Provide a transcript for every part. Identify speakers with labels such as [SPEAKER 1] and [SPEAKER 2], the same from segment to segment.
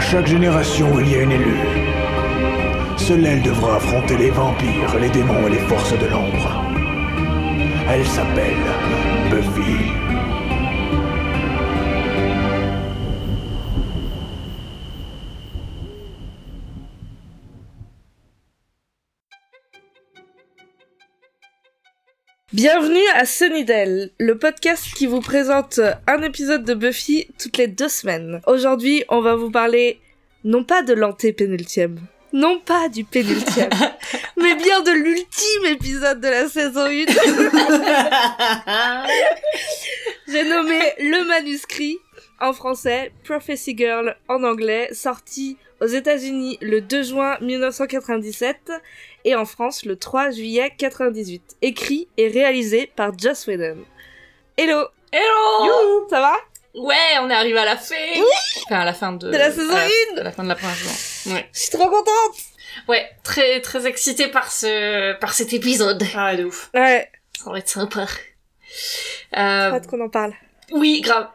[SPEAKER 1] chaque génération, il y a une élue. Seule elle devra affronter les vampires, les démons et les forces de l'ombre. Elle s'appelle Buffy.
[SPEAKER 2] Bienvenue à Sunnydale, le podcast qui vous présente un épisode de Buffy toutes les deux semaines. Aujourd'hui, on va vous parler non pas de l'antépénultième, non pas du pénultième, mais bien de l'ultime épisode de la saison 1. J'ai nommé Le Manuscrit en français, Prophecy Girl en anglais, sorti aux États-Unis le 2 juin 1997 et en France le 3 juillet 98. Écrit et réalisé par Joss Whedon. Hello
[SPEAKER 3] Hello
[SPEAKER 2] Youhou Ça va
[SPEAKER 3] Ouais, on est arrivé à la fin Enfin, à la fin de...
[SPEAKER 2] De la saison
[SPEAKER 3] à la-
[SPEAKER 2] 1.
[SPEAKER 3] à la fin de la première saison. Ouais.
[SPEAKER 2] Je suis trop contente
[SPEAKER 3] Ouais, très, très excité par ce... par cet épisode. Ah, de ouf.
[SPEAKER 2] Ouais,
[SPEAKER 3] Ça va être sympa. Euh,
[SPEAKER 2] hâte qu'on en parle.
[SPEAKER 3] oui, grave.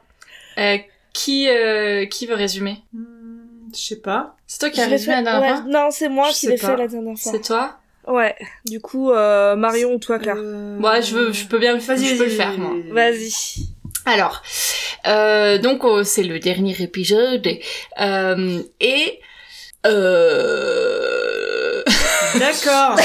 [SPEAKER 3] Euh, qui, euh, qui veut résumer
[SPEAKER 4] Hmm, Je sais pas.
[SPEAKER 3] C'est toi qui
[SPEAKER 2] Je
[SPEAKER 3] as
[SPEAKER 2] l'ai
[SPEAKER 3] résumé la
[SPEAKER 2] fait-
[SPEAKER 3] dernière
[SPEAKER 2] Bah, ouais,
[SPEAKER 3] fois
[SPEAKER 2] Non, c'est moi
[SPEAKER 3] Je
[SPEAKER 2] qui
[SPEAKER 3] sais
[SPEAKER 2] l'ai fait
[SPEAKER 3] pas.
[SPEAKER 2] la dernière fois.
[SPEAKER 3] C'est toi
[SPEAKER 2] Ouais, du coup, euh, Marion ou toi, Claire
[SPEAKER 4] Euh,
[SPEAKER 3] Ouais, Bah, je veux, je peux bien le faire, je peux le faire, moi.
[SPEAKER 2] Vas-y.
[SPEAKER 3] Alors, euh, donc euh, c'est le dernier épisode euh, et euh...
[SPEAKER 4] D'accord.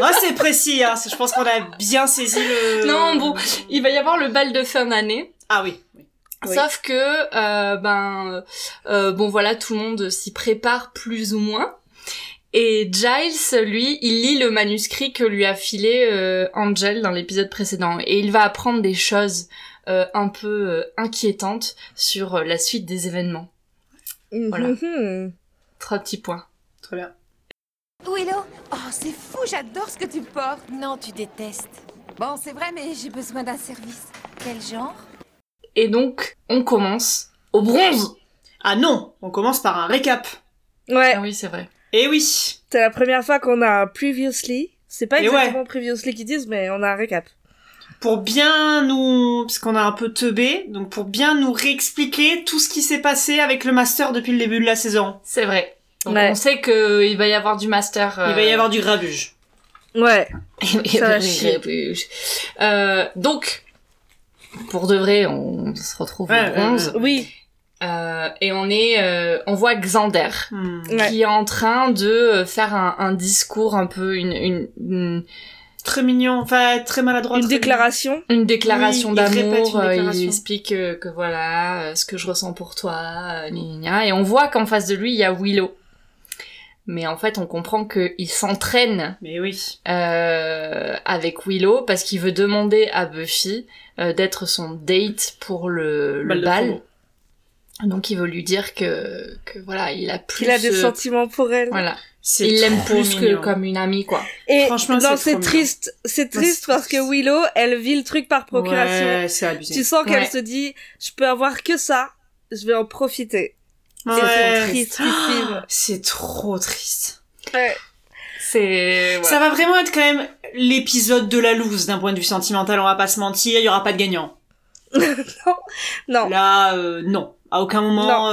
[SPEAKER 4] Ah, c'est précis, hein. C'est- Je pense qu'on a bien saisi le.
[SPEAKER 3] Non, bon, il va y avoir le bal de fin d'année.
[SPEAKER 4] Ah oui. oui.
[SPEAKER 2] Oui.
[SPEAKER 3] Sauf que euh, ben euh, bon voilà tout le monde s'y prépare plus ou moins et Giles lui il lit le manuscrit que lui a filé euh, Angel dans l'épisode précédent et il va apprendre des choses euh, un peu euh, inquiétantes sur euh, la suite des événements. Voilà.
[SPEAKER 2] Mhm.
[SPEAKER 3] Trois petits points.
[SPEAKER 4] Très bien.
[SPEAKER 5] Willow Oh, c'est fou, j'adore ce que tu portes Non, tu détestes. Bon, c'est vrai, mais j'ai besoin d'un service. Quel genre
[SPEAKER 3] Et donc on commence au bronze.
[SPEAKER 4] Ah non, on commence par un récap.
[SPEAKER 2] Ouais,
[SPEAKER 3] Ah oui c'est vrai.
[SPEAKER 4] Eh oui.
[SPEAKER 2] c'est la première fois qu'on a un previously. C'est pas
[SPEAKER 4] Et
[SPEAKER 2] exactement previously qu'ils disent, mais on a un récap.
[SPEAKER 4] Pour bien nous, parce qu'on a un peu teubé, donc pour bien nous réexpliquer tout ce qui s'est passé avec le master depuis le début de la saison.
[SPEAKER 3] C'est vrai. Donc
[SPEAKER 2] Ouais.
[SPEAKER 3] on sait que euh, il va y avoir du master. euh,
[SPEAKER 4] Il va y avoir du grabuge.
[SPEAKER 2] Ouais, Ça va
[SPEAKER 3] du
[SPEAKER 2] chier.
[SPEAKER 3] euh, donc pour de vrai, on se retrouve
[SPEAKER 4] Ouais,
[SPEAKER 3] au bronze
[SPEAKER 2] oui,
[SPEAKER 3] Euh, et on est, euh, on voit Xander
[SPEAKER 4] Hmm.
[SPEAKER 2] Ouais.
[SPEAKER 3] qui est en train de euh, faire un, un discours un peu une une, une,
[SPEAKER 4] Très mignon, enfin très maladroit.
[SPEAKER 2] une
[SPEAKER 4] très
[SPEAKER 2] déclaration.
[SPEAKER 3] une déclaration
[SPEAKER 4] Oui, il répète une
[SPEAKER 3] d'amour. euh, Il,
[SPEAKER 4] déclaration.
[SPEAKER 3] explique euh, que voilà euh, ce que je ressens pour toi, euh, gna gna gna. et on voit qu'en face de lui il y a Willow. Mais en fait, on comprend qu'il s'entraîne
[SPEAKER 4] mignon. Mais oui.
[SPEAKER 3] euh, avec Willow parce qu'il veut demander à Buffy euh, d'être son date pour le, le
[SPEAKER 4] Bal de
[SPEAKER 3] bal. Donc il veut lui dire que, que voilà, il a plus
[SPEAKER 2] Qu'il a des
[SPEAKER 3] euh,
[SPEAKER 2] sentiments pour elle.
[SPEAKER 3] voilà,
[SPEAKER 4] C'est
[SPEAKER 3] il l'aime
[SPEAKER 4] trop
[SPEAKER 3] plus que
[SPEAKER 4] mignon.
[SPEAKER 3] comme une amie quoi.
[SPEAKER 2] Et
[SPEAKER 4] Franchement,
[SPEAKER 2] non,
[SPEAKER 4] c'est
[SPEAKER 2] c'est
[SPEAKER 4] trop mignon.
[SPEAKER 2] triste. C'est triste
[SPEAKER 4] c'est
[SPEAKER 2] parce que
[SPEAKER 4] triste.
[SPEAKER 2] Willow, elle vit le truc par procuration.
[SPEAKER 4] Ouais, c'est
[SPEAKER 2] Tu
[SPEAKER 4] abusé.
[SPEAKER 2] sens qu'elle
[SPEAKER 3] Ouais.
[SPEAKER 2] se dit, je peux avoir que ça, je vais en profiter. C'est
[SPEAKER 4] Ouais.
[SPEAKER 2] triste, tristissime.
[SPEAKER 4] C'est trop triste.
[SPEAKER 2] Ouais.
[SPEAKER 3] C'est voilà.
[SPEAKER 4] Ça va vraiment être quand même l'épisode de la loose d'un point de vue sentimental, on va pas se mentir, il y aura pas de gagnant.
[SPEAKER 2] Non,
[SPEAKER 4] Là, euh, non. À aucun moment,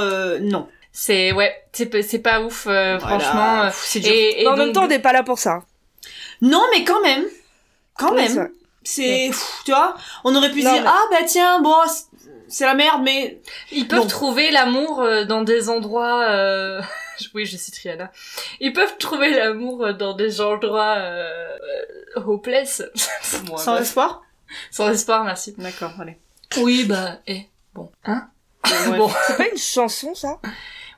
[SPEAKER 2] Non.
[SPEAKER 4] euh, non.
[SPEAKER 3] c'est ouais, c'est pas- c'est pas ouf euh,
[SPEAKER 4] Voilà.
[SPEAKER 3] franchement. euh,
[SPEAKER 4] Pff, c'est dur.
[SPEAKER 3] et, et
[SPEAKER 2] Mais en même
[SPEAKER 3] donc-
[SPEAKER 2] temps, on n'est pas là pour ça.
[SPEAKER 4] Non, mais quand même. Quand
[SPEAKER 2] Oui, c'est vrai.
[SPEAKER 4] même. C'est, pff, tu vois, on aurait pu
[SPEAKER 2] Non,
[SPEAKER 4] dire,
[SPEAKER 2] mais-
[SPEAKER 4] ah bah tiens, bon, c'est- c'est la merde, mais
[SPEAKER 3] Ils peuvent
[SPEAKER 4] Bon.
[SPEAKER 3] trouver l'amour euh, dans des endroits. euh, Oui, je cite Rihanna. Ils peuvent trouver l'amour euh, dans des endroits euh... euh, hopeless. Moi,
[SPEAKER 4] sans
[SPEAKER 3] bah,
[SPEAKER 4] espoir.
[SPEAKER 3] sans espoir, merci.
[SPEAKER 4] D'accord, allez.
[SPEAKER 3] Oui, bah, eh, bon, hein.
[SPEAKER 4] Ouais.
[SPEAKER 3] Bon.
[SPEAKER 2] C'est pas une chanson, ça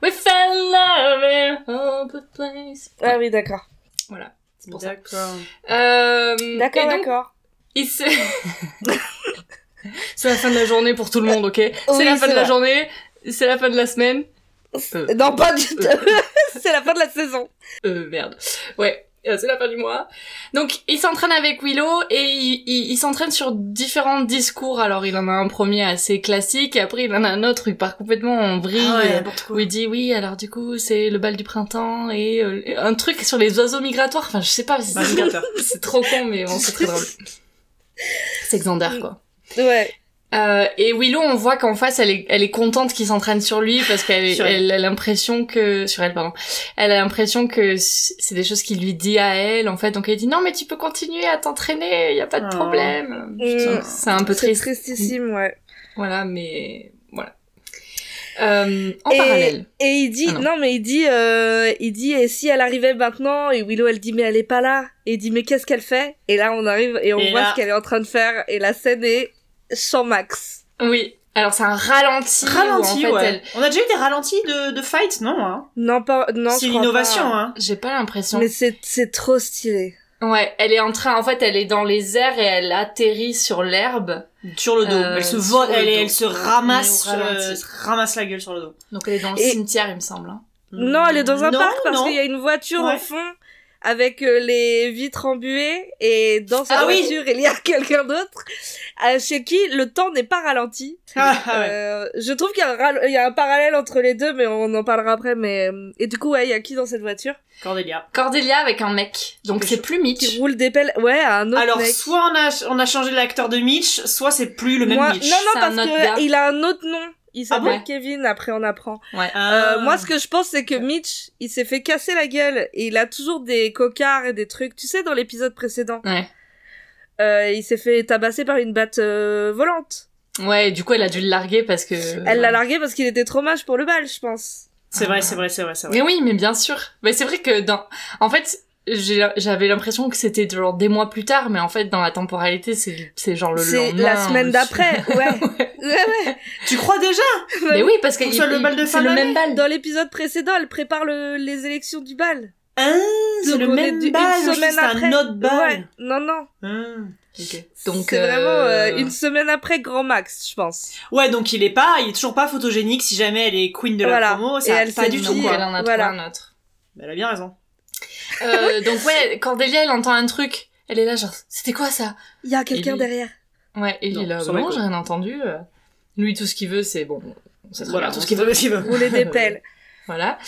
[SPEAKER 3] We fell in love in a hopeless place.
[SPEAKER 2] Ah oui, d'accord.
[SPEAKER 3] Voilà, c'est pour ça.
[SPEAKER 4] D'accord.
[SPEAKER 3] Euh,
[SPEAKER 2] D'accord,
[SPEAKER 3] et donc,
[SPEAKER 2] d'accord.
[SPEAKER 3] il se- c'est la fin de la journée pour tout le monde, ok C'est la
[SPEAKER 2] Oui,
[SPEAKER 3] fin de
[SPEAKER 2] c'est
[SPEAKER 3] la
[SPEAKER 2] vrai.
[SPEAKER 3] journée, c'est la fin de la semaine. Euh,
[SPEAKER 2] Non, pas du tout. c'est la fin de la saison.
[SPEAKER 3] Euh, merde. Ouais, euh, c'est la fin du mois. Donc, il s'entraîne avec Willow et il, il- il s'entraîne sur différents discours. Alors, il en a un premier assez classique et après, il en a un autre, il part complètement en vrille.
[SPEAKER 4] Ah ouais,
[SPEAKER 3] euh,
[SPEAKER 4] n'importe
[SPEAKER 3] où
[SPEAKER 4] quoi.
[SPEAKER 3] il dit oui, alors du coup c'est le bal du printemps et euh, un truc sur les oiseaux migratoires. Enfin, je sais pas, c'est,
[SPEAKER 4] Navigateur.
[SPEAKER 3] c'est trop con, mais bon, c'est très drôle. C'est Xander quoi.
[SPEAKER 2] Ouais.
[SPEAKER 3] Euh, et Willow, on voit qu'en face, elle est, elle est contente qu'il s'entraîne sur lui parce qu'elle
[SPEAKER 4] Sur elle.
[SPEAKER 3] elle a l'impression que sur elle, pardon, elle a l'impression que c'est des choses qu'il lui dit à elle en fait. Donc elle dit non, mais tu peux continuer à t'entraîner, y a pas de
[SPEAKER 4] Oh.
[SPEAKER 3] problème.
[SPEAKER 2] Mmh.
[SPEAKER 3] C'est un peu
[SPEAKER 2] C'est
[SPEAKER 3] triste,
[SPEAKER 2] tristissime, ouais.
[SPEAKER 3] voilà, mais voilà. Euh, en
[SPEAKER 2] Et-
[SPEAKER 3] parallèle,
[SPEAKER 2] Et il dit,
[SPEAKER 3] Ah non.
[SPEAKER 2] non. mais il dit, euh, il dit, et si elle arrivait maintenant Et Willow, elle dit, mais elle est pas là. Et il dit, mais qu'est-ce qu'elle fait Et là, on arrive et on
[SPEAKER 4] Et
[SPEAKER 2] voit
[SPEAKER 4] là-
[SPEAKER 2] ce qu'elle est en train de faire. Et la scène est sans max.
[SPEAKER 3] oui. Alors c'est un ralenti. où,
[SPEAKER 4] Ralenti,
[SPEAKER 3] en fait,
[SPEAKER 4] ouais.
[SPEAKER 3] elle-
[SPEAKER 4] On a déjà eu des ralentis de, de fight, non hein
[SPEAKER 2] Non, pas, non,
[SPEAKER 4] C'est
[SPEAKER 2] je crois
[SPEAKER 4] l'innovation,
[SPEAKER 2] pas.
[SPEAKER 4] hein.
[SPEAKER 3] J'ai pas l'impression.
[SPEAKER 2] Mais c'est, c'est trop stylé.
[SPEAKER 3] Ouais, elle est en train, en fait, elle est dans les airs et elle atterrit sur l'herbe.
[SPEAKER 4] Sur le dos.
[SPEAKER 3] Euh,
[SPEAKER 4] elle se
[SPEAKER 3] sur
[SPEAKER 4] vole,
[SPEAKER 3] le
[SPEAKER 4] elle,
[SPEAKER 3] dos.
[SPEAKER 4] elle se ramasse,
[SPEAKER 3] Mais au
[SPEAKER 4] sur-
[SPEAKER 3] ralenti.
[SPEAKER 4] euh, se ramasse la gueule sur le dos.
[SPEAKER 3] Donc elle est dans le
[SPEAKER 2] Et-
[SPEAKER 3] cimetière, il me semble. hein.
[SPEAKER 2] Non, elle est dans un
[SPEAKER 4] Non,
[SPEAKER 2] parc parce
[SPEAKER 4] non.
[SPEAKER 2] qu'il y a une voiture
[SPEAKER 4] Ouais.
[SPEAKER 2] au fond avec euh, les vitres embuées et dans cette
[SPEAKER 4] Ah oui.
[SPEAKER 2] voiture il y a quelqu'un d'autre euh, chez qui le temps n'est pas ralenti.
[SPEAKER 4] Ah, ah ouais.
[SPEAKER 2] Euh, je trouve qu'il y, a un ral- il y a un parallèle entre les deux mais on en parlera après mais euh, et du coup ouais, il y a qui dans cette voiture
[SPEAKER 4] Cordelia.
[SPEAKER 3] Cordélia avec un mec. Donc
[SPEAKER 4] Je-
[SPEAKER 3] c'est plus
[SPEAKER 2] qui
[SPEAKER 3] Mitch.
[SPEAKER 2] roule des pelles ouais à un autre
[SPEAKER 4] Alors,
[SPEAKER 2] mec.
[SPEAKER 4] soit on a, on a changé l'acteur de Mitch, soit c'est plus le même
[SPEAKER 2] Moi-
[SPEAKER 4] Mitch.
[SPEAKER 2] non non
[SPEAKER 3] c'est
[SPEAKER 2] parce
[SPEAKER 3] un autre gars.
[SPEAKER 2] que il a un autre nom. Il
[SPEAKER 4] Ah
[SPEAKER 2] s'appelle
[SPEAKER 3] bon
[SPEAKER 2] Kevin après on apprend.
[SPEAKER 3] Ouais.
[SPEAKER 4] Ah.
[SPEAKER 2] Euh, moi, ce que je pense, c'est que Mitch, il s'est fait casser la gueule et il a toujours des cocards et des trucs. Tu sais, dans l'épisode précédent,
[SPEAKER 3] Ouais.
[SPEAKER 2] euh, il s'est fait tabasser par une batte euh, volante.
[SPEAKER 3] Ouais, et du coup, elle a dû le larguer parce que.
[SPEAKER 2] Elle l'a largué parce qu'il était trop mage pour le bal, je pense.
[SPEAKER 4] C'est vrai, c'est vrai, c'est vrai, c'est vrai.
[SPEAKER 3] Mais oui, mais bien sûr. Mais c'est vrai que dans. En fait, j'ai- j'avais l'impression que c'était genre des mois plus tard, mais en fait, dans la temporalité, c'est c'est genre le
[SPEAKER 2] C'est
[SPEAKER 3] lendemain.
[SPEAKER 2] la semaine
[SPEAKER 3] le-
[SPEAKER 2] d'après, ouais. Ouais, ouais.
[SPEAKER 4] Tu crois déjà
[SPEAKER 3] Mais oui, parce que
[SPEAKER 4] Pour que ce soit le bal de
[SPEAKER 3] c'est
[SPEAKER 4] fin
[SPEAKER 3] le
[SPEAKER 4] d'année.
[SPEAKER 3] même bal.
[SPEAKER 2] Dans l'épisode précédent, elle prépare le- les élections du bal.
[SPEAKER 4] Hein C'est
[SPEAKER 2] Donc,
[SPEAKER 4] le
[SPEAKER 2] on est
[SPEAKER 4] même
[SPEAKER 2] du- une
[SPEAKER 4] bal, je
[SPEAKER 2] semaine
[SPEAKER 4] c'est un
[SPEAKER 2] après.
[SPEAKER 4] autre
[SPEAKER 2] Ouais.
[SPEAKER 4] bal.
[SPEAKER 2] Non, non.
[SPEAKER 4] Hein.
[SPEAKER 3] Donc
[SPEAKER 2] c'est vraiment
[SPEAKER 3] euh,
[SPEAKER 2] euh, une semaine après grand max, je pense.
[SPEAKER 4] Ouais, donc il est pas, il est toujours pas photogénique si jamais elle est queen de la
[SPEAKER 2] Voilà.
[SPEAKER 4] promo,
[SPEAKER 2] Et
[SPEAKER 4] ça
[SPEAKER 2] elle
[SPEAKER 4] pas
[SPEAKER 2] s'est
[SPEAKER 4] du
[SPEAKER 2] dit,
[SPEAKER 4] tout
[SPEAKER 3] Donc,
[SPEAKER 4] quoi.
[SPEAKER 3] elle en a
[SPEAKER 2] Voilà.
[SPEAKER 3] trouvé un autre.
[SPEAKER 4] Mais Elle a bien raison.
[SPEAKER 3] Euh, donc ouais, Cordélia, elle entend un truc. Elle est là genre, c'était quoi ça
[SPEAKER 2] Il y a quelqu'un
[SPEAKER 3] lui-
[SPEAKER 2] derrière.
[SPEAKER 3] Ouais, et il
[SPEAKER 4] Non,
[SPEAKER 3] est là,
[SPEAKER 4] ça
[SPEAKER 3] bah
[SPEAKER 4] va,
[SPEAKER 3] non,
[SPEAKER 4] quoi.
[SPEAKER 3] j'ai rien entendu. Euh, Lui, tout ce qu'il veut, c'est bon. c'est très
[SPEAKER 4] Voilà,
[SPEAKER 3] bien,
[SPEAKER 4] tout ce
[SPEAKER 3] on
[SPEAKER 4] qu'il
[SPEAKER 3] sait.
[SPEAKER 4] veut, ce qu'il veut.
[SPEAKER 2] Rouler des pelles.
[SPEAKER 3] Voilà.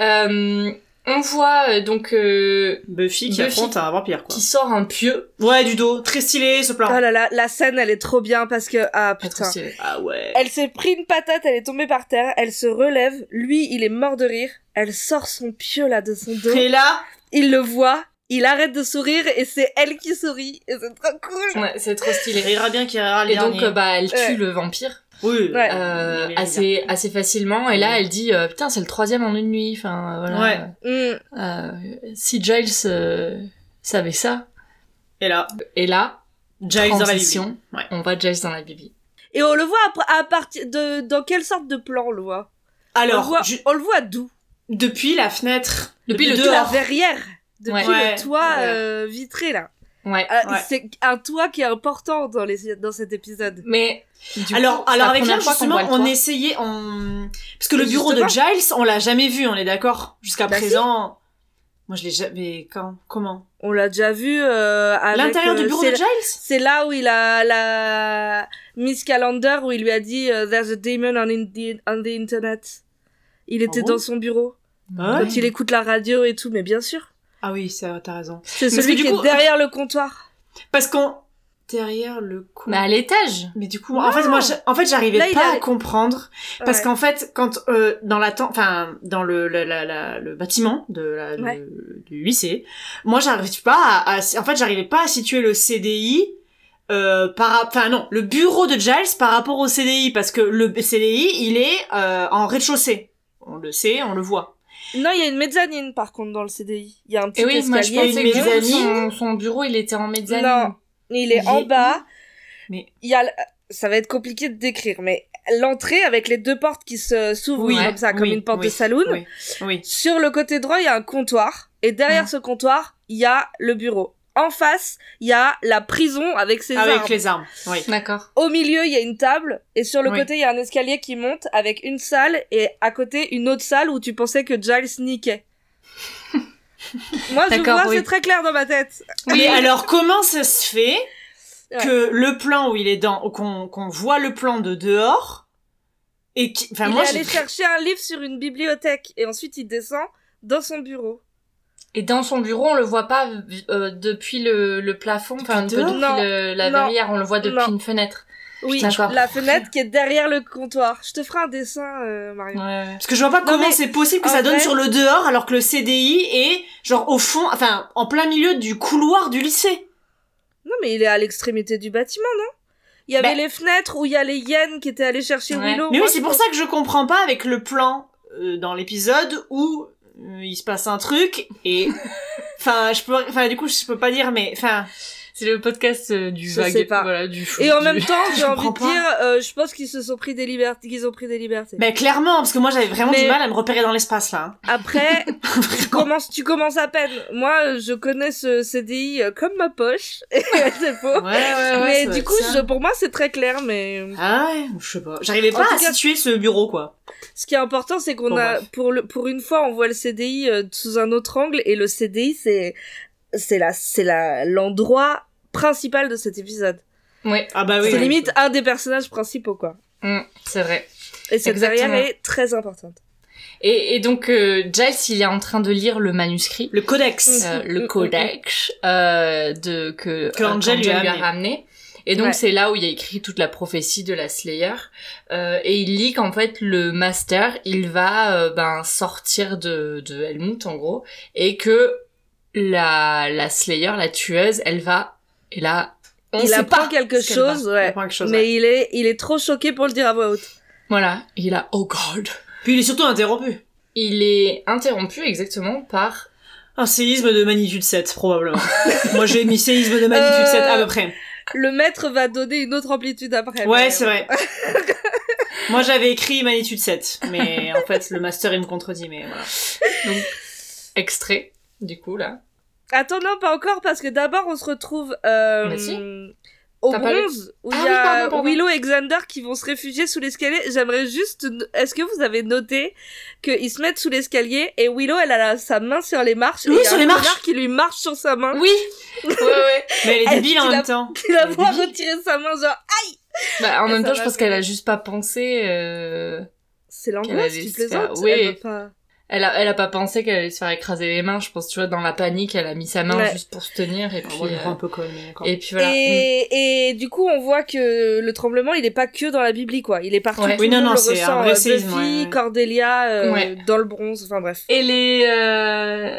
[SPEAKER 3] Euh, on voit euh, donc euh,
[SPEAKER 4] Buffy
[SPEAKER 3] Buffy.
[SPEAKER 4] qui affronte un vampire quoi.
[SPEAKER 3] qui sort un pieu.
[SPEAKER 4] Ouais, du dos, très stylé ce
[SPEAKER 2] Oh
[SPEAKER 4] plan.
[SPEAKER 2] là là, la scène, elle est trop bien parce que... Ah,
[SPEAKER 3] Pas trop
[SPEAKER 2] putain.
[SPEAKER 3] stylé.
[SPEAKER 4] Ah ouais.
[SPEAKER 2] Elle s'est pris une patate, elle est tombée par terre, elle se relève, lui il est mort de rire, elle sort son pieu là de son dos,
[SPEAKER 4] Et là,
[SPEAKER 2] il le voit, il arrête de sourire et c'est elle qui sourit et c'est trop cool.
[SPEAKER 3] Ouais, c'est trop
[SPEAKER 4] il
[SPEAKER 3] stylé.
[SPEAKER 4] rira bien qu'il rira le
[SPEAKER 3] Et donc
[SPEAKER 4] dernier.
[SPEAKER 3] euh, bah elle tue
[SPEAKER 2] Ouais.
[SPEAKER 3] le vampire
[SPEAKER 4] oui.
[SPEAKER 2] Ouais.
[SPEAKER 3] euh,
[SPEAKER 4] Il est bien.
[SPEAKER 3] assez assez facilement et là elle dit euh, putain c'est le troisième en une nuit enfin euh, voilà
[SPEAKER 2] Mm.
[SPEAKER 3] Euh, si Giles euh, savait ça
[SPEAKER 4] Et là,
[SPEAKER 3] et là
[SPEAKER 4] Giles dans la
[SPEAKER 3] transition,
[SPEAKER 4] Bible. Ouais.
[SPEAKER 3] on va Giles dans la bibi
[SPEAKER 2] Et on le voit après- à partir de dans quelle sorte de plan on le voit on le
[SPEAKER 4] Alors,
[SPEAKER 2] voit,
[SPEAKER 4] ju-
[SPEAKER 2] on le voit d'où
[SPEAKER 4] depuis la fenêtre,
[SPEAKER 3] Depuis le
[SPEAKER 2] La
[SPEAKER 4] dehors.
[SPEAKER 2] verrière depuis
[SPEAKER 4] Ouais.
[SPEAKER 2] le toit
[SPEAKER 4] Ouais.
[SPEAKER 2] euh, vitré là.
[SPEAKER 3] ouais
[SPEAKER 2] Ah,
[SPEAKER 4] Ouais.
[SPEAKER 2] C'est un toit qui est important dans les dans cet épisode.
[SPEAKER 3] Mais du coup,
[SPEAKER 4] alors,
[SPEAKER 3] c'est
[SPEAKER 4] alors
[SPEAKER 3] la
[SPEAKER 4] avec
[SPEAKER 3] première
[SPEAKER 4] Claire,
[SPEAKER 3] fois qu'on
[SPEAKER 4] justement,
[SPEAKER 3] voit le
[SPEAKER 4] on
[SPEAKER 3] toit.
[SPEAKER 4] essayait, on... parce que le
[SPEAKER 2] Mais
[SPEAKER 4] bureau de
[SPEAKER 2] justement.
[SPEAKER 4] Giles, on l'a jamais vu, on est d'accord, jusqu'à
[SPEAKER 2] Bah si.
[SPEAKER 4] présent. Moi, je l'ai jamais. Quand Comment
[SPEAKER 2] On l'a déjà vu euh, avec
[SPEAKER 4] L'intérieur
[SPEAKER 2] euh,
[SPEAKER 4] du bureau
[SPEAKER 2] c'est
[SPEAKER 4] de Giles
[SPEAKER 2] C'est là où il a la Miss Calendar où il lui a dit euh, There's a demon on, in- the, on the internet. Il était
[SPEAKER 4] Ah bon
[SPEAKER 2] dans son bureau
[SPEAKER 4] Ah ouais
[SPEAKER 2] quand il écoute la radio et tout, mais bien sûr.
[SPEAKER 4] Ah oui, ça, t'as raison.
[SPEAKER 2] C'est
[SPEAKER 4] Parce
[SPEAKER 2] celui
[SPEAKER 4] que du
[SPEAKER 2] qui
[SPEAKER 4] coup-
[SPEAKER 2] est derrière le comptoir.
[SPEAKER 4] Parce qu'on Bah. derrière le cou.
[SPEAKER 3] Mais Bah, à l'étage.
[SPEAKER 4] Mais du coup, en fait, moi, j'a- en fait,
[SPEAKER 2] Là,
[SPEAKER 4] j'arrivais
[SPEAKER 2] il
[SPEAKER 4] pas
[SPEAKER 2] a-
[SPEAKER 4] à comprendre Parce
[SPEAKER 2] Ouais.
[SPEAKER 4] qu'en fait, quand euh, dans la ten- enfin dans le la- la- la- le bâtiment de la,
[SPEAKER 2] Ouais.
[SPEAKER 4] le- du lycée, moi j'arrive pas à, à- en fait j'arrivais pas à situer le CDI euh, par rap- enfin non le bureau de Giles par rapport au CDI parce que le CDI il est euh, en rez-de-chaussée, on le sait, on le voit.
[SPEAKER 2] Non, il y a une mezzanine par contre dans le CDI. Il y a
[SPEAKER 4] Eh
[SPEAKER 2] un petit
[SPEAKER 3] Et Eh oui, moi je
[SPEAKER 2] escalier.
[SPEAKER 4] pense
[SPEAKER 3] pensais
[SPEAKER 4] une
[SPEAKER 3] que son,
[SPEAKER 4] mezzanine.
[SPEAKER 3] son bureau il était en mezzanine.
[SPEAKER 2] Non. Il est
[SPEAKER 4] Il
[SPEAKER 2] en
[SPEAKER 4] est
[SPEAKER 2] bas.
[SPEAKER 4] Mais-
[SPEAKER 2] Il y a l- ça va être compliqué de décrire, mais l'entrée avec les deux portes qui se s'ouvrent
[SPEAKER 4] Oui.
[SPEAKER 2] comme ça, comme
[SPEAKER 4] Oui,
[SPEAKER 2] une porte
[SPEAKER 4] oui,
[SPEAKER 2] de saloon.
[SPEAKER 4] Oui. Oui.
[SPEAKER 2] Sur le côté droit, il y a un comptoir. Et
[SPEAKER 4] Hum.
[SPEAKER 2] derrière ce comptoir, il y a le bureau. En face, il y a la prison avec ses
[SPEAKER 4] Avec
[SPEAKER 2] armes.
[SPEAKER 4] les armes. Ah Oui.
[SPEAKER 3] D'accord.
[SPEAKER 2] Au milieu, il y a une table. Et sur le
[SPEAKER 4] Oui.
[SPEAKER 2] côté, il y a un escalier qui monte avec une salle et à côté, une autre salle où tu pensais que Giles niquait. Moi, je
[SPEAKER 3] D'accord,
[SPEAKER 2] vois,
[SPEAKER 3] oui.
[SPEAKER 2] c'est très clair dans ma tête.
[SPEAKER 4] Mais alors comment ça se fait
[SPEAKER 2] Ouais.
[SPEAKER 4] que le plan où il est dans qu'on qu'on voit le plan de dehors et qui enfin
[SPEAKER 2] il
[SPEAKER 4] moi
[SPEAKER 2] est
[SPEAKER 4] j'ai
[SPEAKER 2] allé
[SPEAKER 4] pris-
[SPEAKER 2] chercher un livre sur une bibliothèque et ensuite il descend dans son bureau.
[SPEAKER 3] Et dans son bureau, on le voit pas euh, depuis le, le plafond, enfin
[SPEAKER 4] Depuis
[SPEAKER 3] depuis
[SPEAKER 2] dehors
[SPEAKER 3] le- la
[SPEAKER 2] Non.
[SPEAKER 3] verrière, on le voit depuis
[SPEAKER 2] Non.
[SPEAKER 3] une fenêtre.
[SPEAKER 2] Oui,
[SPEAKER 3] Putain, je vois
[SPEAKER 2] la fenêtre qui est derrière le comptoir. Je te ferai un dessin, euh, Marion.
[SPEAKER 3] Ouais.
[SPEAKER 4] Parce que je vois pas
[SPEAKER 2] Non,
[SPEAKER 4] comment
[SPEAKER 2] mais
[SPEAKER 4] c'est possible que
[SPEAKER 2] en
[SPEAKER 4] ça donne
[SPEAKER 2] vrai-
[SPEAKER 4] sur le dehors alors que le CDI est genre au fond, enfin en plein milieu du couloir du lycée.
[SPEAKER 2] Non, mais il est à l'extrémité du bâtiment, non Il y avait
[SPEAKER 4] Bah-
[SPEAKER 2] les fenêtres où il y a les hyènes qui étaient allées chercher
[SPEAKER 3] Ouais.
[SPEAKER 2] Willow.
[SPEAKER 4] Mais
[SPEAKER 2] Moi,
[SPEAKER 4] oui, c'est
[SPEAKER 2] je
[SPEAKER 4] pour
[SPEAKER 2] pense-
[SPEAKER 4] ça que je comprends pas avec le plan euh, dans l'épisode où euh, il se passe un truc et enfin je peux enfin du coup je peux pas dire mais enfin
[SPEAKER 3] C'est le podcast euh, du
[SPEAKER 2] Je
[SPEAKER 3] vague,
[SPEAKER 2] sais pas.
[SPEAKER 3] voilà, du flou,
[SPEAKER 2] Et en
[SPEAKER 3] du-
[SPEAKER 2] même temps, j'ai envie
[SPEAKER 4] comprends
[SPEAKER 2] de
[SPEAKER 4] pas.
[SPEAKER 2] dire, euh, je pense qu'ils se sont pris des libertés, qu'ils ont pris des libertés.
[SPEAKER 4] ben clairement parce que moi j'avais vraiment
[SPEAKER 2] Mais-
[SPEAKER 4] du mal à me repérer dans l'espace là.
[SPEAKER 2] Après,
[SPEAKER 4] hein. Vraiment.
[SPEAKER 2] commence, tu commences à peine. Moi, euh, je connais ce CDI euh, comme ma poche. c'est faux.
[SPEAKER 4] ouais ouais ouais. ça
[SPEAKER 2] mais
[SPEAKER 4] doit
[SPEAKER 2] du
[SPEAKER 4] être
[SPEAKER 2] coup,
[SPEAKER 4] ça.
[SPEAKER 2] je, pour moi, c'est très clair. Mais euh,
[SPEAKER 4] ah ouais, je sais pas. J'arrivais
[SPEAKER 2] En
[SPEAKER 4] pas
[SPEAKER 2] tout
[SPEAKER 4] à
[SPEAKER 2] cas-
[SPEAKER 4] situer ce bureau quoi.
[SPEAKER 2] ce qui est important, c'est qu'on
[SPEAKER 4] Bon,
[SPEAKER 2] a,
[SPEAKER 4] bref.
[SPEAKER 2] pour, le, pour une fois, on voit le CDI euh, sous un autre angle. Et le CDI, c'est c'est la- c'est la- l'endroit principal de cet épisode.
[SPEAKER 3] Ouais,
[SPEAKER 4] Ah bah oui.
[SPEAKER 2] c'est
[SPEAKER 4] oui.
[SPEAKER 2] limite un des personnages principaux, quoi.
[SPEAKER 3] hum, c'est vrai.
[SPEAKER 2] Et cette
[SPEAKER 3] Exactement.
[SPEAKER 2] barrière est très importante.
[SPEAKER 3] Et, et donc, euh, Giles, il est en train de lire le manuscrit,
[SPEAKER 4] le codex.
[SPEAKER 3] euh,
[SPEAKER 2] Mm, mm,
[SPEAKER 3] le
[SPEAKER 2] mm,
[SPEAKER 3] codex euh, de, que,
[SPEAKER 4] Que
[SPEAKER 3] euh,
[SPEAKER 4] Angel lui a amené.
[SPEAKER 3] ramené. Et donc,
[SPEAKER 2] Ouais.
[SPEAKER 3] c'est là où il y a écrit toute la prophétie de la Slayer. Euh, et il lit qu'en fait, le Master, il va euh, ben, sortir de, de Helmut, en gros, et que la, la Slayer, la tueuse, elle va... Et là, on
[SPEAKER 2] il
[SPEAKER 3] sait
[SPEAKER 2] apprend
[SPEAKER 3] pas
[SPEAKER 2] quelque
[SPEAKER 3] ce qu'elle va.
[SPEAKER 2] chose,
[SPEAKER 4] Je
[SPEAKER 2] ouais.
[SPEAKER 4] comprends quelque chose,
[SPEAKER 2] mais
[SPEAKER 4] ouais.
[SPEAKER 2] il est, il est trop choqué pour le dire à voix haute.
[SPEAKER 3] Voilà, il a... Oh God
[SPEAKER 4] Puis il est surtout interrompu.
[SPEAKER 3] Il est interrompu exactement par
[SPEAKER 4] Un séisme de magnitude 7, probablement. Moi, j'ai mis séisme de magnitude
[SPEAKER 2] Euh,
[SPEAKER 4] 7 à peu près.
[SPEAKER 2] Le maître va donner une autre amplitude après.
[SPEAKER 4] Ouais,
[SPEAKER 2] mais-
[SPEAKER 4] c'est vrai. Moi, j'avais écrit magnitude 7, mais en fait, le master, il me contredit, mais voilà.
[SPEAKER 3] extrait, du coup, là.
[SPEAKER 2] Attends, non, pas encore, parce que d'abord, on se retrouve euh,
[SPEAKER 3] Bah si.
[SPEAKER 2] au
[SPEAKER 3] T'as pas lu
[SPEAKER 2] bronze, où
[SPEAKER 3] Ah
[SPEAKER 2] il y
[SPEAKER 3] oui,
[SPEAKER 2] a
[SPEAKER 3] pardon, pardon.
[SPEAKER 2] Willow et Xander qui vont se réfugier sous l'escalier. J'aimerais juste... Est-ce que vous avez noté qu'ils se mettent sous l'escalier et Willow, elle a la- sa main sur les marches.
[SPEAKER 4] Oui,
[SPEAKER 2] et il y a
[SPEAKER 4] sur
[SPEAKER 2] un
[SPEAKER 4] les marches.
[SPEAKER 2] connard qui lui marche sur sa main.
[SPEAKER 3] Oui Ouais, ouais.
[SPEAKER 4] Mais elle est
[SPEAKER 2] Est-ce
[SPEAKER 4] débile en
[SPEAKER 2] qu'il a-
[SPEAKER 4] même temps.
[SPEAKER 2] Il va
[SPEAKER 4] Elle est
[SPEAKER 2] pouvoir
[SPEAKER 4] débile.
[SPEAKER 2] retirer sa main, genre...
[SPEAKER 3] Bah, en
[SPEAKER 2] Et
[SPEAKER 3] même
[SPEAKER 2] ça
[SPEAKER 3] temps, je
[SPEAKER 2] va
[SPEAKER 3] pense
[SPEAKER 2] bien.
[SPEAKER 3] qu'elle a juste pas pensé. euh,
[SPEAKER 2] C'est
[SPEAKER 3] Qu'elle
[SPEAKER 2] l'angoisse,
[SPEAKER 3] allait
[SPEAKER 2] tu
[SPEAKER 3] se faire-
[SPEAKER 2] plaisantes.
[SPEAKER 3] oui.
[SPEAKER 2] Elle veut pas...
[SPEAKER 3] Elle a, elle a pas pensé qu'elle allait se faire écraser les mains. Je pense, tu vois, dans la panique, elle a mis sa main
[SPEAKER 2] Ouais.
[SPEAKER 3] juste pour se tenir et
[SPEAKER 4] Ah,
[SPEAKER 3] puis.
[SPEAKER 4] moi, je me
[SPEAKER 3] euh,
[SPEAKER 4] prends un peu con, mais d'accord.
[SPEAKER 3] Et puis voilà. Mm.
[SPEAKER 2] Et, et du coup, on voit que le tremblement, il est pas que dans la Biblie, quoi. Il est partout.
[SPEAKER 3] Ouais.
[SPEAKER 2] tout
[SPEAKER 4] Oui,
[SPEAKER 2] le
[SPEAKER 4] non,
[SPEAKER 2] monde
[SPEAKER 4] non,
[SPEAKER 2] le
[SPEAKER 4] c'est un
[SPEAKER 2] ressent.
[SPEAKER 4] vrai
[SPEAKER 2] Euh,
[SPEAKER 4] séisme,
[SPEAKER 2] Buffy,
[SPEAKER 4] ouais, ouais.
[SPEAKER 2] Cordelia, euh,
[SPEAKER 3] Ouais.
[SPEAKER 2] dans le bronze, enfin bref.
[SPEAKER 3] Et les euh,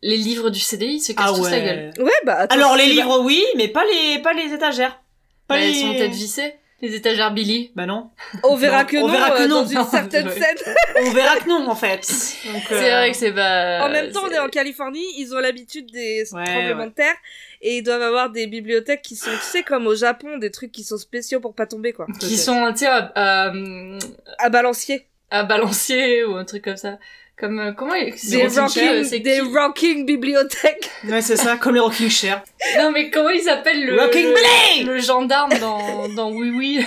[SPEAKER 3] les livres du CDI se cassent
[SPEAKER 4] Ah
[SPEAKER 3] tous la gueule.
[SPEAKER 4] ouais.
[SPEAKER 2] Ouais, bah attends,
[SPEAKER 4] Alors, les
[SPEAKER 2] c'est-
[SPEAKER 4] livres, oui, mais pas les, pas les étagères. Pas
[SPEAKER 3] Bah,
[SPEAKER 4] les...
[SPEAKER 3] Elles sont peut-être vissées. Les étagères Billy.
[SPEAKER 4] Bah non.
[SPEAKER 2] On verra
[SPEAKER 4] Non,
[SPEAKER 2] que
[SPEAKER 4] on
[SPEAKER 2] non,
[SPEAKER 4] verra que
[SPEAKER 2] euh,
[SPEAKER 4] non.
[SPEAKER 2] dans
[SPEAKER 4] Non,
[SPEAKER 2] une certaine
[SPEAKER 4] c'est
[SPEAKER 2] scène.
[SPEAKER 4] On verra que non, en fait. Donc, euh,
[SPEAKER 3] C'est vrai que c'est pas.
[SPEAKER 2] en même temps, on
[SPEAKER 3] c'est-
[SPEAKER 2] est en Californie, ils ont l'habitude des
[SPEAKER 4] Ouais,
[SPEAKER 2] tremblements
[SPEAKER 4] ouais.
[SPEAKER 2] de terre et ils doivent avoir des bibliothèques qui sont, tu sais, comme au Japon, des trucs qui sont spéciaux pour pas tomber, quoi.
[SPEAKER 4] peut-être.
[SPEAKER 3] euh, Qui sont, tu sais, à, à, euh,
[SPEAKER 2] À balancier.
[SPEAKER 3] à balancier ou un truc comme ça. Comme euh, comment il- c'est
[SPEAKER 2] Des
[SPEAKER 3] qui, euh,
[SPEAKER 2] rocking,
[SPEAKER 3] c'est
[SPEAKER 2] des
[SPEAKER 3] qui
[SPEAKER 2] rocking bibliothèques.
[SPEAKER 4] Ouais, c'est ça, comme les rocking chairs.
[SPEAKER 3] Non mais comment il s'appelle le
[SPEAKER 4] Rocking
[SPEAKER 3] le-
[SPEAKER 4] Blade
[SPEAKER 3] le gendarme dans, dans Oui Oui.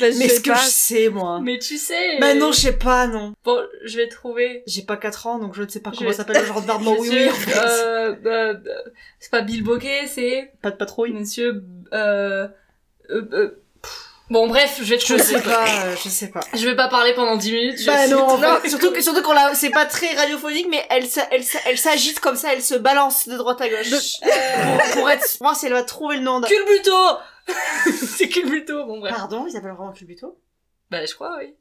[SPEAKER 2] Bah, je
[SPEAKER 4] Mais ce
[SPEAKER 2] sais
[SPEAKER 4] que
[SPEAKER 2] pas.
[SPEAKER 4] je sais, moi.
[SPEAKER 3] Mais tu sais.
[SPEAKER 4] Bah
[SPEAKER 3] euh,
[SPEAKER 4] non, je sais pas, non.
[SPEAKER 3] Bon, je vais trouver.
[SPEAKER 4] J'ai pas 4 ans, donc je ne sais pas
[SPEAKER 3] Je
[SPEAKER 4] comment
[SPEAKER 3] vais-
[SPEAKER 4] s'appelle le gendarme dans Oui Oui.
[SPEAKER 3] Monsieur,
[SPEAKER 4] en fait.
[SPEAKER 3] euh, euh, euh, c'est pas Bill Bokeh, c'est
[SPEAKER 4] Pas de patrouille.
[SPEAKER 3] Monsieur. Euh, euh, euh, pff. bon bref, je vais
[SPEAKER 4] Je
[SPEAKER 3] trouver.
[SPEAKER 4] sais pas, euh, je sais pas.
[SPEAKER 3] Je vais pas parler pendant 10 minutes. je
[SPEAKER 4] Bah
[SPEAKER 3] suis-
[SPEAKER 4] non, en fait, surtout que surtout qu'on la, c'est pas très radiophonique, mais elle, s'a- elle, s'a- elle s'agite comme ça, elle se balance de droite à gauche pour, pour être, voir si elle va trouver le nom. d'un-
[SPEAKER 3] Culbuto C'est Culbuto, bon bref.
[SPEAKER 4] Pardon, ils s'appelle vraiment Culbuto.
[SPEAKER 3] Bah je crois, oui.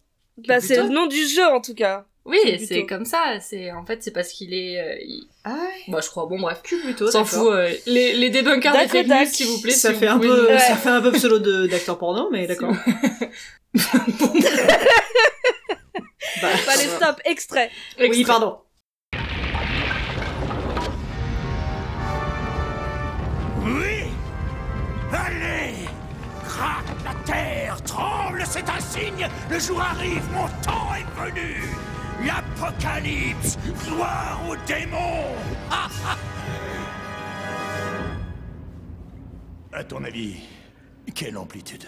[SPEAKER 2] Bah, c'est le nom du jeu, en tout cas.
[SPEAKER 3] Oui,
[SPEAKER 2] Culbuto.
[SPEAKER 3] c'est comme ça. C'est En fait, c'est parce qu'il est... euh, il-
[SPEAKER 4] Ah ouais.
[SPEAKER 3] Bah je crois, bon bref.
[SPEAKER 4] Culbuto.
[SPEAKER 3] S'en
[SPEAKER 4] d'accord.
[SPEAKER 3] fout. euh, les, les débunkers des
[SPEAKER 2] Tac,
[SPEAKER 3] fake news,
[SPEAKER 2] tac.
[SPEAKER 3] s'il vous plaît.
[SPEAKER 4] Ça
[SPEAKER 3] si
[SPEAKER 4] fait
[SPEAKER 3] vous
[SPEAKER 4] un
[SPEAKER 3] pouvez
[SPEAKER 4] peu,
[SPEAKER 3] nous-
[SPEAKER 4] ça fait un peu pseudo de- d'acteur porno, mais d'accord. Bah,
[SPEAKER 2] Pas les stops, extrait.
[SPEAKER 4] oui, pardon.
[SPEAKER 1] Oui Allez Craque la terre, tremble, c'est un signe Le jour arrive, mon temps est venu L'apocalypse Gloire aux démons Ah, ah. À ton avis, quelle amplitude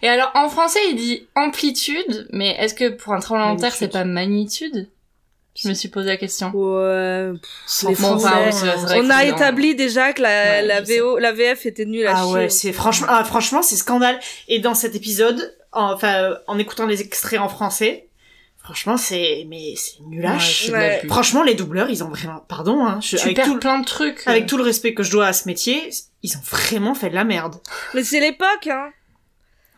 [SPEAKER 3] Et alors, en français, il dit amplitude, mais est-ce que pour un tremblement de terre, c'est
[SPEAKER 4] Magnitude.
[SPEAKER 3] pas magnitude Je me suis posé la question.
[SPEAKER 2] Ouais.
[SPEAKER 4] C'est
[SPEAKER 2] Bon, enfin,
[SPEAKER 4] français.
[SPEAKER 2] oui,
[SPEAKER 3] c'est vrai.
[SPEAKER 2] On a
[SPEAKER 3] que non.
[SPEAKER 2] établi déjà que la,
[SPEAKER 3] Ouais,
[SPEAKER 2] la,
[SPEAKER 3] je sais.
[SPEAKER 2] VO, la VF était nulle à
[SPEAKER 4] Ah
[SPEAKER 2] chier.
[SPEAKER 4] ouais, c'est franchement, ah, franchement, c'est scandale. Et dans cet épisode, en- enfin, en écoutant les extraits en français, Franchement, c'est mais c'est nulache.
[SPEAKER 3] de la
[SPEAKER 2] Ouais.
[SPEAKER 3] pub.
[SPEAKER 4] Euh, Franchement, les doubleurs, ils ont vraiment. Pardon, hein. Je...
[SPEAKER 3] Tu
[SPEAKER 4] Avec,
[SPEAKER 3] perds
[SPEAKER 4] tout... le-
[SPEAKER 3] plein de trucs.
[SPEAKER 4] Avec tout le respect que je dois à ce métier, ils ont vraiment fait de la merde.
[SPEAKER 2] Mais c'est l'époque, hein.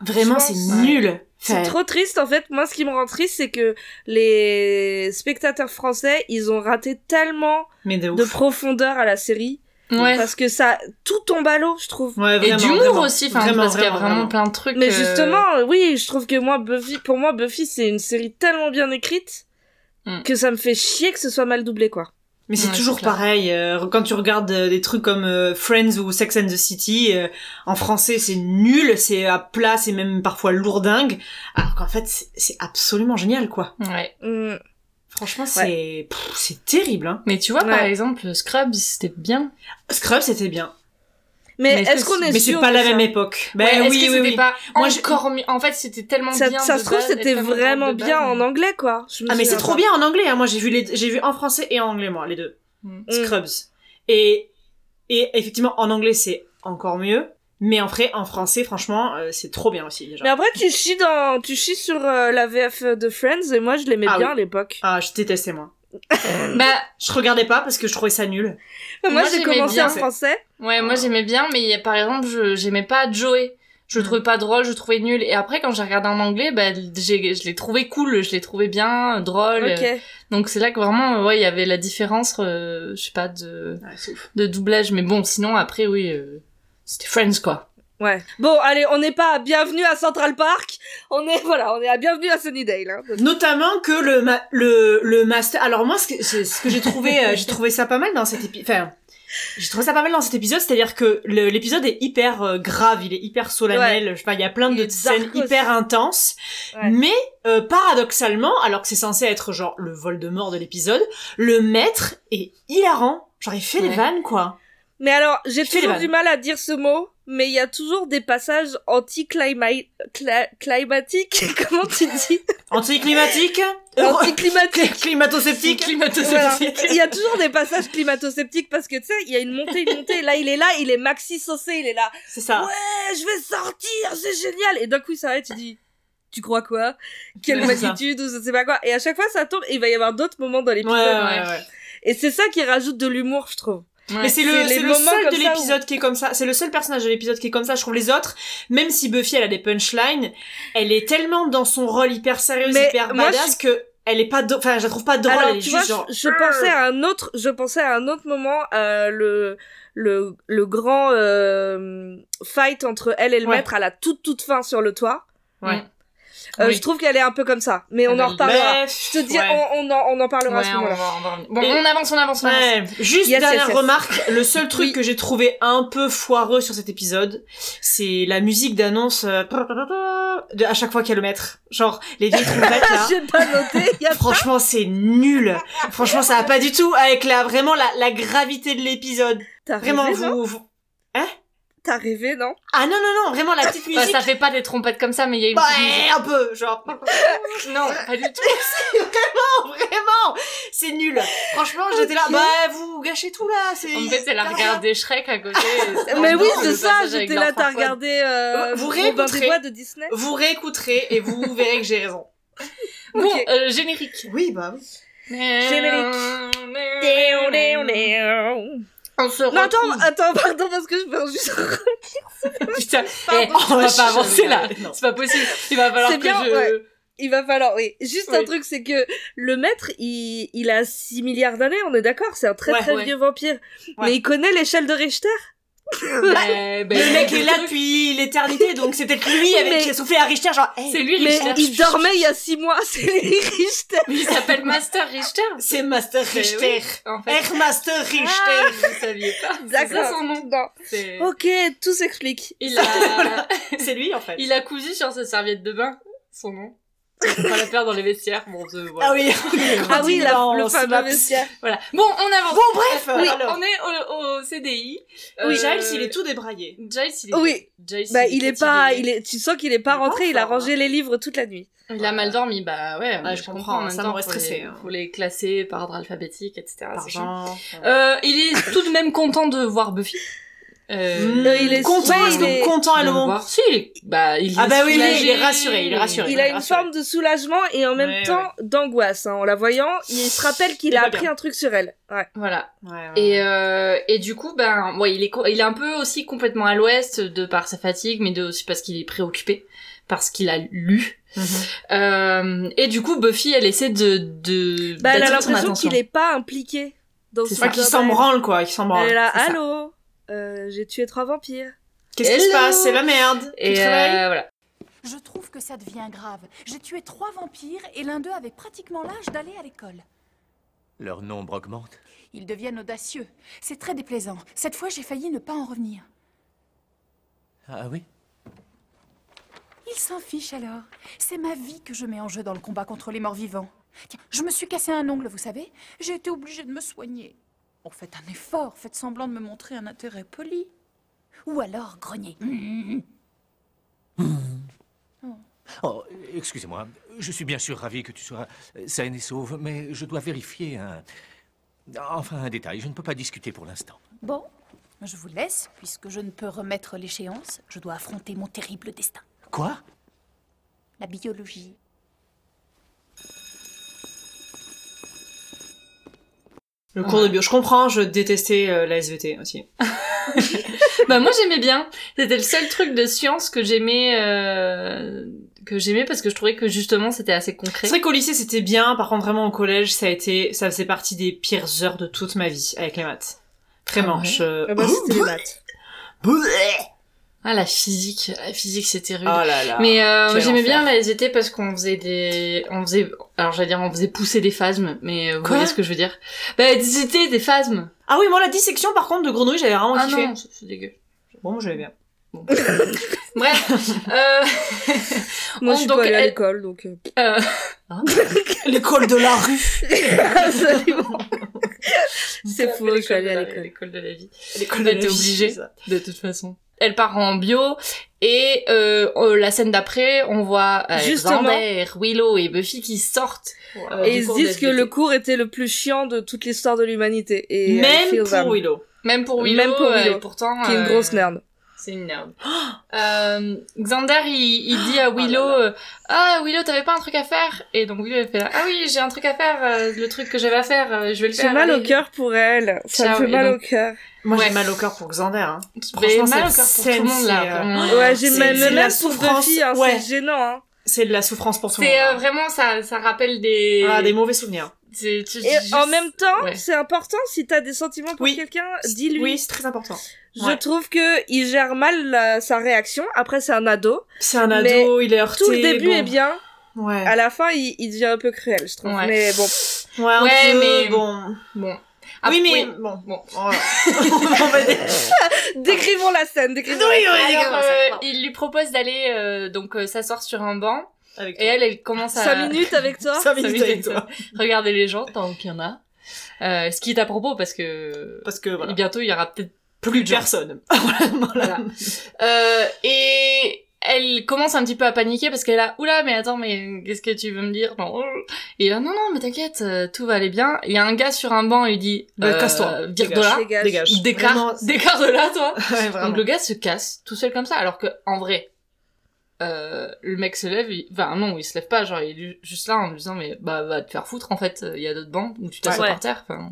[SPEAKER 4] Vraiment,
[SPEAKER 2] Je
[SPEAKER 4] c'est
[SPEAKER 2] pense,
[SPEAKER 3] ouais.
[SPEAKER 4] nul.
[SPEAKER 2] C'est
[SPEAKER 4] Enfin,
[SPEAKER 2] trop triste en fait. Moi, ce qui me rend triste, c'est que les spectateurs français, ils ont raté tellement
[SPEAKER 4] Mais de ouf.
[SPEAKER 2] de profondeur à la série
[SPEAKER 3] Ouais.
[SPEAKER 2] parce que ça tout tombe à l'eau, je trouve.
[SPEAKER 4] Ouais,
[SPEAKER 3] Et
[SPEAKER 4] vraiment,
[SPEAKER 3] d'humour
[SPEAKER 4] vraiment.
[SPEAKER 3] aussi, enfin,
[SPEAKER 4] Vraiment,
[SPEAKER 3] parce qu'il y a
[SPEAKER 4] vraiment,
[SPEAKER 3] vraiment,
[SPEAKER 4] vraiment.
[SPEAKER 3] plein de trucs.
[SPEAKER 2] Mais
[SPEAKER 3] euh,
[SPEAKER 2] justement, oui, je trouve que moi Buffy, pour moi Buffy, c'est une série tellement bien écrite
[SPEAKER 3] Mm.
[SPEAKER 2] que ça me fait chier que ce soit mal doublé quoi.
[SPEAKER 4] Mais c'est
[SPEAKER 3] Ouais,
[SPEAKER 4] toujours
[SPEAKER 3] c'est clair.
[SPEAKER 4] pareil. euh, quand tu regardes euh, des trucs comme euh, Friends ou Sex and the City, euh, en français c'est nul, c'est à plat, c'est même parfois lourdingue. Alors qu'en fait c'est- c'est absolument génial quoi.
[SPEAKER 3] Ouais.
[SPEAKER 2] Mm.
[SPEAKER 4] Franchement c'est pff, c'est terrible. Hein.
[SPEAKER 3] Mais tu vois, par
[SPEAKER 2] Ouais.
[SPEAKER 3] exemple, Scrubs, c'était bien.
[SPEAKER 4] Scrub c'était bien,
[SPEAKER 2] Mais,
[SPEAKER 3] Mais est-ce
[SPEAKER 2] est-ce
[SPEAKER 3] que
[SPEAKER 2] qu'on est,
[SPEAKER 3] c'est-
[SPEAKER 4] mais c'est
[SPEAKER 2] sûr
[SPEAKER 4] pas
[SPEAKER 2] de
[SPEAKER 4] la
[SPEAKER 2] ça
[SPEAKER 4] même époque. Ben
[SPEAKER 3] Ouais, est-ce
[SPEAKER 4] oui
[SPEAKER 3] que
[SPEAKER 4] oui
[SPEAKER 3] c'était
[SPEAKER 4] oui.
[SPEAKER 3] pas
[SPEAKER 4] Moi, je-
[SPEAKER 3] encore mieux En fait, c'était tellement
[SPEAKER 2] ça,
[SPEAKER 3] bien.
[SPEAKER 2] ça
[SPEAKER 3] de
[SPEAKER 2] se trouve,
[SPEAKER 3] base, et
[SPEAKER 2] c'était
[SPEAKER 3] tellement
[SPEAKER 2] vraiment
[SPEAKER 3] de
[SPEAKER 2] bien
[SPEAKER 3] base,
[SPEAKER 2] en
[SPEAKER 3] mais-
[SPEAKER 2] anglais, quoi. Je me
[SPEAKER 4] Ah mais c'est
[SPEAKER 2] souviens
[SPEAKER 4] trop
[SPEAKER 2] pas.
[SPEAKER 4] bien en anglais. Hein. Moi j'ai vu les j'ai vu en français et en anglais moi les deux.
[SPEAKER 3] Mm.
[SPEAKER 2] Mm.
[SPEAKER 4] Scrubs. Et et effectivement en anglais c'est encore mieux, mais en vrai en français franchement euh, c'est trop bien aussi déjà.
[SPEAKER 2] Mais après, tu chies dans, tu chies sur euh, la VF de Friends et moi, je l'aimais
[SPEAKER 4] Ah
[SPEAKER 2] bien
[SPEAKER 4] oui.
[SPEAKER 2] à l'époque.
[SPEAKER 4] Ah je détestais moi.
[SPEAKER 3] Bah,
[SPEAKER 4] Je regardais pas parce que je trouvais ça nul.
[SPEAKER 2] Moi,
[SPEAKER 3] Moi,
[SPEAKER 2] j'ai
[SPEAKER 3] j'aimais
[SPEAKER 2] commencé
[SPEAKER 3] bien.
[SPEAKER 2] en français.
[SPEAKER 3] ouais,
[SPEAKER 2] Euh.
[SPEAKER 3] moi j'aimais bien, mais il y a- par exemple, je j'aimais pas Joey. Je le
[SPEAKER 4] Mm.
[SPEAKER 3] trouvais pas drôle, je le trouvais nul. Et après, quand j'ai regardé en anglais, bah, j'ai- je l'ai trouvé cool, je l'ai trouvé bien, euh, drôle.
[SPEAKER 2] Ok.
[SPEAKER 3] Donc c'est là que vraiment, euh, ouais, il y avait la différence, euh, je sais pas, de, de doublage. Mais bon, sinon après, oui, euh, c'était Friends quoi.
[SPEAKER 2] Ouais. Bon, allez, on n'est pas à bienvenue à Central Park. On est, voilà, on est à bienvenue à Sunnydale. Hein.
[SPEAKER 4] Notamment que le ma- le le master. Alors moi, ce que, c'est ce que j'ai trouvé, euh, j'ai trouvé ça pas mal dans cet épisode. Enfin, j'ai trouvé ça pas mal dans cet épisode, c'est-à-dire que le- l'épisode est hyper euh, grave, il est hyper solennel. Je sais pas, il y a plein
[SPEAKER 2] Il
[SPEAKER 4] de
[SPEAKER 2] est
[SPEAKER 4] scènes
[SPEAKER 2] dark aussi.
[SPEAKER 4] hyper intenses.
[SPEAKER 2] Ouais.
[SPEAKER 4] Mais euh, paradoxalement, alors que c'est censé être genre le vol de mort de l'épisode, le maître est hilarant. Genre il fait les
[SPEAKER 3] Ouais.
[SPEAKER 4] vannes quoi.
[SPEAKER 2] Mais alors, j'ai
[SPEAKER 4] Je fais les
[SPEAKER 2] toujours
[SPEAKER 4] vannes.
[SPEAKER 2] du mal à dire ce mot, mais il y a toujours des passages anti-climatiques. climatiques Comment tu dis
[SPEAKER 4] Anticlimatique. heureux-
[SPEAKER 2] Anticlimatiques.
[SPEAKER 4] Climato-sceptique.
[SPEAKER 2] Voilà. Il y a toujours des passages climato-sceptiques parce que tu sais, il y a une montée, une montée. Là, il est là, il est maxi saucé, il est là.
[SPEAKER 4] C'est ça.
[SPEAKER 2] Ouais, Eh, je vais sortir, c'est génial. Et d'un coup, ça arrête, tu dis, tu crois quoi Quelle
[SPEAKER 4] Ouais, c'est ça.
[SPEAKER 2] magnitude ou je sais pas quoi. Et à chaque fois, ça tombe. Et il va y avoir d'autres moments dans l'épisode.
[SPEAKER 4] ouais, ouais, ouais.
[SPEAKER 2] Et c'est ça qui rajoute de l'humour, je trouve.
[SPEAKER 4] Mais c'est le,
[SPEAKER 2] C'est les
[SPEAKER 4] c'est le
[SPEAKER 2] moments
[SPEAKER 4] seul
[SPEAKER 2] comme
[SPEAKER 4] de
[SPEAKER 2] ça
[SPEAKER 4] l'épisode qui est comme ça. C'est le seul personnage de l'épisode qui est comme ça. Je trouve les autres, même si Buffy elle a des punchlines, elle est tellement dans son rôle hyper sérieuse,
[SPEAKER 2] Mais
[SPEAKER 4] hyper
[SPEAKER 2] moi,
[SPEAKER 4] badass que elle est pas, do- enfin je la trouve pas drôle.
[SPEAKER 2] Alors,
[SPEAKER 4] elle est
[SPEAKER 2] tu
[SPEAKER 4] juste
[SPEAKER 2] vois,
[SPEAKER 4] genre.
[SPEAKER 2] je, je pensais à un autre, je pensais à un autre moment, euh, le, le, le grand euh, fight entre elle et le
[SPEAKER 4] Ouais.
[SPEAKER 2] maître à la toute toute fin sur le toit.
[SPEAKER 4] Ouais.
[SPEAKER 2] Euh,
[SPEAKER 3] Mm. Oui.
[SPEAKER 2] Je trouve qu'elle est un peu comme ça, mais on
[SPEAKER 3] Elle
[SPEAKER 2] en
[SPEAKER 3] est
[SPEAKER 2] reparlera.
[SPEAKER 4] Bref,
[SPEAKER 2] Je te dis,
[SPEAKER 4] ouais.
[SPEAKER 2] on, on en, on en
[SPEAKER 3] Ouais,
[SPEAKER 2] parlera à ce
[SPEAKER 3] on
[SPEAKER 2] moment-là.
[SPEAKER 3] va- on va revenir. Bon,
[SPEAKER 4] Et-
[SPEAKER 3] on avance, on avance, on avance.
[SPEAKER 4] Ouais. Juste
[SPEAKER 2] Yes,
[SPEAKER 4] dernière
[SPEAKER 2] yes, yes.
[SPEAKER 4] remarque, le seul truc
[SPEAKER 2] Oui.
[SPEAKER 4] que j'ai trouvé un peu foireux sur cet épisode, c'est la musique d'annonce euh, de à chaque fois qu'il y a le maître. Genre les vieilles trompettes là.
[SPEAKER 2] J'ai pas noté, il y a
[SPEAKER 4] Franchement, c'est nul. Franchement, ça va pas du tout avec la vraiment la, la gravité de l'épisode.
[SPEAKER 2] T'as
[SPEAKER 4] Vraiment,
[SPEAKER 2] rêvé, non
[SPEAKER 4] vous, vous-
[SPEAKER 2] T'as rêvé, non
[SPEAKER 4] Ah non, non, non, vraiment la petite
[SPEAKER 3] Bah,
[SPEAKER 4] musique.
[SPEAKER 3] ça fait pas des trompettes comme ça, mais il y a une
[SPEAKER 4] Bah,
[SPEAKER 3] petite musique.
[SPEAKER 4] un peu, genre.
[SPEAKER 3] Non, pas du tout.
[SPEAKER 4] vraiment, vraiment, c'est nul. Franchement, j'étais là.
[SPEAKER 2] Ok.
[SPEAKER 4] Bah, vous gâchez tout là. C'est.
[SPEAKER 3] En fait, elle a regardé Shrek à côté. et-
[SPEAKER 2] Mais
[SPEAKER 3] Oh,
[SPEAKER 2] oui,
[SPEAKER 3] non,
[SPEAKER 2] c'est
[SPEAKER 3] le
[SPEAKER 2] ça,
[SPEAKER 3] passage avec
[SPEAKER 2] j'étais là,
[SPEAKER 3] Laure
[SPEAKER 2] t'as
[SPEAKER 3] Farquaad.
[SPEAKER 2] regardé euh,
[SPEAKER 4] Vous
[SPEAKER 2] Robin
[SPEAKER 4] réécouterez.
[SPEAKER 2] des Bois de Disney
[SPEAKER 4] Vous réécouterez et vous verrez que j'ai raison.
[SPEAKER 3] Bon,
[SPEAKER 2] Ok.
[SPEAKER 3] euh, générique.
[SPEAKER 4] Oui, bah. oui.
[SPEAKER 3] Générique. On se retrouve.
[SPEAKER 2] Non, attends, attends, pardon, parce que je peux juste...
[SPEAKER 3] Putain, eh,
[SPEAKER 2] Pardon.
[SPEAKER 4] Oh,
[SPEAKER 3] on va
[SPEAKER 4] je-
[SPEAKER 3] pas avancer là.
[SPEAKER 4] Non.
[SPEAKER 3] C'est pas possible. Il va falloir
[SPEAKER 2] C'est
[SPEAKER 3] que
[SPEAKER 2] bien,
[SPEAKER 3] je.
[SPEAKER 2] ouais. Il va falloir, oui. Juste un
[SPEAKER 3] Oui.
[SPEAKER 2] truc, c'est que le maître, il, il a 6 milliards d'années, on est d'accord, c'est un très
[SPEAKER 4] Ouais,
[SPEAKER 2] très
[SPEAKER 3] ouais.
[SPEAKER 2] vieux vampire.
[SPEAKER 4] Ouais.
[SPEAKER 2] Mais il connaît l'échelle de Richter
[SPEAKER 3] Ouais, bah,
[SPEAKER 4] Le mec est là depuis l'éternité, donc c'est peut-être lui avec
[SPEAKER 2] Mais-
[SPEAKER 4] qui a soufflé à Richter, genre. hey,
[SPEAKER 3] C'est lui
[SPEAKER 2] Mais
[SPEAKER 3] Richter.
[SPEAKER 2] il dormait il y a 6 mois, c'est lui, Richter
[SPEAKER 3] Mais il s'appelle Master Richter.
[SPEAKER 4] c'est Master
[SPEAKER 3] Mais
[SPEAKER 4] Richter.
[SPEAKER 3] En fait,
[SPEAKER 4] Air Master
[SPEAKER 3] Ah,
[SPEAKER 4] Richter.
[SPEAKER 3] vous ne saviez pas. C'est ça
[SPEAKER 2] D'accord. Oh.
[SPEAKER 3] son nom.
[SPEAKER 2] Non.
[SPEAKER 3] C'est-
[SPEAKER 2] Ok, tout s'explique.
[SPEAKER 3] Il a,
[SPEAKER 4] Ah, C'est lui en fait.
[SPEAKER 3] il a cousu sur sa serviette de bain son nom. On va la perdre dans les vestiaires. Bon, c'est- voilà.
[SPEAKER 4] Ah oui.
[SPEAKER 2] Ah oui, la- le fameux
[SPEAKER 4] synapse.
[SPEAKER 2] vestiaire.
[SPEAKER 3] voilà. Bon, on avance.
[SPEAKER 4] Bon bref.
[SPEAKER 3] Oui,
[SPEAKER 4] alors.
[SPEAKER 3] on est au, au CDI.
[SPEAKER 4] Oui,
[SPEAKER 3] Euh,
[SPEAKER 4] Giles, il est tout débraillé.
[SPEAKER 3] Giles, il est.
[SPEAKER 2] Oui.
[SPEAKER 3] Giles,
[SPEAKER 2] Bah, il est pas, il
[SPEAKER 3] fatigué.
[SPEAKER 2] est, tu sens qu'il est pas
[SPEAKER 4] Il est pas
[SPEAKER 2] rentré, il a
[SPEAKER 4] fort,
[SPEAKER 2] rangé les livres toute la nuit.
[SPEAKER 3] Il a mal dormi, bah ouais, mais
[SPEAKER 4] je comprends,
[SPEAKER 3] en même
[SPEAKER 4] ça
[SPEAKER 3] temps,
[SPEAKER 4] m'aurait
[SPEAKER 3] faut les-
[SPEAKER 4] stressé, hein.
[SPEAKER 3] Faut les classer par ordre alphabétique, etc. c'est chiant.
[SPEAKER 4] L'argent.
[SPEAKER 3] Euh, il est tout de même content de voir Buffy. Euh,
[SPEAKER 2] Euh, il est-
[SPEAKER 4] content,
[SPEAKER 2] ouais,
[SPEAKER 4] est-ce
[SPEAKER 2] il
[SPEAKER 4] que
[SPEAKER 2] est-
[SPEAKER 4] content à
[SPEAKER 3] de
[SPEAKER 4] le moment
[SPEAKER 3] voir. Si, il est- bah, il est
[SPEAKER 4] Ah bah oui,
[SPEAKER 3] soulagé,
[SPEAKER 4] il est rassuré, il est rassuré.
[SPEAKER 2] Il a une
[SPEAKER 4] rassuré.
[SPEAKER 2] forme de soulagement et en même
[SPEAKER 4] Ouais,
[SPEAKER 2] temps d'angoisse. hein. En la voyant, il se rappelle qu'il
[SPEAKER 4] Il
[SPEAKER 2] a
[SPEAKER 4] va
[SPEAKER 2] appris
[SPEAKER 4] bien.
[SPEAKER 2] un truc sur elle. Ouais.
[SPEAKER 3] Voilà.
[SPEAKER 4] Ouais, ouais.
[SPEAKER 3] Et, euh, et du coup, ben, ouais, il est, co- il est un peu aussi complètement à l'ouest de par sa fatigue, mais de, aussi parce qu'il est préoccupé parce qu'il a lu.
[SPEAKER 4] Mhm.
[SPEAKER 3] Euh, et du coup, Buffy, elle essaie de, de
[SPEAKER 2] Bah, elle a
[SPEAKER 3] d'attirer son
[SPEAKER 2] l'impression
[SPEAKER 3] attention.
[SPEAKER 2] qu'il est pas impliqué dans
[SPEAKER 3] C'est
[SPEAKER 2] ce
[SPEAKER 3] ça.
[SPEAKER 4] Enfin,
[SPEAKER 2] job
[SPEAKER 4] qu'il
[SPEAKER 2] à
[SPEAKER 4] s'en
[SPEAKER 2] elle.
[SPEAKER 4] branle, quoi, qu'il s'en branle.
[SPEAKER 2] Elle est là,
[SPEAKER 4] c'est ça.
[SPEAKER 2] allô Euh, J'ai tué trois vampires.
[SPEAKER 4] Qu'est-ce qui se
[SPEAKER 3] Hello
[SPEAKER 4] passe C'est la merde.
[SPEAKER 3] Et
[SPEAKER 4] tu travailles
[SPEAKER 3] euh, voilà.
[SPEAKER 6] Je trouve que ça devient grave. J'ai tué trois vampires et l'un d'eux avait pratiquement l'âge d'aller à l'école.
[SPEAKER 1] Leur nombre augmente.
[SPEAKER 6] Ils deviennent audacieux. C'est très déplaisant. Cette fois, j'ai failli ne pas en revenir.
[SPEAKER 1] Ah oui
[SPEAKER 6] Ils s'en fichent alors. C'est ma vie que je mets en jeu dans le combat contre les morts vivants. Tiens, je me suis cassé un ongle, vous savez. J'ai été obligée de me soigner. Bon, faites un effort, faites semblant de me montrer un intérêt poli. Ou alors grognez.
[SPEAKER 1] Oh, excusez-moi. Je suis bien sûr ravi que tu sois euh, saine et sauve, mais je dois vérifier un... Enfin, un détail. Je ne peux pas discuter pour l'instant.
[SPEAKER 6] Bon, je vous laisse, puisque je ne peux remettre l'échéance. Je dois affronter mon terrible destin,
[SPEAKER 1] Quoi
[SPEAKER 6] la biologie.
[SPEAKER 4] Le cours de bio. Je comprends, je détestais euh, la SVT aussi.
[SPEAKER 3] Bah, moi, j'aimais bien. C'était le seul truc de science que j'aimais, euh, que j'aimais parce que je trouvais que justement, c'était assez concret.
[SPEAKER 4] C'est vrai qu'au lycée c'était bien, par contre vraiment au collège ça a été, ça faisait partie des pires heures de toute ma vie avec les maths. Vraiment,
[SPEAKER 3] Ah ouais.
[SPEAKER 4] je... Oh
[SPEAKER 2] Ah bah, c'était les maths.
[SPEAKER 3] Ah, la physique. La physique, c'était rude.
[SPEAKER 4] Oh là là.
[SPEAKER 3] Mais euh,
[SPEAKER 4] quel
[SPEAKER 3] j'aimais
[SPEAKER 4] enfer.
[SPEAKER 3] bien la SVT parce qu'on faisait des, on faisait, alors j'allais dire on faisait pousser des phasmes, mais euh, vous
[SPEAKER 4] Quoi
[SPEAKER 3] voyez ce que je veux dire Bah SVT des phasmes.
[SPEAKER 4] Ah oui, moi la dissection par contre de grenouille j'avais vraiment
[SPEAKER 3] ah
[SPEAKER 4] kiffé.
[SPEAKER 3] non, c'est c'est dégueu.
[SPEAKER 4] Bon, moi j'avais bien.
[SPEAKER 3] Bref, euh,
[SPEAKER 2] Moi,
[SPEAKER 3] On-
[SPEAKER 2] je suis
[SPEAKER 3] Oh, donc,
[SPEAKER 2] pas allée à
[SPEAKER 3] elle-
[SPEAKER 2] l'école, donc... euh,
[SPEAKER 3] euh,
[SPEAKER 4] L'école de la rue.
[SPEAKER 2] Absolument. C'est faux, je suis allée à
[SPEAKER 3] l'école de
[SPEAKER 2] l'école.
[SPEAKER 3] la- l'école de la vie.
[SPEAKER 4] L'école
[SPEAKER 3] de la vie, c'est De toute façon. Elle part en bio et euh, euh, la scène d'après, on voit euh,
[SPEAKER 2] Justement.
[SPEAKER 3] Xander, Willow et Buffy qui sortent. euh,
[SPEAKER 2] Et
[SPEAKER 3] du
[SPEAKER 2] ils se
[SPEAKER 3] cours
[SPEAKER 2] disent que le
[SPEAKER 3] SVT.
[SPEAKER 2] cours était le plus chiant de toute l'histoire de l'humanité. Et
[SPEAKER 4] Même
[SPEAKER 2] euh,
[SPEAKER 4] pour
[SPEAKER 2] Feels Am,
[SPEAKER 4] Willow.
[SPEAKER 3] même pour Willow,
[SPEAKER 2] Même pour
[SPEAKER 3] euh,
[SPEAKER 2] Willow,
[SPEAKER 3] et pourtant
[SPEAKER 2] qui est une
[SPEAKER 3] euh,
[SPEAKER 2] grosse nerd.
[SPEAKER 3] C'est une nerd. Euh, Xander, il, il dit à
[SPEAKER 2] oh
[SPEAKER 3] Willow, euh, ah Willow, t'avais pas un truc à faire Et donc Willow elle fait, ah oui, j'ai un truc à faire, euh, le truc que j'avais à faire, euh, je vais le faire.
[SPEAKER 2] J'ai mal au
[SPEAKER 3] allez.
[SPEAKER 2] cœur pour elle. Ça
[SPEAKER 3] Ciao,
[SPEAKER 2] me fait
[SPEAKER 3] et
[SPEAKER 2] mal
[SPEAKER 3] donc-
[SPEAKER 2] au cœur.
[SPEAKER 4] Moi
[SPEAKER 3] Ouais.
[SPEAKER 4] j'ai mal au cœur pour Xander. Hein.
[SPEAKER 3] Mais
[SPEAKER 4] Franchement,
[SPEAKER 3] mal au
[SPEAKER 4] cette
[SPEAKER 3] cœur pour tout le
[SPEAKER 4] scène,
[SPEAKER 3] monde là.
[SPEAKER 4] c'est, euh,
[SPEAKER 3] vraiment.
[SPEAKER 2] Ouais, j'ai
[SPEAKER 4] c'est-
[SPEAKER 2] même,
[SPEAKER 4] c'est de
[SPEAKER 2] même
[SPEAKER 4] la
[SPEAKER 2] pour
[SPEAKER 4] souffrance,
[SPEAKER 2] Buffy, hein,
[SPEAKER 4] ouais.
[SPEAKER 2] c'est gênant. Hein.
[SPEAKER 4] C'est de la souffrance pour tout le monde.
[SPEAKER 3] C'est euh,
[SPEAKER 4] hein.
[SPEAKER 3] vraiment ça, ça rappelle des.
[SPEAKER 4] Ah, des mauvais souvenirs.
[SPEAKER 3] c'est- tu-
[SPEAKER 2] Et
[SPEAKER 3] juste-
[SPEAKER 2] en même temps,
[SPEAKER 3] ouais.
[SPEAKER 2] c'est important si t'as des sentiments pour
[SPEAKER 4] Oui.
[SPEAKER 2] quelqu'un, dis-lui.
[SPEAKER 4] Oui, c'est très important.
[SPEAKER 2] Je
[SPEAKER 4] ouais.
[SPEAKER 2] trouve que il gère mal la- sa réaction. Après, c'est un ado.
[SPEAKER 4] C'est un ado,
[SPEAKER 2] Mais
[SPEAKER 4] il est Ah, heurté.
[SPEAKER 2] Tout le début
[SPEAKER 4] bon.
[SPEAKER 2] est bien.
[SPEAKER 4] Ouais.
[SPEAKER 2] À la fin, il, il devient un peu cruel, je trouve.
[SPEAKER 3] Ouais.
[SPEAKER 2] Mais bon,
[SPEAKER 4] Ouais, un
[SPEAKER 3] Ouais,
[SPEAKER 4] peu,
[SPEAKER 3] mais-
[SPEAKER 4] bon.
[SPEAKER 3] Bon. Ah,
[SPEAKER 4] oui, mais bon.
[SPEAKER 3] Bon.
[SPEAKER 4] Voilà. bah, On va dé-
[SPEAKER 2] décrivons la scène. Décrivons. la
[SPEAKER 4] Oui,
[SPEAKER 2] scène.
[SPEAKER 4] oui,
[SPEAKER 3] Alors,
[SPEAKER 4] d'accord,
[SPEAKER 3] euh,
[SPEAKER 4] ça, pardon.
[SPEAKER 3] il lui propose d'aller euh, donc euh, s'asseoir sur un banc
[SPEAKER 4] Avec
[SPEAKER 3] et
[SPEAKER 4] toi.
[SPEAKER 3] elle elle commence à
[SPEAKER 2] Cinq minutes avec toi.
[SPEAKER 4] Cinq
[SPEAKER 3] Cinq
[SPEAKER 4] minutes
[SPEAKER 3] minutes
[SPEAKER 4] avec
[SPEAKER 3] avec
[SPEAKER 4] toi.
[SPEAKER 3] regarder les gens tant qu'il y en a. Euh, ce qui est à propos parce que euh,
[SPEAKER 4] Parce que voilà.
[SPEAKER 3] bientôt il y aura peut-être
[SPEAKER 4] Plus
[SPEAKER 3] de gens.
[SPEAKER 4] personne. Voilà, voilà.
[SPEAKER 3] Voilà. Euh, et elle commence un petit peu à paniquer parce qu'elle a oula mais attends mais qu'est-ce que tu veux me dire non. et là, non non mais t'inquiète euh, tout va aller bien il y a un gars sur un banc il dit euh,
[SPEAKER 4] Bah, casse-toi.
[SPEAKER 3] vire de
[SPEAKER 4] Dégage.
[SPEAKER 3] là
[SPEAKER 2] Dégage.
[SPEAKER 4] Dégage. Vraiment,
[SPEAKER 3] décart
[SPEAKER 4] c'est-
[SPEAKER 3] décart de là toi
[SPEAKER 4] Ouais, vraiment.
[SPEAKER 3] donc le gars se casse tout seul comme ça alors que en vrai euh, le mec se lève, il... enfin non, il se lève pas, genre il est ju- juste là en lui disant mais bah va te faire foutre en fait, euh, il y a d'autres bancs où tu t'assois
[SPEAKER 2] Ouais.
[SPEAKER 3] par terre, enfin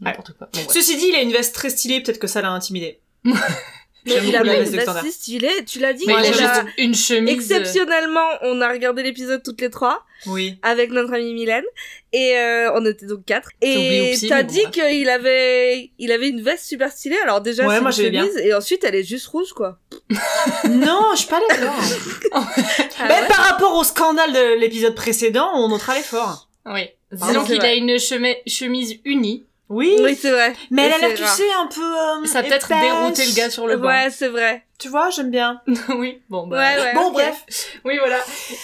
[SPEAKER 3] n'importe quoi. Bon, bref.
[SPEAKER 4] Ceci dit, il a une veste très stylée, peut-être que ça l'a intimidé.
[SPEAKER 2] Mais
[SPEAKER 4] J'aime
[SPEAKER 2] il a
[SPEAKER 4] beaucoup la
[SPEAKER 2] pas
[SPEAKER 4] veste
[SPEAKER 2] une
[SPEAKER 4] de standard.
[SPEAKER 2] veste si stylée. Tu l'as dit.
[SPEAKER 3] Mais
[SPEAKER 2] qu'on
[SPEAKER 3] il a
[SPEAKER 2] l'a-
[SPEAKER 3] juste une chemise. euh,
[SPEAKER 2] Exceptionnellement, on a regardé l'épisode toutes les trois.
[SPEAKER 4] Oui.
[SPEAKER 2] avec notre amie Mylène et euh, on était donc quatre et
[SPEAKER 3] oublié,
[SPEAKER 2] t'as
[SPEAKER 3] mais bon,
[SPEAKER 2] dit
[SPEAKER 3] bref.
[SPEAKER 2] qu'il avait il avait une veste super stylée alors déjà
[SPEAKER 4] Ouais,
[SPEAKER 2] c'est
[SPEAKER 4] moi,
[SPEAKER 2] une
[SPEAKER 4] j'aimais bien.
[SPEAKER 2] chemise et ensuite elle est juste rouge quoi
[SPEAKER 4] non, je suis pas d'accord.
[SPEAKER 3] Ah
[SPEAKER 4] ben, par rapport au scandale de l'épisode précédent, on notera l'effort.
[SPEAKER 3] Oui.
[SPEAKER 2] Pardon,
[SPEAKER 3] Disons
[SPEAKER 2] c'est
[SPEAKER 3] qu'il
[SPEAKER 2] vrai.
[SPEAKER 3] a une chemi- chemise unie.
[SPEAKER 4] Oui,
[SPEAKER 2] oui c'est vrai
[SPEAKER 4] mais elle
[SPEAKER 2] Et
[SPEAKER 4] a l'air,
[SPEAKER 2] c'est
[SPEAKER 4] tu
[SPEAKER 2] rare.
[SPEAKER 4] sais, un peu. euh,
[SPEAKER 3] Ça a peut-être
[SPEAKER 4] épaisse.
[SPEAKER 3] dérouté le gars sur le banc.
[SPEAKER 2] Hum, ouais c'est vrai
[SPEAKER 4] Tu vois, j'aime bien.
[SPEAKER 3] oui. Bon bah.
[SPEAKER 2] ouais ouais
[SPEAKER 4] bon,
[SPEAKER 2] ok.
[SPEAKER 4] bref.
[SPEAKER 3] Oui voilà.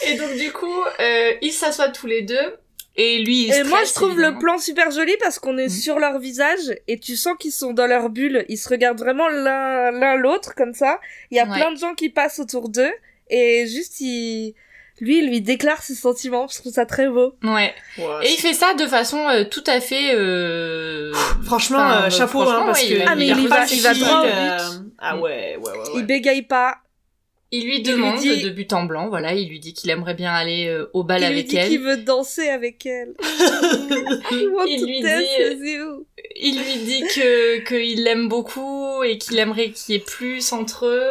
[SPEAKER 3] Et donc du coup, euh, ils s'assoient tous les deux et lui. Il
[SPEAKER 2] et
[SPEAKER 3] stresse,
[SPEAKER 2] moi je trouve le
[SPEAKER 3] évidemment.
[SPEAKER 2] plan super joli parce qu'on est
[SPEAKER 3] Mhm.
[SPEAKER 2] sur leur visage et tu sens qu'ils sont dans leur bulle ils se regardent vraiment l'un l'un l'autre comme ça il y a
[SPEAKER 3] Ouais.
[SPEAKER 2] plein de gens qui passent autour d'eux et juste ils Lui, il lui déclare ses sentiments, je trouve ça très beau.
[SPEAKER 3] Ouais.
[SPEAKER 4] Ouais,
[SPEAKER 3] Et il fait ça de façon euh, tout à fait. euh,
[SPEAKER 4] Franchement,
[SPEAKER 3] Enfin,
[SPEAKER 4] euh, chapeau,
[SPEAKER 3] franchement,
[SPEAKER 4] hein, parce
[SPEAKER 3] ouais,
[SPEAKER 4] que
[SPEAKER 3] il a-
[SPEAKER 2] Ah, mais il y
[SPEAKER 4] pas
[SPEAKER 2] va- il va
[SPEAKER 4] facile,
[SPEAKER 2] droit au
[SPEAKER 4] euh, Ah ouais, ouais, ouais.
[SPEAKER 2] Il
[SPEAKER 4] ouais.
[SPEAKER 2] bégaye pas,
[SPEAKER 3] Il lui
[SPEAKER 2] lui
[SPEAKER 3] demande
[SPEAKER 2] dit-
[SPEAKER 3] de but en blanc, voilà, il lui dit qu'il aimerait bien aller euh, au bal
[SPEAKER 2] il lui
[SPEAKER 3] avec
[SPEAKER 2] dit
[SPEAKER 3] elle.
[SPEAKER 2] qu'il veut danser avec elle. I want
[SPEAKER 3] Il
[SPEAKER 2] to
[SPEAKER 3] lui
[SPEAKER 2] dance
[SPEAKER 3] dit, euh,
[SPEAKER 2] with you.
[SPEAKER 3] Il lui dit que qu'il l'aime beaucoup et qu'il aimerait qu'il y ait plus entre eux.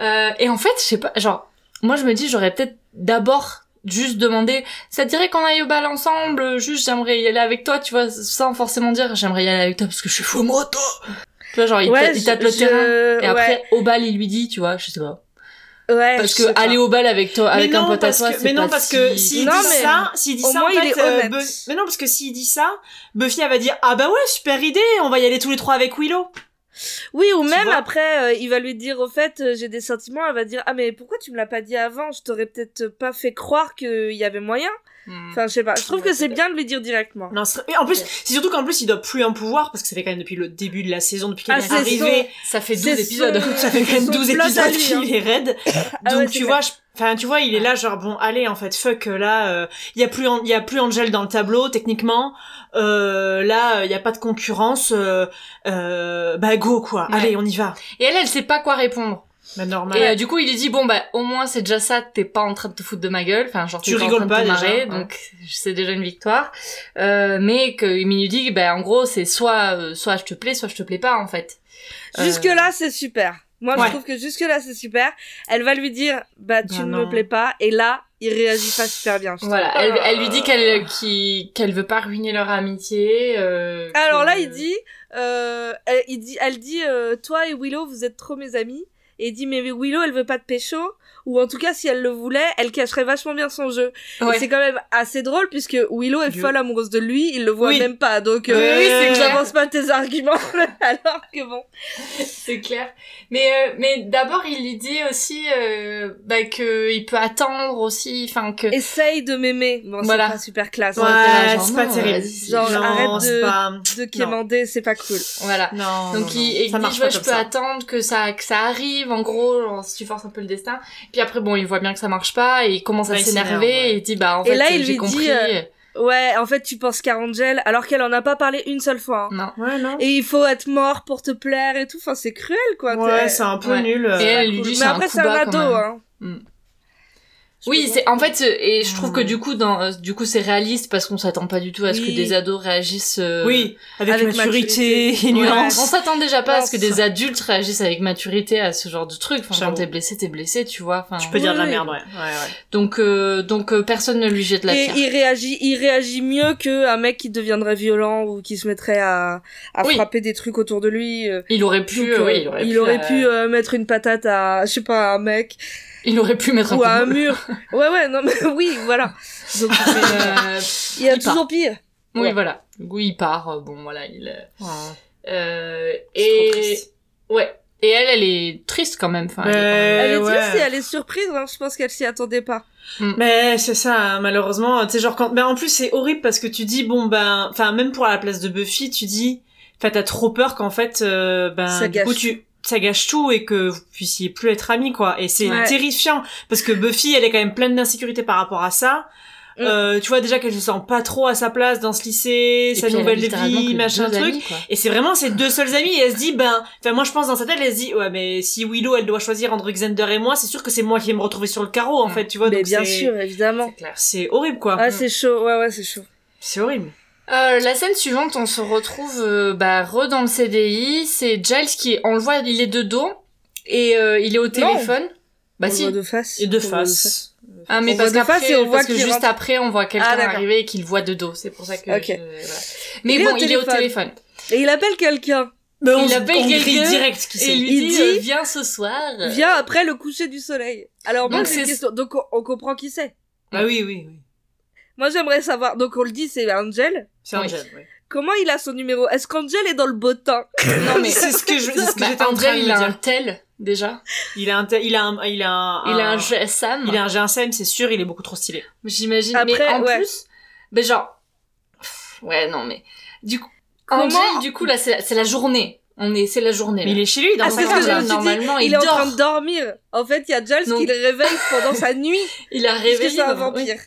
[SPEAKER 3] Euh, et en fait, je sais pas, genre, moi je me dis, j'aurais peut-être d'abord juste demandé, ça te dirait qu'on aille au bal ensemble, juste j'aimerais y aller avec toi, tu vois, sans forcément dire j'aimerais y aller avec toi parce que je suis fou moi, toi Tu vois, genre, il, tâte, il tâte le
[SPEAKER 2] je-
[SPEAKER 3] terrain.
[SPEAKER 2] je-
[SPEAKER 3] Et après, au bal, il lui dit, tu vois, je sais pas.
[SPEAKER 2] ouais, ouais,
[SPEAKER 3] Parce
[SPEAKER 2] je
[SPEAKER 3] que
[SPEAKER 2] sais pas.
[SPEAKER 3] aller au bal avec toi,
[SPEAKER 4] Mais
[SPEAKER 3] avec
[SPEAKER 4] non,
[SPEAKER 3] un pote à
[SPEAKER 4] parce
[SPEAKER 3] toi,
[SPEAKER 4] que-
[SPEAKER 3] c'est
[SPEAKER 4] mais non
[SPEAKER 3] pas
[SPEAKER 4] parce que
[SPEAKER 3] si-
[SPEAKER 4] s'il
[SPEAKER 2] Non,
[SPEAKER 4] dit
[SPEAKER 2] mais
[SPEAKER 4] ça, s'il dit
[SPEAKER 2] au
[SPEAKER 4] ça,
[SPEAKER 2] moins,
[SPEAKER 4] en
[SPEAKER 2] il
[SPEAKER 4] fait,
[SPEAKER 2] est
[SPEAKER 4] euh,
[SPEAKER 2] honnête.
[SPEAKER 4] Bu- mais non parce que s'il dit ça, Buffy elle va dire ah bah ouais super idée, on va y aller tous les trois avec Willow.
[SPEAKER 2] Oui, ou
[SPEAKER 4] Tu
[SPEAKER 2] même
[SPEAKER 4] vois
[SPEAKER 2] après, euh, il va lui dire au fait, euh, j'ai des sentiments. Elle va dire, ah mais pourquoi tu me l'as pas dit avant Je t'aurais peut-être pas fait croire qu'il y avait moyen.
[SPEAKER 3] Hmm.
[SPEAKER 2] Enfin, je sais pas. Je trouve
[SPEAKER 4] Ouais,
[SPEAKER 2] que c'est bien de lui dire directement.
[SPEAKER 4] Non, ce serait- mais en plus, c'est surtout qu'en plus il doit plus un pouvoir parce que ça fait quand même depuis le début de la saison depuis qu'il
[SPEAKER 2] Ah,
[SPEAKER 4] est
[SPEAKER 2] c'est
[SPEAKER 4] arrivé,
[SPEAKER 3] Ça fait 12
[SPEAKER 2] C'est
[SPEAKER 3] épisodes.
[SPEAKER 2] son-
[SPEAKER 4] ça fait quand même
[SPEAKER 2] son
[SPEAKER 4] 12
[SPEAKER 2] plot à
[SPEAKER 4] épisodes
[SPEAKER 2] lui,
[SPEAKER 3] hein.
[SPEAKER 4] qu'il est raide.
[SPEAKER 2] Ah
[SPEAKER 4] Donc
[SPEAKER 2] ouais, c'est
[SPEAKER 4] tu vois, je- enfin tu vois, il est là genre bon allez en fait fuck euh, là, euh, il y a plus An- il y a plus Angel dans le tableau techniquement. Euh, là euh, il y a pas de concurrence. euh, euh, bah go quoi,
[SPEAKER 3] Ouais.
[SPEAKER 4] allez on y va.
[SPEAKER 3] Et elle, elle sait pas quoi répondre.
[SPEAKER 4] Bah
[SPEAKER 3] Et
[SPEAKER 4] normal.
[SPEAKER 3] euh, du coup, il lui dit bon bah au moins c'est déjà ça, t'es pas en train de te foutre de ma gueule, enfin genre t'es
[SPEAKER 4] Tu
[SPEAKER 3] pas
[SPEAKER 4] rigoles
[SPEAKER 3] en train
[SPEAKER 4] pas,
[SPEAKER 3] de te marrer,
[SPEAKER 4] déjà, ouais.
[SPEAKER 3] donc c'est déjà une victoire. Euh, mais que il lui dit bah en gros c'est soit euh, soit je te plais, soit je te plais pas en fait. Euh,
[SPEAKER 2] Jusque là, c'est super. Moi,
[SPEAKER 4] Ouais.
[SPEAKER 2] je trouve que jusque là, c'est super. Elle va lui dire, bah tu
[SPEAKER 4] Bah,
[SPEAKER 2] ne
[SPEAKER 4] non.
[SPEAKER 2] me plais pas. Et là, il réagit pas hein. super bien. je trouve.
[SPEAKER 3] Voilà, elle, elle lui dit qu'elle qui- qu'elle veut pas ruiner leur amitié. euh,
[SPEAKER 2] Alors
[SPEAKER 3] que-
[SPEAKER 2] là, il dit, euh, elle, il dit, elle dit, euh, toi et Willow, vous êtes trop mes amis. Et il dit, mais Willow, elle veut pas de pécho. Ou en tout cas, si elle le voulait, elle cacherait vachement bien son jeu. Et
[SPEAKER 3] Ouais.
[SPEAKER 2] C'est quand même assez drôle puisque Willow est
[SPEAKER 4] Dieu.
[SPEAKER 2] folle amoureuse de lui, il le voit
[SPEAKER 4] Oui.
[SPEAKER 2] même pas. Donc, euh,
[SPEAKER 4] Oui, oui, c'est clair.
[SPEAKER 2] j'avance pas tes arguments. alors que bon.
[SPEAKER 3] C'est clair. Mais euh, mais d'abord il lui dit aussi euh, bah que il peut attendre aussi, enfin que
[SPEAKER 2] Essaye de m'aimer. Bon,
[SPEAKER 3] Voilà.
[SPEAKER 2] c'est pas super classe.
[SPEAKER 4] Ouais,
[SPEAKER 2] hein.
[SPEAKER 3] genre,
[SPEAKER 4] c'est
[SPEAKER 3] non,
[SPEAKER 4] pas
[SPEAKER 3] euh,
[SPEAKER 4] terrible.
[SPEAKER 3] vas-y,
[SPEAKER 2] Genre,
[SPEAKER 4] Non,
[SPEAKER 2] arrête
[SPEAKER 4] c'est
[SPEAKER 2] de-
[SPEAKER 4] pas-
[SPEAKER 2] De quémander, c'est pas cool.
[SPEAKER 3] voilà.
[SPEAKER 4] Non.
[SPEAKER 3] Donc il, et
[SPEAKER 4] non, non. ça
[SPEAKER 3] il dit,
[SPEAKER 4] marche
[SPEAKER 3] tu vois,
[SPEAKER 4] pas comme
[SPEAKER 3] je peux
[SPEAKER 4] ça.
[SPEAKER 3] attendre que ça que ça arrive en gros genre, si tu forces un peu le destin puis après bon il voit bien que ça marche pas et il commence à
[SPEAKER 4] Là, il s'énerve,
[SPEAKER 3] s'énerver
[SPEAKER 4] ouais.
[SPEAKER 3] et il dit bah en
[SPEAKER 2] Et
[SPEAKER 3] fait
[SPEAKER 2] là, il
[SPEAKER 3] j'ai
[SPEAKER 2] lui
[SPEAKER 3] compris
[SPEAKER 2] dit, euh, Ouais, en fait, tu penses qu'à Angel, alors qu'elle en a pas parlé une seule fois. hein.
[SPEAKER 3] non
[SPEAKER 4] Ouais, non.
[SPEAKER 2] Et il faut être mort pour te plaire et tout. Enfin, c'est cruel, quoi.
[SPEAKER 4] Ouais,
[SPEAKER 2] T'es-
[SPEAKER 4] c'est un peu
[SPEAKER 3] Ouais.
[SPEAKER 4] nul.
[SPEAKER 3] et
[SPEAKER 4] euh.
[SPEAKER 3] elle lui
[SPEAKER 2] Cool.
[SPEAKER 3] dit
[SPEAKER 2] Mais
[SPEAKER 3] c'est un
[SPEAKER 2] après,
[SPEAKER 3] coup
[SPEAKER 2] c'est un
[SPEAKER 3] bas
[SPEAKER 2] ado,
[SPEAKER 3] quand même.
[SPEAKER 2] hein.
[SPEAKER 3] Mm.
[SPEAKER 2] Je
[SPEAKER 3] oui
[SPEAKER 2] peux
[SPEAKER 3] c'est en fait euh, et je trouve que
[SPEAKER 4] Hmm.
[SPEAKER 3] du coup dans euh, du coup c'est réaliste parce qu'on s'attend pas du tout à ce
[SPEAKER 2] Oui.
[SPEAKER 3] que des ados réagissent euh,
[SPEAKER 4] Oui, avec,
[SPEAKER 2] avec
[SPEAKER 4] maturité,
[SPEAKER 2] maturité.
[SPEAKER 4] et
[SPEAKER 3] ouais, on on
[SPEAKER 4] nuance.
[SPEAKER 3] s'attend déjà pas à ce que
[SPEAKER 2] Nuance.
[SPEAKER 3] des adultes réagissent avec maturité à ce genre de truc. Enfin, quand
[SPEAKER 4] J'avoue.
[SPEAKER 3] t'es blessé, t'es blessé, tu vois. Enfin,
[SPEAKER 4] Tu peux dire de la
[SPEAKER 2] Oui.
[SPEAKER 4] merde, ouais. ouais, ouais.
[SPEAKER 3] donc euh, donc euh, personne ne lui jette la
[SPEAKER 2] Et
[SPEAKER 3] pierre.
[SPEAKER 2] il réagit, il réagit mieux que un mec qui deviendrait violent ou qui se mettrait à, à
[SPEAKER 3] Oui.
[SPEAKER 2] frapper des trucs autour de lui. euh.
[SPEAKER 3] Il aurait
[SPEAKER 2] Donc,
[SPEAKER 3] pu,
[SPEAKER 2] euh,
[SPEAKER 3] euh, oui, il aurait pu, euh,
[SPEAKER 2] euh, mettre une patate à, je sais pas, à un mec
[SPEAKER 3] il aurait pu mettre un
[SPEAKER 2] ou à
[SPEAKER 3] coup de
[SPEAKER 2] un
[SPEAKER 3] boule.
[SPEAKER 2] mur. Ouais, ouais, non, mais oui, voilà. Donc,
[SPEAKER 3] Mais, euh,
[SPEAKER 2] il y a
[SPEAKER 3] il part.
[SPEAKER 2] toujours pire.
[SPEAKER 3] Oui,
[SPEAKER 2] Ouais.
[SPEAKER 3] voilà. Du coup, il part. euh, Bon, voilà, il. euh, Euh,
[SPEAKER 4] C'est trop
[SPEAKER 3] et
[SPEAKER 4] Oh, triste.
[SPEAKER 3] ouais. Et elle, elle est triste quand même. Enfin, elle est
[SPEAKER 4] Mais-
[SPEAKER 2] Elle est
[SPEAKER 4] ouais.
[SPEAKER 2] triste et elle est surprise, hein. je pense qu'elle s'y attendait pas.
[SPEAKER 3] Mm.
[SPEAKER 4] Mais c'est ça, hein, malheureusement. Tu sais, genre, quand... ben, en plus, c'est horrible parce que tu dis, bon, ben... Enfin, même pour la place de Buffy, tu dis... Enfin, t'as trop peur qu'en fait, euh, ben,
[SPEAKER 2] Ça
[SPEAKER 4] du coup,
[SPEAKER 2] gâche.
[SPEAKER 4] tu... Ça gâche tout et que vous puissiez plus être amis, quoi. Et c'est
[SPEAKER 2] Ouais.
[SPEAKER 4] terrifiant parce que Buffy, elle est quand même pleine d'insécurité par rapport à ça.
[SPEAKER 2] Mm.
[SPEAKER 4] Euh, tu vois déjà qu'elle se sent pas trop à sa place dans ce lycée,
[SPEAKER 3] Et puis,
[SPEAKER 4] sa
[SPEAKER 3] elle a
[SPEAKER 4] nouvelle
[SPEAKER 3] littéralement que
[SPEAKER 4] vie, machin
[SPEAKER 3] deux
[SPEAKER 4] truc.
[SPEAKER 3] amis, quoi.
[SPEAKER 4] Et c'est vraiment ses deux seuls amis. Et elle se dit, ben, enfin, moi, je pense dans sa tête, elle se dit, ouais, mais si Willow, elle doit choisir entre Xander et moi, c'est sûr que c'est moi qui vais me retrouver sur le carreau, en
[SPEAKER 3] Mm.
[SPEAKER 4] fait, tu vois.
[SPEAKER 2] mais
[SPEAKER 4] donc
[SPEAKER 2] bien
[SPEAKER 4] c'est-
[SPEAKER 2] sûr, évidemment.
[SPEAKER 3] C'est clair.
[SPEAKER 4] C'est horrible, quoi.
[SPEAKER 2] Ah, c'est chaud, ouais, ouais, c'est chaud.
[SPEAKER 4] C'est horrible.
[SPEAKER 3] Euh, la scène suivante, on se retrouve euh, bah, re dans le CDI. C'est Giles qui, est- on le voit, il est de dos et euh, il est au téléphone. Bah
[SPEAKER 2] On
[SPEAKER 3] si.
[SPEAKER 2] voit de face.
[SPEAKER 4] Et de
[SPEAKER 2] On voit
[SPEAKER 4] face.
[SPEAKER 3] Ah mais
[SPEAKER 2] On
[SPEAKER 3] parce
[SPEAKER 2] voit de face
[SPEAKER 3] qu'après,
[SPEAKER 2] et on voit
[SPEAKER 3] parce que
[SPEAKER 2] qu'il
[SPEAKER 3] juste
[SPEAKER 2] rentre.
[SPEAKER 3] après, on voit quelqu'un
[SPEAKER 2] Ah, d'accord.
[SPEAKER 3] arriver et qu'il voit de dos. C'est pour ça que.
[SPEAKER 2] Ok.
[SPEAKER 3] je- voilà. Mais
[SPEAKER 2] Il est
[SPEAKER 3] bon,
[SPEAKER 2] au
[SPEAKER 3] il est au
[SPEAKER 2] téléphone.
[SPEAKER 3] téléphone.
[SPEAKER 2] Et il appelle quelqu'un.
[SPEAKER 4] Mais on,
[SPEAKER 3] Il appelle
[SPEAKER 4] on grille
[SPEAKER 3] quelqu'un
[SPEAKER 4] direct qui
[SPEAKER 3] Et
[SPEAKER 4] c'est.
[SPEAKER 3] il lui
[SPEAKER 2] Il
[SPEAKER 3] dit,
[SPEAKER 2] dit-
[SPEAKER 3] euh, viens ce soir.
[SPEAKER 2] Vient après le coucher du soleil. Alors, moi,
[SPEAKER 3] Donc,
[SPEAKER 2] c'est une
[SPEAKER 3] c'est-
[SPEAKER 2] question- Donc, on, on comprend qui c'est.
[SPEAKER 4] Bah oui, oui, oui.
[SPEAKER 2] Moi, j'aimerais savoir. Donc, on le dit, c'est Angel.
[SPEAKER 4] C'est
[SPEAKER 3] Oui.
[SPEAKER 4] Angel, Ah oui.
[SPEAKER 2] Comment il a son numéro Est-ce qu'Angel est dans le beau temps
[SPEAKER 3] Non mais
[SPEAKER 4] c'est ce que je, c'est ce que
[SPEAKER 3] Bah,
[SPEAKER 4] j'étais en train
[SPEAKER 3] Angel,
[SPEAKER 4] de
[SPEAKER 3] il a un
[SPEAKER 4] dire.
[SPEAKER 3] tel déjà.
[SPEAKER 4] Il a un, tel- il a un, il a un,
[SPEAKER 3] Il a un GSM.
[SPEAKER 4] Ah. il a un GSM, c'est sûr, il est beaucoup trop stylé.
[SPEAKER 3] J'imagine. mais
[SPEAKER 2] Après,
[SPEAKER 3] en
[SPEAKER 2] ouais.
[SPEAKER 3] plus, mais genre, Pff, ouais non mais du coup,
[SPEAKER 2] Comment-
[SPEAKER 3] Angel du coup là c'est c'est la journée. On est, c'est la journée.
[SPEAKER 4] Mais il
[SPEAKER 3] là.
[SPEAKER 4] est chez lui, dans
[SPEAKER 2] Ah,
[SPEAKER 4] sa
[SPEAKER 2] c'est ce que
[SPEAKER 4] cave.
[SPEAKER 2] je me suis dit.
[SPEAKER 3] Normalement,
[SPEAKER 2] il,
[SPEAKER 3] il
[SPEAKER 2] est en
[SPEAKER 3] dort.
[SPEAKER 2] train de dormir. En fait, il y a Giles
[SPEAKER 3] Donc-
[SPEAKER 2] qui le réveille pendant sa nuit.
[SPEAKER 3] Il a
[SPEAKER 2] Parce que
[SPEAKER 3] réveillé.
[SPEAKER 2] c'est un
[SPEAKER 3] dans- oui.
[SPEAKER 2] vampire.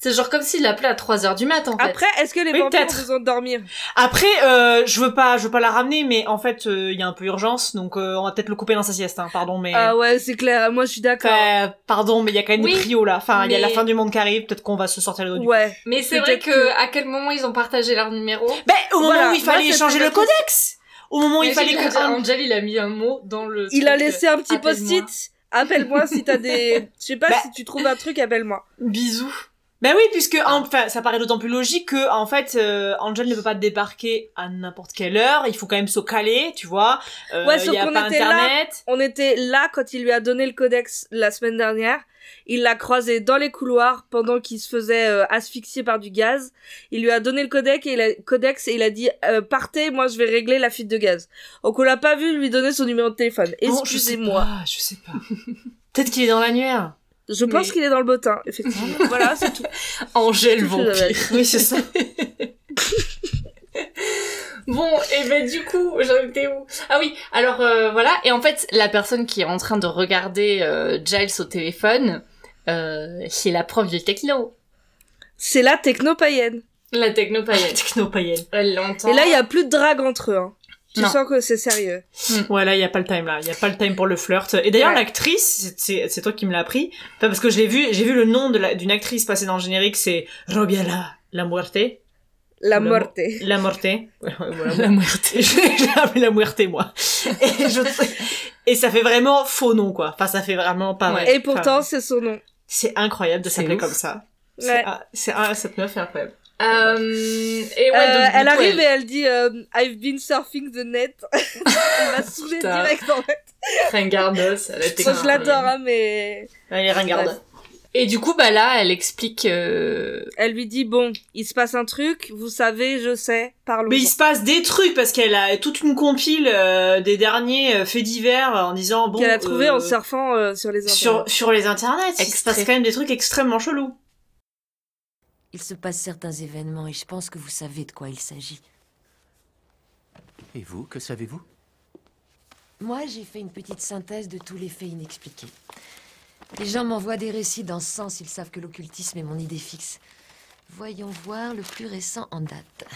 [SPEAKER 3] C'est genre comme s'il l'appelait à 3h du mat, en fait.
[SPEAKER 2] Après, est-ce que les
[SPEAKER 4] Oui,
[SPEAKER 2] vampires ont
[SPEAKER 4] peut-être.
[SPEAKER 2] besoin de dormir
[SPEAKER 4] Après, euh, je veux pas, je veux pas la ramener, mais en fait, euh, il y a un peu urgence, donc euh, on va peut-être le couper dans sa sieste. Hein, pardon, mais
[SPEAKER 2] Ah ouais, c'est clair. Moi, je suis d'accord.
[SPEAKER 4] Enfin, euh, pardon, mais il y a quand même
[SPEAKER 3] Oui,
[SPEAKER 4] des prios là. Enfin, il y a la
[SPEAKER 3] mais-
[SPEAKER 4] fin du monde qui arrive. Peut-être qu'on va se sortir les doigts du cul.
[SPEAKER 2] Ouais.
[SPEAKER 3] Mais c'est vrai
[SPEAKER 2] Peut-être
[SPEAKER 3] que,
[SPEAKER 2] que-
[SPEAKER 3] à quel moment ils ont partagé leur numéro
[SPEAKER 4] Ben, au moment
[SPEAKER 2] Voilà,
[SPEAKER 4] où il
[SPEAKER 2] moi,
[SPEAKER 4] fallait
[SPEAKER 2] c'était
[SPEAKER 4] changer le
[SPEAKER 2] ma question.
[SPEAKER 4] codex, au moment où il fallait que un-
[SPEAKER 3] Angel, il a mis un mot dans le.
[SPEAKER 2] Il a
[SPEAKER 3] truc,
[SPEAKER 2] laissé un petit
[SPEAKER 3] appelle-moi.
[SPEAKER 2] post-it. Appelle-moi si t'as des. Je sais pas
[SPEAKER 4] Bah.
[SPEAKER 2] si tu trouves un truc, appelle-moi.
[SPEAKER 3] Bisous.
[SPEAKER 4] Ben oui, puisque enfin, ça paraît d'autant plus logique que en fait, euh, Angel ne peut pas débarquer à n'importe quelle heure. Il faut quand même se caler, tu vois. Euh,
[SPEAKER 2] Ouais, sauf
[SPEAKER 4] il y a
[SPEAKER 2] qu'on
[SPEAKER 4] pas
[SPEAKER 2] était là.
[SPEAKER 4] internet.
[SPEAKER 2] On était là quand il lui a donné le codex la semaine dernière. Il l'a croisé dans les couloirs pendant qu'il se faisait euh, asphyxier par du gaz. Il lui a donné le codex et il a, codex et il a dit euh, partez, moi je vais régler la fuite de gaz. Donc on l'a pas vu lui donner son numéro de téléphone.
[SPEAKER 4] Bon, je sais
[SPEAKER 2] Excusez-moi.
[SPEAKER 4] pas, Ah, Je sais pas. Peut-être qu'il est dans l'annuaire.
[SPEAKER 2] Je, pense
[SPEAKER 3] Mais-
[SPEAKER 2] qu'il est dans le bottin, effectivement. voilà, c'est tout.
[SPEAKER 3] Angèle
[SPEAKER 2] Tout ce que j'avais à
[SPEAKER 3] vampire.
[SPEAKER 4] Oui, c'est ça.
[SPEAKER 3] Bon, et ben du coup, j'en étais où Ah oui, alors euh, voilà, et en fait, la personne qui est en train de regarder euh, Giles au téléphone, euh, c'est la prof de techno.
[SPEAKER 2] C'est la techno païenne.
[SPEAKER 3] La techno paillette.
[SPEAKER 4] Technopayel.
[SPEAKER 3] Elle l'entend.
[SPEAKER 2] Ah, Et là, il y a plus de drague entre eux. Hein. Tu
[SPEAKER 3] Non.
[SPEAKER 2] sens que c'est sérieux.
[SPEAKER 4] Ouais, là, il y a pas le time, là. Il y a pas le time pour le flirt. Et d'ailleurs,
[SPEAKER 2] Ouais.
[SPEAKER 4] l'actrice, c'est- c'est c'est toi qui me l'as appris. Enfin, parce que je l'ai vu, j'ai vu le nom de la- d'une actrice passer dans le générique, c'est Robiela La Muerte.
[SPEAKER 2] La
[SPEAKER 4] Le mo-
[SPEAKER 2] morte.
[SPEAKER 4] La Muerte. Ouais, ouais, voilà.
[SPEAKER 3] la muerte.
[SPEAKER 4] Je- je l'ai appelée La Muerte, moi. Et, je- et ça fait vraiment faux nom, quoi. Enfin, ça fait vraiment pas vrai.
[SPEAKER 2] Et pourtant,
[SPEAKER 4] Enfin,
[SPEAKER 2] c'est son nom.
[SPEAKER 4] c'est incroyable de
[SPEAKER 3] C'est
[SPEAKER 4] s'appeler
[SPEAKER 3] ouf.
[SPEAKER 4] comme ça. C'est-
[SPEAKER 2] Ouais.
[SPEAKER 4] ah, C'est ah, cette meuf est incroyable.
[SPEAKER 3] Euh, et ouais,
[SPEAKER 2] Euh,
[SPEAKER 3] donc, du
[SPEAKER 2] elle
[SPEAKER 3] coup,
[SPEAKER 2] arrive et elle dit euh, I've been surfing the net. elle m'a saoulée
[SPEAKER 3] Putain.
[SPEAKER 2] direct en fait.
[SPEAKER 3] Ringardos, elle était
[SPEAKER 2] Moi, je l'adore, hein, mais.
[SPEAKER 4] Elle est ringarde.
[SPEAKER 3] Et du coup, bah là, elle explique. euh,
[SPEAKER 2] Elle lui dit Bon, il se passe un truc, vous savez, je sais, parlons.
[SPEAKER 4] Mais il se passe des trucs parce qu'elle a toute une compile euh, des derniers euh, faits divers euh, en disant bon
[SPEAKER 2] Qu'elle a trouvé en
[SPEAKER 4] euh,
[SPEAKER 2] surfant euh, sur les internets.
[SPEAKER 4] sur, sur les internets. Il se
[SPEAKER 3] Extrait.
[SPEAKER 4] passe quand même des trucs extrêmement chelous.
[SPEAKER 7] Il se passe certains événements et je pense que vous savez de quoi il s'agit.
[SPEAKER 1] Et vous, que savez-vous
[SPEAKER 7] Moi, j'ai fait une petite synthèse de tous les faits inexpliqués. Les gens m'envoient des récits dans ce sens, ils savent que l'occultisme est mon idée fixe. Voyons voir le plus récent en date.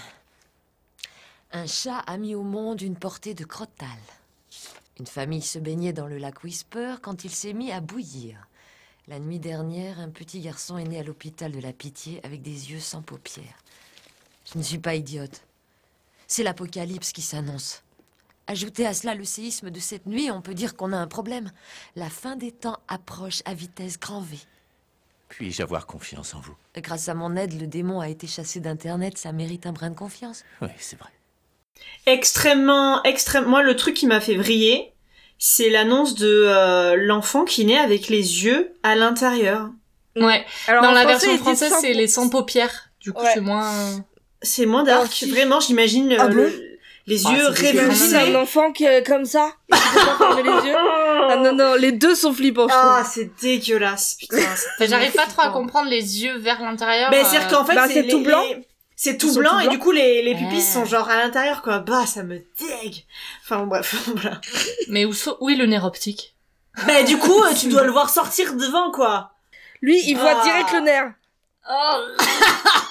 [SPEAKER 7] Un chat a mis au monde une portée de crottale. Une famille se baignait dans le lac Whisper quand il s'est mis à bouillir. La nuit dernière, un petit garçon est né à l'hôpital de la Pitié avec des yeux sans paupières. Je ne suis pas idiote. C'est l'apocalypse qui s'annonce. Ajoutez à cela le séisme de cette nuit, on peut dire qu'on a un problème. La fin des temps approche à vitesse grand V.
[SPEAKER 1] Puis-je avoir confiance en vous
[SPEAKER 7] Grâce à mon aide, le démon a été chassé d'Internet, ça mérite un brin de confiance.
[SPEAKER 1] Oui, c'est vrai.
[SPEAKER 4] Extrêmement, extrêmement. Moi, le truc qui m'a fait vriller, c'est l'annonce de euh, l'enfant qui naît avec les yeux à l'intérieur.
[SPEAKER 3] Ouais.
[SPEAKER 2] Mm. Alors,
[SPEAKER 3] Dans
[SPEAKER 2] en
[SPEAKER 3] la
[SPEAKER 2] français,
[SPEAKER 3] version
[SPEAKER 2] ils disent
[SPEAKER 3] française,
[SPEAKER 2] sans
[SPEAKER 3] c'est les sans
[SPEAKER 2] pompe.
[SPEAKER 3] paupières. Du coup,
[SPEAKER 2] Ouais.
[SPEAKER 3] c'est moins.
[SPEAKER 4] C'est moins
[SPEAKER 2] Ah,
[SPEAKER 4] dark.
[SPEAKER 2] si.
[SPEAKER 4] Vraiment, j'imagine euh,
[SPEAKER 2] Ah bon
[SPEAKER 4] le- les
[SPEAKER 3] Ah,
[SPEAKER 4] yeux
[SPEAKER 3] c'est dégueulasse.
[SPEAKER 2] Imagine un
[SPEAKER 4] révulsés.
[SPEAKER 2] enfant qui est comme ça, et qui peut pas fermer les yeux. Ah non, non, les deux sont flippants, je trouve.
[SPEAKER 4] Ah, c'est dégueulasse, putain. c'est
[SPEAKER 3] Enfin, J'arrive pas trop à
[SPEAKER 4] tellement
[SPEAKER 3] comprendre les yeux vers l'intérieur.
[SPEAKER 4] Ben,
[SPEAKER 3] euh,
[SPEAKER 4] c'est-à-dire qu'en fait,
[SPEAKER 2] bah,
[SPEAKER 4] c'est
[SPEAKER 2] c'est
[SPEAKER 4] les-
[SPEAKER 2] tout blanc.
[SPEAKER 4] les- C'est
[SPEAKER 2] Ils
[SPEAKER 4] tout
[SPEAKER 2] sont
[SPEAKER 4] blanc,
[SPEAKER 2] tout
[SPEAKER 4] et
[SPEAKER 2] blancs.
[SPEAKER 4] du coup, les, les pupilles
[SPEAKER 3] Ah.
[SPEAKER 4] sont genre à l'intérieur, quoi. Bah, ça me dégue. Enfin, bref, voilà.
[SPEAKER 3] Mais où, so- où est le nerf optique
[SPEAKER 4] Ben, du coup, euh, tu dois le voir sortir devant, quoi.
[SPEAKER 2] Lui, il voit
[SPEAKER 4] Ah.
[SPEAKER 2] direct le nerf.
[SPEAKER 3] Oh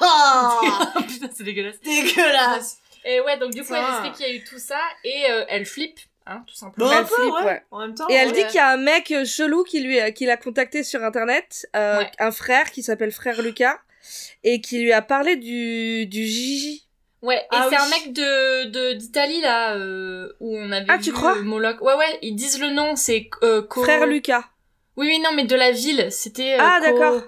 [SPEAKER 4] Oh
[SPEAKER 3] Putain, c'est dégueulasse.
[SPEAKER 4] dégueulasse.
[SPEAKER 3] Et ouais, donc du coup,
[SPEAKER 4] Ça
[SPEAKER 3] elle
[SPEAKER 4] va.
[SPEAKER 3] explique qu'il y a eu tout ça et euh, elle flippe, hein, tout simplement.
[SPEAKER 4] Bon,
[SPEAKER 2] Elle
[SPEAKER 4] un peu,
[SPEAKER 2] flippe,
[SPEAKER 4] ouais.
[SPEAKER 2] ouais.
[SPEAKER 4] En même temps.
[SPEAKER 2] Et elle
[SPEAKER 4] ouais.
[SPEAKER 2] dit qu'il y a un mec euh, chelou qui lui a- qui l'a contacté sur internet, euh,
[SPEAKER 3] Ouais.
[SPEAKER 2] un frère qui s'appelle frère Lucas et qui lui a parlé du du Gigi.
[SPEAKER 3] Ouais, et
[SPEAKER 4] Ah
[SPEAKER 3] c'est
[SPEAKER 4] oui.
[SPEAKER 3] un mec de de- d'Italie là euh, où on avait
[SPEAKER 2] Ah, tu
[SPEAKER 3] vu
[SPEAKER 2] crois
[SPEAKER 3] le Moloch. Ouais ouais, ils disent le nom, c'est euh, Co-
[SPEAKER 2] Frère Lucas.
[SPEAKER 3] Oui oui, non mais de la ville, c'était euh,
[SPEAKER 2] Ah,
[SPEAKER 3] Co-
[SPEAKER 2] d'accord.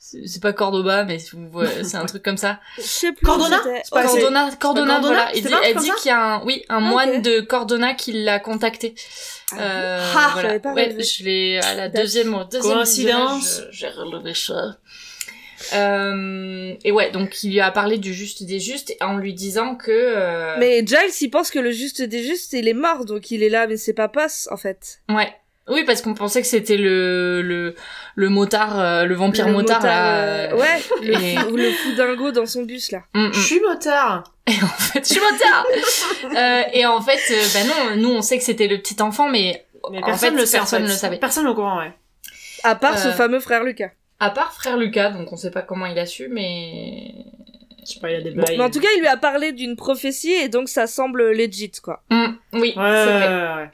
[SPEAKER 3] C'est c'est pas Cordoba mais c'est ouais, c'est un truc comme ça.
[SPEAKER 2] Je sais plus. où
[SPEAKER 4] Cordona
[SPEAKER 2] c'était.
[SPEAKER 4] C'est pas-
[SPEAKER 2] Ouais.
[SPEAKER 3] Cordona, Cordona,
[SPEAKER 4] Cordona,
[SPEAKER 3] voilà.
[SPEAKER 4] c'est
[SPEAKER 3] Il dit,
[SPEAKER 4] marrant,
[SPEAKER 3] elle
[SPEAKER 4] comme
[SPEAKER 3] dit
[SPEAKER 4] ça
[SPEAKER 3] qu'il y a un, oui, un
[SPEAKER 2] Ah,
[SPEAKER 3] moine
[SPEAKER 2] ok.
[SPEAKER 3] de Cordona qui l'a contacté. Euh,
[SPEAKER 2] Ah, je
[SPEAKER 3] voilà.
[SPEAKER 2] l'avais pas
[SPEAKER 3] ouais,
[SPEAKER 2] relevé.
[SPEAKER 3] je l'ai à la deuxième, au deuxième
[SPEAKER 4] Coïncidence.
[SPEAKER 3] visionnage, je- J'ai relevé ça. Euh, et ouais, donc il lui a parlé du juste des justes en lui disant que. euh,
[SPEAKER 2] Mais Giles, il pense que le juste des justes, il est mort, donc il est là, mais c'est pas passe en fait.
[SPEAKER 3] Ouais. Oui, parce qu'on pensait que c'était le, le, le motard, euh, le vampire
[SPEAKER 2] Le
[SPEAKER 3] motard, là.
[SPEAKER 2] euh, Ouais,
[SPEAKER 3] Et-
[SPEAKER 2] le, fou, le fou dingo dans son bus là.
[SPEAKER 3] Mm, mm.
[SPEAKER 4] Je suis motard.
[SPEAKER 3] Et en fait, je suis motard! Euh, et en fait, euh, bah non, nous on sait que c'était le petit enfant, mais
[SPEAKER 4] Mais
[SPEAKER 3] En
[SPEAKER 4] personne
[SPEAKER 3] fait,
[SPEAKER 4] le sait, en
[SPEAKER 3] personne
[SPEAKER 4] fait.
[SPEAKER 3] le savait.
[SPEAKER 4] Personne au courant, ouais.
[SPEAKER 2] À part ce
[SPEAKER 3] Euh.
[SPEAKER 2] fameux frère Lucas.
[SPEAKER 3] à part frère Lucas, donc on sait pas comment il a su, mais.
[SPEAKER 4] Je sais pas, il y a des
[SPEAKER 2] Bon,
[SPEAKER 4] bails.
[SPEAKER 2] mais en tout cas, bah, il lui a parlé d'une prophétie et donc ça semble legit quoi.
[SPEAKER 3] Mm, oui,
[SPEAKER 4] Ouais,
[SPEAKER 3] c'est vrai.
[SPEAKER 4] ouais, ouais.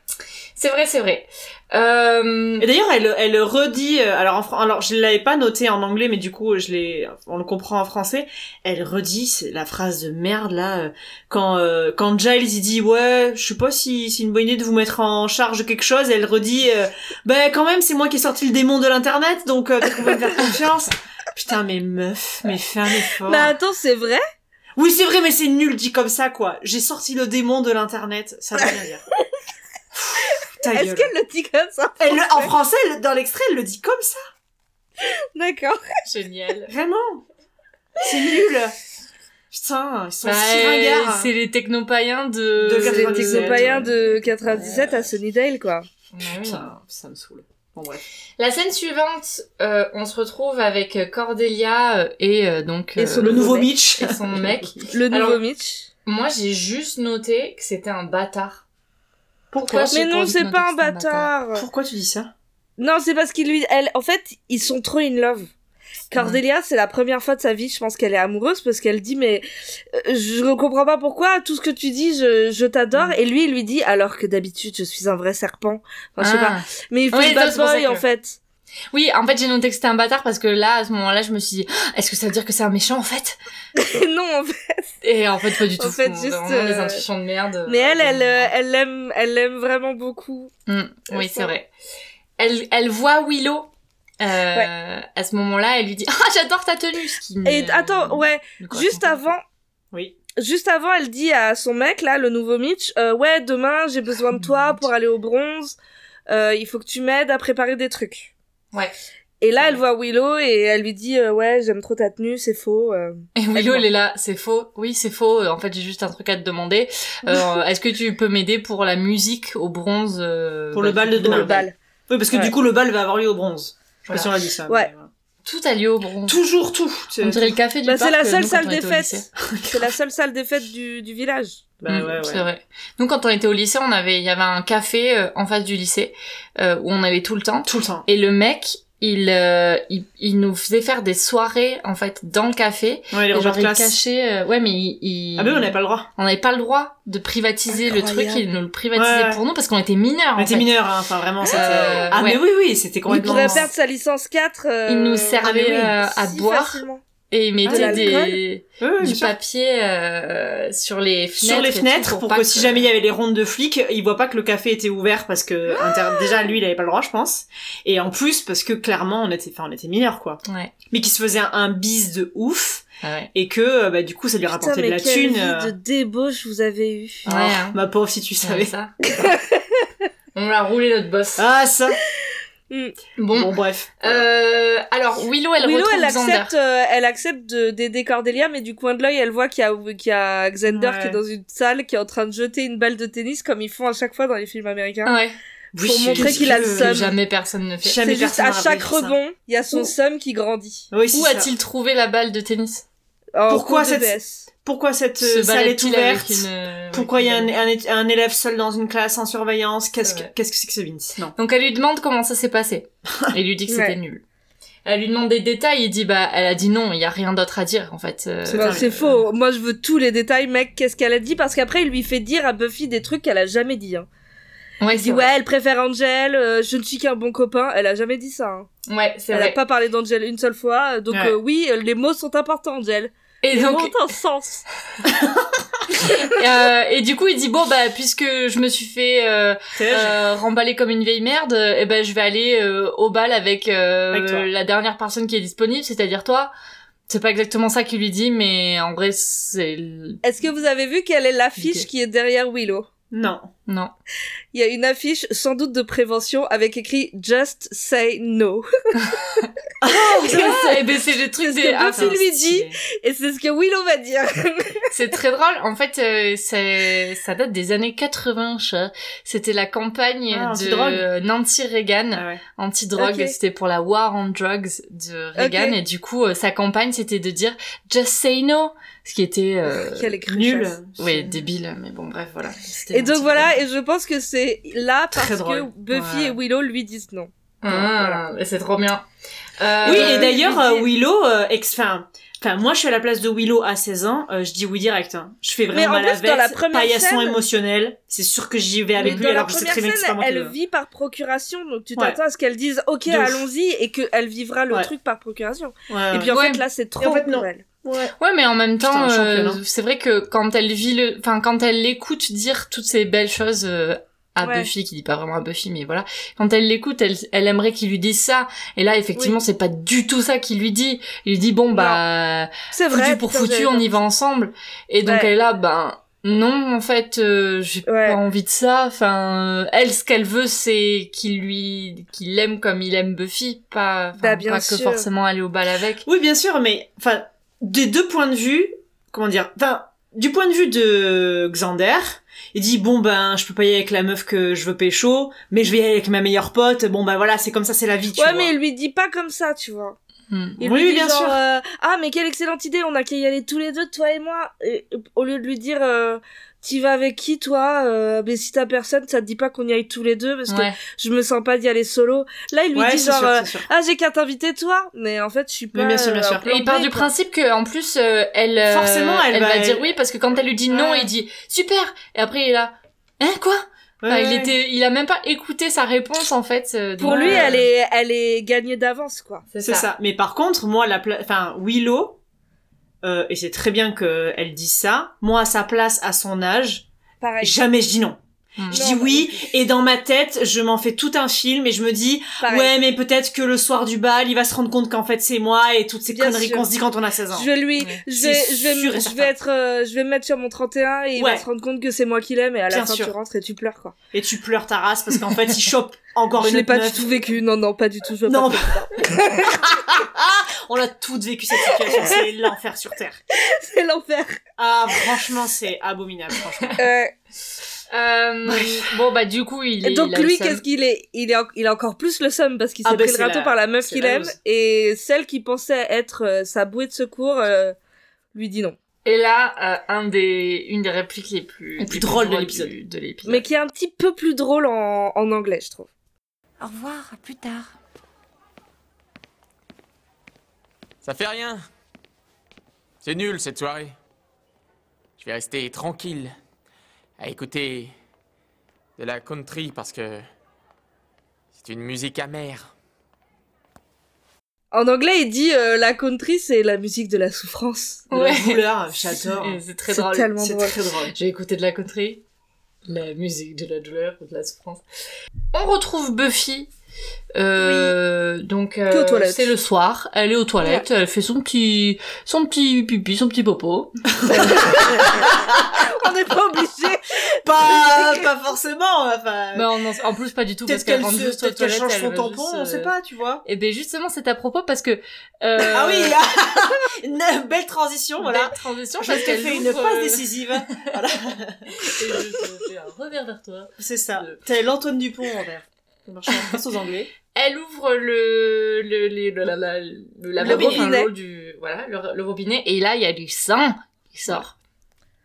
[SPEAKER 3] C'est vrai, c'est vrai. Euh,
[SPEAKER 4] Et d'ailleurs, elle, elle redit, euh, alors en fran- alors je l'avais pas noté en anglais, mais du coup, je l'ai, on le comprend en français. Elle redit c'est la phrase de merde là euh, quand euh, quand Giles il dit ouais, je sais pas si c'est une bonne idée de vous mettre en charge de quelque chose. Elle redit euh, bah quand même, c'est moi qui ai sorti le démon de l'internet, donc euh, peut-être qu'on peut me faire confiance. Putain, mais meuf, mais fais un effort.
[SPEAKER 2] Mais attends, c'est vrai
[SPEAKER 4] Oui, c'est vrai, mais c'est nul dit comme ça quoi. J'ai sorti le démon de l'internet, ça veut rien dire. Pff, Ta
[SPEAKER 2] Est-ce
[SPEAKER 4] gueule.
[SPEAKER 2] qu'elle le dit comme ça
[SPEAKER 4] Elle le- en français, elle- dans l'extrait, elle le dit comme ça.
[SPEAKER 2] D'accord.
[SPEAKER 3] Génial.
[SPEAKER 4] Vraiment C'est nul Putain, ils sont
[SPEAKER 3] Bah,
[SPEAKER 4] si
[SPEAKER 3] euh,
[SPEAKER 4] ringards
[SPEAKER 3] c'est les technopaïens de.
[SPEAKER 4] De
[SPEAKER 2] C'est les
[SPEAKER 4] 97,
[SPEAKER 2] technopaïens
[SPEAKER 4] ouais.
[SPEAKER 2] de 97 à Sunnydale quoi.
[SPEAKER 3] Ouais, oui.
[SPEAKER 4] Putain, ça me saoule. Bon bref.
[SPEAKER 3] La scène suivante, euh, on se retrouve avec Cordelia euh, et euh, donc
[SPEAKER 2] Et
[SPEAKER 3] euh,
[SPEAKER 2] son
[SPEAKER 4] Le nouveau
[SPEAKER 2] mec.
[SPEAKER 4] Mitch
[SPEAKER 3] et son mec.
[SPEAKER 2] Le nouveau
[SPEAKER 3] Alors-
[SPEAKER 2] Mitch.
[SPEAKER 3] Moi, j'ai juste noté que c'était un bâtard.
[SPEAKER 4] Pourquoi
[SPEAKER 3] j'ai
[SPEAKER 2] Mais
[SPEAKER 3] pas
[SPEAKER 2] non,
[SPEAKER 3] envie de
[SPEAKER 2] c'est
[SPEAKER 3] noter
[SPEAKER 2] pas
[SPEAKER 3] que
[SPEAKER 2] un
[SPEAKER 3] c'est un
[SPEAKER 2] bâtard.
[SPEAKER 4] Pourquoi tu dis ça
[SPEAKER 2] Non, c'est parce qu'il lui, elle, en fait, ils sont trop in love. Cordelia, c'est la première fois de sa vie, je pense qu'elle est amoureuse parce qu'elle dit mais euh, je ne comprends pas pourquoi tout ce que tu dis, je, je t'adore et lui il lui dit alors que d'habitude je suis un vrai serpent. Enfin, je sais pas.
[SPEAKER 3] Ah.
[SPEAKER 2] Mais il fait
[SPEAKER 3] Oui,
[SPEAKER 2] le
[SPEAKER 3] ça,
[SPEAKER 2] bad
[SPEAKER 3] c'est pour ça
[SPEAKER 2] boy
[SPEAKER 3] que-
[SPEAKER 2] en fait.
[SPEAKER 3] Oui, en fait, j'ai noté que c'était un bâtard parce que là, à ce moment-là, je me suis dit, Ah, est-ce que ça veut dire que c'est un méchant en fait
[SPEAKER 2] Et non, en fait.
[SPEAKER 3] Et en fait, pas du
[SPEAKER 2] En
[SPEAKER 3] tout.
[SPEAKER 2] fait,
[SPEAKER 3] On a
[SPEAKER 2] juste,
[SPEAKER 3] vraiment
[SPEAKER 2] euh,
[SPEAKER 3] des intuitions de merde.
[SPEAKER 2] Mais elle, elle, euh, elle l'aime, elle l'aime vraiment beaucoup.
[SPEAKER 3] Mm, oui, c'est
[SPEAKER 2] ça.
[SPEAKER 3] vrai. Elle, elle voit Willow. euh, À ce moment-là, elle lui dit Ah, j'adore ta tenue ce qui
[SPEAKER 2] Et
[SPEAKER 3] ne-
[SPEAKER 2] attends, ouais,
[SPEAKER 3] ne correspond
[SPEAKER 2] juste
[SPEAKER 3] pas.
[SPEAKER 2] avant.
[SPEAKER 4] Oui.
[SPEAKER 2] Juste avant, elle dit à son mec, là, le nouveau Mitch, euh, ouais, demain, j'ai besoin de toi pour aller au bronze. Euh, il faut que tu m'aides à préparer des trucs.
[SPEAKER 3] Ouais.
[SPEAKER 2] Et là, elle voit Willow et elle lui dit, euh, ouais, j'aime trop ta tenue, c'est faux. euh.
[SPEAKER 3] Et Willow,
[SPEAKER 2] Aide-moi.
[SPEAKER 3] elle est là, c'est faux. Oui, c'est faux. En fait, j'ai juste un truc à te demander. Euh, Est-ce que tu peux m'aider pour la musique au bronze euh,
[SPEAKER 4] Pour le
[SPEAKER 3] bah,
[SPEAKER 4] bal de
[SPEAKER 3] du coup,
[SPEAKER 4] demain.
[SPEAKER 2] Le bal.
[SPEAKER 4] Oui, parce que
[SPEAKER 2] Ouais.
[SPEAKER 4] du coup, le bal va avoir lieu au bronze. Je sais
[SPEAKER 3] Voilà.
[SPEAKER 4] pas si on a dit ça.
[SPEAKER 2] Ouais.
[SPEAKER 4] mais, euh,
[SPEAKER 3] Tout a lieu au bronze.
[SPEAKER 4] Toujours tout tu sais.
[SPEAKER 3] On dirait le café du
[SPEAKER 2] Bah,
[SPEAKER 3] parc.
[SPEAKER 2] c'est la
[SPEAKER 3] euh,
[SPEAKER 2] seule
[SPEAKER 3] nous, quand
[SPEAKER 2] salle
[SPEAKER 3] on
[SPEAKER 2] des
[SPEAKER 3] était au
[SPEAKER 2] fêtes.
[SPEAKER 3] lycée.
[SPEAKER 2] C'est la seule salle des fêtes du, du village.
[SPEAKER 4] Bah
[SPEAKER 3] Mm,
[SPEAKER 4] ouais,
[SPEAKER 3] C'est
[SPEAKER 4] ouais.
[SPEAKER 3] vrai. Nous, quand on était au lycée, on avait, il y avait un café euh, en face du lycée euh, où on allait tout le temps.
[SPEAKER 4] Tout le temps.
[SPEAKER 3] Et le mec, il, euh, il, il nous faisait faire des soirées, en fait, dans le café.
[SPEAKER 4] Ouais, les
[SPEAKER 3] Et
[SPEAKER 4] repas
[SPEAKER 3] genre,
[SPEAKER 4] de
[SPEAKER 3] il
[SPEAKER 4] classe.
[SPEAKER 3] cachait... euh, ouais, mais il... il-
[SPEAKER 4] Ah ben, on n'avait pas le droit.
[SPEAKER 3] on n'avait pas le droit de privatiser le truc.
[SPEAKER 2] Incroyable.
[SPEAKER 3] Il nous le privatisait
[SPEAKER 4] Ouais, ouais.
[SPEAKER 3] pour nous parce qu'on était mineurs, Ah,
[SPEAKER 4] On
[SPEAKER 3] en
[SPEAKER 4] était
[SPEAKER 3] fait.
[SPEAKER 4] mineurs, hein. enfin vraiment, c'était...
[SPEAKER 3] Euh,
[SPEAKER 4] ah mais
[SPEAKER 3] ouais.
[SPEAKER 4] oui, oui, c'était
[SPEAKER 2] Il
[SPEAKER 4] complètement...
[SPEAKER 2] pourrait perdre sa licence 4. euh,
[SPEAKER 3] Il nous servait
[SPEAKER 4] Ah, mais oui.
[SPEAKER 3] euh, à
[SPEAKER 2] si
[SPEAKER 3] boire
[SPEAKER 2] facilement.
[SPEAKER 3] et il mettait
[SPEAKER 2] Ah, l'alcool
[SPEAKER 3] des...
[SPEAKER 4] Ouais, ouais, bien
[SPEAKER 3] du
[SPEAKER 4] sûr.
[SPEAKER 3] papier euh, sur les fenêtres.
[SPEAKER 4] sur les
[SPEAKER 3] et tout
[SPEAKER 4] fenêtres pour,
[SPEAKER 3] pas
[SPEAKER 4] que, si jamais il y avait les rondes de flics, il voit pas que le café était ouvert parce que
[SPEAKER 3] Ah.
[SPEAKER 4] inter- déjà lui il avait pas le droit je pense et en plus parce que clairement on était enfin on était mineurs quoi.
[SPEAKER 3] Ouais.
[SPEAKER 4] Mais qu'il se faisait un, un bis de ouf
[SPEAKER 3] Ah ouais.
[SPEAKER 4] et que euh, bah du coup ça lui
[SPEAKER 2] Putain,
[SPEAKER 4] rapportait de
[SPEAKER 2] mais
[SPEAKER 4] la
[SPEAKER 2] quelle
[SPEAKER 4] thune.
[SPEAKER 2] vie
[SPEAKER 4] euh.
[SPEAKER 2] de débauche vous avez eu.
[SPEAKER 4] Oh,
[SPEAKER 3] Ouais, hein.
[SPEAKER 4] Ma pauvre si tu savais.
[SPEAKER 3] Ouais, ça. on l'a roulé notre boss.
[SPEAKER 4] Ah ça.
[SPEAKER 3] Bon.
[SPEAKER 4] Bon, bref.
[SPEAKER 3] Euh, alors Willow, elle
[SPEAKER 2] Willow,
[SPEAKER 3] retrouve
[SPEAKER 2] elle
[SPEAKER 3] Xander.
[SPEAKER 2] accepte, euh, elle accepte de- d'aider Cordelia, mais du coin de l'œil, elle voit qu'il y a, qu'il y a Xander
[SPEAKER 4] Ouais.
[SPEAKER 2] qui est dans une salle, qui est en train de jeter une balle de tennis, comme ils font à chaque fois dans les films américains.
[SPEAKER 3] Ouais.
[SPEAKER 4] Oui,
[SPEAKER 2] pour
[SPEAKER 4] je-
[SPEAKER 2] montrer
[SPEAKER 4] je-
[SPEAKER 2] qu'il a le
[SPEAKER 4] je-
[SPEAKER 2] seum.
[SPEAKER 3] Que Ah, jamais personne ne fait.
[SPEAKER 4] Jamais
[SPEAKER 2] C'est juste
[SPEAKER 4] personne
[SPEAKER 2] à
[SPEAKER 4] n'aurait
[SPEAKER 2] chaque
[SPEAKER 4] fait ça.
[SPEAKER 2] rebond, il y a son
[SPEAKER 4] Ouh.
[SPEAKER 2] seum qui grandit.
[SPEAKER 4] Oui, c'est
[SPEAKER 3] Où
[SPEAKER 4] ça.
[SPEAKER 3] a-t-il trouvé la balle de tennis
[SPEAKER 2] En
[SPEAKER 4] Pourquoi
[SPEAKER 2] cours de
[SPEAKER 4] cette-
[SPEAKER 2] PS.
[SPEAKER 4] Pourquoi cette
[SPEAKER 3] Se
[SPEAKER 4] euh, salle est
[SPEAKER 3] balade-t-il avec
[SPEAKER 4] ouverte
[SPEAKER 3] une, euh,
[SPEAKER 4] Pourquoi il
[SPEAKER 3] avec
[SPEAKER 4] y a
[SPEAKER 3] une
[SPEAKER 4] un,
[SPEAKER 3] balle
[SPEAKER 4] un, é- un élève seul dans une classe en surveillance Qu'est-ce que
[SPEAKER 3] C'est
[SPEAKER 4] c'est
[SPEAKER 3] vrai.
[SPEAKER 4] -ce que, c'est que ce Vince Non.
[SPEAKER 3] Donc elle lui demande comment ça s'est passé. Et il lui dit que c'était
[SPEAKER 2] Ouais.
[SPEAKER 3] nul. Elle lui demande des détails, il dit bah elle a dit non, il y a rien d'autre à dire en fait. Euh,
[SPEAKER 4] C'est
[SPEAKER 2] Bah,
[SPEAKER 4] dingue.
[SPEAKER 2] c'est faux. Moi, je veux tous les détails, mec. Qu'est-ce qu'elle a dit Parce qu'après, il lui fait dire à Buffy des trucs qu'elle a jamais dit. hein.
[SPEAKER 3] ouais,
[SPEAKER 2] Il dit
[SPEAKER 3] c'est
[SPEAKER 2] ouais,
[SPEAKER 3] vrai.
[SPEAKER 2] elle préfère Angel. euh, je ne suis qu'un bon copain. Elle a jamais dit ça. hein.
[SPEAKER 3] Ouais, c'est
[SPEAKER 2] Elle a
[SPEAKER 3] vrai.
[SPEAKER 2] pas parlé d'Angel une seule fois. euh, Donc
[SPEAKER 4] Ouais.
[SPEAKER 2] euh, oui, euh, les mots sont importants, Angel.
[SPEAKER 3] Et
[SPEAKER 2] Les
[SPEAKER 3] donc
[SPEAKER 2] mots ont un sens.
[SPEAKER 3] euh, et du coup il dit bon bah puisque je me suis fait euh, euh, remballer comme une vieille merde, et ben je vais aller euh, au bal avec, euh,
[SPEAKER 4] Avec toi.
[SPEAKER 3] la dernière personne qui est disponible, c'est-à-dire toi. C'est pas exactement ça qu'il lui dit, mais en vrai c'est
[SPEAKER 2] Est-ce que vous avez vu quelle est l'affiche
[SPEAKER 3] Ok.
[SPEAKER 2] qui est derrière Willow
[SPEAKER 4] Non.
[SPEAKER 3] Non.
[SPEAKER 2] Il y a une affiche sans doute de prévention avec écrit Just say no.
[SPEAKER 3] Eh ben, c'est le truc
[SPEAKER 2] Parce
[SPEAKER 3] des...
[SPEAKER 2] que Buffy
[SPEAKER 3] enfin,
[SPEAKER 2] lui
[SPEAKER 3] c'est-
[SPEAKER 2] Et c'est ce que Willow va dire.
[SPEAKER 3] C'est très drôle. En fait, euh, c'est- ça date des années 80. je- C'était la campagne
[SPEAKER 4] Ah,
[SPEAKER 3] de
[SPEAKER 4] anti-drogue.
[SPEAKER 3] Nancy Reagan,
[SPEAKER 4] Ah ouais.
[SPEAKER 3] anti-drogue.
[SPEAKER 2] Ok.
[SPEAKER 3] C'était pour la War on Drugs de Reagan.
[SPEAKER 2] Ok.
[SPEAKER 3] Et du coup, euh, sa campagne, c'était de dire « Just say no », ce qui était... euh,
[SPEAKER 2] Quelle écrit
[SPEAKER 4] Nul.
[SPEAKER 3] ouais, débile. Mais bon, bref, voilà. C'était
[SPEAKER 2] Et donc
[SPEAKER 3] Nancy
[SPEAKER 2] voilà,
[SPEAKER 3] Reagan.
[SPEAKER 2] et je pense que c'est là parce
[SPEAKER 3] Très
[SPEAKER 2] que
[SPEAKER 3] drôle.
[SPEAKER 2] Buffy
[SPEAKER 3] Ouais.
[SPEAKER 2] et Willow lui disent non.
[SPEAKER 3] Ah, mais c'est trop bien. Euh,
[SPEAKER 4] Oui, et d'ailleurs,
[SPEAKER 2] oui,
[SPEAKER 4] euh,
[SPEAKER 2] oui.
[SPEAKER 4] Willow, euh, ex, enfin, enfin, moi, je suis à la place de Willow à 16 ans, euh, je dis oui direct, hein. Je fais
[SPEAKER 2] Mais en
[SPEAKER 4] vraiment mal
[SPEAKER 2] plus, dans
[SPEAKER 4] avec,
[SPEAKER 2] la première
[SPEAKER 4] paillasson
[SPEAKER 2] scène-
[SPEAKER 4] émotionnel. C'est sûr que j'y vais avec
[SPEAKER 3] Mais
[SPEAKER 4] lui,
[SPEAKER 2] Dans la
[SPEAKER 4] alors que je sais
[SPEAKER 2] première
[SPEAKER 4] très bien que c'est pas
[SPEAKER 2] scène,
[SPEAKER 4] moi qui le
[SPEAKER 2] elle vit par procuration, donc tu
[SPEAKER 4] Ouais.
[SPEAKER 2] t'attends à ce qu'elle dise ok,
[SPEAKER 4] De ouf.
[SPEAKER 2] allons-y, et qu'elle vivra le
[SPEAKER 4] Ouais.
[SPEAKER 2] truc par procuration.
[SPEAKER 4] Ouais, ouais.
[SPEAKER 2] Et puis en
[SPEAKER 3] Ouais.
[SPEAKER 2] fait là, c'est trop
[SPEAKER 4] Et en fait,
[SPEAKER 2] pour
[SPEAKER 4] non.
[SPEAKER 2] elle.
[SPEAKER 3] Ouais, mais en même temps,
[SPEAKER 4] Putain,
[SPEAKER 3] euh,
[SPEAKER 4] championnat.
[SPEAKER 3] c'est vrai que quand elle vit le, enfin quand elle l'écoute dire toutes ces belles choses euh, à
[SPEAKER 2] Ouais.
[SPEAKER 3] Buffy, qui dit pas vraiment à Buffy, mais voilà, quand elle l'écoute, elle, elle aimerait qu'il lui dise ça. Et là, effectivement, c'est pas du tout ça qu'il lui dit. Il lui dit bon bah
[SPEAKER 2] C'est
[SPEAKER 3] foutu
[SPEAKER 2] vrai.
[SPEAKER 3] pour
[SPEAKER 2] putain,
[SPEAKER 3] foutu,
[SPEAKER 2] j'avais
[SPEAKER 3] on
[SPEAKER 2] pas
[SPEAKER 3] y va ensemble. Et donc
[SPEAKER 2] Ouais.
[SPEAKER 3] elle est là, ben non, en fait, euh, j'ai
[SPEAKER 2] Ouais.
[SPEAKER 3] pas envie de ça. Enfin, euh, elle, ce qu'elle veut, c'est qu'il lui, qu'il l'aime comme il aime Buffy, pas, enfin,
[SPEAKER 2] Bah, bien
[SPEAKER 3] pas
[SPEAKER 2] sûr.
[SPEAKER 3] que forcément aller au bal avec.
[SPEAKER 4] Oui, bien sûr, mais, enfin, des deux points de vue, comment dire, enfin, du point de vue de Xander, il dit bon ben je peux pas y aller avec la meuf que je veux pécho, mais je vais y aller avec ma meilleure pote. Bon ben voilà, c'est comme ça, c'est la vie. Tu
[SPEAKER 2] Ouais,
[SPEAKER 4] vois.
[SPEAKER 2] mais il lui dit pas comme ça, tu vois.
[SPEAKER 3] Hmm.
[SPEAKER 2] Il
[SPEAKER 4] Oui,
[SPEAKER 2] lui dit
[SPEAKER 4] bien
[SPEAKER 2] genre,
[SPEAKER 4] sûr.
[SPEAKER 2] euh, ah, mais quelle excellente idée, on a qu'à y aller tous les deux, toi et moi. Et, euh, au lieu de lui dire, euh, t'y vas avec qui, toi Euh, Mais si t'as personne, ça te dit pas qu'on y aille tous les deux, parce
[SPEAKER 3] Ouais.
[SPEAKER 2] que je me sens pas d'y aller solo. Là, il lui
[SPEAKER 4] Ouais,
[SPEAKER 2] dit
[SPEAKER 4] c'est
[SPEAKER 2] genre,
[SPEAKER 4] sûr,
[SPEAKER 2] euh,
[SPEAKER 4] c'est sûr.
[SPEAKER 2] ah, j'ai qu'à t'inviter, toi. Mais en fait, je suis pas.
[SPEAKER 4] Mais bien sûr, bien
[SPEAKER 2] euh,
[SPEAKER 4] sûr.
[SPEAKER 2] un plan
[SPEAKER 3] Et il part
[SPEAKER 2] B,
[SPEAKER 3] du
[SPEAKER 2] quoi.
[SPEAKER 3] principe que en plus euh, elle euh,
[SPEAKER 4] Forcément, elle
[SPEAKER 3] va,
[SPEAKER 4] va-
[SPEAKER 3] dire oui parce que quand elle lui dit non,
[SPEAKER 4] Ouais.
[SPEAKER 3] il dit super et après il est là hein quoi
[SPEAKER 4] Ouais,
[SPEAKER 3] Enfin, il
[SPEAKER 4] ouais.
[SPEAKER 3] était il a même pas écouté sa réponse en fait euh,
[SPEAKER 2] Pour
[SPEAKER 3] donc,
[SPEAKER 2] lui,
[SPEAKER 3] euh,
[SPEAKER 2] elle est, elle est gagnée d'avance, quoi.
[SPEAKER 3] c'est
[SPEAKER 4] C'est ça. Mais par contre, moi, la pla- enfin, Willow, euh, et c'est très bien qu'elle dise ça, moi, à sa place, à son âge,
[SPEAKER 2] Pareil.
[SPEAKER 4] jamais je dis non.
[SPEAKER 2] Mm.
[SPEAKER 3] Hmm.
[SPEAKER 4] Je
[SPEAKER 2] Non,
[SPEAKER 4] dis
[SPEAKER 2] moi
[SPEAKER 4] oui, et dans ma tête, je m'en fais tout un film, et je me dis,
[SPEAKER 2] Pareil.
[SPEAKER 4] ouais, mais peut-être que le soir du bal, il va se rendre compte qu'en fait, c'est moi, et toutes ces
[SPEAKER 2] Bien
[SPEAKER 4] conneries
[SPEAKER 2] sûr.
[SPEAKER 4] qu'on se dit quand on a 16 ans.
[SPEAKER 2] Je vais lui,
[SPEAKER 3] Ouais.
[SPEAKER 2] je vais,
[SPEAKER 4] C'est
[SPEAKER 2] je vais,
[SPEAKER 4] sûr et
[SPEAKER 2] je vais
[SPEAKER 4] certain.
[SPEAKER 2] être, euh, je vais me mettre sur mon 31 et il va
[SPEAKER 4] Ouais.
[SPEAKER 2] se rendre compte que c'est moi qui l'aime et à la
[SPEAKER 4] Bien
[SPEAKER 2] fin
[SPEAKER 4] sûr.
[SPEAKER 2] tu rentres et tu pleures quoi.
[SPEAKER 4] Et tu pleures ta race, parce qu'en fait, il chope encore
[SPEAKER 2] je
[SPEAKER 4] une
[SPEAKER 2] l'ai
[SPEAKER 4] autre
[SPEAKER 2] pas
[SPEAKER 4] meuf.
[SPEAKER 2] du tout vécu, non non pas du tout. Je vois
[SPEAKER 4] Non,
[SPEAKER 2] pas.
[SPEAKER 4] on l'a toutes vécu cette situation, c'est l'enfer sur terre.
[SPEAKER 2] c'est l'enfer.
[SPEAKER 4] Ah, franchement, c'est abominable, franchement.
[SPEAKER 2] Euh,
[SPEAKER 3] Euh, bon bah du coup il
[SPEAKER 2] et
[SPEAKER 3] est
[SPEAKER 2] donc
[SPEAKER 3] il a le
[SPEAKER 2] lui
[SPEAKER 3] seum.
[SPEAKER 2] qu'est-ce qu'il est, il est, en- il a encore plus le somme parce qu'il s'est
[SPEAKER 4] Ah, bah,
[SPEAKER 2] pris le
[SPEAKER 4] c'est
[SPEAKER 2] râteau
[SPEAKER 4] la-
[SPEAKER 2] par la meuf
[SPEAKER 4] c'est
[SPEAKER 2] qu'il
[SPEAKER 4] la
[SPEAKER 2] aime
[SPEAKER 4] loose.
[SPEAKER 2] et celle qui pensait être euh, sa bouée de secours euh, lui dit non.
[SPEAKER 3] et là euh, un des une des répliques les plus
[SPEAKER 4] Les
[SPEAKER 3] les
[SPEAKER 4] plus drôles de
[SPEAKER 3] drôles
[SPEAKER 4] l'épisode.
[SPEAKER 3] du- de l'épisode
[SPEAKER 2] Mais qui est un petit peu plus drôle en, en anglais je trouve.
[SPEAKER 5] Au revoir, à plus tard.
[SPEAKER 8] Ça fait rien. C'est nul cette soirée. Je vais rester tranquille à écouter de la country parce que c'est une musique amère.
[SPEAKER 2] En anglais il dit euh, la country c'est la musique de la souffrance.
[SPEAKER 4] De
[SPEAKER 3] Ouais.
[SPEAKER 4] La douleur, j'adore.
[SPEAKER 3] Et c'est très
[SPEAKER 2] C'est
[SPEAKER 3] drôle
[SPEAKER 2] tellement
[SPEAKER 4] C'est
[SPEAKER 2] drôle.
[SPEAKER 4] très drôle.
[SPEAKER 3] J'ai écouté de la country, la musique de la douleur ou de la souffrance. On retrouve Buffy. Euh, Donc
[SPEAKER 2] Qui est aux
[SPEAKER 3] euh,
[SPEAKER 2] toilettes.
[SPEAKER 3] c'est le soir, elle est aux toilettes, elle fait son petit son petit pipi, son petit popo.
[SPEAKER 2] On n'est pas obligé.
[SPEAKER 4] Pas, pas forcément, enfin.
[SPEAKER 3] Bah, on en, en plus pas du tout parce
[SPEAKER 4] Peut-être
[SPEAKER 3] qu'elle
[SPEAKER 4] qu'elle
[SPEAKER 3] rentre
[SPEAKER 4] se-
[SPEAKER 3] juste aux
[SPEAKER 4] peut-être qu'elle
[SPEAKER 3] toilettes.
[SPEAKER 4] change son
[SPEAKER 3] va
[SPEAKER 4] tampon,
[SPEAKER 3] juste,
[SPEAKER 4] on sait
[SPEAKER 3] euh,
[SPEAKER 4] pas, tu vois.
[SPEAKER 3] Et ben justement c'est à propos parce que euh,
[SPEAKER 4] Ah oui, une euh, belle transition,
[SPEAKER 3] belle
[SPEAKER 4] voilà.
[SPEAKER 3] transition
[SPEAKER 4] Je
[SPEAKER 3] parce
[SPEAKER 4] te
[SPEAKER 3] qu'elle
[SPEAKER 4] fais une
[SPEAKER 3] ouvre,
[SPEAKER 4] passe
[SPEAKER 3] euh,
[SPEAKER 4] décisive.
[SPEAKER 3] et je te fais un revers vers toi.
[SPEAKER 4] C'est ça.
[SPEAKER 3] Euh.
[SPEAKER 4] T'es l'Antoine Dupont en vert. Ça marche pas, passe aux Anglais.
[SPEAKER 3] elle ouvre le le le, le- la- la- le lavabo, enfin,
[SPEAKER 2] robinet.
[SPEAKER 3] l'eau du voilà le, le robinet et là il y a du sang qui sort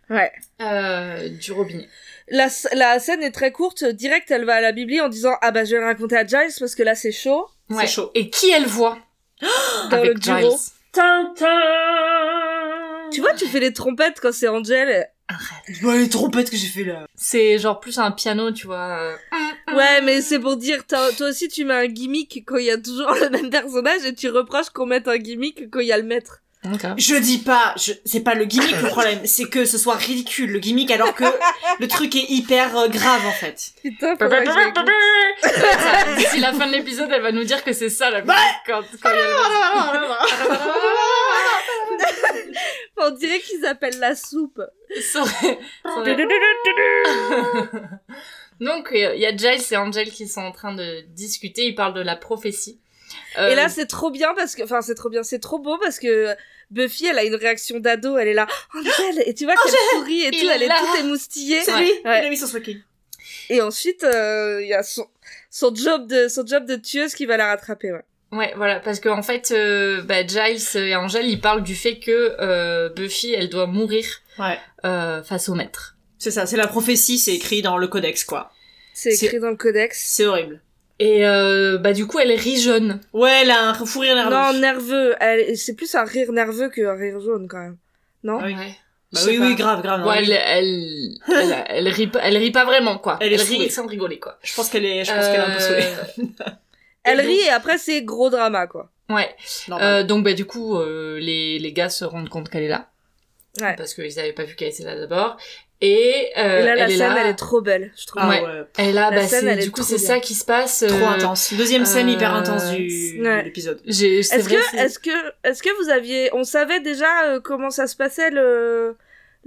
[SPEAKER 2] Ouais.
[SPEAKER 3] Euh, du robinet
[SPEAKER 2] La, s- la scène est très courte. Direct, elle va à la Bibli en disant Ah bah je vais le raconter à Giles parce que là c'est chaud.
[SPEAKER 3] Ouais.
[SPEAKER 4] chaud.
[SPEAKER 3] et qui elle voit
[SPEAKER 2] Dans
[SPEAKER 3] avec
[SPEAKER 2] le bureau.
[SPEAKER 3] Giles.
[SPEAKER 4] Tintin
[SPEAKER 2] Tu vois, tu fais les trompettes quand c'est Angel.
[SPEAKER 4] Tu vois les trompettes que j'ai fait là.
[SPEAKER 3] c'est genre plus un piano tu vois
[SPEAKER 2] Ouais, mais c'est pour dire, t'as- toi aussi tu mets un gimmick quand il y a toujours le même personnage et tu reproches qu'on mette un gimmick quand il y a le maître.
[SPEAKER 3] hein.
[SPEAKER 4] Je dis pas, je... c'est pas le gimmick le problème, c'est que ce soit ridicule le gimmick alors que le truc est hyper euh, grave en fait.
[SPEAKER 2] Putain,
[SPEAKER 3] Bah,
[SPEAKER 2] faudrait que je l'écoute.
[SPEAKER 3] Ça, d'ici la fin de l'épisode elle va nous dire que Ah
[SPEAKER 4] Ah.
[SPEAKER 3] c'est ça la musique quand, quand il y a le-
[SPEAKER 2] On dirait qu'ils appellent la soupe.
[SPEAKER 3] Ça aurait- ça aurait- Donc, euh, il y a Giles et Angel qui sont en train de discuter. Ils parlent de la prophétie. Euh,
[SPEAKER 2] Et là, c'est trop bien parce que, enfin, c'est trop bien, c'est trop beau parce que Buffy, elle a une réaction d'ado, elle est là, Angel, et tu vois qu'elle sourit et
[SPEAKER 3] Il
[SPEAKER 2] tout, elle est
[SPEAKER 3] l'a
[SPEAKER 2] toute émoustillée.
[SPEAKER 4] C'est
[SPEAKER 3] Ouais.
[SPEAKER 4] lui,
[SPEAKER 2] Ouais.
[SPEAKER 4] il a mis son smoking.
[SPEAKER 2] Et ensuite, euh, il y a son, son job de, son job de tueuse qui va la rattraper, ouais.
[SPEAKER 3] Ouais, voilà, parce qu'en fait, euh, bah, Giles et Angel, ils parlent du fait que euh, Buffy, elle doit mourir
[SPEAKER 4] Ouais.
[SPEAKER 3] euh, face au maître.
[SPEAKER 4] C'est ça, c'est la prophétie, c'est écrit dans le codex, quoi.
[SPEAKER 2] C'est
[SPEAKER 4] C'est-
[SPEAKER 2] écrit dans le codex.
[SPEAKER 4] C'est horrible.
[SPEAKER 3] Et euh, bah du coup, elle rit jaune.
[SPEAKER 4] Ouais, elle a un fou rire nerveux.
[SPEAKER 2] Non, nerveux. Elle- C'est plus un rire nerveux qu'un rire jaune, quand même. Non
[SPEAKER 4] Ah oui.
[SPEAKER 3] Ouais. Je
[SPEAKER 4] Bah
[SPEAKER 3] sais
[SPEAKER 4] oui, oui,
[SPEAKER 3] pas.
[SPEAKER 4] grave, grave. non,
[SPEAKER 3] Bon,
[SPEAKER 4] oui.
[SPEAKER 3] elle, elle, elle, elle rit, pas- elle rit pas vraiment, quoi.
[SPEAKER 4] Elle
[SPEAKER 3] Elle,
[SPEAKER 4] est saoulée.
[SPEAKER 3] rit sans rigoler, quoi.
[SPEAKER 4] Je pense qu'elle est, je pense qu'elle est un peu saoulée.
[SPEAKER 3] Euh,
[SPEAKER 2] Elle
[SPEAKER 3] donc-
[SPEAKER 2] rit et après, c'est gros drama, quoi.
[SPEAKER 3] Ouais.
[SPEAKER 4] Normal.
[SPEAKER 3] Euh, donc, bah, du coup, euh, les, les gars se rendent compte qu'elle est là.
[SPEAKER 2] Ouais.
[SPEAKER 3] Parce qu'ils n'avaient pas vu qu'elle était là d'abord. Et, euh,
[SPEAKER 2] et là, la
[SPEAKER 3] elle, est
[SPEAKER 2] scène,
[SPEAKER 3] là,
[SPEAKER 2] elle est trop belle, je trouve.
[SPEAKER 4] Ah
[SPEAKER 3] ouais.
[SPEAKER 4] ouais,
[SPEAKER 3] Elle est là,
[SPEAKER 2] La
[SPEAKER 3] bah,
[SPEAKER 2] scène,
[SPEAKER 3] c'est-
[SPEAKER 2] elle est
[SPEAKER 3] du coup,
[SPEAKER 2] trop
[SPEAKER 3] c'est
[SPEAKER 2] bien.
[SPEAKER 3] ça qui se passe.
[SPEAKER 4] Trop
[SPEAKER 3] euh,
[SPEAKER 4] intense. Deuxième scène
[SPEAKER 3] euh,
[SPEAKER 4] hyper intense du
[SPEAKER 2] ouais.
[SPEAKER 4] de l'épisode.
[SPEAKER 3] j'ai- c'est
[SPEAKER 2] Est-ce
[SPEAKER 3] vrai,
[SPEAKER 2] que,
[SPEAKER 3] c'est-
[SPEAKER 2] est-ce que, est-ce que vous aviez, on savait déjà euh, comment ça se passait le,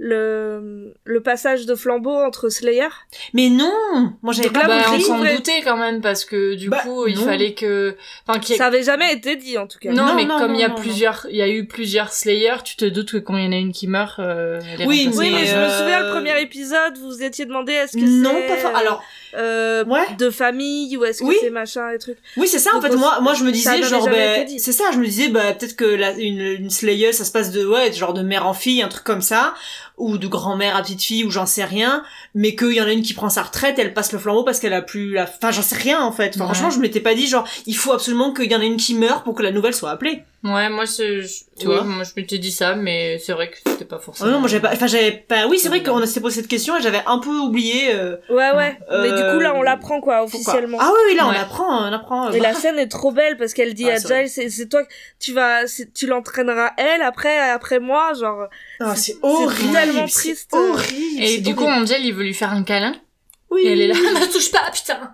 [SPEAKER 2] le, le passage de flambeau entre Slayer
[SPEAKER 4] Mais non, moi j'avais
[SPEAKER 2] Donc là,
[SPEAKER 4] pas
[SPEAKER 2] vous
[SPEAKER 3] bah, on
[SPEAKER 4] compris.
[SPEAKER 2] criez,
[SPEAKER 3] s'en
[SPEAKER 2] ouais.
[SPEAKER 3] doutait quand même parce que du
[SPEAKER 4] Bah,
[SPEAKER 3] coup il
[SPEAKER 4] non.
[SPEAKER 3] fallait que enfin qu'il y ait-
[SPEAKER 2] Ça avait jamais été dit en tout cas.
[SPEAKER 3] non,
[SPEAKER 4] Non,
[SPEAKER 3] mais
[SPEAKER 4] non,
[SPEAKER 3] comme il y a
[SPEAKER 4] non, non,
[SPEAKER 3] plusieurs il y a eu plusieurs Slayer tu te doutes que quand il y en a une qui meurt euh, elle est
[SPEAKER 4] Oui,
[SPEAKER 3] remplacée
[SPEAKER 2] Oui,
[SPEAKER 3] par-
[SPEAKER 2] mais je me
[SPEAKER 4] euh,
[SPEAKER 2] souviens, le premier épisode, vous vous étiez demandé est-ce que
[SPEAKER 4] Non,
[SPEAKER 2] c'est
[SPEAKER 4] pas fort.
[SPEAKER 2] euh,
[SPEAKER 4] Alors,
[SPEAKER 2] euh,
[SPEAKER 4] ouais.
[SPEAKER 2] de famille ou est-ce que
[SPEAKER 4] Oui.
[SPEAKER 2] c'est machin et truc.
[SPEAKER 4] Oui, c'est ça, en
[SPEAKER 2] Donc,
[SPEAKER 4] fait,
[SPEAKER 2] on-
[SPEAKER 4] moi, moi, je me
[SPEAKER 2] ça
[SPEAKER 4] disais,
[SPEAKER 2] n'avait
[SPEAKER 4] genre,
[SPEAKER 2] jamais
[SPEAKER 4] ben,
[SPEAKER 2] été dit.
[SPEAKER 4] c'est ça, je me disais, bah, peut-être que la, une, une slayeuse, ça se passe de, ouais, genre de mère en fille, un truc comme ça, ou de grand-mère à petite fille, ou j'en sais rien, mais qu'il y en a une qui prend sa retraite, elle passe le flambeau parce qu'elle a plus la, enfin, j'en sais rien, en fait. Enfin,
[SPEAKER 3] Ouais.
[SPEAKER 4] Franchement, je m'étais pas dit, genre, il faut absolument qu'il y en ait une qui meurt pour que la nouvelle soit appelée.
[SPEAKER 3] ouais moi c'est- je... tu
[SPEAKER 4] Ouais.
[SPEAKER 3] vois moi je m'étais dit ça mais c'est vrai que c'était pas
[SPEAKER 4] Ah
[SPEAKER 3] forcément
[SPEAKER 4] non, moi, j'avais pas, enfin, j'avais pas, oui, c'est vrai
[SPEAKER 2] Mmh.
[SPEAKER 3] Ouais.
[SPEAKER 4] qu'on s'était posé cette question et j'avais un peu oublié, euh,
[SPEAKER 2] Ouais, ouais. Mais du coup, là, on
[SPEAKER 4] Euh,
[SPEAKER 2] l'apprend quoi,
[SPEAKER 4] pourquoi.
[SPEAKER 2] officiellement.
[SPEAKER 4] Ah oui, oui, là, on
[SPEAKER 3] Ouais.
[SPEAKER 4] apprend, on apprend. euh,
[SPEAKER 2] Et la scène est trop belle parce qu'elle dit
[SPEAKER 4] Ouais,
[SPEAKER 2] à
[SPEAKER 4] c'est vrai.
[SPEAKER 2] Giles, c'est c'est toi, que- tu vas, c'est- tu l'entraîneras elle après, après moi, genre.
[SPEAKER 4] Ah,
[SPEAKER 2] c'est-
[SPEAKER 4] c'est horrible.
[SPEAKER 2] c'est tellement
[SPEAKER 4] c'est
[SPEAKER 2] triste.
[SPEAKER 4] Horrible.
[SPEAKER 3] et
[SPEAKER 4] c'est
[SPEAKER 3] du coup
[SPEAKER 4] horrible.
[SPEAKER 3] Angel il veut lui faire un câlin
[SPEAKER 4] oui.
[SPEAKER 3] et elle est là ne touche pas putain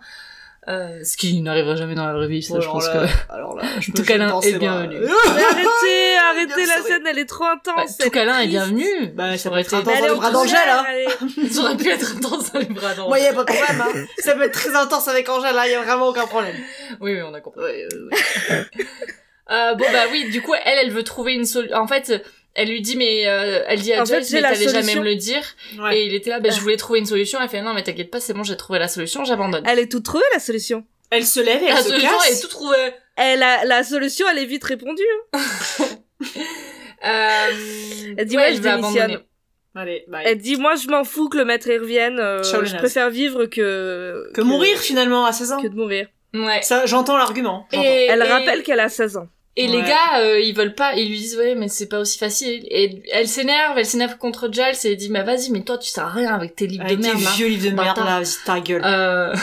[SPEAKER 3] euh, ce qui n'arrivera jamais dans la vraie vie ça je pense que
[SPEAKER 4] Oh, Alors là, je
[SPEAKER 3] Tout câlin est bienvenu.
[SPEAKER 4] Euh,
[SPEAKER 2] Mais arrêtez, arrêtez
[SPEAKER 4] bien
[SPEAKER 2] la
[SPEAKER 4] sauvé.
[SPEAKER 2] scène, elle est trop
[SPEAKER 3] Bah,
[SPEAKER 2] intense.
[SPEAKER 3] tout câlin est bienvenu
[SPEAKER 4] Oh, Bah, ça
[SPEAKER 3] aurait
[SPEAKER 4] peut être
[SPEAKER 3] été-
[SPEAKER 2] Mais
[SPEAKER 4] Dans
[SPEAKER 2] elle est
[SPEAKER 4] un
[SPEAKER 2] au
[SPEAKER 4] bras d'Angèle, hein.
[SPEAKER 2] elle est-
[SPEAKER 3] ça aurait pu être intense dans les bras d'Angel.
[SPEAKER 4] Moi, y a pas de problème, hein. Ça peut être très intense avec Angèle, hein. Y a vraiment aucun problème.
[SPEAKER 3] oui oui on a compris
[SPEAKER 4] Ouais, euh,
[SPEAKER 3] Euh, bon bah oui, du coup elle, elle veut trouver une solution. En fait, elle lui dit mais euh, elle dit à
[SPEAKER 2] En fait,
[SPEAKER 3] Joyce
[SPEAKER 2] j'ai
[SPEAKER 3] mais
[SPEAKER 2] la
[SPEAKER 3] t'allais jamais
[SPEAKER 2] solution.
[SPEAKER 3] me le dire.
[SPEAKER 4] ouais. Ouais. Ah.
[SPEAKER 3] Et il était là, bah je voulais trouver une solution. Elle fait non mais t'inquiète pas, c'est bon, j'ai trouvé la solution, j'abandonne.
[SPEAKER 2] Elle est toute trouvée la solution.
[SPEAKER 4] Elle se lève et Ah, elle
[SPEAKER 3] La
[SPEAKER 4] se
[SPEAKER 3] solution
[SPEAKER 4] casse.
[SPEAKER 3] est tout trouvée.
[SPEAKER 2] Elle a, la solution, elle est vite répondue. hein.
[SPEAKER 3] Euh,
[SPEAKER 2] Elle dit, ouais, je
[SPEAKER 3] va
[SPEAKER 2] démissionne.
[SPEAKER 3] abandonner.
[SPEAKER 4] Allez, bye.
[SPEAKER 2] Elle dit, moi, je m'en fous que le maître y revienne. euh,
[SPEAKER 4] Ciao, les
[SPEAKER 2] je
[SPEAKER 4] nazes.
[SPEAKER 2] préfère vivre que,
[SPEAKER 4] Que mourir, finalement, à 16 ans.
[SPEAKER 2] que de mourir.
[SPEAKER 3] Ouais.
[SPEAKER 4] Ça, j'entends l'argument.
[SPEAKER 3] Et,
[SPEAKER 4] j'entends.
[SPEAKER 2] Elle
[SPEAKER 3] et-
[SPEAKER 2] rappelle qu'elle a 16 ans.
[SPEAKER 3] Et les
[SPEAKER 4] Ouais.
[SPEAKER 3] gars, euh, ils veulent pas, ils lui disent ouais mais c'est pas aussi facile. Et elle s'énerve, elle s'énerve contre Giles et elle dit mais vas-y mais toi tu sers à rien avec tes livres
[SPEAKER 4] Avec
[SPEAKER 3] de
[SPEAKER 4] Ah, tes
[SPEAKER 3] merde là.
[SPEAKER 4] vieux livres de merde,
[SPEAKER 3] Bâtard.
[SPEAKER 4] là, vas-y, ta gueule.
[SPEAKER 3] Euh...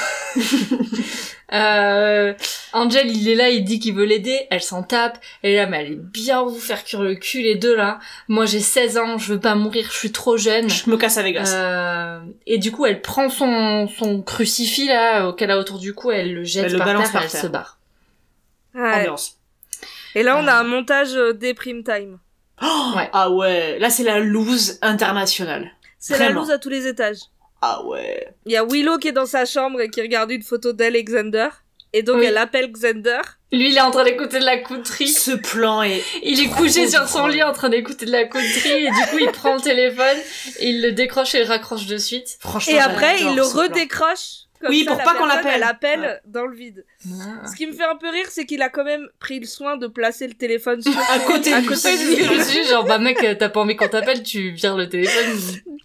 [SPEAKER 3] euh, Angel, il est là, il dit qu'il veut l'aider, elle s'en tape, elle est là, mais allez bien vous faire cuire le cul les deux là. Moi j'ai 16 ans, je veux pas mourir, je suis trop jeune.
[SPEAKER 4] Je me casse avec Vegas.
[SPEAKER 3] Euh, et du coup, elle prend son, son crucifix là, euh, qu'elle a autour du cou, elle le jette
[SPEAKER 4] Elle le
[SPEAKER 3] par,
[SPEAKER 4] balance
[SPEAKER 3] terre,
[SPEAKER 4] par
[SPEAKER 3] et elle
[SPEAKER 4] terre.
[SPEAKER 3] se barre. Oh,
[SPEAKER 2] Ouais.
[SPEAKER 4] Ambiance.
[SPEAKER 2] Et là,
[SPEAKER 4] Ah.
[SPEAKER 2] on a un montage euh, des prime time.
[SPEAKER 4] Oh,
[SPEAKER 3] Ouais.
[SPEAKER 4] Ah ouais, là, c'est la loose internationale.
[SPEAKER 2] C'est la
[SPEAKER 4] Vraiment.
[SPEAKER 2] loose à tous les étages.
[SPEAKER 4] Ah ouais.
[SPEAKER 2] Il y a Willow qui est dans sa chambre et qui regarde une photo d'elle et Xander. Et donc,
[SPEAKER 3] Oui.
[SPEAKER 2] elle appelle Xander.
[SPEAKER 3] Lui, il est en train d'écouter de la country.
[SPEAKER 4] Ce plan est
[SPEAKER 3] Il est couché
[SPEAKER 4] Trop
[SPEAKER 3] sur son
[SPEAKER 4] drôle.
[SPEAKER 3] lit en train d'écouter de la country et du coup, il prend le téléphone, il le décroche et le raccroche de suite.
[SPEAKER 4] franchement.
[SPEAKER 2] Et après,
[SPEAKER 4] j'adore
[SPEAKER 2] il le
[SPEAKER 4] ce plan.
[SPEAKER 2] redécroche. Comme
[SPEAKER 4] Oui,
[SPEAKER 2] ça,
[SPEAKER 4] pour
[SPEAKER 2] la
[SPEAKER 4] pas qu'on
[SPEAKER 2] personne, Elle
[SPEAKER 4] l'appelle.
[SPEAKER 2] appelle dans le vide. Ce qui me fait un peu rire, c'est qu'il a quand même pris le soin de placer le téléphone sur
[SPEAKER 4] À côté
[SPEAKER 2] à
[SPEAKER 4] du
[SPEAKER 2] côté
[SPEAKER 4] ciel.
[SPEAKER 2] du
[SPEAKER 3] Je me suis dit, genre, bah mec, euh, t'as pas envie qu'on t'appelle, tu vires le téléphone.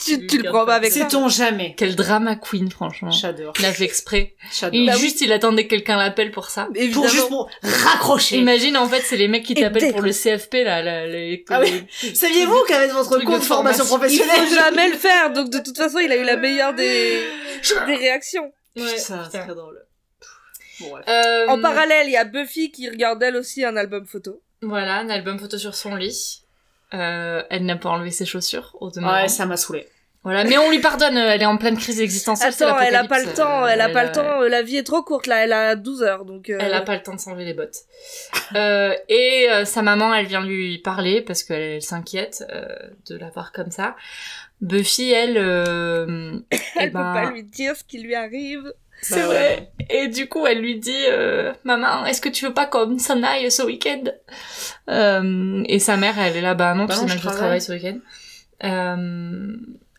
[SPEAKER 2] tu, tu le prends pas avec
[SPEAKER 4] C'est
[SPEAKER 2] toi.
[SPEAKER 4] ton jamais.
[SPEAKER 3] Quel drama queen, franchement.
[SPEAKER 4] J'adore.
[SPEAKER 3] Il a fait exprès.
[SPEAKER 4] J'adore.
[SPEAKER 3] Il,
[SPEAKER 2] Bah oui.
[SPEAKER 3] juste, il attendait que quelqu'un l'appelle pour ça.
[SPEAKER 2] Évidemment.
[SPEAKER 4] Pour juste pour raccrocher.
[SPEAKER 3] Imagine, en fait, c'est les mecs qui
[SPEAKER 2] Et
[SPEAKER 3] t'appellent
[SPEAKER 2] dès
[SPEAKER 3] pour le CFP, là, la- les...
[SPEAKER 4] Ah oui. Saviez-vous qu'avec votre
[SPEAKER 3] Truc de
[SPEAKER 4] compte formation
[SPEAKER 3] formation.
[SPEAKER 2] Il
[SPEAKER 4] professionnelle,
[SPEAKER 2] faut jamais le faire. Donc, de toute façon, il a eu la meilleure des, des réactions.
[SPEAKER 3] Ouais,
[SPEAKER 4] ça, c'est
[SPEAKER 3] putain.
[SPEAKER 4] très drôle. Bon, ouais.
[SPEAKER 3] Euh,
[SPEAKER 2] En parallèle, il y a Buffy qui regarde elle aussi un album photo.
[SPEAKER 3] Voilà, un album photo sur son lit. Euh, elle n'a pas enlevé ses chaussures, au demeurant.
[SPEAKER 4] Ouais, ça m'a saoulé.
[SPEAKER 3] Voilà, mais on lui pardonne, euh, elle est en pleine crise existentielle. c'est
[SPEAKER 2] Attends, elle a pas le
[SPEAKER 3] l'apocalypse,
[SPEAKER 2] temps,
[SPEAKER 3] euh,
[SPEAKER 2] elle a pas le
[SPEAKER 3] a-
[SPEAKER 2] temps, euh, la vie est trop courte là, elle a 12 heures donc. euh,
[SPEAKER 3] Elle a pas le temps de s'enlever les bottes. Euh, et euh, sa maman, elle vient lui parler parce qu'elle elle s'inquiète euh, de la voir comme ça. Buffy, elle, euh, eh
[SPEAKER 2] Elle peut
[SPEAKER 3] ben,
[SPEAKER 2] pas lui dire ce qui lui arrive.
[SPEAKER 3] C'est vrai. Et du coup, elle lui dit, euh, maman, est-ce que tu veux pas qu'on s'en aille ce week-end Euh, Et sa mère, elle est là, bah non,
[SPEAKER 4] Bah
[SPEAKER 3] tu
[SPEAKER 4] non,
[SPEAKER 3] sais
[SPEAKER 4] je
[SPEAKER 3] même que je
[SPEAKER 4] travaille.
[SPEAKER 3] travaille ce week-end. Euh,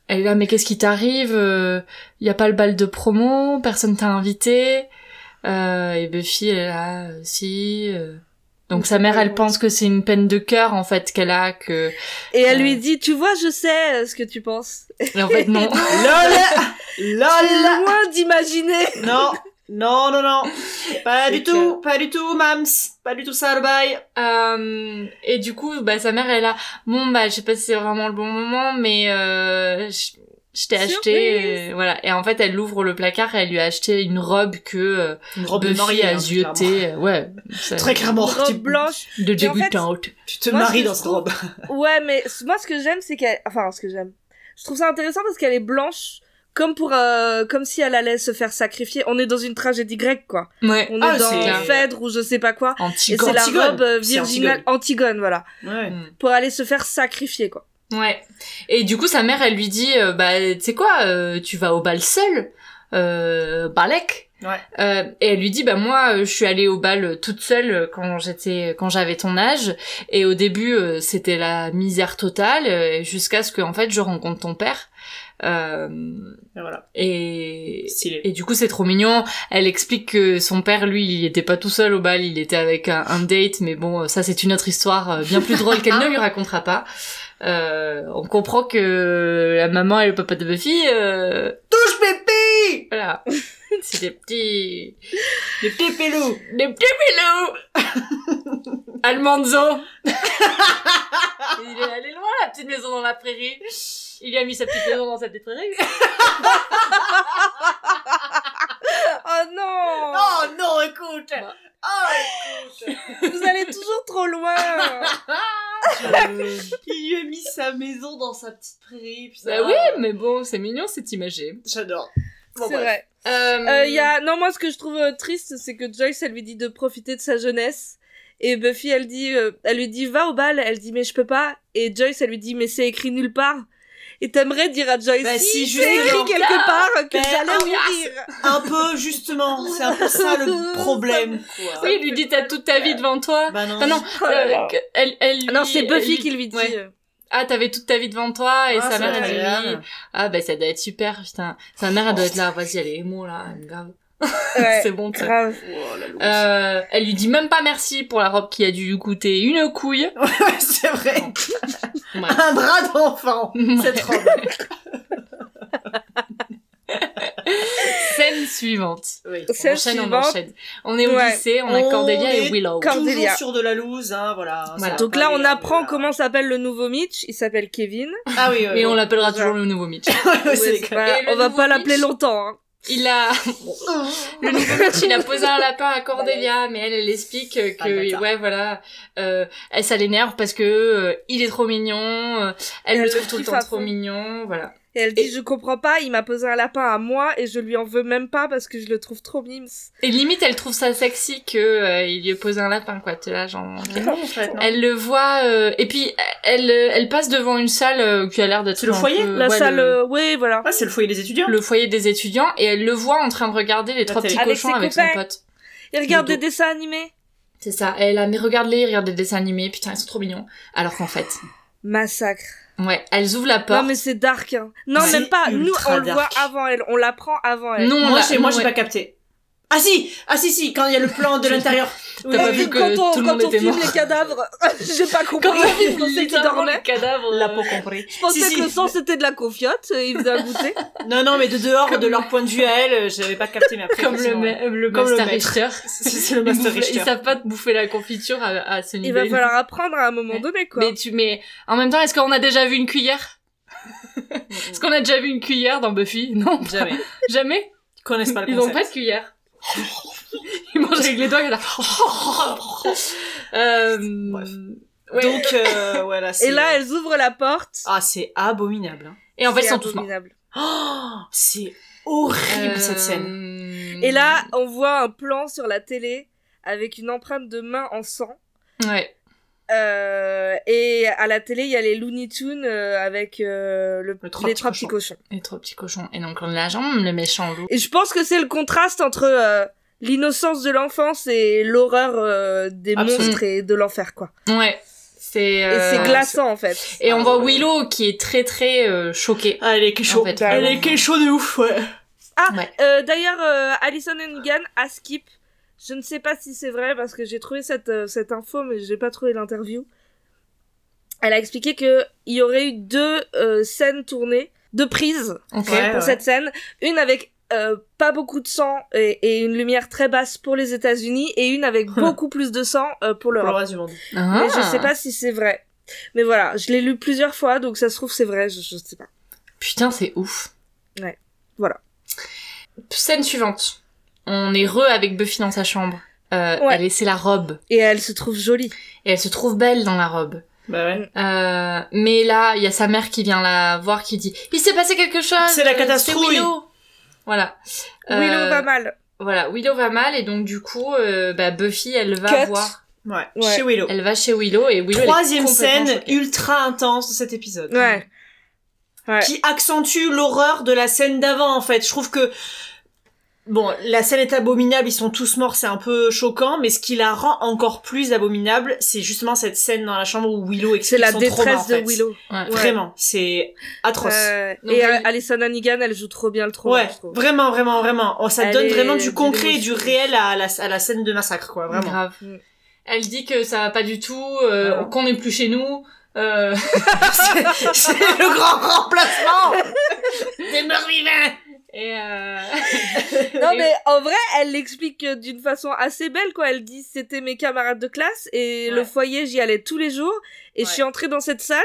[SPEAKER 3] elle est là, mais qu'est-ce qui t'arrive Il y a pas le bal de promo, personne t'a invité. Euh, et Buffy, elle est là, euh, si. euh. Donc sa mère, elle pense que c'est une peine de cœur en fait qu'elle a, que
[SPEAKER 2] Et elle
[SPEAKER 3] Ouais.
[SPEAKER 2] lui dit, tu vois, je sais euh, ce que tu penses.
[SPEAKER 3] et en fait non.
[SPEAKER 4] LOL LOL
[SPEAKER 2] Loin d'imaginer.
[SPEAKER 4] Non Non, non, non Pas
[SPEAKER 3] C'est
[SPEAKER 4] du tout Pas du tout, mams Pas du tout ça, le bail
[SPEAKER 3] Euh, et du coup, bah, sa mère, elle a, bon, bah, je sais pas si c'est vraiment le bon moment, mais euh, je, je t'ai acheté, euh, voilà. Et en fait, elle ouvre le placard, et elle lui a acheté une robe que euh,
[SPEAKER 4] Une
[SPEAKER 3] Buffy a
[SPEAKER 4] hein,
[SPEAKER 3] zioté, euh, ouais, ça-
[SPEAKER 4] clairement. Très clairement,
[SPEAKER 2] Robe
[SPEAKER 4] Oh, tu,
[SPEAKER 2] blanche.
[SPEAKER 3] de
[SPEAKER 2] Mais en fait,
[SPEAKER 3] débutante.
[SPEAKER 4] tu te
[SPEAKER 2] moi, ce
[SPEAKER 4] maries
[SPEAKER 2] que
[SPEAKER 4] dans
[SPEAKER 2] je
[SPEAKER 4] cette robe.
[SPEAKER 2] Ouais, mais c- moi ce que j'aime, c'est qu'elle. Enfin, ce que j'aime. Je trouve ça intéressant parce qu'elle est blanche, comme pour, euh, comme si elle allait se faire sacrifier. On est dans une tragédie grecque, quoi.
[SPEAKER 3] Ouais,
[SPEAKER 2] On
[SPEAKER 4] Ah,
[SPEAKER 2] est dans
[SPEAKER 4] c'est-
[SPEAKER 2] Phèdre ou je sais pas quoi. Et
[SPEAKER 3] Antigone.
[SPEAKER 2] c'est la
[SPEAKER 4] Antigone.
[SPEAKER 2] robe euh,
[SPEAKER 4] C'est
[SPEAKER 2] virginale Antigone, voilà,
[SPEAKER 4] Ouais.
[SPEAKER 2] pour aller se faire sacrifier, quoi.
[SPEAKER 3] Ouais. Et du coup, sa mère, elle lui dit, euh, bah, tu sais quoi, euh, tu vas au bal seul, euh, Balek.
[SPEAKER 4] Ouais.
[SPEAKER 3] Euh, et elle lui dit, bah moi, euh, je suis allée au bal toute seule euh, quand j'étais, quand j'avais ton âge. Et au début, euh, c'était la misère totale, euh, jusqu'à ce que, en fait, je rencontre ton père. Euh,
[SPEAKER 4] Et voilà.
[SPEAKER 3] et
[SPEAKER 4] Stylé.
[SPEAKER 3] et du coup, c'est trop mignon. Elle explique que son père, lui, il était pas tout seul au bal, il était avec un, un date, mais bon, euh, ça, c'est une autre histoire euh, bien plus drôle qu'elle ne lui racontera pas. Euh, on comprend que la maman et le papa de Buffy, euh,
[SPEAKER 4] Touche pépé
[SPEAKER 3] voilà, c'est des petits,
[SPEAKER 4] Les petits pélous
[SPEAKER 3] des petits pilous. Almanzo. Il est allé loin, la petite maison dans la prairie. Il a mis sa petite maison dans sa petite prairie.
[SPEAKER 2] Oh non
[SPEAKER 4] Oh non, écoute
[SPEAKER 3] Bah.
[SPEAKER 4] Oh
[SPEAKER 2] Vous allez toujours trop loin
[SPEAKER 4] Il lui a mis sa maison dans sa petite prairie. puis ça
[SPEAKER 3] Bah
[SPEAKER 4] va.
[SPEAKER 3] oui, mais bon, c'est mignon, c'est imagé.
[SPEAKER 4] J'adore. Bon,
[SPEAKER 2] C'est
[SPEAKER 4] bref.
[SPEAKER 2] vrai.
[SPEAKER 3] Euh,
[SPEAKER 2] Euh, y a... Non, moi, ce que je trouve euh, triste, c'est que Joyce, elle lui dit de profiter de sa jeunesse. Et Buffy, elle, dit, euh, elle lui dit, va au bal. Elle dit, mais je peux pas. Et Joyce, elle lui dit, mais c'est écrit nulle part. Et t'aimerais dire à Joyce,
[SPEAKER 4] Bah
[SPEAKER 2] si,
[SPEAKER 4] si,
[SPEAKER 2] c'est
[SPEAKER 4] justement.
[SPEAKER 2] écrit quelque part que
[SPEAKER 4] Ben,
[SPEAKER 2] j'allais
[SPEAKER 4] oh,
[SPEAKER 2] mourir.
[SPEAKER 4] Un peu, justement, c'est un peu ça le problème, quoi.
[SPEAKER 3] Oui, elle lui dit t'as toute ta vie devant toi.
[SPEAKER 4] Bah non.
[SPEAKER 3] Enfin non,
[SPEAKER 2] Euh, Oh là
[SPEAKER 3] euh,
[SPEAKER 2] là.
[SPEAKER 3] que- elle, elle lui-
[SPEAKER 2] Ah Non, c'est
[SPEAKER 3] elle
[SPEAKER 2] Buffy qui lui dit. euh.
[SPEAKER 3] Ouais. Ah, t'avais toute ta vie devant toi et
[SPEAKER 4] Ah,
[SPEAKER 3] sa
[SPEAKER 4] c'est
[SPEAKER 3] mère elle lui
[SPEAKER 4] agréable.
[SPEAKER 3] dit ah bah ça doit être super putain. Sa mère elle doit être là vas-y elle est émo là elle me gave.
[SPEAKER 2] Oh, Ouais,
[SPEAKER 3] c'est bon. t'sais.
[SPEAKER 2] grave.
[SPEAKER 4] Oh, la loose.
[SPEAKER 3] Euh, elle lui dit même pas merci pour la robe qui a dû coûter une couille.
[SPEAKER 4] Ouais, c'est vrai.
[SPEAKER 3] Ouais.
[SPEAKER 4] Un bras d'enfant, cette
[SPEAKER 3] Ouais.
[SPEAKER 4] robe.
[SPEAKER 3] Scène suivante.
[SPEAKER 4] Oui.
[SPEAKER 2] Scène
[SPEAKER 3] on enchaîne,
[SPEAKER 2] suivante.
[SPEAKER 3] on enchaîne. On est au
[SPEAKER 2] Ouais.
[SPEAKER 3] lycée, on a
[SPEAKER 4] On
[SPEAKER 3] Cordelia
[SPEAKER 4] est
[SPEAKER 3] et Willow.
[SPEAKER 2] Cor- Cordelia.
[SPEAKER 4] Toujours sur de la loose, hein, voilà.
[SPEAKER 3] Voilà.
[SPEAKER 4] Ça va
[SPEAKER 2] Donc là,
[SPEAKER 4] pas
[SPEAKER 2] on
[SPEAKER 4] aller,
[SPEAKER 2] apprend
[SPEAKER 4] voilà.
[SPEAKER 2] comment s'appelle le nouveau Mitch. Il s'appelle Kevin.
[SPEAKER 4] Ah oui, oui.
[SPEAKER 3] Mais on
[SPEAKER 4] oui.
[SPEAKER 3] l'appellera
[SPEAKER 2] Ouais.
[SPEAKER 3] toujours le nouveau Mitch.
[SPEAKER 4] Ouais,
[SPEAKER 2] Ouais,
[SPEAKER 4] c'est
[SPEAKER 2] c'est
[SPEAKER 4] les
[SPEAKER 2] pas-
[SPEAKER 3] Et le
[SPEAKER 2] On va
[SPEAKER 3] nouveau
[SPEAKER 2] pas l'appeler
[SPEAKER 3] Mitch
[SPEAKER 2] longtemps. hein.
[SPEAKER 3] Il a le nouveau coach, il a posé un lapin à Cordelia, mais elle, elle explique euh,
[SPEAKER 4] Ah, le
[SPEAKER 3] que
[SPEAKER 4] bâtard.
[SPEAKER 3] ouais voilà, euh, elle ça l'énerve parce que euh, il est trop mignon, euh, elle,
[SPEAKER 2] Elle
[SPEAKER 3] le
[SPEAKER 2] le
[SPEAKER 3] trouve tout le
[SPEAKER 2] kiffe
[SPEAKER 3] temps
[SPEAKER 2] à
[SPEAKER 3] trop
[SPEAKER 2] fond.
[SPEAKER 3] mignon, voilà.
[SPEAKER 2] Et elle dit,
[SPEAKER 3] Et-
[SPEAKER 2] je comprends pas, il m'a posé un lapin à moi et je lui en veux même pas parce que je le trouve trop mimes.
[SPEAKER 3] Et limite elle trouve ça sexy que euh, il lui ait posé un lapin quoi, t'es là genre.
[SPEAKER 4] Non, en fait, non.
[SPEAKER 3] Elle le voit euh, et puis elle euh, elle passe devant une salle euh, qui a l'air d'être
[SPEAKER 4] C'est le
[SPEAKER 3] un
[SPEAKER 4] foyer
[SPEAKER 3] peu-
[SPEAKER 2] La
[SPEAKER 3] ouais,
[SPEAKER 2] salle,
[SPEAKER 3] le,
[SPEAKER 2] euh, ouais, voilà.
[SPEAKER 4] Ah Ouais, c'est le foyer des étudiants.
[SPEAKER 3] le foyer des étudiants et elle le voit en train de regarder les
[SPEAKER 4] La
[SPEAKER 3] trois petits
[SPEAKER 4] télé.
[SPEAKER 2] Avec ses
[SPEAKER 3] cochons avec son
[SPEAKER 2] copains.
[SPEAKER 3] pote.
[SPEAKER 2] Il regarde
[SPEAKER 3] dos.
[SPEAKER 2] des dessins animés.
[SPEAKER 3] C'est ça. Elle a mais regarde-les, regarde des dessins animés, putain, ils sont trop mignons. Alors qu'en fait,
[SPEAKER 2] Massacre.
[SPEAKER 3] ouais, elles ouvrent la porte.
[SPEAKER 2] Non, mais c'est dark. hein. Non,
[SPEAKER 4] Ouais.
[SPEAKER 2] même pas.
[SPEAKER 4] C'est
[SPEAKER 2] Nous,
[SPEAKER 4] ultra
[SPEAKER 2] on le voit
[SPEAKER 4] dark.
[SPEAKER 2] avant elle. On l'apprend avant elle.
[SPEAKER 3] Non, on
[SPEAKER 4] moi,
[SPEAKER 3] l'a-
[SPEAKER 4] j'ai, moi, j'ai
[SPEAKER 3] ouais.
[SPEAKER 4] pas capté. Ah si, ah si, si, quand il y a le plan de l'intérieur. Oui,
[SPEAKER 3] T'as pas
[SPEAKER 4] oui,
[SPEAKER 3] vu
[SPEAKER 4] oui.
[SPEAKER 3] que tout le
[SPEAKER 2] quand
[SPEAKER 3] monde
[SPEAKER 2] on
[SPEAKER 3] était
[SPEAKER 2] filme
[SPEAKER 3] mort.
[SPEAKER 2] les cadavres, j'ai pas compris. je pensais qu'il dormait.
[SPEAKER 3] cadavre.
[SPEAKER 4] La peau compris.
[SPEAKER 2] Je pensais
[SPEAKER 4] Si,
[SPEAKER 2] que
[SPEAKER 4] si.
[SPEAKER 2] le sang c'était de la confiote. et Il faisait un goûter.
[SPEAKER 4] Non, non, mais de dehors, de leur point de vue à elle, euh, j'avais pas capté, mais après,
[SPEAKER 3] Comme le,
[SPEAKER 4] forcément, ouais.
[SPEAKER 3] ma- le
[SPEAKER 4] Comme euh, le
[SPEAKER 3] Master
[SPEAKER 4] maître.
[SPEAKER 3] Richter.
[SPEAKER 4] C'est c'est le
[SPEAKER 3] Ils
[SPEAKER 4] Master
[SPEAKER 3] bouffent- Ils
[SPEAKER 4] Richter.
[SPEAKER 3] savent pas te bouffer la confiture à, à ce
[SPEAKER 2] Il
[SPEAKER 3] niveau.
[SPEAKER 2] va falloir apprendre à un moment donné, quoi.
[SPEAKER 3] Mais tu mais en même temps, est-ce qu'on a déjà vu une cuillère Est-ce qu'on a déjà vu une cuillère dans Buffy Non,
[SPEAKER 4] Jamais.
[SPEAKER 3] jamais.
[SPEAKER 4] Ils connaissent pas le
[SPEAKER 3] Ils ont
[SPEAKER 4] concept.
[SPEAKER 3] pas de cuillère. Ils mangent avec les doigts. ils sont là. Euh,
[SPEAKER 4] Bref.
[SPEAKER 3] ouais.
[SPEAKER 4] Donc, euh, voilà, c'est...
[SPEAKER 2] Et là, elles ouvrent la porte.
[SPEAKER 4] Ah, c'est abominable. hein.
[SPEAKER 3] Et en fait, ils
[SPEAKER 2] C'est
[SPEAKER 3] sont tous morts.
[SPEAKER 2] abominable.
[SPEAKER 4] Oh, c'est horrible cette scène.
[SPEAKER 3] Euh,
[SPEAKER 2] Et là, on voit un plan sur la télé avec une empreinte de main en sang.
[SPEAKER 3] Ouais.
[SPEAKER 2] Euh, et à la télé, il y a les Looney Tunes euh, avec euh, le,
[SPEAKER 3] Les trois
[SPEAKER 2] les
[SPEAKER 3] petits
[SPEAKER 2] trois petits cochons.
[SPEAKER 3] Et trop petit cochon. Et donc, on a genre le méchant loup.
[SPEAKER 2] Et je pense que c'est le contraste entre euh, l'innocence de l'enfance et l'horreur euh, des
[SPEAKER 4] Absolument.
[SPEAKER 2] monstres et de l'enfer, quoi.
[SPEAKER 3] Ouais. C'est.
[SPEAKER 2] Et
[SPEAKER 3] euh,
[SPEAKER 2] c'est glaçant, en fait.
[SPEAKER 3] Et on voit Willow qui est très très euh, choquée.
[SPEAKER 4] Ah, elle est
[SPEAKER 3] En
[SPEAKER 4] kécho.
[SPEAKER 3] fait,
[SPEAKER 4] elle
[SPEAKER 3] vraiment.
[SPEAKER 4] est kécho de ouf, ouais.
[SPEAKER 2] Euh, D'ailleurs, euh, Alison Hennigan à Skip, je ne sais pas si c'est vrai parce que j'ai trouvé cette, euh, cette info mais j'ai pas trouvé l'interview. Elle a expliqué que il y aurait eu deux euh, scènes tournées, deux prises
[SPEAKER 3] Ok.
[SPEAKER 2] pour cette scène. Une avec euh, pas beaucoup de sang et, et une lumière très basse pour les États-Unis et une avec beaucoup plus de sang euh, pour
[SPEAKER 4] Pour le Ah.
[SPEAKER 2] l'Europe.
[SPEAKER 4] reste du monde.
[SPEAKER 3] Ah.
[SPEAKER 2] Mais je sais pas si c'est vrai. Mais voilà, je l'ai lu plusieurs fois donc ça se trouve c'est vrai, je, je sais pas.
[SPEAKER 3] Putain, c'est ouf.
[SPEAKER 2] Ouais. Voilà.
[SPEAKER 3] Scène suivante. On est re avec Buffy dans sa chambre. Euh,
[SPEAKER 2] Ouais.
[SPEAKER 3] Elle essaie la robe.
[SPEAKER 2] Et elle se trouve jolie.
[SPEAKER 3] Et elle se trouve belle dans la robe.
[SPEAKER 4] Bah ouais.
[SPEAKER 3] Euh, mais là, il y a sa mère qui vient la voir, qui dit « Il s'est passé quelque chose
[SPEAKER 4] C'est la
[SPEAKER 3] euh,
[SPEAKER 4] catastrouille.
[SPEAKER 3] Willow. Voilà. Euh,
[SPEAKER 2] Willow va mal.
[SPEAKER 3] Voilà, Willow va mal, et donc du coup, euh, bah, Buffy, elle va
[SPEAKER 2] Cut.
[SPEAKER 3] voir...
[SPEAKER 4] Ouais.
[SPEAKER 2] Ouais.
[SPEAKER 4] Chez Willow.
[SPEAKER 3] Mm. Elle va chez Willow, et Willow, elle est
[SPEAKER 4] Troisième
[SPEAKER 3] complètement
[SPEAKER 4] scène
[SPEAKER 3] choquée.
[SPEAKER 4] ultra intense de cet épisode.
[SPEAKER 2] Ouais. Ouais.
[SPEAKER 4] Qui accentue l'horreur de la scène d'avant, en fait. Je trouve que, bon, la scène est abominable, ils sont tous morts, c'est un peu choquant, mais ce qui la rend encore plus abominable, c'est justement cette scène dans la chambre où Willow
[SPEAKER 2] C'est
[SPEAKER 4] explique
[SPEAKER 2] la
[SPEAKER 4] son trauma,
[SPEAKER 2] détresse
[SPEAKER 4] en fait.
[SPEAKER 2] de Willow.
[SPEAKER 3] Ouais.
[SPEAKER 2] Ouais.
[SPEAKER 4] Vraiment, c'est atroce.
[SPEAKER 2] Euh,
[SPEAKER 3] Donc,
[SPEAKER 2] et
[SPEAKER 3] elle-
[SPEAKER 2] euh, Alison Hannigan, elle joue trop bien le trauma,
[SPEAKER 4] Ouais,
[SPEAKER 2] je trouve.
[SPEAKER 4] vraiment, vraiment, vraiment. Oh, ça
[SPEAKER 2] Elle
[SPEAKER 4] donne
[SPEAKER 2] est-
[SPEAKER 4] vraiment du
[SPEAKER 2] de
[SPEAKER 4] concret et du
[SPEAKER 2] l'émotion.
[SPEAKER 4] réel à la, à la scène de massacre, quoi, vraiment.
[SPEAKER 3] Grave.
[SPEAKER 2] Mm.
[SPEAKER 3] Elle dit que ça va pas du tout, euh,
[SPEAKER 4] Ouais.
[SPEAKER 3] qu'on n'est plus chez nous... Euh,
[SPEAKER 4] c'est c'est le grand remplacement des morts vivants
[SPEAKER 3] et euh,
[SPEAKER 2] Non
[SPEAKER 3] Et-
[SPEAKER 2] mais en vrai, elle l'explique euh, d'une façon assez belle quoi. Elle dit c'était mes camarades de classe et
[SPEAKER 3] Ouais.
[SPEAKER 2] le foyer j'y allais tous les jours et je
[SPEAKER 3] Ouais.
[SPEAKER 2] suis entrée dans cette salle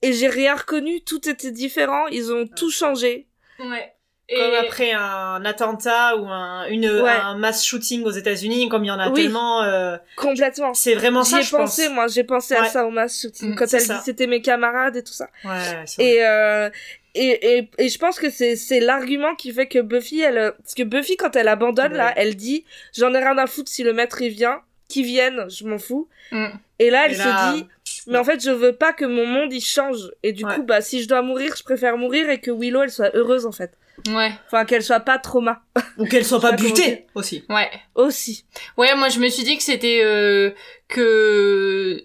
[SPEAKER 2] et j'ai rien reconnu, tout était différent, ils ont tout changé.
[SPEAKER 3] ouais. Et-
[SPEAKER 4] Comme après un attentat ou un, une,
[SPEAKER 2] Ouais.
[SPEAKER 4] un mass shooting aux États-Unis, comme il y en a
[SPEAKER 2] Oui.
[SPEAKER 4] tellement, euh,
[SPEAKER 2] Complètement.
[SPEAKER 4] c'est vraiment
[SPEAKER 2] J'y
[SPEAKER 4] ça,
[SPEAKER 2] ai
[SPEAKER 4] je
[SPEAKER 2] pensé
[SPEAKER 4] pense.
[SPEAKER 2] moi, j'ai pensé à
[SPEAKER 4] Ouais.
[SPEAKER 2] ça au mass shooting
[SPEAKER 3] Mm,
[SPEAKER 2] quand
[SPEAKER 4] c'est
[SPEAKER 2] elle
[SPEAKER 4] ça.
[SPEAKER 2] dit c'était mes camarades et tout ça.
[SPEAKER 4] Ouais, ouais, c'est vrai.
[SPEAKER 2] Et, euh, et, et, et je pense que c'est, c'est l'argument qui fait que Buffy, elle, euh, parce que Buffy, quand elle abandonne,
[SPEAKER 4] Ouais.
[SPEAKER 2] là, elle dit, j'en ai rien à foutre si le maître il vient, qu'il vienne, je m'en fous.
[SPEAKER 3] Mm.
[SPEAKER 2] Et là, elle
[SPEAKER 4] Et là-
[SPEAKER 2] se dit, mais en fait, je veux pas que mon monde il change. Et du
[SPEAKER 4] Ouais.
[SPEAKER 2] coup, bah, si je dois mourir, je préfère mourir et que Willow, elle soit heureuse, en fait.
[SPEAKER 3] Ouais,
[SPEAKER 2] Enfin, qu'elle soit pas trauma.
[SPEAKER 4] Ou qu'elle soit pas
[SPEAKER 2] sais pas comment
[SPEAKER 4] butée, aussi.
[SPEAKER 3] ouais.
[SPEAKER 2] Aussi.
[SPEAKER 3] Ouais, moi je me suis dit que c'était euh, que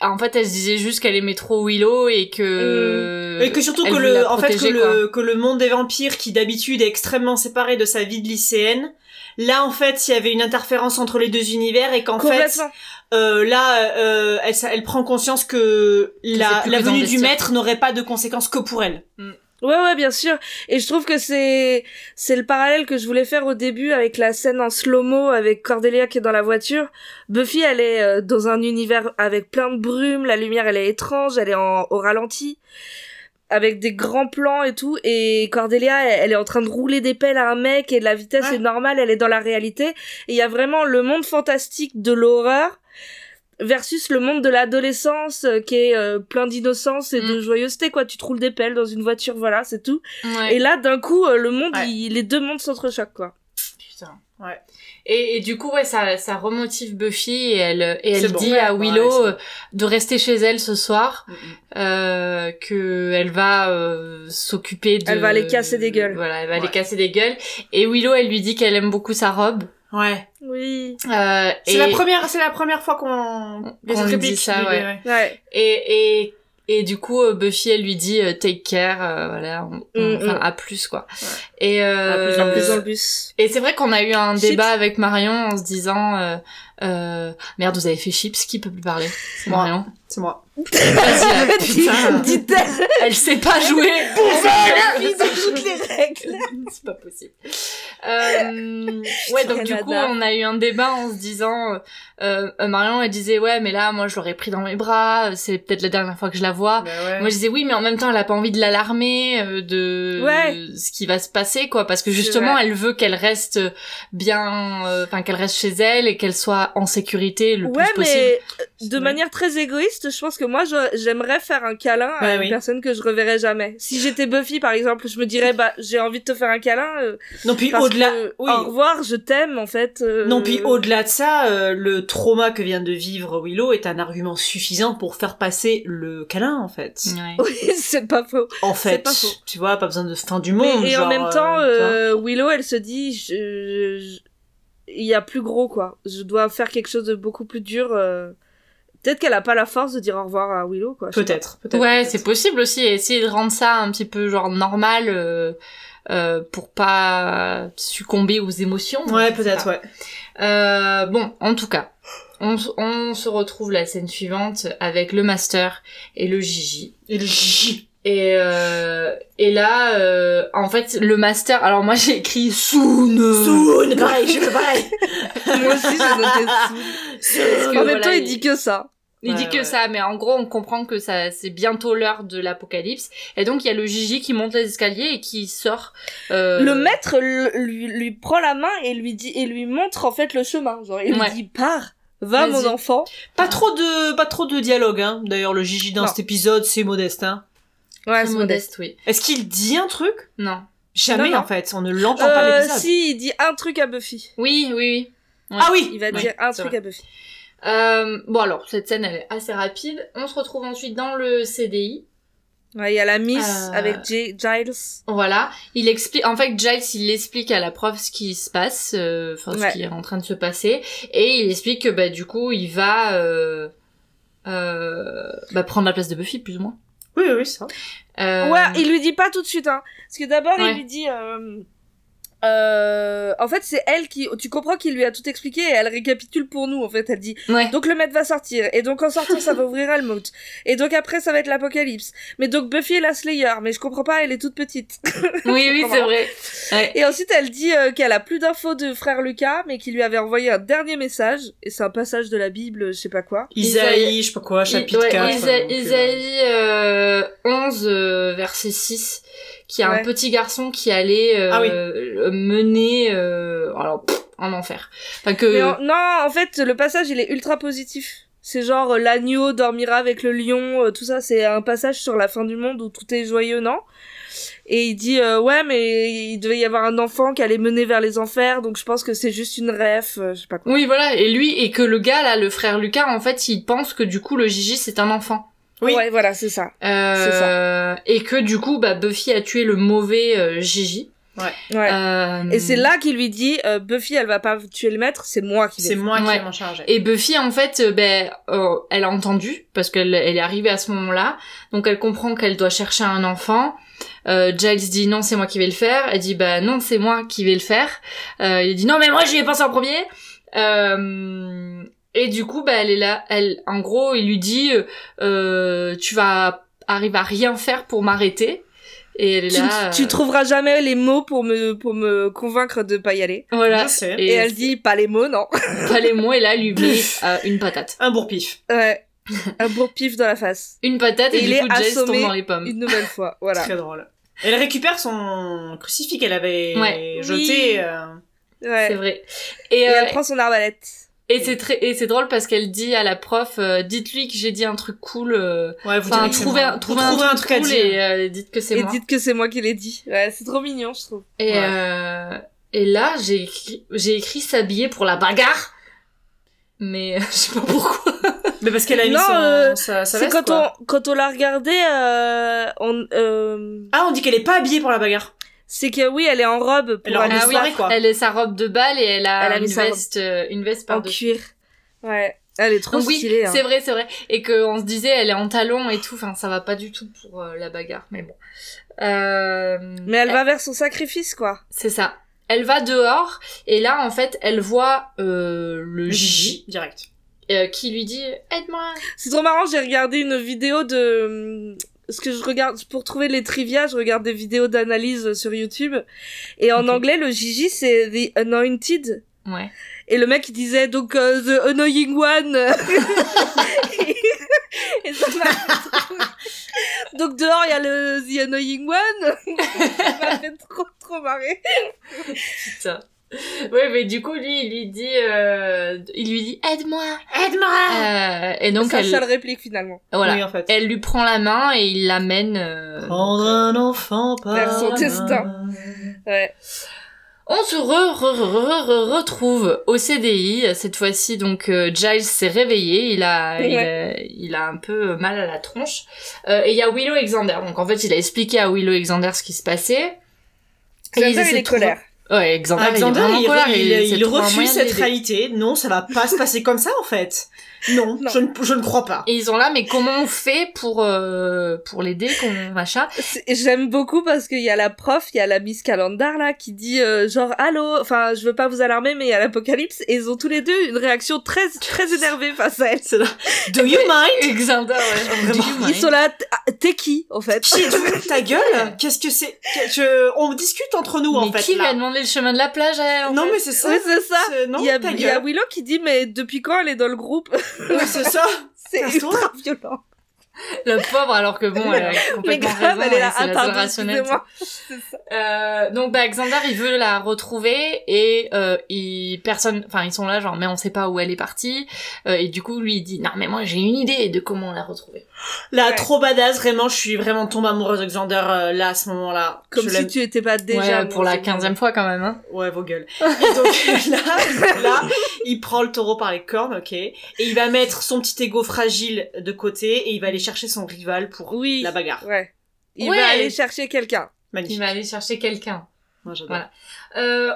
[SPEAKER 3] en fait elle se disait juste qu'elle aimait trop Willow et que
[SPEAKER 4] Mm. Et que surtout
[SPEAKER 3] Euh, elle
[SPEAKER 4] que
[SPEAKER 3] voulait
[SPEAKER 4] le,
[SPEAKER 3] la
[SPEAKER 4] en fait, que
[SPEAKER 3] protéger,
[SPEAKER 4] le, que le monde des vampires, qui d'habitude est extrêmement séparé de sa vie de lycéenne, là, en fait, il y avait une interférence entre les deux univers et qu'en fait,
[SPEAKER 2] Complètement.
[SPEAKER 4] euh, là, euh, elle, sa- elle prend conscience que la,
[SPEAKER 3] c'est plus
[SPEAKER 4] la
[SPEAKER 3] que
[SPEAKER 4] venue du
[SPEAKER 3] d'investir.
[SPEAKER 4] maître n'aurait pas de conséquences que pour elle.
[SPEAKER 2] Ouais, ouais, bien sûr. Et je trouve que c'est, c'est le parallèle que je voulais faire au début avec la scène en slow-mo avec Cordelia qui est dans la voiture. Buffy, elle est euh, dans un univers avec plein de brume, la lumière, elle est étrange, elle est en, au ralenti, avec des grands plans et tout. Et Cordelia, elle, elle est en train de rouler des pelles à un mec et la vitesse
[SPEAKER 4] Ouais.
[SPEAKER 2] est normale, elle est dans la réalité. Et il y a vraiment le monde fantastique de l'horreur versus le monde de l'adolescence euh, qui est euh, plein d'innocence et de joyeuseté quoi tu te roules des pelles dans une voiture voilà c'est tout
[SPEAKER 3] quoi. Ouais.
[SPEAKER 2] et là, d'un coup, euh, le monde,
[SPEAKER 4] Ouais.
[SPEAKER 2] il- les deux mondes s'entrechoquent, quoi.
[SPEAKER 3] Putain.
[SPEAKER 4] Ouais.
[SPEAKER 3] Et, et du coup ouais ça ça remotive Buffy et elle et
[SPEAKER 4] C'est
[SPEAKER 3] elle
[SPEAKER 4] bon.
[SPEAKER 3] dit
[SPEAKER 4] Ouais,
[SPEAKER 3] à
[SPEAKER 4] ouais,
[SPEAKER 3] Willow
[SPEAKER 4] c'est
[SPEAKER 3] euh, de rester chez elle ce soir
[SPEAKER 4] Mm, mm.
[SPEAKER 3] euh, que elle va euh, s'occuper de
[SPEAKER 2] Elle va aller casser des gueules.
[SPEAKER 3] voilà elle va
[SPEAKER 4] Ouais.
[SPEAKER 3] aller casser des gueules et Willow elle lui dit qu'elle aime beaucoup sa robe
[SPEAKER 4] Ouais.
[SPEAKER 2] Oui.
[SPEAKER 3] euh,
[SPEAKER 4] C'est
[SPEAKER 3] et-
[SPEAKER 4] la première, c'est la première fois qu'on,
[SPEAKER 3] Qu'on
[SPEAKER 4] cette
[SPEAKER 3] dit
[SPEAKER 4] réplique,
[SPEAKER 3] ça,
[SPEAKER 4] oui,
[SPEAKER 3] ouais.
[SPEAKER 4] oui, oui.
[SPEAKER 2] Ouais.
[SPEAKER 3] Et, et, et du coup, euh, Buffy, elle lui dit euh, take care, euh, voilà, on- on-
[SPEAKER 2] Mm,
[SPEAKER 3] enfin,
[SPEAKER 2] mm.
[SPEAKER 3] à plus, quoi.
[SPEAKER 4] Ouais.
[SPEAKER 3] Et,
[SPEAKER 2] Ah, plus
[SPEAKER 3] euh,
[SPEAKER 2] en plus dans le bus.
[SPEAKER 3] et c'est vrai qu'on a eu un
[SPEAKER 2] Chips.
[SPEAKER 3] débat avec Marion en se disant, euh, euh, merde, vous avez fait chips, qui peut plus parler C'est
[SPEAKER 4] Moi.
[SPEAKER 3] Marion.
[SPEAKER 4] C'est moi.
[SPEAKER 3] Vas-y, là, putain,
[SPEAKER 2] Dit-elle
[SPEAKER 3] elle sait pas jouer.
[SPEAKER 2] dans toutes les règles.
[SPEAKER 3] C'est pas possible. Euh, ouais, donc du
[SPEAKER 2] Canada.
[SPEAKER 3] coup, on a eu un débat en se disant, euh, euh, euh, Marion, elle disait, ouais, mais là, moi, je l'aurais pris dans mes bras, euh, c'est peut-être la dernière fois que je la vois.
[SPEAKER 4] Bah
[SPEAKER 3] Moi, je disais, oui, mais en même temps, elle a pas envie de l'alarmer euh, de
[SPEAKER 2] Ouais.
[SPEAKER 3] ce qui va se passer, quoi, parce que
[SPEAKER 2] C'est
[SPEAKER 3] justement,
[SPEAKER 2] vrai.
[SPEAKER 3] elle veut qu'elle reste bien, euh, enfin, qu'elle reste chez elle et qu'elle soit en sécurité le
[SPEAKER 2] Ouais,
[SPEAKER 3] plus possible.
[SPEAKER 2] mais euh, de
[SPEAKER 3] Ouais.
[SPEAKER 2] manière très égoïste, je pense que moi, je- j'aimerais faire un câlin à
[SPEAKER 4] Bah
[SPEAKER 2] une
[SPEAKER 4] oui.
[SPEAKER 2] personne que je reverrai jamais. Si j'étais Buffy, par exemple, je me dirais, bah, j'ai envie de te faire un câlin. euh,
[SPEAKER 4] Non, puis
[SPEAKER 2] parce
[SPEAKER 4] au-delà,
[SPEAKER 2] que,
[SPEAKER 4] oui.
[SPEAKER 2] Au revoir, je t'aime, en fait. euh,
[SPEAKER 4] Non, puis au-delà de ça, euh, le trauma que vient de vivre Willow est un argument suffisant pour faire passer le câlin, en fait.
[SPEAKER 3] Ouais.
[SPEAKER 2] Oui, c'est pas faux.
[SPEAKER 4] En fait,
[SPEAKER 2] pas faux.
[SPEAKER 4] tu vois, pas besoin de fin du
[SPEAKER 2] Mais-
[SPEAKER 4] monde.
[SPEAKER 2] et en
[SPEAKER 4] genre,
[SPEAKER 2] même temps,
[SPEAKER 4] euh, tu vois.
[SPEAKER 2] euh, Willow, elle se dit, je- je- je- il y a plus gros, quoi. Je dois faire quelque chose de beaucoup plus dur. euh. Peut-être qu'elle a pas la force de dire au revoir à Willow, quoi. Je sais
[SPEAKER 4] peut-être, peut-être.
[SPEAKER 3] Ouais, c'est possible aussi. et Essayer de rendre ça un petit peu genre normal euh, euh, pour pas succomber aux émotions.
[SPEAKER 4] Ouais,
[SPEAKER 3] Je sais
[SPEAKER 4] peut-être,
[SPEAKER 3] pas.
[SPEAKER 4] ouais.
[SPEAKER 3] Euh, bon, en tout cas, on, s- on se retrouve la scène suivante avec le master et le Gigi.
[SPEAKER 4] Et le J.
[SPEAKER 3] Et, euh, et là, euh, en fait, le master. Alors moi, j'ai écrit Soon.
[SPEAKER 4] Soon, pareil, je fais pareil.
[SPEAKER 2] pas. Moi aussi, j'ai noté ça.
[SPEAKER 3] Parce que,
[SPEAKER 2] En même
[SPEAKER 3] voilà,
[SPEAKER 2] temps, il
[SPEAKER 3] il-
[SPEAKER 2] dit que ça.
[SPEAKER 3] Il
[SPEAKER 4] Ouais,
[SPEAKER 3] dit que
[SPEAKER 4] ouais.
[SPEAKER 3] ça, mais en gros, on comprend que ça, c'est bientôt l'heure de l'apocalypse. Et donc, il y a le Gigi qui monte les escaliers et qui sort. euh,
[SPEAKER 2] Le maître le- lui, lui prend la main et lui dit et lui montre en fait le chemin. Genre, il
[SPEAKER 3] Ouais.
[SPEAKER 2] lui dit pars, va
[SPEAKER 3] Vas-y.
[SPEAKER 2] mon enfant.
[SPEAKER 4] Pas trop de, pas trop de dialogue, hein. D'ailleurs, le Gigi dans
[SPEAKER 2] Non.
[SPEAKER 4] cet épisode, c'est modeste, hein.
[SPEAKER 2] Ouais,
[SPEAKER 3] Très modeste, oui.
[SPEAKER 4] Est-ce qu'il dit un truc?
[SPEAKER 3] Non.
[SPEAKER 4] Jamais,
[SPEAKER 2] Non, non.
[SPEAKER 4] en fait. On ne l'entend pas
[SPEAKER 2] Euh,
[SPEAKER 4] l'épisode.
[SPEAKER 2] si, il dit un truc à Buffy.
[SPEAKER 3] Oui, oui, oui. Ouais.
[SPEAKER 4] Ah oui!
[SPEAKER 2] Il va
[SPEAKER 3] Ouais,
[SPEAKER 2] dire un
[SPEAKER 3] c'est
[SPEAKER 2] truc
[SPEAKER 3] vrai.
[SPEAKER 2] à Buffy.
[SPEAKER 3] Euh, bon, alors, cette scène, elle est assez rapide. On se retrouve ensuite dans le CDI.
[SPEAKER 2] Ouais, il y a la Miss
[SPEAKER 3] Euh,
[SPEAKER 2] avec J- Giles.
[SPEAKER 3] Voilà. Il explique, en fait, Giles, il explique à la prof ce qui se passe, euh, enfin,
[SPEAKER 2] Ouais.
[SPEAKER 3] ce qui est en train de se passer. Et il explique que, bah, du coup, il va, euh, euh, bah, prendre la place de Buffy, plus ou moins.
[SPEAKER 4] Oui, oui, oui, ça.
[SPEAKER 3] Euh,
[SPEAKER 2] Ouais, il lui dit pas tout de suite. Hein. Parce que d'abord,
[SPEAKER 3] Ouais.
[SPEAKER 2] il lui dit. euh, euh, en fait, c'est elle qui. Tu comprends qu'il lui a tout expliqué et elle récapitule pour nous. En fait, elle dit
[SPEAKER 3] ouais.
[SPEAKER 2] Donc le maître va sortir, et donc en sortant ça va ouvrir Almout, et donc après ça va être l'apocalypse. Mais donc Buffy est la Slayer, mais je comprends pas, elle est toute petite.
[SPEAKER 3] Oui, oui, c'est
[SPEAKER 2] Comment
[SPEAKER 3] vrai. Ouais.
[SPEAKER 2] Et ensuite elle dit euh, qu'elle a plus d'infos de frère Lucas, mais qu'il lui avait envoyé un dernier message, et c'est un passage de la Bible, je sais pas quoi.
[SPEAKER 4] Isaïe, je sais pas quoi, chapitre
[SPEAKER 3] ouais,
[SPEAKER 4] 4.
[SPEAKER 3] Isa-
[SPEAKER 4] donc, euh,
[SPEAKER 3] Isaïe euh, 11, euh, verset 6, qui a un
[SPEAKER 2] Ouais.
[SPEAKER 3] petit garçon qui allait euh,
[SPEAKER 4] Ah oui.
[SPEAKER 3] euh, mener euh, alors, pff, en enfer. Enfin
[SPEAKER 2] Mais
[SPEAKER 3] que...
[SPEAKER 2] en- non, en fait le passage il est ultra positif. C'est genre euh, l'agneau dormira avec le lion, euh, tout ça, c'est un passage sur la fin du monde où tout est joyeux, non Et il dit euh, ouais mais il devait y avoir un enfant qui allait mener vers les enfers, donc je pense que c'est juste une ref, euh, je sais pas quoi.
[SPEAKER 3] Oui, voilà. Et lui, et que le gars, là, le frère Lucas, en fait, il pense que du coup, le Gigi, c'est un enfant.
[SPEAKER 4] Oui.
[SPEAKER 2] Ouais, voilà, c'est ça.
[SPEAKER 3] Euh,
[SPEAKER 2] C'est
[SPEAKER 3] Et que du coup, bah, Buffy a tué le mauvais euh, Gigi.
[SPEAKER 2] Ouais.
[SPEAKER 3] Euh,
[SPEAKER 2] Et c'est là qu'il lui dit euh, Buffy, elle va pas tuer le maître, c'est moi qui
[SPEAKER 4] C'est
[SPEAKER 2] vais.
[SPEAKER 4] moi
[SPEAKER 3] Ouais.
[SPEAKER 4] qui m'en chargeais.
[SPEAKER 3] Et Buffy, en fait, euh, ben, euh, elle a entendu parce qu'elle elle est arrivée à ce moment-là, donc elle comprend qu'elle doit chercher un enfant. Euh, Giles dit non, c'est moi qui vais le faire. Elle dit bah non, c'est moi qui vais le faire. Euh, il dit non, mais moi j'y ai pensé en premier. Euh, et du coup, bah elle est là. Elle, en gros, il lui dit euh, euh, tu vas arriver à rien faire pour m'arrêter. Et elle est
[SPEAKER 2] Tu,
[SPEAKER 3] là.
[SPEAKER 2] tu
[SPEAKER 3] euh,
[SPEAKER 2] trouveras jamais les mots pour me pour me convaincre de pas y aller.
[SPEAKER 3] voilà.
[SPEAKER 4] Je sais.
[SPEAKER 2] Et, elle dit pas les mots, non.
[SPEAKER 3] pas les mots. Et là, elle lui met euh, une patate.
[SPEAKER 4] Un bourre-pif.
[SPEAKER 2] ouais. Un bourre-pif dans la face.
[SPEAKER 3] Une patate et,
[SPEAKER 2] Et il
[SPEAKER 3] du
[SPEAKER 2] est
[SPEAKER 3] coup, Giles tombe
[SPEAKER 2] assommé
[SPEAKER 3] dans les pommes.
[SPEAKER 2] Une nouvelle fois, voilà.
[SPEAKER 4] Très drôle. Elle récupère son crucifix qu'elle avait
[SPEAKER 3] Ouais.
[SPEAKER 4] jeté.
[SPEAKER 2] Oui.
[SPEAKER 4] euh,
[SPEAKER 2] Ouais.
[SPEAKER 3] C'est
[SPEAKER 2] Et,
[SPEAKER 3] vrai. Et, euh,
[SPEAKER 2] elle prend son arbalète.
[SPEAKER 3] Et c'est très et c'est drôle parce qu'elle dit à la prof euh, dites-lui que j'ai dit un truc cool euh,
[SPEAKER 4] Ouais, vous
[SPEAKER 3] enfin
[SPEAKER 4] direz que c'est
[SPEAKER 3] trouvez
[SPEAKER 4] moi.
[SPEAKER 3] un,
[SPEAKER 4] Vous
[SPEAKER 3] trouvez
[SPEAKER 4] trouvez
[SPEAKER 3] un truc
[SPEAKER 4] à
[SPEAKER 3] cool
[SPEAKER 4] dire.
[SPEAKER 3] et euh, dites que c'est
[SPEAKER 2] Et
[SPEAKER 3] moi.
[SPEAKER 2] dites que c'est moi qui l'ai dit. Ouais, c'est trop mignon, je trouve.
[SPEAKER 3] Et
[SPEAKER 4] Ouais.
[SPEAKER 3] euh, et là j'ai écrit j'ai écrit s'habiller pour la bagarre. Mais je sais pas pourquoi.
[SPEAKER 4] Mais parce qu'elle a mis
[SPEAKER 2] Non,
[SPEAKER 4] son-
[SPEAKER 2] euh,
[SPEAKER 4] sa,
[SPEAKER 3] Bah,
[SPEAKER 4] sa
[SPEAKER 2] C'est
[SPEAKER 4] veste,
[SPEAKER 2] quand
[SPEAKER 4] quoi.
[SPEAKER 2] on quand on l'a regardé, euh, on euh,
[SPEAKER 4] Ah, on dit qu'elle est pas habillée pour la bagarre.
[SPEAKER 2] c'est que oui, elle est en robe pour
[SPEAKER 4] Elle est en
[SPEAKER 2] aller
[SPEAKER 4] robe
[SPEAKER 2] se battre.
[SPEAKER 4] de soirée, quoi.
[SPEAKER 3] Ah Elle a sa robe de bal et elle a,
[SPEAKER 2] Elle a
[SPEAKER 3] une
[SPEAKER 2] mis sa robe.
[SPEAKER 3] veste euh, une veste
[SPEAKER 2] en
[SPEAKER 3] par dessus.
[SPEAKER 2] cuir. Ouais. Elle est trop
[SPEAKER 3] Donc oui,
[SPEAKER 2] stylée. hein.
[SPEAKER 3] c'est vrai, c'est vrai, et que on se disait elle est en talons et tout. Enfin, ça va pas du tout pour euh, la bagarre, mais bon. Euh,
[SPEAKER 2] Mais elle va vers son sacrifice, quoi.
[SPEAKER 3] C'est ça. Elle va dehors et là en fait elle voit euh, le Gigi
[SPEAKER 4] Gigi, direct.
[SPEAKER 3] euh, qui lui dit aide-moi.
[SPEAKER 2] C'est trop marrant, j'ai regardé une vidéo de euh, ce que je regarde pour trouver les trivia, je regarde des vidéos d'analyse sur YouTube. Et en anglais, le Gigi c'est the anointed.
[SPEAKER 3] Ouais.
[SPEAKER 2] Et le mec il disait donc euh, the annoying one. et ça m'a fait trop- Donc dehors il y a le the annoying one. ça m'a fait trop trop marrer.
[SPEAKER 3] Putain. Ouais, mais du coup, lui, il lui dit, euh, il lui dit, aide-moi.
[SPEAKER 4] Aide-moi
[SPEAKER 3] Euh, et donc,
[SPEAKER 2] c'est la
[SPEAKER 3] elle,
[SPEAKER 2] seule réplique finalement.
[SPEAKER 3] voilà.
[SPEAKER 4] Oui, en fait.
[SPEAKER 3] Elle lui prend la main et il l'amène. euh,
[SPEAKER 4] Prendre un enfant par
[SPEAKER 2] Vers son
[SPEAKER 4] la main.
[SPEAKER 2] destin. Ouais.
[SPEAKER 3] On se re, re- re- re- re- retrouve au CDI. Cette fois-ci, donc euh, Giles s'est réveillé. Il a, il, a, il a un peu mal à la tronche. Euh, et il y a Willow Alexander. Donc en fait, il a expliqué à Willow Alexander ce qui se passait. Et ils
[SPEAKER 2] Xander,
[SPEAKER 3] essaient
[SPEAKER 2] il
[SPEAKER 3] de
[SPEAKER 2] est
[SPEAKER 3] trouver-
[SPEAKER 2] colère.
[SPEAKER 3] Ouais, Alexander,
[SPEAKER 4] Alexander,
[SPEAKER 3] il, est vraiment
[SPEAKER 4] il,
[SPEAKER 3] colère,
[SPEAKER 4] il-
[SPEAKER 3] il
[SPEAKER 4] il
[SPEAKER 3] essaie de trouver un
[SPEAKER 4] refuse
[SPEAKER 3] moyen de
[SPEAKER 4] cette
[SPEAKER 3] l'aider.
[SPEAKER 4] réalité. Non, ça va pas se passer comme ça, en fait. Non,
[SPEAKER 2] Non.
[SPEAKER 4] Je, ne, je ne crois pas.
[SPEAKER 3] Et ils sont là, mais comment on fait pour euh, pour l'aider, comment machin
[SPEAKER 2] C'est- J'aime beaucoup parce qu'il y a la prof, il y a la Miss Calendar là qui dit euh, genre allô, enfin je veux pas vous alarmer mais il y a l'apocalypse et ils ont tous les deux une réaction très très énervée face à elle.
[SPEAKER 4] C'est là. Do you mind
[SPEAKER 3] Alexander, ouais,
[SPEAKER 4] Vraiment.
[SPEAKER 3] vraiment.
[SPEAKER 2] Ils sont là, t- ah, t'es qui en fait
[SPEAKER 4] Qui es-tu Ta gueule Qu'est-ce que c'est Que- je- On discute entre nous,
[SPEAKER 3] mais
[SPEAKER 4] en fait.
[SPEAKER 3] qui
[SPEAKER 4] là.
[SPEAKER 3] lui a demandé le chemin de la plage à elle en
[SPEAKER 4] Non,
[SPEAKER 3] fait
[SPEAKER 4] mais c'est ça.
[SPEAKER 2] Oui c'est ça.
[SPEAKER 4] C'est- Non,
[SPEAKER 2] Il y, a,
[SPEAKER 4] ta
[SPEAKER 2] il y a
[SPEAKER 4] gueule.
[SPEAKER 2] Willow qui dit mais depuis quand elle est dans le groupe
[SPEAKER 4] Ouais, c'est ça.
[SPEAKER 2] C'est
[SPEAKER 4] Casse-toi.
[SPEAKER 2] ultra violent.
[SPEAKER 3] La pauvre, alors que bon, elle a
[SPEAKER 2] Mais
[SPEAKER 3] complètement
[SPEAKER 2] grave,
[SPEAKER 3] raison, hein,
[SPEAKER 2] elle est là,
[SPEAKER 3] c'est la seule
[SPEAKER 2] attends,
[SPEAKER 3] rationnelle.
[SPEAKER 2] excusez-moi.
[SPEAKER 3] Euh, donc, bah, Xander, il veut la retrouver et euh, il, personne, enfin, ils sont là, genre, mais on sait pas où elle est partie. Euh, et du coup, lui, il dit, non, mais moi, j'ai une idée de comment la retrouver.
[SPEAKER 4] Là,
[SPEAKER 2] Ouais.
[SPEAKER 4] trop badass, vraiment, je suis vraiment tombée amoureuse d'Alexander, euh, là, à ce moment-là.
[SPEAKER 2] Comme
[SPEAKER 4] je
[SPEAKER 2] si
[SPEAKER 4] l'aime.
[SPEAKER 2] tu étais pas déjà.
[SPEAKER 3] Déjà,
[SPEAKER 2] amoureuse
[SPEAKER 3] pour la
[SPEAKER 2] de moi.
[SPEAKER 3] quinzième fois quand même. Hein.
[SPEAKER 4] Ouais, vos gueules. Et donc, là, là, il prend le taureau par les cornes, ok, et il va mettre son petit ego fragile de côté, et il va aller chercher son rival pour
[SPEAKER 2] Oui.
[SPEAKER 4] la bagarre.
[SPEAKER 2] Ouais. Il
[SPEAKER 3] Ouais.
[SPEAKER 2] va aller chercher quelqu'un.
[SPEAKER 3] Il
[SPEAKER 4] Magnifique.
[SPEAKER 3] va aller chercher quelqu'un.
[SPEAKER 4] Moi, j'adore.
[SPEAKER 3] Voilà. Euh,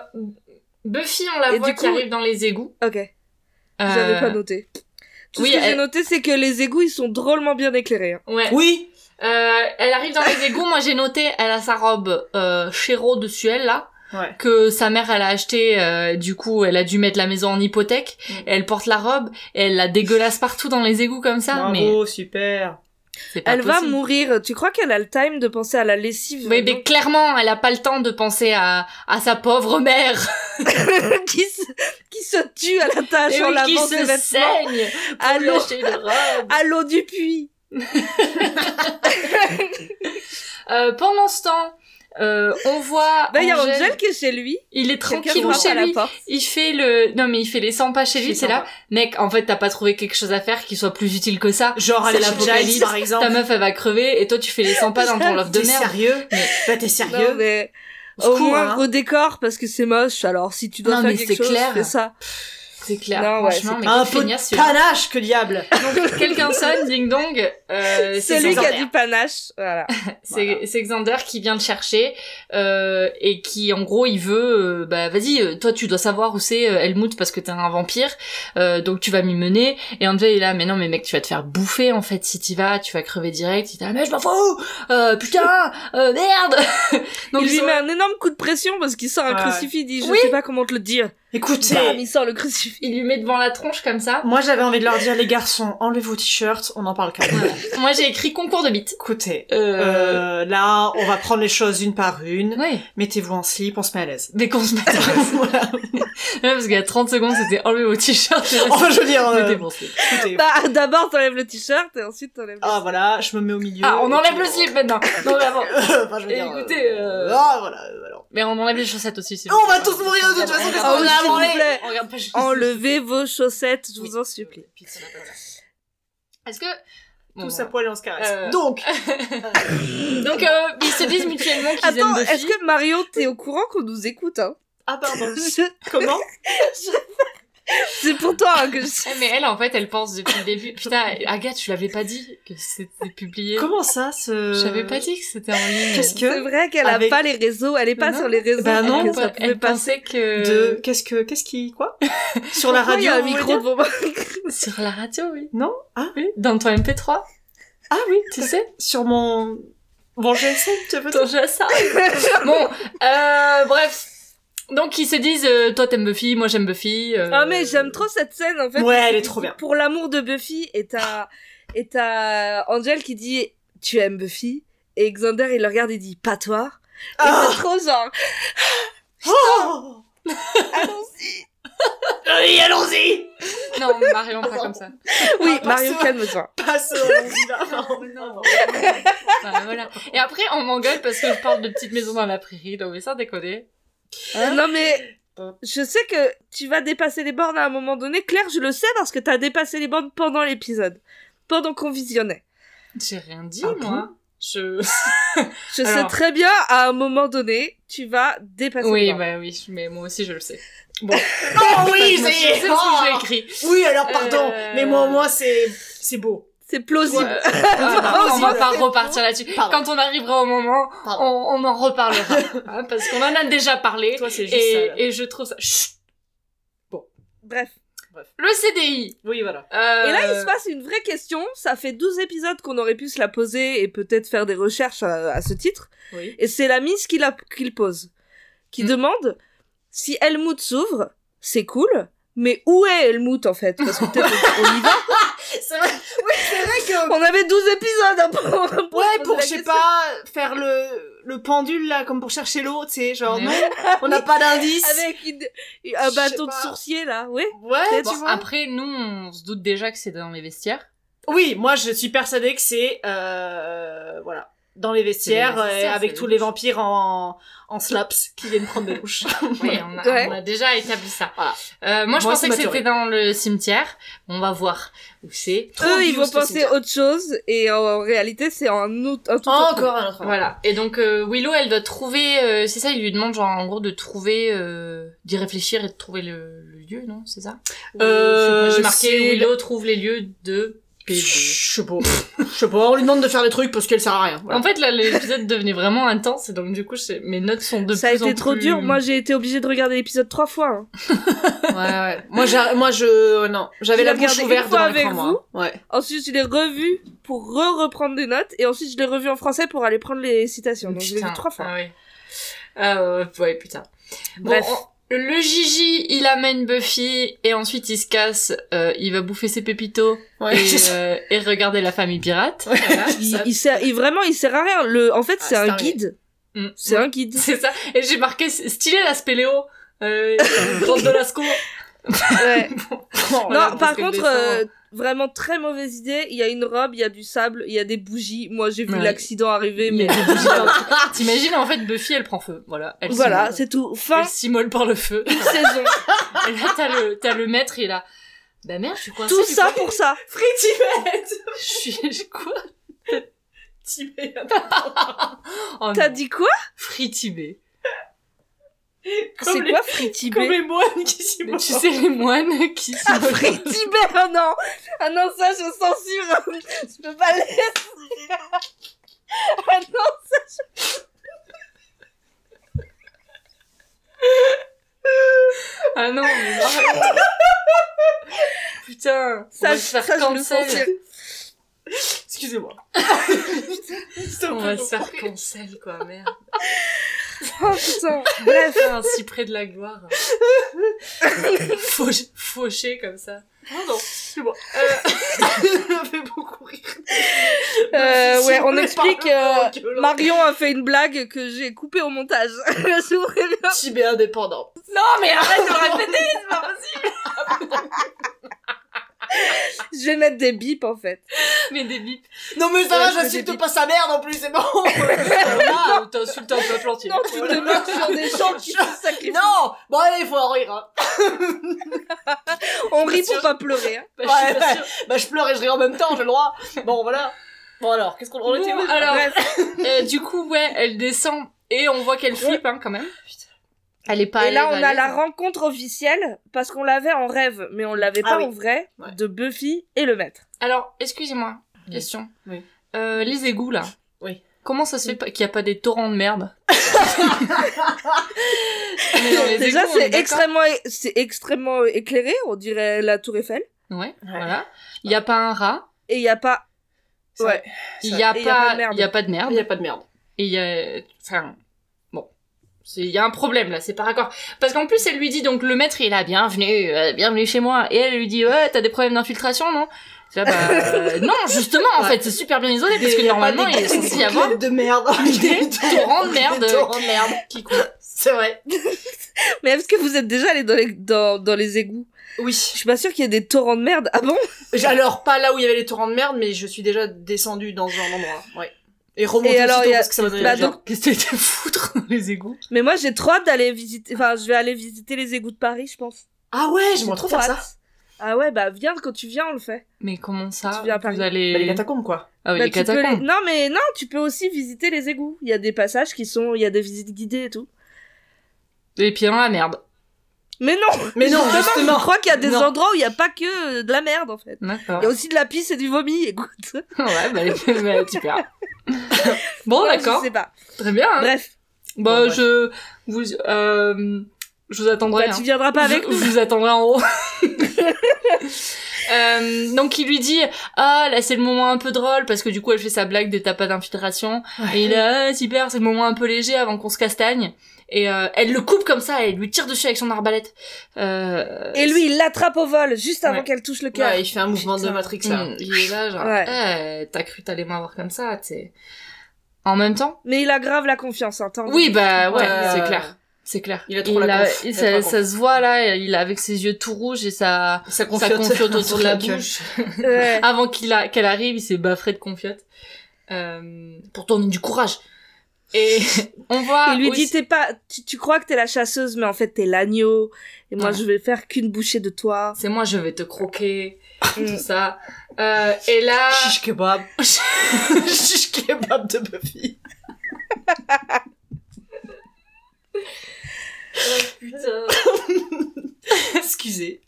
[SPEAKER 3] Buffy, on la
[SPEAKER 2] Et
[SPEAKER 3] voit
[SPEAKER 2] du
[SPEAKER 3] qui
[SPEAKER 2] coup-
[SPEAKER 3] arrive dans les égouts.
[SPEAKER 2] Ok. J'avais
[SPEAKER 3] Euh,
[SPEAKER 2] pas noté. Tout
[SPEAKER 3] oui,
[SPEAKER 2] ce que j'ai
[SPEAKER 3] elle-
[SPEAKER 2] noté, c'est que les égouts, ils sont drôlement bien éclairés. hein.
[SPEAKER 3] Ouais.
[SPEAKER 4] Oui,
[SPEAKER 3] Euh, elle arrive dans les égouts. Moi, j'ai noté, elle a sa robe euh, chéro dessus elle là.
[SPEAKER 4] ouais.
[SPEAKER 3] que sa mère elle a acheté euh, du coup elle a dû mettre la maison en hypothèque
[SPEAKER 2] Mm.
[SPEAKER 3] et elle porte la robe et elle la dégueulasse partout dans les égouts comme ça mais
[SPEAKER 4] Bravo, super.
[SPEAKER 3] c'est pas
[SPEAKER 2] Elle va
[SPEAKER 3] possible.
[SPEAKER 2] mourir. Tu crois qu'elle a le time de penser à la lessive
[SPEAKER 3] mais,
[SPEAKER 2] non
[SPEAKER 3] mais clairement elle a pas le temps de penser à, à sa pauvre mère
[SPEAKER 2] qui, se... qui se tue à la tâche
[SPEAKER 3] Et
[SPEAKER 2] en
[SPEAKER 3] oui, qui
[SPEAKER 2] lavant ses
[SPEAKER 3] se
[SPEAKER 2] vêtements
[SPEAKER 3] saigne
[SPEAKER 2] à
[SPEAKER 3] pour lui
[SPEAKER 2] l'eau,
[SPEAKER 3] acheter une robe
[SPEAKER 2] à l'eau du puits.
[SPEAKER 3] Euh, pendant ce temps euh, on voit
[SPEAKER 2] Ben, il y a
[SPEAKER 3] Angel,
[SPEAKER 2] Angel qui est chez lui.
[SPEAKER 3] il est
[SPEAKER 2] Quelqu'un
[SPEAKER 3] tranquille
[SPEAKER 2] frappe
[SPEAKER 3] chez
[SPEAKER 2] à la
[SPEAKER 3] lui
[SPEAKER 2] porte.
[SPEAKER 3] il fait le non mais il fait les 100 pas chez lui c'est là mec en fait t'as pas trouvé quelque chose à faire qui soit plus utile que ça
[SPEAKER 4] Genre,
[SPEAKER 3] C'est
[SPEAKER 4] aller la
[SPEAKER 3] l'apocalypse.
[SPEAKER 4] Giles, par exemple.
[SPEAKER 3] ta meuf elle va crever et toi tu fais les 100 pas dans ton love de
[SPEAKER 4] T'es
[SPEAKER 3] merde
[SPEAKER 4] sérieux
[SPEAKER 3] Mais-
[SPEAKER 4] Bah, t'es
[SPEAKER 2] Non,
[SPEAKER 4] sérieux
[SPEAKER 2] mais
[SPEAKER 4] Au
[SPEAKER 2] au
[SPEAKER 4] secours,
[SPEAKER 2] moins
[SPEAKER 4] hein.
[SPEAKER 2] redécore parce que c'est moche. Alors si tu dois
[SPEAKER 3] Non,
[SPEAKER 2] faire
[SPEAKER 3] mais
[SPEAKER 2] quelque
[SPEAKER 3] c'est
[SPEAKER 2] chose,
[SPEAKER 3] clair.
[SPEAKER 2] fais ça.
[SPEAKER 3] C'est clair,
[SPEAKER 2] Non, ouais,
[SPEAKER 3] franchement, mais
[SPEAKER 4] Un
[SPEAKER 3] quel
[SPEAKER 4] peu
[SPEAKER 3] feignasse,
[SPEAKER 4] de
[SPEAKER 3] celui-là.
[SPEAKER 4] panache, que diable
[SPEAKER 3] Donc, quelqu'un sonne, ding dong, euh, c'est
[SPEAKER 2] C'est lui qui
[SPEAKER 3] Xander.
[SPEAKER 2] a du panache. Voilà.
[SPEAKER 3] C'est c'est Xander qui vient le chercher, euh, et qui, en gros, il veut, euh, bah, vas-y, euh, toi, tu dois savoir où c'est euh, Helmut parce que t'es un vampire, euh, donc tu vas m'y mener, et Angel il est là, mais non, mais mec, tu vas te faire bouffer, en fait, si t'y vas, tu vas crever direct, il est là, mais je m'en fous, euh, putain, euh, merde! donc,
[SPEAKER 2] il
[SPEAKER 3] ils
[SPEAKER 2] lui
[SPEAKER 3] sont-
[SPEAKER 2] met un énorme coup de pression parce qu'il sort un
[SPEAKER 4] Ouais.
[SPEAKER 2] crucifix. Il dit, je
[SPEAKER 3] Oui.
[SPEAKER 2] sais pas comment te le dire.
[SPEAKER 4] Écoutez,
[SPEAKER 3] Bah,
[SPEAKER 2] Bam, il sort le crucifix.
[SPEAKER 3] il lui met devant la tronche comme ça.
[SPEAKER 4] moi, j'avais envie de leur dire, les garçons, enlevez vos t-shirts, on en parle quand même.
[SPEAKER 3] Moi, j'ai écrit concours de bite.
[SPEAKER 4] Écoutez,
[SPEAKER 3] Euh...
[SPEAKER 4] euh, là, on va prendre les choses une par
[SPEAKER 2] Euh,
[SPEAKER 4] une.
[SPEAKER 3] Ouais,
[SPEAKER 4] Mettez-vous en slip, on se met à l'aise.
[SPEAKER 3] mais qu'on se mette à l'aise.
[SPEAKER 4] voilà.
[SPEAKER 3] Ouais, parce qu'il y a 30 secondes, c'était enlever vos t-shirts.
[SPEAKER 4] Enfin, je veux dire,
[SPEAKER 3] me
[SPEAKER 4] euh,
[SPEAKER 3] défoncer.
[SPEAKER 4] écoutez.
[SPEAKER 2] Bah, d'abord t'enlèves le t-shirt et ensuite t'enlèves. le-
[SPEAKER 4] Ah, voilà, je me mets au milieu.
[SPEAKER 3] Ah, on
[SPEAKER 4] et
[SPEAKER 3] enlève
[SPEAKER 4] puis-
[SPEAKER 3] le slip maintenant. Non, mais avant.
[SPEAKER 4] enfin, je veux
[SPEAKER 3] Et
[SPEAKER 4] dire,
[SPEAKER 3] écoutez, euh,
[SPEAKER 4] Ah, voilà, euh, alors.
[SPEAKER 3] Mais on enlève les chaussettes aussi. s'il vous
[SPEAKER 4] On
[SPEAKER 3] plaît.
[SPEAKER 4] va tous mourir de toute façon, qu'est-ce
[SPEAKER 2] Ah,
[SPEAKER 4] qu'on
[SPEAKER 2] oui,
[SPEAKER 4] a
[SPEAKER 2] s'il vous
[SPEAKER 4] branlé
[SPEAKER 2] plaît.
[SPEAKER 3] On regarde pas juste.
[SPEAKER 2] Enlevez vos chaussettes, je vous en supplie.
[SPEAKER 3] Est-ce que. Bon,
[SPEAKER 4] Tous à
[SPEAKER 3] voilà.
[SPEAKER 4] poil et on se caresse.
[SPEAKER 3] Euh,
[SPEAKER 4] Donc,
[SPEAKER 3] Donc, euh, ils se disent mutuellement qu'ils aiment
[SPEAKER 2] Attends,
[SPEAKER 3] Buffy.
[SPEAKER 2] est-ce que Mario, t'es au courant qu'on nous écoute hein
[SPEAKER 4] ah, pardon,
[SPEAKER 2] Je-
[SPEAKER 4] comment
[SPEAKER 2] C'est pour toi hein, que je.
[SPEAKER 3] Eh, Mais elle, en fait, elle pense depuis le début. Putain, Agathe, tu l'avais pas dit que c'était publié.
[SPEAKER 4] Comment ça, ce...
[SPEAKER 3] J'avais pas dit que c'était en ligne.
[SPEAKER 4] Qu'est-ce
[SPEAKER 2] C'est
[SPEAKER 4] que...
[SPEAKER 2] vrai qu'elle a
[SPEAKER 4] Avec-
[SPEAKER 2] pas les réseaux, elle est pas
[SPEAKER 3] Non.
[SPEAKER 2] sur les réseaux.
[SPEAKER 4] Bah
[SPEAKER 2] et
[SPEAKER 4] non,
[SPEAKER 2] que
[SPEAKER 3] elle,
[SPEAKER 2] ça
[SPEAKER 3] pe-
[SPEAKER 2] pouvait
[SPEAKER 3] elle
[SPEAKER 2] passer.
[SPEAKER 3] pensait que.
[SPEAKER 4] De... Qu'est-ce que... Qu'est-ce qui... Quoi Sur la
[SPEAKER 2] Pourquoi il y
[SPEAKER 4] radio,
[SPEAKER 2] a un
[SPEAKER 4] vous voulez
[SPEAKER 2] micro
[SPEAKER 4] dire
[SPEAKER 2] devant moi
[SPEAKER 3] Sur la radio, oui.
[SPEAKER 4] Non Ah
[SPEAKER 3] Oui, dans ton MP3.
[SPEAKER 4] Ah oui,
[SPEAKER 3] Tu sais
[SPEAKER 4] sur mon... Bon, GSM, tu veux
[SPEAKER 3] Attends, j'ai ça. bon, euh, bref. Donc ils se disent, euh, toi t'aimes Buffy, moi j'aime Buffy. euh,
[SPEAKER 2] Ah mais j'aime trop cette scène en fait.
[SPEAKER 4] Ouais, elle est trop bien.
[SPEAKER 2] Pour l'amour de Buffy et t'as et t'as Angel qui dit tu aimes Buffy Et Xander, il le regarde et dit, pas toi. Et c'est trop genre,
[SPEAKER 4] Oh Allons-y allons-y
[SPEAKER 3] Non, Marion, pas comme ça.
[SPEAKER 2] oui,
[SPEAKER 4] Ah,
[SPEAKER 2] Mario,
[SPEAKER 4] parce-
[SPEAKER 2] calme-toi.
[SPEAKER 4] Passe au
[SPEAKER 3] Bah, voilà. Et après, on m'engueule parce que je parle de petites maisons dans la prairie. Non, mais ça déconner.
[SPEAKER 2] non, mais je sais que tu vas dépasser les bornes à un moment donné. Claire, je le sais parce que t'as dépassé les bornes pendant l'épisode. Pendant qu'on visionnait.
[SPEAKER 3] J'ai rien dit,
[SPEAKER 4] Ah
[SPEAKER 3] moi. je...
[SPEAKER 2] Je sais
[SPEAKER 3] Alors.
[SPEAKER 2] très bien, à un moment donné, tu vas dépasser les
[SPEAKER 3] Oui,
[SPEAKER 2] bornes.
[SPEAKER 3] bah oui, mais moi aussi, je le sais.
[SPEAKER 4] Oh
[SPEAKER 3] Je
[SPEAKER 4] oui,
[SPEAKER 3] sais
[SPEAKER 4] ça y est
[SPEAKER 3] ce
[SPEAKER 4] Oh.
[SPEAKER 3] que j'ai écrit.
[SPEAKER 4] Oui, alors pardon,
[SPEAKER 3] Euh,
[SPEAKER 4] mais moi, moi, c'est, c'est beau.
[SPEAKER 2] C'est plausible.
[SPEAKER 3] Ouais. Ah, bah, on va pas repartir là-dessus.
[SPEAKER 4] Pardon.
[SPEAKER 3] Quand on arrivera au moment,
[SPEAKER 4] Pardon.
[SPEAKER 3] on, on en reparlera. hein, parce qu'on en a déjà parlé.
[SPEAKER 4] Toi, c'est juste ça,
[SPEAKER 3] Et,
[SPEAKER 4] là.
[SPEAKER 3] et je trouve ça... Chut.
[SPEAKER 2] Bref.
[SPEAKER 3] Le CDI
[SPEAKER 4] Oui, voilà.
[SPEAKER 3] euh,
[SPEAKER 2] Et là, il se passe une vraie question. Ça fait 12 épisodes qu'on aurait pu se la poser et peut-être faire des recherches à, à ce titre.
[SPEAKER 4] Oui.
[SPEAKER 2] Et c'est la mise qu'il a- qu'il pose, qui
[SPEAKER 3] Mm.
[SPEAKER 2] demande si Helmut s'ouvre, c'est cool, mais où est Helmut en fait Parce que peut-être on- on y va.
[SPEAKER 4] C'est vrai, oui, c'est vrai que
[SPEAKER 2] On avait 12 épisodes hein, pour, pour
[SPEAKER 4] Ouais,
[SPEAKER 2] se poser
[SPEAKER 4] pour,
[SPEAKER 2] la
[SPEAKER 4] je sais
[SPEAKER 2] question.
[SPEAKER 4] pas, faire le, le pendule, là, comme pour chercher l'eau, tu sais, genre,
[SPEAKER 3] Mais
[SPEAKER 4] non, on n'a pas d'indice.
[SPEAKER 2] Avec une- un
[SPEAKER 4] Je
[SPEAKER 2] bâton
[SPEAKER 4] sais
[SPEAKER 2] de
[SPEAKER 4] pas.
[SPEAKER 2] sourcier là, ouais.
[SPEAKER 4] Ouais,
[SPEAKER 3] Bon,
[SPEAKER 4] tu vois.
[SPEAKER 3] après, nous, on se doute déjà que c'est dans les vestiaires.
[SPEAKER 4] Oui, moi, je suis persuadée que c'est, euh, voilà, dans les vestiaires,
[SPEAKER 3] C'est les vestiaires,
[SPEAKER 4] euh, avec
[SPEAKER 3] c'est
[SPEAKER 4] tous
[SPEAKER 3] les
[SPEAKER 4] les
[SPEAKER 3] douches.
[SPEAKER 4] vampires en, en slaps qui viennent prendre des douches.
[SPEAKER 3] Oui, on a,
[SPEAKER 2] Ouais.
[SPEAKER 3] on a déjà établi ça.
[SPEAKER 4] Voilà.
[SPEAKER 3] Euh, moi, je
[SPEAKER 4] Moi,
[SPEAKER 3] pensais
[SPEAKER 4] c'est
[SPEAKER 3] que
[SPEAKER 4] ma théorie.
[SPEAKER 3] c'était dans le cimetière. On va voir où c'est.
[SPEAKER 4] Trop
[SPEAKER 2] Eux, ils
[SPEAKER 4] vieux,
[SPEAKER 2] vont
[SPEAKER 4] ce
[SPEAKER 2] penser
[SPEAKER 4] cimetière.
[SPEAKER 2] autre chose et en, en réalité, c'est un, autre- un tout autre
[SPEAKER 4] Encore un autre.
[SPEAKER 3] Voilà. Et donc, euh, Willow, elle doit trouver... euh, c'est ça, il lui demande, genre, en gros, de trouver... euh, d'y réfléchir et de trouver le, le lieu, non C'est ça
[SPEAKER 4] Euh,
[SPEAKER 3] J'ai marqué
[SPEAKER 4] c'est-
[SPEAKER 3] Willow trouve les lieux de...
[SPEAKER 4] Je
[SPEAKER 3] PD.
[SPEAKER 4] sais pas. Je sais pas, on lui demande de faire des trucs parce qu'elle sert à rien. Voilà.
[SPEAKER 3] En fait, là, l'épisode devenait vraiment intense, et donc du coup, c'est- mes notes sont de
[SPEAKER 2] Ça a
[SPEAKER 3] plus en
[SPEAKER 2] été trop
[SPEAKER 3] plus-
[SPEAKER 2] dur. Moi, j'ai été obligée de regarder l'épisode trois fois. hein.
[SPEAKER 4] Ouais, ouais. Moi, j'ai- moi, je, non, j'avais
[SPEAKER 2] Je
[SPEAKER 4] la
[SPEAKER 2] l'ai
[SPEAKER 4] bouche
[SPEAKER 2] regardé une
[SPEAKER 4] ouverte
[SPEAKER 2] fois
[SPEAKER 4] devant
[SPEAKER 2] avec
[SPEAKER 4] l'écran, moi. Ouais.
[SPEAKER 2] Ensuite, je l'ai revu pour re-reprendre des notes. Et ensuite, je l'ai revu en français pour aller prendre les citations. Donc, je l'ai
[SPEAKER 3] Putain.
[SPEAKER 2] vu trois fois.
[SPEAKER 3] Ah ouais. Euh, ouais, putain. Bon,
[SPEAKER 2] Bref.
[SPEAKER 3] on- le Gigi, il amène Buffy et ensuite il se casse. euh, il va bouffer ses pépitos
[SPEAKER 4] Ouais.
[SPEAKER 3] et, euh, et regarder la famille pirate.
[SPEAKER 4] Voilà.
[SPEAKER 2] Il, il sert, il- vraiment, il sert à rien. Le, en fait,
[SPEAKER 4] Ah,
[SPEAKER 2] c'est
[SPEAKER 4] c'est
[SPEAKER 2] un
[SPEAKER 4] un
[SPEAKER 2] guide.
[SPEAKER 3] Mm.
[SPEAKER 2] C'est un guide.
[SPEAKER 3] C'est ça. Et j'ai marqué c'est stylé la spéléo. Euh, grande de Lascaux.
[SPEAKER 2] Ouais.
[SPEAKER 4] Oh,
[SPEAKER 2] non,
[SPEAKER 4] là, parce
[SPEAKER 2] par
[SPEAKER 4] que
[SPEAKER 2] contre,
[SPEAKER 4] descend.
[SPEAKER 2] euh, vraiment très mauvaise idée. Il y a une robe, il y a du sable, il y a des bougies. Moi, j'ai vu
[SPEAKER 3] Ouais.
[SPEAKER 2] l'accident arriver, mais.
[SPEAKER 3] T'imagines en fait Buffy, elle prend feu. Voilà. Elle
[SPEAKER 2] voilà,
[SPEAKER 3] s'immole.
[SPEAKER 2] c'est tout. Fin
[SPEAKER 3] Elle s'immole par le feu.
[SPEAKER 2] une saison.
[SPEAKER 3] Et là, t'as le, t'as le maître, il a. Bah merde, je suis coincée.
[SPEAKER 2] Tout
[SPEAKER 3] du
[SPEAKER 2] ça
[SPEAKER 3] coup.
[SPEAKER 2] pour ça.
[SPEAKER 3] Je suis. je- Quoi
[SPEAKER 4] Tibet.
[SPEAKER 3] Oh
[SPEAKER 2] T'as
[SPEAKER 3] non.
[SPEAKER 2] dit quoi
[SPEAKER 3] Free Tibet.
[SPEAKER 2] C'est
[SPEAKER 4] les-
[SPEAKER 2] quoi Fritibé
[SPEAKER 4] Comme les moines qui s'y
[SPEAKER 3] Mais tu sais, les moines qui sont...
[SPEAKER 2] Fritibé Ah non Ah non, ça, je censure. je peux pas laisser. ah non
[SPEAKER 3] Ah non, mais arrête. Putain,
[SPEAKER 2] Ça,
[SPEAKER 3] on va
[SPEAKER 2] je-
[SPEAKER 3] se faire
[SPEAKER 2] ça, je le
[SPEAKER 3] cancel.
[SPEAKER 2] sens.
[SPEAKER 4] Excusez-moi.
[SPEAKER 3] on va se faire cancel, quoi, merde.
[SPEAKER 2] Oh putain. Bref.
[SPEAKER 3] Putain, si près de la gloire. Fauché, fauché comme ça.
[SPEAKER 4] Non, non, c'est bon. Ça fait beaucoup rire.
[SPEAKER 2] Euh,
[SPEAKER 4] Si
[SPEAKER 2] ouais,
[SPEAKER 4] vous
[SPEAKER 2] on
[SPEAKER 4] voulez
[SPEAKER 2] explique.
[SPEAKER 4] parler
[SPEAKER 2] euh,
[SPEAKER 4] en gueulant.
[SPEAKER 2] Marion a fait une blague que j'ai coupée au montage. Je vous préviens.
[SPEAKER 4] Tibet indépendant.
[SPEAKER 3] Non, mais arrête de
[SPEAKER 4] le
[SPEAKER 3] répéter, c'est pas possible.
[SPEAKER 2] Je vais mettre des bips en fait.
[SPEAKER 3] Mais des bips.
[SPEAKER 4] Non, mais ça
[SPEAKER 2] Ouais,
[SPEAKER 4] va,
[SPEAKER 2] je me
[SPEAKER 4] j'insulte
[SPEAKER 2] débite.
[SPEAKER 4] pas sa merde en plus, c'est bon.
[SPEAKER 3] Ah, t'insultes un peuple entier.
[SPEAKER 2] Non, tu te moques sur des gens qui se sacrifient.
[SPEAKER 4] non! Bon, allez, faut en rire, hein.
[SPEAKER 2] On rit pour pas pleurer. hein.
[SPEAKER 3] Bah, je suis pas
[SPEAKER 4] Ouais,
[SPEAKER 3] sûre.
[SPEAKER 4] Bah, je pleure et je ris en même temps, j'ai le droit. Bon, voilà. Bon, alors, qu'est-ce qu'on en était
[SPEAKER 3] Bon,
[SPEAKER 4] où
[SPEAKER 3] alors,
[SPEAKER 2] Bref,
[SPEAKER 3] euh, du coup, ouais, elle descend et on voit qu'elle flippe, hein, quand même. Elle est pas
[SPEAKER 2] et là
[SPEAKER 3] à l'aise,
[SPEAKER 2] on a
[SPEAKER 3] à
[SPEAKER 2] la
[SPEAKER 3] l'aise.
[SPEAKER 2] rencontre officielle parce qu'on l'avait en rêve, mais on l'avait
[SPEAKER 4] Ah
[SPEAKER 2] pas
[SPEAKER 4] oui.
[SPEAKER 2] en vrai
[SPEAKER 4] Ouais.
[SPEAKER 2] de Buffy et le maître.
[SPEAKER 3] Alors, excusez-moi,
[SPEAKER 4] Oui.
[SPEAKER 3] question.
[SPEAKER 4] Oui.
[SPEAKER 3] Euh, les égouts, là.
[SPEAKER 4] Oui.
[SPEAKER 3] Comment ça se fait pas- qu'il n'y a pas des torrents de merde Mais dans les
[SPEAKER 2] Déjà
[SPEAKER 3] égouts, on est
[SPEAKER 2] c'est
[SPEAKER 3] d'accord.
[SPEAKER 2] extrêmement é- c'est extrêmement éclairé, on dirait la Tour Eiffel.
[SPEAKER 3] Ouais, voilà. Il n'y a pas un rat,
[SPEAKER 2] Et il y a pas.
[SPEAKER 4] C'est vrai.
[SPEAKER 3] il
[SPEAKER 4] Ça-
[SPEAKER 3] n'y a,
[SPEAKER 2] et il y a pas
[SPEAKER 3] pas
[SPEAKER 2] de merde.
[SPEAKER 3] il y a pas de
[SPEAKER 4] Il
[SPEAKER 3] merde.
[SPEAKER 4] n'y a pas de merde.
[SPEAKER 3] Et il y a... Enfin, bon. C'est- Il y a un problème, là, c'est pas raccord. Parce qu'en plus, elle lui dit, donc, le maître, il est là, bienvenue, euh, bienvenue chez moi. Et elle lui dit, ouais, t'as des problèmes d'infiltration, non Tu vois, bah, euh, non, justement, en fait, c'est super bien isolé, parce que normalement, il est censé y avoir
[SPEAKER 4] de merde.
[SPEAKER 3] des torrents de merde,
[SPEAKER 4] Des torrents
[SPEAKER 3] de merde qui coulent.
[SPEAKER 4] C'est vrai.
[SPEAKER 2] Mais est-ce que vous êtes déjà allé dans les, dans, dans les égouts
[SPEAKER 4] Oui.
[SPEAKER 2] Je suis pas sûre qu'il y ait des torrents de merde. Ah bon
[SPEAKER 4] J- Alors pas là où il y avait les torrents de merde, mais je suis déjà descendue dans un endroit. Ouais. Et remontée
[SPEAKER 2] Et alors,
[SPEAKER 4] aussitôt
[SPEAKER 2] il y a-
[SPEAKER 4] parce que ça m'a donné
[SPEAKER 2] bah,
[SPEAKER 4] la gerbe.
[SPEAKER 2] donc-
[SPEAKER 3] Qu'est-ce que t'as été foutre dans les égouts
[SPEAKER 2] Mais moi j'ai trop hâte d'aller visiter. Enfin, je vais aller visiter les égouts de Paris, je pense.
[SPEAKER 4] Ah ouais,
[SPEAKER 2] J'ai
[SPEAKER 4] j'aimerais trop faire ça.
[SPEAKER 2] hâte. Ah ouais, bah viens quand tu viens, on le fait.
[SPEAKER 3] Mais comment ça
[SPEAKER 2] Tu viens à Paris.
[SPEAKER 3] Vous allez...
[SPEAKER 4] Bah, les catacombes quoi.
[SPEAKER 3] Ah oui,
[SPEAKER 2] Bah,
[SPEAKER 3] les
[SPEAKER 2] tu peux les-
[SPEAKER 3] catacombes.
[SPEAKER 2] Non mais non, tu peux aussi visiter les égouts. Il y a des passages qui sont, il y a des visites guidées et tout.
[SPEAKER 3] Les pieds dans la merde.
[SPEAKER 2] Mais non.
[SPEAKER 4] Mais non,
[SPEAKER 2] Justement,
[SPEAKER 4] justement.
[SPEAKER 2] Je crois qu'il y a des
[SPEAKER 4] Non.
[SPEAKER 2] endroits où il n'y a pas que euh, de la merde en fait.
[SPEAKER 3] D'accord.
[SPEAKER 2] Il y a aussi de la pisse et du vomi. Écoute.
[SPEAKER 3] ouais, bah, les pieds, bah, super. bon,
[SPEAKER 2] Ouais,
[SPEAKER 3] Oh, d'accord.
[SPEAKER 2] Je sais pas.
[SPEAKER 3] Très bien. hein.
[SPEAKER 2] Bref,
[SPEAKER 3] Bah,
[SPEAKER 4] Bon, bref.
[SPEAKER 3] je... Vous... Euh... Je vous attendrai.
[SPEAKER 2] bah,
[SPEAKER 3] hein.
[SPEAKER 2] tu viendras pas avec
[SPEAKER 3] Je-
[SPEAKER 2] nous.
[SPEAKER 3] Vous attendrez en haut. Euh, donc il lui dit ah là c'est le moment un peu drôle parce que du coup elle fait sa blague des tapas d'infiltration et il a ah, super c'est le moment un peu léger avant qu'on se castagne et euh, elle le coupe comme ça et lui tire dessus avec son arbalète Euh,
[SPEAKER 2] Et lui, il l'attrape au vol juste avant
[SPEAKER 3] Ouais.
[SPEAKER 2] qu'elle touche le cœur.
[SPEAKER 4] Ouais, il fait un mouvement de Matrix là.
[SPEAKER 3] Mm, il est là genre Eh, t'as cru t'allais m'avoir comme ça t'sais. en même temps
[SPEAKER 2] Mais il aggrave la confiance, hein, t'as envie.
[SPEAKER 3] oui bah ouais,
[SPEAKER 4] Ouais. euh,
[SPEAKER 3] c'est clair c'est clair
[SPEAKER 4] Il a trop la conf.
[SPEAKER 3] et
[SPEAKER 4] Il a
[SPEAKER 3] ça,
[SPEAKER 4] trop la
[SPEAKER 3] ça se voit là il a avec ses yeux tout rouges et ça ça
[SPEAKER 4] Ça
[SPEAKER 3] confiote autour de la
[SPEAKER 4] gueule.
[SPEAKER 3] bouche
[SPEAKER 2] Ouais.
[SPEAKER 3] avant qu'il a- qu'elle arrive, il s'est baffré de confiote. Euh, pour tourner du courage. Et on voit.
[SPEAKER 2] il lui
[SPEAKER 3] ah, aussi-
[SPEAKER 2] dit t'es pas, tu, tu crois que t'es la chasseuse, mais en fait t'es l'agneau. Et moi
[SPEAKER 3] Ouais.
[SPEAKER 2] je vais faire qu'une bouchée de toi.
[SPEAKER 3] C'est moi, je vais te croquer.
[SPEAKER 2] Mm.
[SPEAKER 3] tout ça. Euh, et là.
[SPEAKER 4] Chiche kebab. Chiche kebab de Buffy.
[SPEAKER 3] Putain.
[SPEAKER 4] Excusez.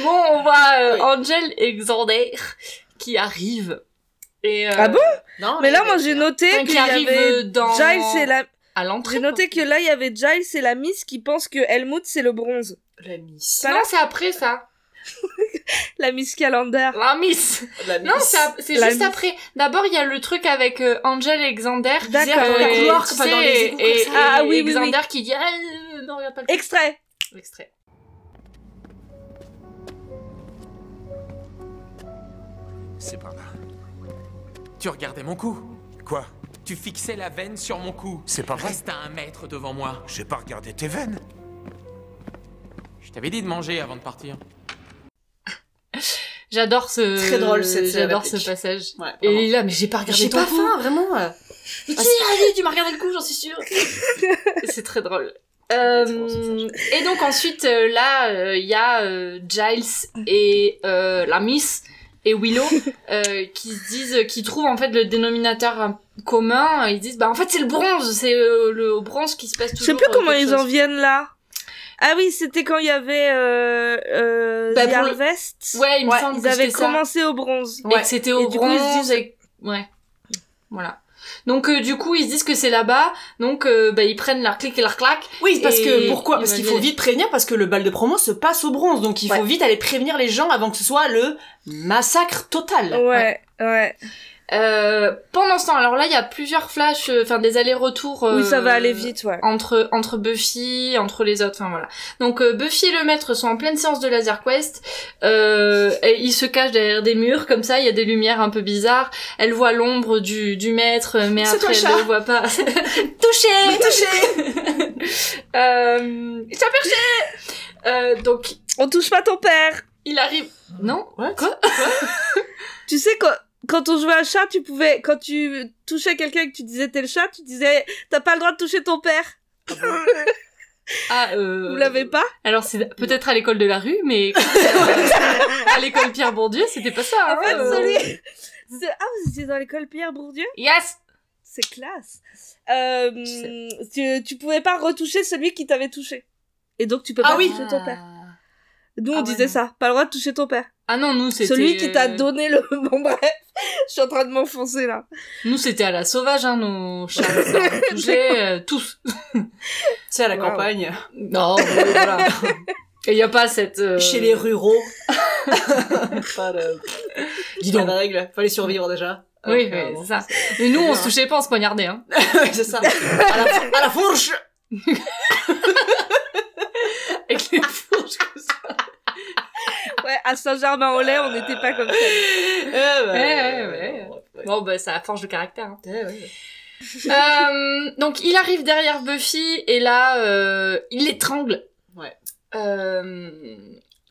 [SPEAKER 3] Bon, on voit euh,
[SPEAKER 4] Oui.
[SPEAKER 3] Angel et Xander qui arrivent. Et, euh,
[SPEAKER 2] Ah bon
[SPEAKER 4] Non,
[SPEAKER 2] Mais là moi j'ai noté
[SPEAKER 3] Enfin,
[SPEAKER 2] qu'il
[SPEAKER 3] qui
[SPEAKER 2] y
[SPEAKER 3] arrive
[SPEAKER 2] avait
[SPEAKER 3] euh, dans.
[SPEAKER 2] Giles et la,
[SPEAKER 3] À l'entrée.
[SPEAKER 2] j'ai noté que là il y avait Giles et la Miss qui pense que Helmut c'est le bronze.
[SPEAKER 4] La miss.
[SPEAKER 2] Ça,
[SPEAKER 3] Non,
[SPEAKER 2] là
[SPEAKER 3] c'est après ça.
[SPEAKER 2] La Miss Calendar.
[SPEAKER 3] La miss.
[SPEAKER 4] La miss.
[SPEAKER 3] Non, c'est ap- c'est
[SPEAKER 2] La
[SPEAKER 3] juste
[SPEAKER 2] miss.
[SPEAKER 3] après. D'abord, il y a le truc avec euh, Angel et Xander.
[SPEAKER 2] D'accord.
[SPEAKER 4] Dans les
[SPEAKER 3] Euh,
[SPEAKER 4] couloirs,
[SPEAKER 3] tu
[SPEAKER 4] enfin, dans
[SPEAKER 3] sais,
[SPEAKER 4] les égouts,
[SPEAKER 3] et,
[SPEAKER 4] comme ça.
[SPEAKER 3] ah, oui,
[SPEAKER 2] oui, oui,
[SPEAKER 3] Xander qui dit ah, euh, non regarde pas le
[SPEAKER 2] Extrait.
[SPEAKER 3] extrait.
[SPEAKER 8] C'est par là. Tu regardais mon cou
[SPEAKER 1] Quoi
[SPEAKER 8] Tu fixais la veine sur mon cou.
[SPEAKER 1] C'est pas vrai.
[SPEAKER 8] Reste à un mètre devant moi.
[SPEAKER 1] J'ai pas regardé tes veines.
[SPEAKER 8] Je t'avais dit de manger avant de partir.
[SPEAKER 3] J'adore ce
[SPEAKER 4] Très drôle, cette-
[SPEAKER 3] j'adore
[SPEAKER 4] cette
[SPEAKER 3] ce passage.
[SPEAKER 4] Ouais,
[SPEAKER 3] Et
[SPEAKER 4] vraiment.
[SPEAKER 3] il est là mais j'ai pas regardé
[SPEAKER 4] J'ai
[SPEAKER 3] ton
[SPEAKER 4] pas
[SPEAKER 3] cou.
[SPEAKER 4] faim, vraiment.
[SPEAKER 3] Mais tu sais, allez, tu m'as regardé le cou, j'en suis sûre. c'est très drôle. Euh, et donc ensuite euh, là euh, il y a euh, Giles et euh, la Miss et Willow euh, qui se disent qui trouvent en fait le dénominateur euh, commun ils disent bah en fait c'est le bronze c'est euh, le au bronze qui se passe
[SPEAKER 2] Je
[SPEAKER 3] toujours
[SPEAKER 2] sais plus
[SPEAKER 3] euh,
[SPEAKER 2] comment
[SPEAKER 3] quelque
[SPEAKER 2] ils
[SPEAKER 3] chose.
[SPEAKER 2] en viennent là. Ah oui, c'était quand il y avait euh, euh,
[SPEAKER 3] Bah,
[SPEAKER 2] The
[SPEAKER 3] pour le-
[SPEAKER 2] Harvest.
[SPEAKER 3] ouais il me
[SPEAKER 4] Ouais,
[SPEAKER 3] semble
[SPEAKER 2] Ils
[SPEAKER 3] que
[SPEAKER 2] avaient
[SPEAKER 3] c'était ça.
[SPEAKER 2] commencé au bronze.
[SPEAKER 3] et que c'était au
[SPEAKER 2] Et du coup, ils se
[SPEAKER 3] bronze
[SPEAKER 2] disent-
[SPEAKER 3] et- ouais voilà donc euh, du coup ils se disent que c'est là-bas donc euh, bah, ils prennent leur clic et leur claque
[SPEAKER 4] Oui, parce que
[SPEAKER 3] Et
[SPEAKER 4] pourquoi
[SPEAKER 3] il
[SPEAKER 4] Parce
[SPEAKER 3] va
[SPEAKER 4] qu'il
[SPEAKER 3] y
[SPEAKER 4] faut
[SPEAKER 3] aller.
[SPEAKER 4] vite prévenir parce que le bal de promo se passe au bronze, donc il faut
[SPEAKER 3] Ouais.
[SPEAKER 4] vite aller prévenir les gens avant que ce soit le massacre total.
[SPEAKER 2] Ouais, ouais.
[SPEAKER 3] Euh, pendant ce temps alors là il y a plusieurs flashs euh, enfin des allers-retours euh,
[SPEAKER 2] Oui, ça va aller vite, ouais.
[SPEAKER 3] entre entre Buffy entre les autres enfin voilà donc euh, Buffy et le maître sont en pleine séance de laser quest euh, et ils se cachent derrière des murs comme ça il y a des lumières un peu bizarres elle voit l'ombre du du maître mais
[SPEAKER 4] C'est
[SPEAKER 3] après elle
[SPEAKER 4] toi, chat.
[SPEAKER 3] ne le voit pas touché euh, j'ai perché euh, donc
[SPEAKER 2] On touche pas ton père.
[SPEAKER 3] il arrive non
[SPEAKER 4] What
[SPEAKER 3] Quoi
[SPEAKER 2] Tu sais quand quand on jouait à chat, tu pouvais quand tu touchais quelqu'un et que tu disais t'es le chat, tu disais t'as pas le droit de toucher ton père.
[SPEAKER 3] ah euh,
[SPEAKER 2] Vous l'avez pas
[SPEAKER 3] alors c'est peut-être à l'école de la rue mais à l'école Pierre Bourdieu c'était pas ça hein,
[SPEAKER 2] En fait,
[SPEAKER 3] euh.
[SPEAKER 2] celui ce- Ah, vous étiez dans l'école Pierre Bourdieu
[SPEAKER 3] yes
[SPEAKER 2] C'est classe. Euh, tu, tu pouvais pas retoucher celui qui t'avait touché. Et donc tu peux
[SPEAKER 4] Ah
[SPEAKER 2] pas
[SPEAKER 4] oui.
[SPEAKER 2] toucher ton père. Nous on
[SPEAKER 3] Ah ouais,
[SPEAKER 2] disait
[SPEAKER 3] non.
[SPEAKER 2] ça, pas le droit de toucher ton père.
[SPEAKER 3] ah non nous c'était
[SPEAKER 2] Celui qui t'a
[SPEAKER 3] euh,
[SPEAKER 2] donné le bon bref. Je suis en train de m'enfoncer là.
[SPEAKER 3] Nous, c'était à la sauvage, hein, nos chats. On touchait euh, tous.
[SPEAKER 4] Tu sais, à la
[SPEAKER 2] Wow.
[SPEAKER 4] campagne,
[SPEAKER 3] Non, mais voilà. Et y a pas cette... euh,
[SPEAKER 4] chez les ruraux. pas de... Dis donc. Pas de règle, fallait survivre déjà.
[SPEAKER 3] Oui,
[SPEAKER 4] Euh,
[SPEAKER 3] oui,
[SPEAKER 4] bon.
[SPEAKER 3] c'est ça. Mais nous, on
[SPEAKER 4] bien,
[SPEAKER 3] se
[SPEAKER 4] hein.
[SPEAKER 3] touchait pas, on se poignardait. Hein.
[SPEAKER 4] c'est ça. À la, à la fourche
[SPEAKER 3] Avec les fourches.
[SPEAKER 2] Ouais, à Saint-Germain-en-Laye, on n'était pas comme ça.
[SPEAKER 3] Ouais, ouais, ouais. Bon, bah, ça forge le caractère. hein. Euh, donc, il arrive derrière Buffy et là, euh, il l'étrangle.
[SPEAKER 4] Ouais.
[SPEAKER 3] Euh,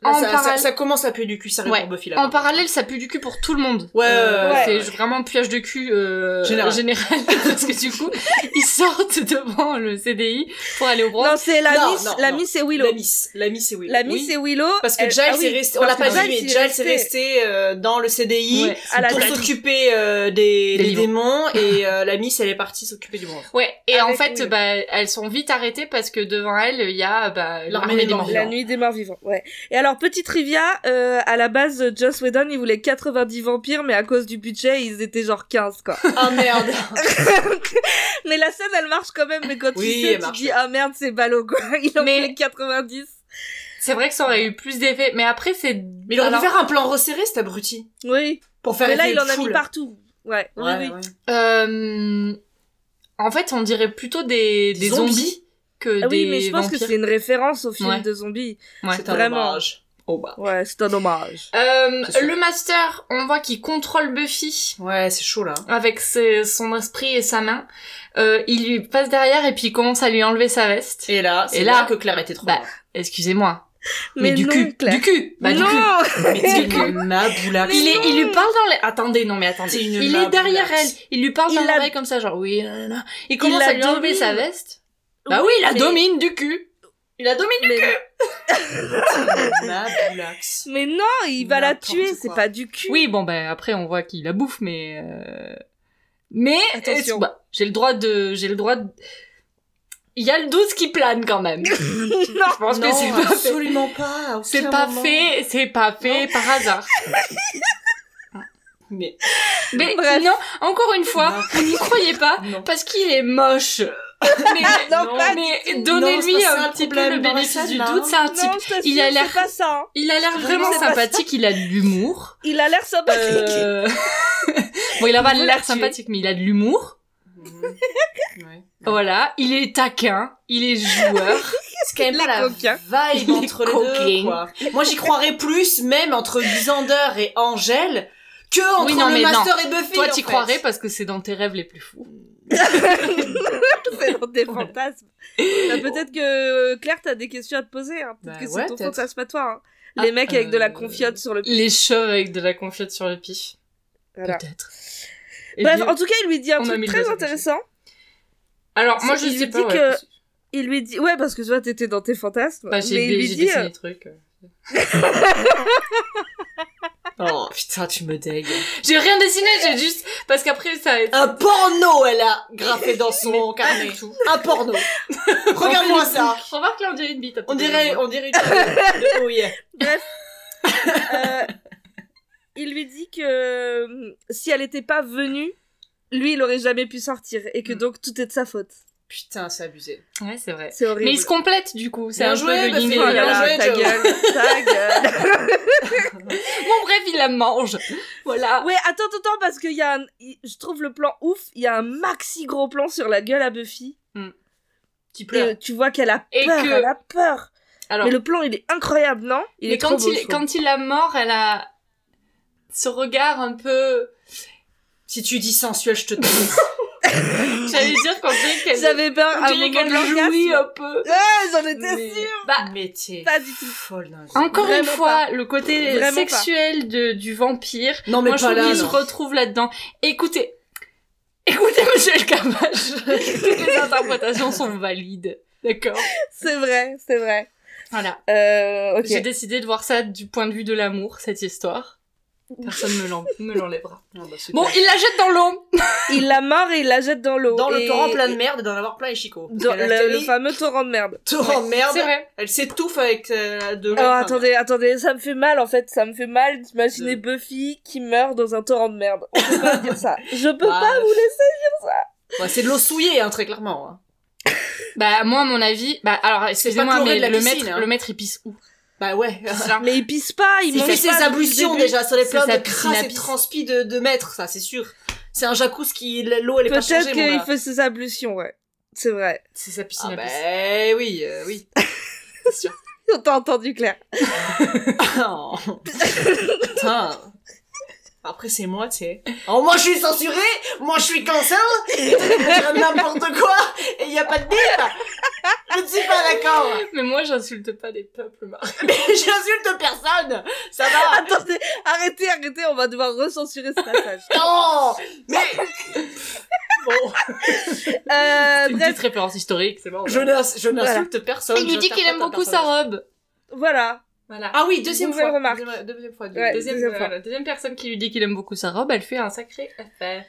[SPEAKER 4] Là,
[SPEAKER 3] en,
[SPEAKER 4] ça, ça-
[SPEAKER 3] parallèle-
[SPEAKER 4] ça commence à puer du cul sérieux
[SPEAKER 3] Ouais.
[SPEAKER 4] pour Buffy là.
[SPEAKER 3] en parallèle, ça pue du cul pour tout le monde. Euh,
[SPEAKER 4] Ouais, ouais, ouais.
[SPEAKER 3] C'est vraiment un puage de cul euh,
[SPEAKER 4] Général.
[SPEAKER 3] général. parce que du coup, ils sortent devant le CDI pour aller au bronze.
[SPEAKER 2] Non, c'est la
[SPEAKER 4] Non,
[SPEAKER 2] Miss,
[SPEAKER 4] non,
[SPEAKER 2] la
[SPEAKER 4] non.
[SPEAKER 2] Miss et Willow.
[SPEAKER 4] La Miss, la Miss et Willow.
[SPEAKER 2] La Miss
[SPEAKER 4] Oui.
[SPEAKER 2] et Willow.
[SPEAKER 4] Parce que
[SPEAKER 2] elle-
[SPEAKER 4] Giles
[SPEAKER 2] ah oui,
[SPEAKER 4] est resté, on
[SPEAKER 2] parce
[SPEAKER 4] l'a
[SPEAKER 2] que
[SPEAKER 4] pas dit,
[SPEAKER 2] Giles,
[SPEAKER 4] mais
[SPEAKER 2] il est
[SPEAKER 4] Giles est resté euh, dans le CDI
[SPEAKER 3] Ouais.
[SPEAKER 2] à la
[SPEAKER 4] pour
[SPEAKER 2] tête.
[SPEAKER 4] s'occuper euh, des,
[SPEAKER 3] Des
[SPEAKER 4] des
[SPEAKER 3] livres.
[SPEAKER 4] démons et euh, la Miss elle est partie s'occuper du bronze.
[SPEAKER 3] Ouais, et en
[SPEAKER 2] Avec
[SPEAKER 3] fait,
[SPEAKER 2] Will.
[SPEAKER 3] bah, elles sont vite arrêtées parce que devant elles, il y a bah,
[SPEAKER 4] L'armée des morts.
[SPEAKER 2] La nuit des morts vivants, ouais. Et alors, petite trivia, euh, à la base, Joss Whedon, il voulait 90 vampires, mais à cause du budget, ils étaient genre 15, quoi.
[SPEAKER 4] Ah merde.
[SPEAKER 2] mais la scène, elle marche quand même, mais quand
[SPEAKER 4] Oui,
[SPEAKER 2] tu sais,
[SPEAKER 4] elle
[SPEAKER 2] tu
[SPEAKER 4] marche.
[SPEAKER 2] dis, ah merde, c'est ballot, quoi. Il en
[SPEAKER 3] Mais-
[SPEAKER 2] voulait 90.
[SPEAKER 3] C'est vrai que ça aurait eu plus d'effet, mais après, c'est.
[SPEAKER 4] Mais il aurait
[SPEAKER 3] Alors,
[SPEAKER 4] dû faire un plan resserré cet abruti
[SPEAKER 2] Oui.
[SPEAKER 4] pour faire
[SPEAKER 2] Mais là,
[SPEAKER 4] effet
[SPEAKER 2] il en a
[SPEAKER 4] full.
[SPEAKER 2] mis partout. Ouais, oui,
[SPEAKER 4] Ouais,
[SPEAKER 2] oui.
[SPEAKER 4] ouais.
[SPEAKER 3] euh, En fait, on dirait plutôt des, des zombies. que
[SPEAKER 2] Ah
[SPEAKER 3] des
[SPEAKER 2] oui, mais je pense
[SPEAKER 3] vampires.
[SPEAKER 2] que c'est une référence au film
[SPEAKER 3] Ouais.
[SPEAKER 2] de zombies.
[SPEAKER 3] Ouais.
[SPEAKER 4] C'est un
[SPEAKER 2] Vraiment.
[SPEAKER 4] hommage. Oh bah.
[SPEAKER 2] Ouais, c'est un hommage.
[SPEAKER 3] Euh,
[SPEAKER 4] C'est sûr.
[SPEAKER 3] le master, on voit qu'il contrôle Buffy
[SPEAKER 4] Ouais, c'est chaud là.
[SPEAKER 3] avec ses- son esprit et sa main. Euh, il lui passe derrière et puis il commence à lui enlever sa veste.
[SPEAKER 4] Et là, c'est
[SPEAKER 3] Et là-
[SPEAKER 4] là que Claire était trop.
[SPEAKER 3] Bah,
[SPEAKER 4] loin.
[SPEAKER 3] Excusez-moi. Mais,
[SPEAKER 2] Mais
[SPEAKER 3] du
[SPEAKER 2] non,
[SPEAKER 3] cul,
[SPEAKER 2] Claire.
[SPEAKER 3] du cul, bah du cul.
[SPEAKER 2] non
[SPEAKER 4] Mais c'est une maboulax.
[SPEAKER 3] Il, est, il lui parle dans les... Attendez, non mais attendez.
[SPEAKER 4] C'est une
[SPEAKER 3] Il est derrière elle.
[SPEAKER 4] maboulasse.
[SPEAKER 3] Il lui parle
[SPEAKER 2] Il
[SPEAKER 3] dans
[SPEAKER 2] la-
[SPEAKER 3] l'oreille comme ça, genre oui. nan, nan, nan. Il commence
[SPEAKER 2] la
[SPEAKER 3] à lui enlever
[SPEAKER 2] domine.
[SPEAKER 3] sa veste. Bah oui, il la
[SPEAKER 2] mais-
[SPEAKER 3] domine du cul. Il la domine.
[SPEAKER 2] mais,
[SPEAKER 4] C'est une maboulax.
[SPEAKER 2] mais non, il va la
[SPEAKER 4] N'importe
[SPEAKER 2] tuer,
[SPEAKER 4] quoi.
[SPEAKER 2] c'est pas du cul.
[SPEAKER 3] Oui, bon ben après on voit qu'il la bouffe, mais euh, mais
[SPEAKER 2] Attention.
[SPEAKER 3] euh, bah, j'ai le droit de, j'ai le droit. de- Il y a le doute qui plane quand même.
[SPEAKER 2] non
[SPEAKER 3] Je pense que c'est
[SPEAKER 4] Non,
[SPEAKER 3] pas fait.
[SPEAKER 4] absolument pas. à aucun
[SPEAKER 3] C'est pas
[SPEAKER 4] moment.
[SPEAKER 3] fait, c'est pas fait par hasard.
[SPEAKER 4] Ah. Mais
[SPEAKER 3] Mais
[SPEAKER 2] Bref.
[SPEAKER 3] non, encore une fois,
[SPEAKER 4] Non.
[SPEAKER 3] vous n'y croyez pas
[SPEAKER 4] non.
[SPEAKER 3] parce qu'il est moche. Mais,
[SPEAKER 2] Non,
[SPEAKER 4] non,
[SPEAKER 2] pas
[SPEAKER 3] mais
[SPEAKER 4] Non,
[SPEAKER 3] donnez-lui
[SPEAKER 4] c'est pas ça
[SPEAKER 3] un
[SPEAKER 4] le
[SPEAKER 3] petit peu
[SPEAKER 4] problème
[SPEAKER 3] le
[SPEAKER 4] dans la
[SPEAKER 3] bénéfice
[SPEAKER 4] scène,
[SPEAKER 3] du
[SPEAKER 4] là, hein.
[SPEAKER 3] doute, c'est un
[SPEAKER 2] Non,
[SPEAKER 3] type.
[SPEAKER 2] je t'assure,
[SPEAKER 3] il a l'air-
[SPEAKER 2] c'est pas ça. hein.
[SPEAKER 3] Il a l'air
[SPEAKER 2] Non,
[SPEAKER 3] vraiment
[SPEAKER 2] c'est pas ça.
[SPEAKER 3] sympathique, il a de l'humour.
[SPEAKER 2] Il a l'air sympathique.
[SPEAKER 3] Euh, bon, il a pas
[SPEAKER 2] Il veut la
[SPEAKER 3] l'air
[SPEAKER 2] tuer.
[SPEAKER 3] sympathique, mais il a de l'humour.
[SPEAKER 4] Ouais.
[SPEAKER 3] Voilà, il est taquin, il est joueur.
[SPEAKER 4] C'est quand même
[SPEAKER 2] Les
[SPEAKER 4] pas la
[SPEAKER 2] coquins.
[SPEAKER 4] vibe
[SPEAKER 3] Les
[SPEAKER 4] entre les
[SPEAKER 3] coquins.
[SPEAKER 4] deux, quoi. Moi, j'y croirais plus, même entre Xander et Angèle, que entre
[SPEAKER 3] Oui, non,
[SPEAKER 4] le
[SPEAKER 3] mais
[SPEAKER 4] Master et Buffy,
[SPEAKER 3] Toi,
[SPEAKER 4] en
[SPEAKER 3] t'y
[SPEAKER 4] fait.
[SPEAKER 3] croirais parce que c'est dans tes rêves les plus fous.
[SPEAKER 2] c'est dans des fantasmes. Bah, peut-être que euh, Claire, t'as des questions à te poser. hein. Peut-être
[SPEAKER 4] Bah
[SPEAKER 2] que c'est
[SPEAKER 4] ouais,
[SPEAKER 2] ton
[SPEAKER 4] peut-être.
[SPEAKER 2] fantasme à toi. hein.
[SPEAKER 3] Ah,
[SPEAKER 2] Les mecs avec de la
[SPEAKER 3] euh,
[SPEAKER 2] confiote sur le.
[SPEAKER 3] Les cheveux avec de la confiture sur le pif.
[SPEAKER 2] Voilà.
[SPEAKER 3] Peut-être. Et
[SPEAKER 2] Bref,
[SPEAKER 3] Dieu-
[SPEAKER 2] en tout cas, il lui dit un
[SPEAKER 3] on a
[SPEAKER 2] truc
[SPEAKER 3] mis le
[SPEAKER 2] très
[SPEAKER 3] doigt sur le
[SPEAKER 2] intéressant.
[SPEAKER 3] Alors,
[SPEAKER 2] c'est-
[SPEAKER 3] moi, je
[SPEAKER 2] il
[SPEAKER 3] sais
[SPEAKER 2] lui
[SPEAKER 3] pas.
[SPEAKER 2] dit
[SPEAKER 3] ouais,
[SPEAKER 2] que-
[SPEAKER 3] parce-
[SPEAKER 2] Il lui dit, ouais, parce que toi, t'étais dans tes fantasmes.
[SPEAKER 3] bah,
[SPEAKER 2] mais
[SPEAKER 3] j'ai
[SPEAKER 2] il
[SPEAKER 3] dé-
[SPEAKER 2] lui
[SPEAKER 3] j'ai
[SPEAKER 2] dit,
[SPEAKER 3] dessiné
[SPEAKER 2] euh,
[SPEAKER 3] des trucs. euh.
[SPEAKER 4] Oh, putain, tu me dégues.
[SPEAKER 3] J'ai rien dessiné, j'ai juste. Parce qu'après, ça.
[SPEAKER 4] Un porno, elle a graffé dans son carnet. Un porno. Regarde-moi ça.
[SPEAKER 3] Remarque, là, on dirait une bite. à
[SPEAKER 4] On
[SPEAKER 3] côté de
[SPEAKER 4] dirait,
[SPEAKER 3] moi.
[SPEAKER 4] on dirait une de- oh yeah.
[SPEAKER 2] euh, il lui dit que euh, si elle était pas venue, lui, il aurait jamais pu sortir et que donc tout est de sa faute.
[SPEAKER 4] Putain, c'est abusé.
[SPEAKER 3] Ouais, c'est vrai.
[SPEAKER 2] C'est horrible.
[SPEAKER 3] Mais ils se complètent, du coup. C'est
[SPEAKER 4] Bien
[SPEAKER 3] un
[SPEAKER 4] joué,
[SPEAKER 3] peu le yin et
[SPEAKER 4] Buffy,
[SPEAKER 3] le
[SPEAKER 4] bien
[SPEAKER 3] yang.
[SPEAKER 2] Voilà,
[SPEAKER 4] joué,
[SPEAKER 2] ta
[SPEAKER 4] Joe.
[SPEAKER 2] gueule, ta gueule.
[SPEAKER 3] Bon, bref, il la mange. Voilà.
[SPEAKER 2] Ouais, attends, attends, attends, parce qu'il y a un... il- Je trouve le plan ouf, il y a un maxi gros plan sur la gueule à Buffy.
[SPEAKER 4] Qui
[SPEAKER 2] Et
[SPEAKER 4] pleure.
[SPEAKER 2] euh, tu vois qu'elle a peur,
[SPEAKER 3] Et que-
[SPEAKER 2] elle a peur.
[SPEAKER 3] Alors,
[SPEAKER 2] Mais le plan, il est incroyable, non Il
[SPEAKER 3] mais
[SPEAKER 2] est trop
[SPEAKER 3] quand
[SPEAKER 2] beau, je
[SPEAKER 3] il,
[SPEAKER 2] trouve.
[SPEAKER 3] quand il la mord, elle a ce regard un peu.
[SPEAKER 4] Si tu dis sensuel, je te trouve.
[SPEAKER 3] J'allais dire qu'on dirait qu'elle.
[SPEAKER 2] J'avais peur
[SPEAKER 3] on
[SPEAKER 2] à un
[SPEAKER 3] dirait
[SPEAKER 2] moment
[SPEAKER 3] qu'elle
[SPEAKER 2] de l'orgasme.
[SPEAKER 3] jouit un peu.
[SPEAKER 2] Ouais, j'en étais
[SPEAKER 4] Mais-
[SPEAKER 2] sûre
[SPEAKER 3] Bah,
[SPEAKER 4] Mais t'es
[SPEAKER 2] Pas du tout.
[SPEAKER 4] folle d'un coup.
[SPEAKER 3] encore une
[SPEAKER 2] Vraiment
[SPEAKER 3] fois, le côté
[SPEAKER 2] Vraiment
[SPEAKER 3] sexuel de, du vampire.
[SPEAKER 4] Non, mais
[SPEAKER 3] Moi, je
[SPEAKER 4] pas
[SPEAKER 3] trouve
[SPEAKER 4] là.
[SPEAKER 3] qu'il se
[SPEAKER 4] non.
[SPEAKER 3] retrouve là-dedans. Écoutez. Écoutez, monsieur le Camache. Toutes les interprétations sont valides. D'accord
[SPEAKER 2] C'est vrai, c'est vrai.
[SPEAKER 3] Voilà.
[SPEAKER 2] Euh, ok.
[SPEAKER 3] J'ai décidé de voir ça du point de vue de l'amour, cette histoire. Personne me l'en- me l'enlèvera.
[SPEAKER 4] Non, bah, c'est
[SPEAKER 3] Bon, il la jette dans l'eau.
[SPEAKER 2] Il la mord et il la jette dans l'eau.
[SPEAKER 4] dans
[SPEAKER 2] euh, Et-
[SPEAKER 4] le torrent plein de merde et d'en avoir plein les chicots.
[SPEAKER 2] dans
[SPEAKER 4] Parce qu'elle a
[SPEAKER 2] le, le
[SPEAKER 4] atterri-
[SPEAKER 2] fameux torrent de merde.
[SPEAKER 4] torrent de Oh, merde.
[SPEAKER 3] C'est vrai.
[SPEAKER 4] Elle s'étouffe avec euh, de l'eau.
[SPEAKER 2] Oh, attendez, attendez, ça me fait mal en fait, ça me fait mal d'imaginer
[SPEAKER 4] Euh.
[SPEAKER 2] Buffy qui meurt dans un torrent de merde. On peut pas dire ça. Je peux
[SPEAKER 4] Bah,
[SPEAKER 2] pas vous laisser.
[SPEAKER 4] Ouais, c'est de l'eau souillée, hein, très clairement. hein.
[SPEAKER 3] Bah, moi, à mon avis, bah, alors, excusez-moi,
[SPEAKER 4] chloré
[SPEAKER 3] mais
[SPEAKER 4] de la
[SPEAKER 3] le
[SPEAKER 4] piscine,
[SPEAKER 3] maître,
[SPEAKER 4] hein.
[SPEAKER 3] le maître, il pisse où
[SPEAKER 4] Bah ouais.
[SPEAKER 3] Pisse là.
[SPEAKER 2] Mais il pisse pas, il
[SPEAKER 4] Il
[SPEAKER 2] mange
[SPEAKER 4] fait
[SPEAKER 2] pas
[SPEAKER 4] ses
[SPEAKER 2] depuis le
[SPEAKER 4] ablutions
[SPEAKER 2] début.
[SPEAKER 4] déjà, ça les
[SPEAKER 3] C'est
[SPEAKER 4] plein
[SPEAKER 3] sa
[SPEAKER 4] de crasse et de
[SPEAKER 3] piscine à
[SPEAKER 4] transpi de, de maître, ça, c'est sûr. C'est un jacuzzi qui, l'eau, elle est pas
[SPEAKER 2] Peut-être
[SPEAKER 4] changée, mon
[SPEAKER 2] qu'il
[SPEAKER 4] gars.
[SPEAKER 2] fait ses ablutions, ouais. C'est vrai.
[SPEAKER 3] C'est sa piscine
[SPEAKER 4] Ah
[SPEAKER 3] à
[SPEAKER 4] bah
[SPEAKER 3] pisse.
[SPEAKER 4] oui, euh, oui.
[SPEAKER 3] c'est sûr.
[SPEAKER 2] On t'a entendu, Claire.
[SPEAKER 4] Oh. Putain. Après, c'est moi, tu sais. Oh, moi, je suis censurée, moi, je suis cancel, et toi, tu peux dire n'importe quoi, et il y a pas de bip. Je ne suis pas d'accord.
[SPEAKER 3] Mais moi, j'insulte pas les peuples, Marie.
[SPEAKER 4] Mais j'insulte personne. Ça va.
[SPEAKER 2] Attendez, arrêtez, arrêtez, on va devoir recensurer ce passage.
[SPEAKER 4] Non. Mais. Bon,
[SPEAKER 2] Euh,
[SPEAKER 3] Une
[SPEAKER 2] bref,
[SPEAKER 3] petite référence historique, c'est bon.
[SPEAKER 4] je n'ins- je n'insulte personne.
[SPEAKER 3] Il
[SPEAKER 4] je
[SPEAKER 3] nous dit qu'il
[SPEAKER 4] n'interprète
[SPEAKER 3] aime beaucoup
[SPEAKER 4] personne.
[SPEAKER 3] sa robe.
[SPEAKER 2] voilà.
[SPEAKER 3] Voilà.
[SPEAKER 4] Ah oui, deuxième
[SPEAKER 2] Nouvelle
[SPEAKER 4] fois.
[SPEAKER 2] remarque.
[SPEAKER 3] Deuxième, deuxième fois.
[SPEAKER 2] Ouais,
[SPEAKER 3] deuxième,
[SPEAKER 2] deuxième fois.
[SPEAKER 3] voilà, deuxième personne qui lui dit qu'il aime beaucoup sa robe, elle fait un sacré affaire.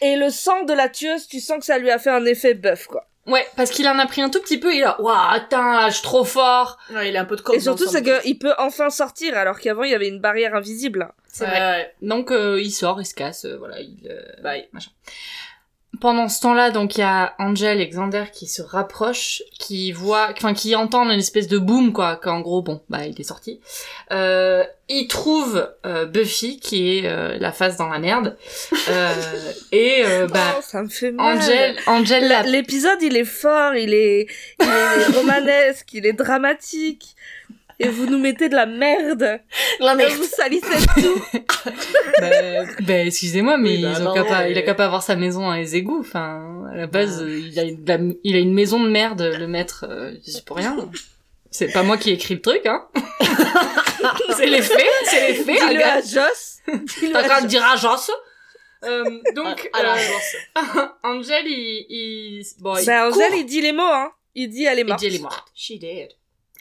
[SPEAKER 2] Et le sang de la tueuse, tu sens que ça lui a fait un effet bœuf, quoi.
[SPEAKER 3] Ouais, parce qu'il en a pris un tout petit peu, il a Waouh, attends, je suis trop fort
[SPEAKER 4] Ouais, il a un peu de corps.
[SPEAKER 2] Et surtout, c'est qu'il peut enfin sortir, alors qu'avant, il y avait une barrière invisible.
[SPEAKER 3] C'est vrai. Donc euh, il sort, il se casse, euh, voilà, il euh, bye, machin. Pendant ce temps-là, donc il y a Angel et Xander qui se rapprochent, qui voient, enfin qui entendent une espèce de boom quoi, qu'en gros bon, bah il est sorti. Euh, ils trouvent euh, Buffy qui est euh, la face dans la merde Euh, et euh, bah
[SPEAKER 2] Oh, ça me fait mal.
[SPEAKER 3] Angel, Angel la
[SPEAKER 2] La- L'épisode, il est fort, il est, il est romanesque, il est dramatique. Et vous nous mettez de la merde.
[SPEAKER 4] La
[SPEAKER 2] Et
[SPEAKER 4] merde.
[SPEAKER 2] vous salissez tout.
[SPEAKER 3] bah, bah, excusez-moi, mais
[SPEAKER 4] Oui, bah,
[SPEAKER 3] ils ont
[SPEAKER 4] non,
[SPEAKER 3] qu'à pas-
[SPEAKER 4] mais-
[SPEAKER 3] il a qu'à pas avoir sa maison à les égouts. Enfin, à la base, euh, il, a une, la- il a une maison de merde, le maître. euh, c'est pour rien. C'est pas moi qui ai écrit le truc, hein. c'est les faits, c'est les faits.
[SPEAKER 2] Dis-le à
[SPEAKER 3] regarde.
[SPEAKER 2] Joss. Dis-le
[SPEAKER 3] T'as
[SPEAKER 2] à
[SPEAKER 3] qu'à
[SPEAKER 2] Joss.
[SPEAKER 3] dire agence. Euh, donc,
[SPEAKER 4] Ah, la
[SPEAKER 3] euh,
[SPEAKER 4] réponse.
[SPEAKER 3] Angel, il, il, bon, oh, il
[SPEAKER 2] Ben, Angel,
[SPEAKER 3] court.
[SPEAKER 2] il dit les mots, hein. Il dit, elle est
[SPEAKER 3] Il
[SPEAKER 2] morte.
[SPEAKER 3] dit, elle est morte.
[SPEAKER 4] She did.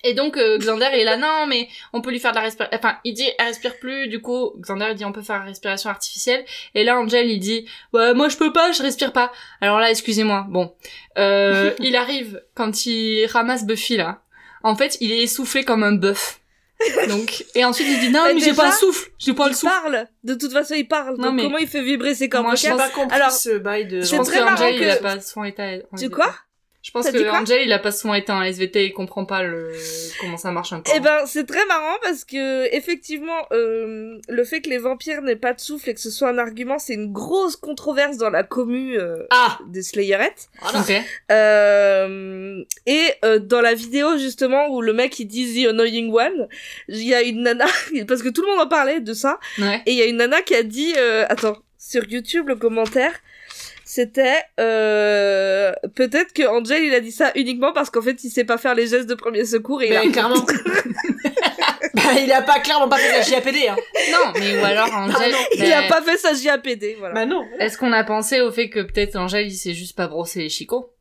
[SPEAKER 3] Et donc euh, Xander il est là non mais on peut lui faire de la respiration enfin il dit elle respire plus du coup Xander il dit on peut faire une respiration artificielle et là Angel il dit ouais moi je peux pas je respire pas alors là excusez-moi bon euh, il arrive quand il ramasse Buffy là en fait il est essoufflé comme un bœuf donc et ensuite il dit non
[SPEAKER 2] Mais
[SPEAKER 3] mais
[SPEAKER 2] Bah,
[SPEAKER 3] j'ai
[SPEAKER 2] déjà,
[SPEAKER 3] pas le souffle j'ai pas le
[SPEAKER 2] il
[SPEAKER 3] souffle
[SPEAKER 2] parle. De toute façon, il parle.
[SPEAKER 3] Non,
[SPEAKER 2] Donc,
[SPEAKER 3] mais-
[SPEAKER 2] comment il fait vibrer ses cordes
[SPEAKER 3] Moi, je
[SPEAKER 4] J'ai
[SPEAKER 2] vocales
[SPEAKER 4] pas compris
[SPEAKER 2] Alors,
[SPEAKER 4] ce bail de.
[SPEAKER 2] c'est
[SPEAKER 3] je pense
[SPEAKER 2] très
[SPEAKER 3] que Angel
[SPEAKER 2] marrant
[SPEAKER 3] il a
[SPEAKER 2] que-
[SPEAKER 3] pas son état en
[SPEAKER 2] Tu
[SPEAKER 3] SVT.
[SPEAKER 2] quoi
[SPEAKER 3] je pense
[SPEAKER 2] T'as
[SPEAKER 3] que
[SPEAKER 2] dit quoi
[SPEAKER 3] Angel il a pas son état en SVT il comprend pas le comment ça marche un corps
[SPEAKER 2] Eh ben, c'est très marrant parce que effectivement, euh, le fait que les vampires n'aient pas de souffle et que ce soit un argument, c'est une grosse controverse dans la commu euh,
[SPEAKER 4] Ah.
[SPEAKER 2] des Slayerettes.
[SPEAKER 3] ok
[SPEAKER 2] Euh, et euh, dans la vidéo justement où le mec il dit The Annoying One, il y a une nana parce que tout le monde en parlait de ça
[SPEAKER 3] ouais
[SPEAKER 2] et il y a une nana qui a dit euh, attends sur YouTube le commentaire c'était euh, peut-être que Angel il a dit ça uniquement parce qu'en fait il sait pas faire les gestes de premier secours et il a
[SPEAKER 4] Mais clairement. bah, il a pas clairement pas fait de la JAPD, hein.
[SPEAKER 3] non mais ou alors Angel
[SPEAKER 2] Il a
[SPEAKER 3] ben,
[SPEAKER 2] pas fait sa JAPD, voilà.
[SPEAKER 4] Bah non.
[SPEAKER 3] Est-ce qu'on a pensé au fait que peut-être Angèle il s'est juste pas brossé les chicots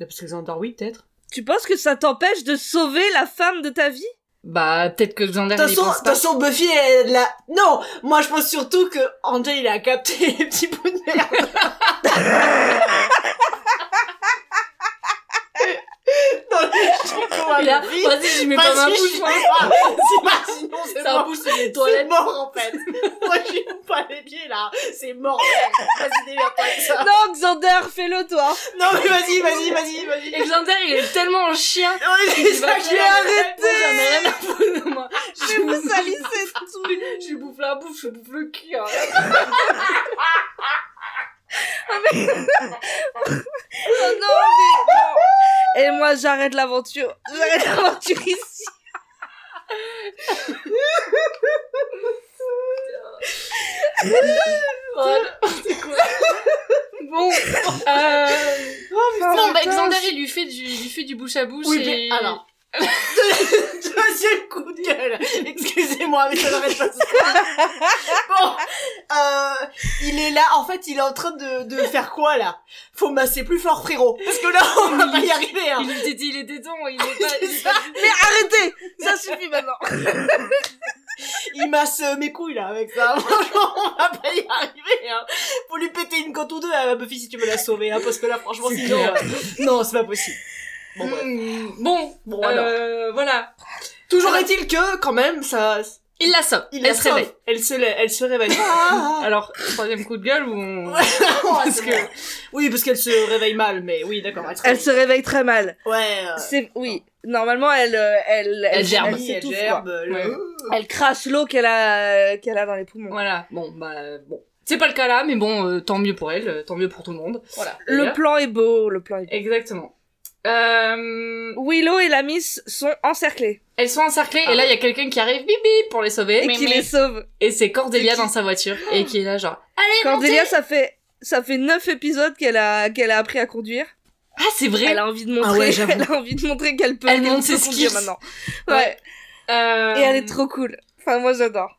[SPEAKER 4] Bah, Parce que Xander, oui, peut-être.
[SPEAKER 2] Tu penses que ça t'empêche de sauver la femme de ta vie
[SPEAKER 3] Bah peut-être que Xander
[SPEAKER 4] De
[SPEAKER 3] il
[SPEAKER 4] toute façon,
[SPEAKER 3] pense
[SPEAKER 4] de toute
[SPEAKER 3] pas.
[SPEAKER 4] façon, Buffy, elle la... Non Moi, je pense surtout que Angel, il a capté les petits bouts de merde. Dans les chicots,
[SPEAKER 3] Il a-
[SPEAKER 4] à Buffy.
[SPEAKER 3] Vas-y, j'y mets pas ma
[SPEAKER 4] Parce que je
[SPEAKER 3] bouche.
[SPEAKER 4] suis
[SPEAKER 3] moi.
[SPEAKER 4] pas- C'est pas- Sinon, hein. c'est
[SPEAKER 3] Ça
[SPEAKER 4] mort.
[SPEAKER 3] bouge sur les
[SPEAKER 4] C'est
[SPEAKER 3] toilettes.
[SPEAKER 4] mort, en fait. Moi, j'y ouvre pas les pieds, là. C'est mort. mec. Vas-y, démerde-toi avec ça.
[SPEAKER 2] Non, Xander, fais-le toi
[SPEAKER 4] Non, mais vas-y, vas-y, vas-y, vas-y.
[SPEAKER 3] Et Xander il est tellement un chien.
[SPEAKER 4] Non, mais
[SPEAKER 3] Il va
[SPEAKER 4] ça,
[SPEAKER 3] faire-
[SPEAKER 4] arrêté.
[SPEAKER 3] Moi, J'en ai rien à foutre, moi.
[SPEAKER 2] Mais vous salissez tout
[SPEAKER 3] Je lui bouffe la bouffe, je lui bouffe le cul. hein.
[SPEAKER 2] Oh non, mais non Et moi, j'arrête l'aventure J'arrête l'aventure ici
[SPEAKER 3] Voilà. C'est quoi Bon. Euh... Non, bah Xander il lui fait du, il lui fait du bouche à bouche.
[SPEAKER 4] Oui,
[SPEAKER 3] et...
[SPEAKER 4] mais alors. Deuxième coup de gueule. Excusez-moi, mais ça n'arrête pas ce soir. Bon, euh, il est là. En fait, il est en train de, de faire quoi là Faut masser plus fort, frérot. Parce que là, on va pas y arriver. Hein.
[SPEAKER 3] Il lui dédie les dédons. Il est pas. Il est pas...
[SPEAKER 2] Mais arrêtez Ça suffit maintenant
[SPEAKER 4] Il masse euh, mes couilles là avec ça. Franchement, on va pas y arriver. Hein. Faut lui péter une côte ou deux à Buffy si tu veux la sauver. Hein, parce que là, franchement,
[SPEAKER 3] C'est
[SPEAKER 4] sinon,
[SPEAKER 3] clair.
[SPEAKER 4] euh, non, c'est pas possible. Bon, bref.
[SPEAKER 3] Mm, Bon.
[SPEAKER 4] Bon, alors.
[SPEAKER 3] Euh, voilà.
[SPEAKER 4] Toujours est-il que quand même, ça,
[SPEAKER 3] Il la sauve.
[SPEAKER 4] il
[SPEAKER 3] Elle
[SPEAKER 4] la
[SPEAKER 3] se
[SPEAKER 4] sauve.
[SPEAKER 3] réveille. Ah,
[SPEAKER 4] Elle se, lè- elle se réveille.
[SPEAKER 3] Alors, troisième coup de gueule ou on...
[SPEAKER 4] parce
[SPEAKER 3] ah, c'est
[SPEAKER 4] que oui parce qu'elle se réveille mal mais oui d'accord elle, se
[SPEAKER 2] Elle se réveille très mal.
[SPEAKER 4] réveille. ouais euh,
[SPEAKER 2] C'est... Oui. Normalement, elle... euh, Elle,
[SPEAKER 3] Elle gerbe.
[SPEAKER 2] Elle,
[SPEAKER 4] oui, elle
[SPEAKER 2] s'étouffe,
[SPEAKER 4] gerbe,
[SPEAKER 2] quoi.
[SPEAKER 4] le-
[SPEAKER 3] Ouais.
[SPEAKER 2] Elle crache l'eau qu'elle a... euh, qu'elle a dans les poumons.
[SPEAKER 3] Voilà, bon, bah, bon. C'est pas le cas là, mais bon, euh, tant mieux pour elle, euh, tant mieux pour tout le monde. Voilà.
[SPEAKER 2] Le plan est beau, le plan est beau.
[SPEAKER 3] Exactement. Euh,
[SPEAKER 2] Willow et la Miss sont encerclées
[SPEAKER 3] elles sont encerclées et là il y a quelqu'un qui arrive bip bip pour les sauver.
[SPEAKER 2] Ah et
[SPEAKER 3] mais-
[SPEAKER 2] qui
[SPEAKER 3] mais-
[SPEAKER 2] les sauvent.
[SPEAKER 3] Et c'est Cordelia dans sa voiture et qui est là genre allez
[SPEAKER 2] Cordelia,
[SPEAKER 3] montez
[SPEAKER 2] ça fait ça fait neuf épisodes qu'elle a qu'elle a appris à conduire.
[SPEAKER 3] Ah c'est vrai.
[SPEAKER 2] Elle a envie de montrer,
[SPEAKER 4] Ah ouais, j'avoue.
[SPEAKER 2] elle a envie de montrer qu'elle peut,
[SPEAKER 3] Elle
[SPEAKER 2] qu'elle
[SPEAKER 3] monte
[SPEAKER 2] peut
[SPEAKER 3] ses
[SPEAKER 2] conduire
[SPEAKER 3] skills.
[SPEAKER 2] maintenant.
[SPEAKER 3] Ouais.
[SPEAKER 2] Ouais.
[SPEAKER 3] Euh,
[SPEAKER 2] Et elle est trop cool. Enfin, moi j'adore.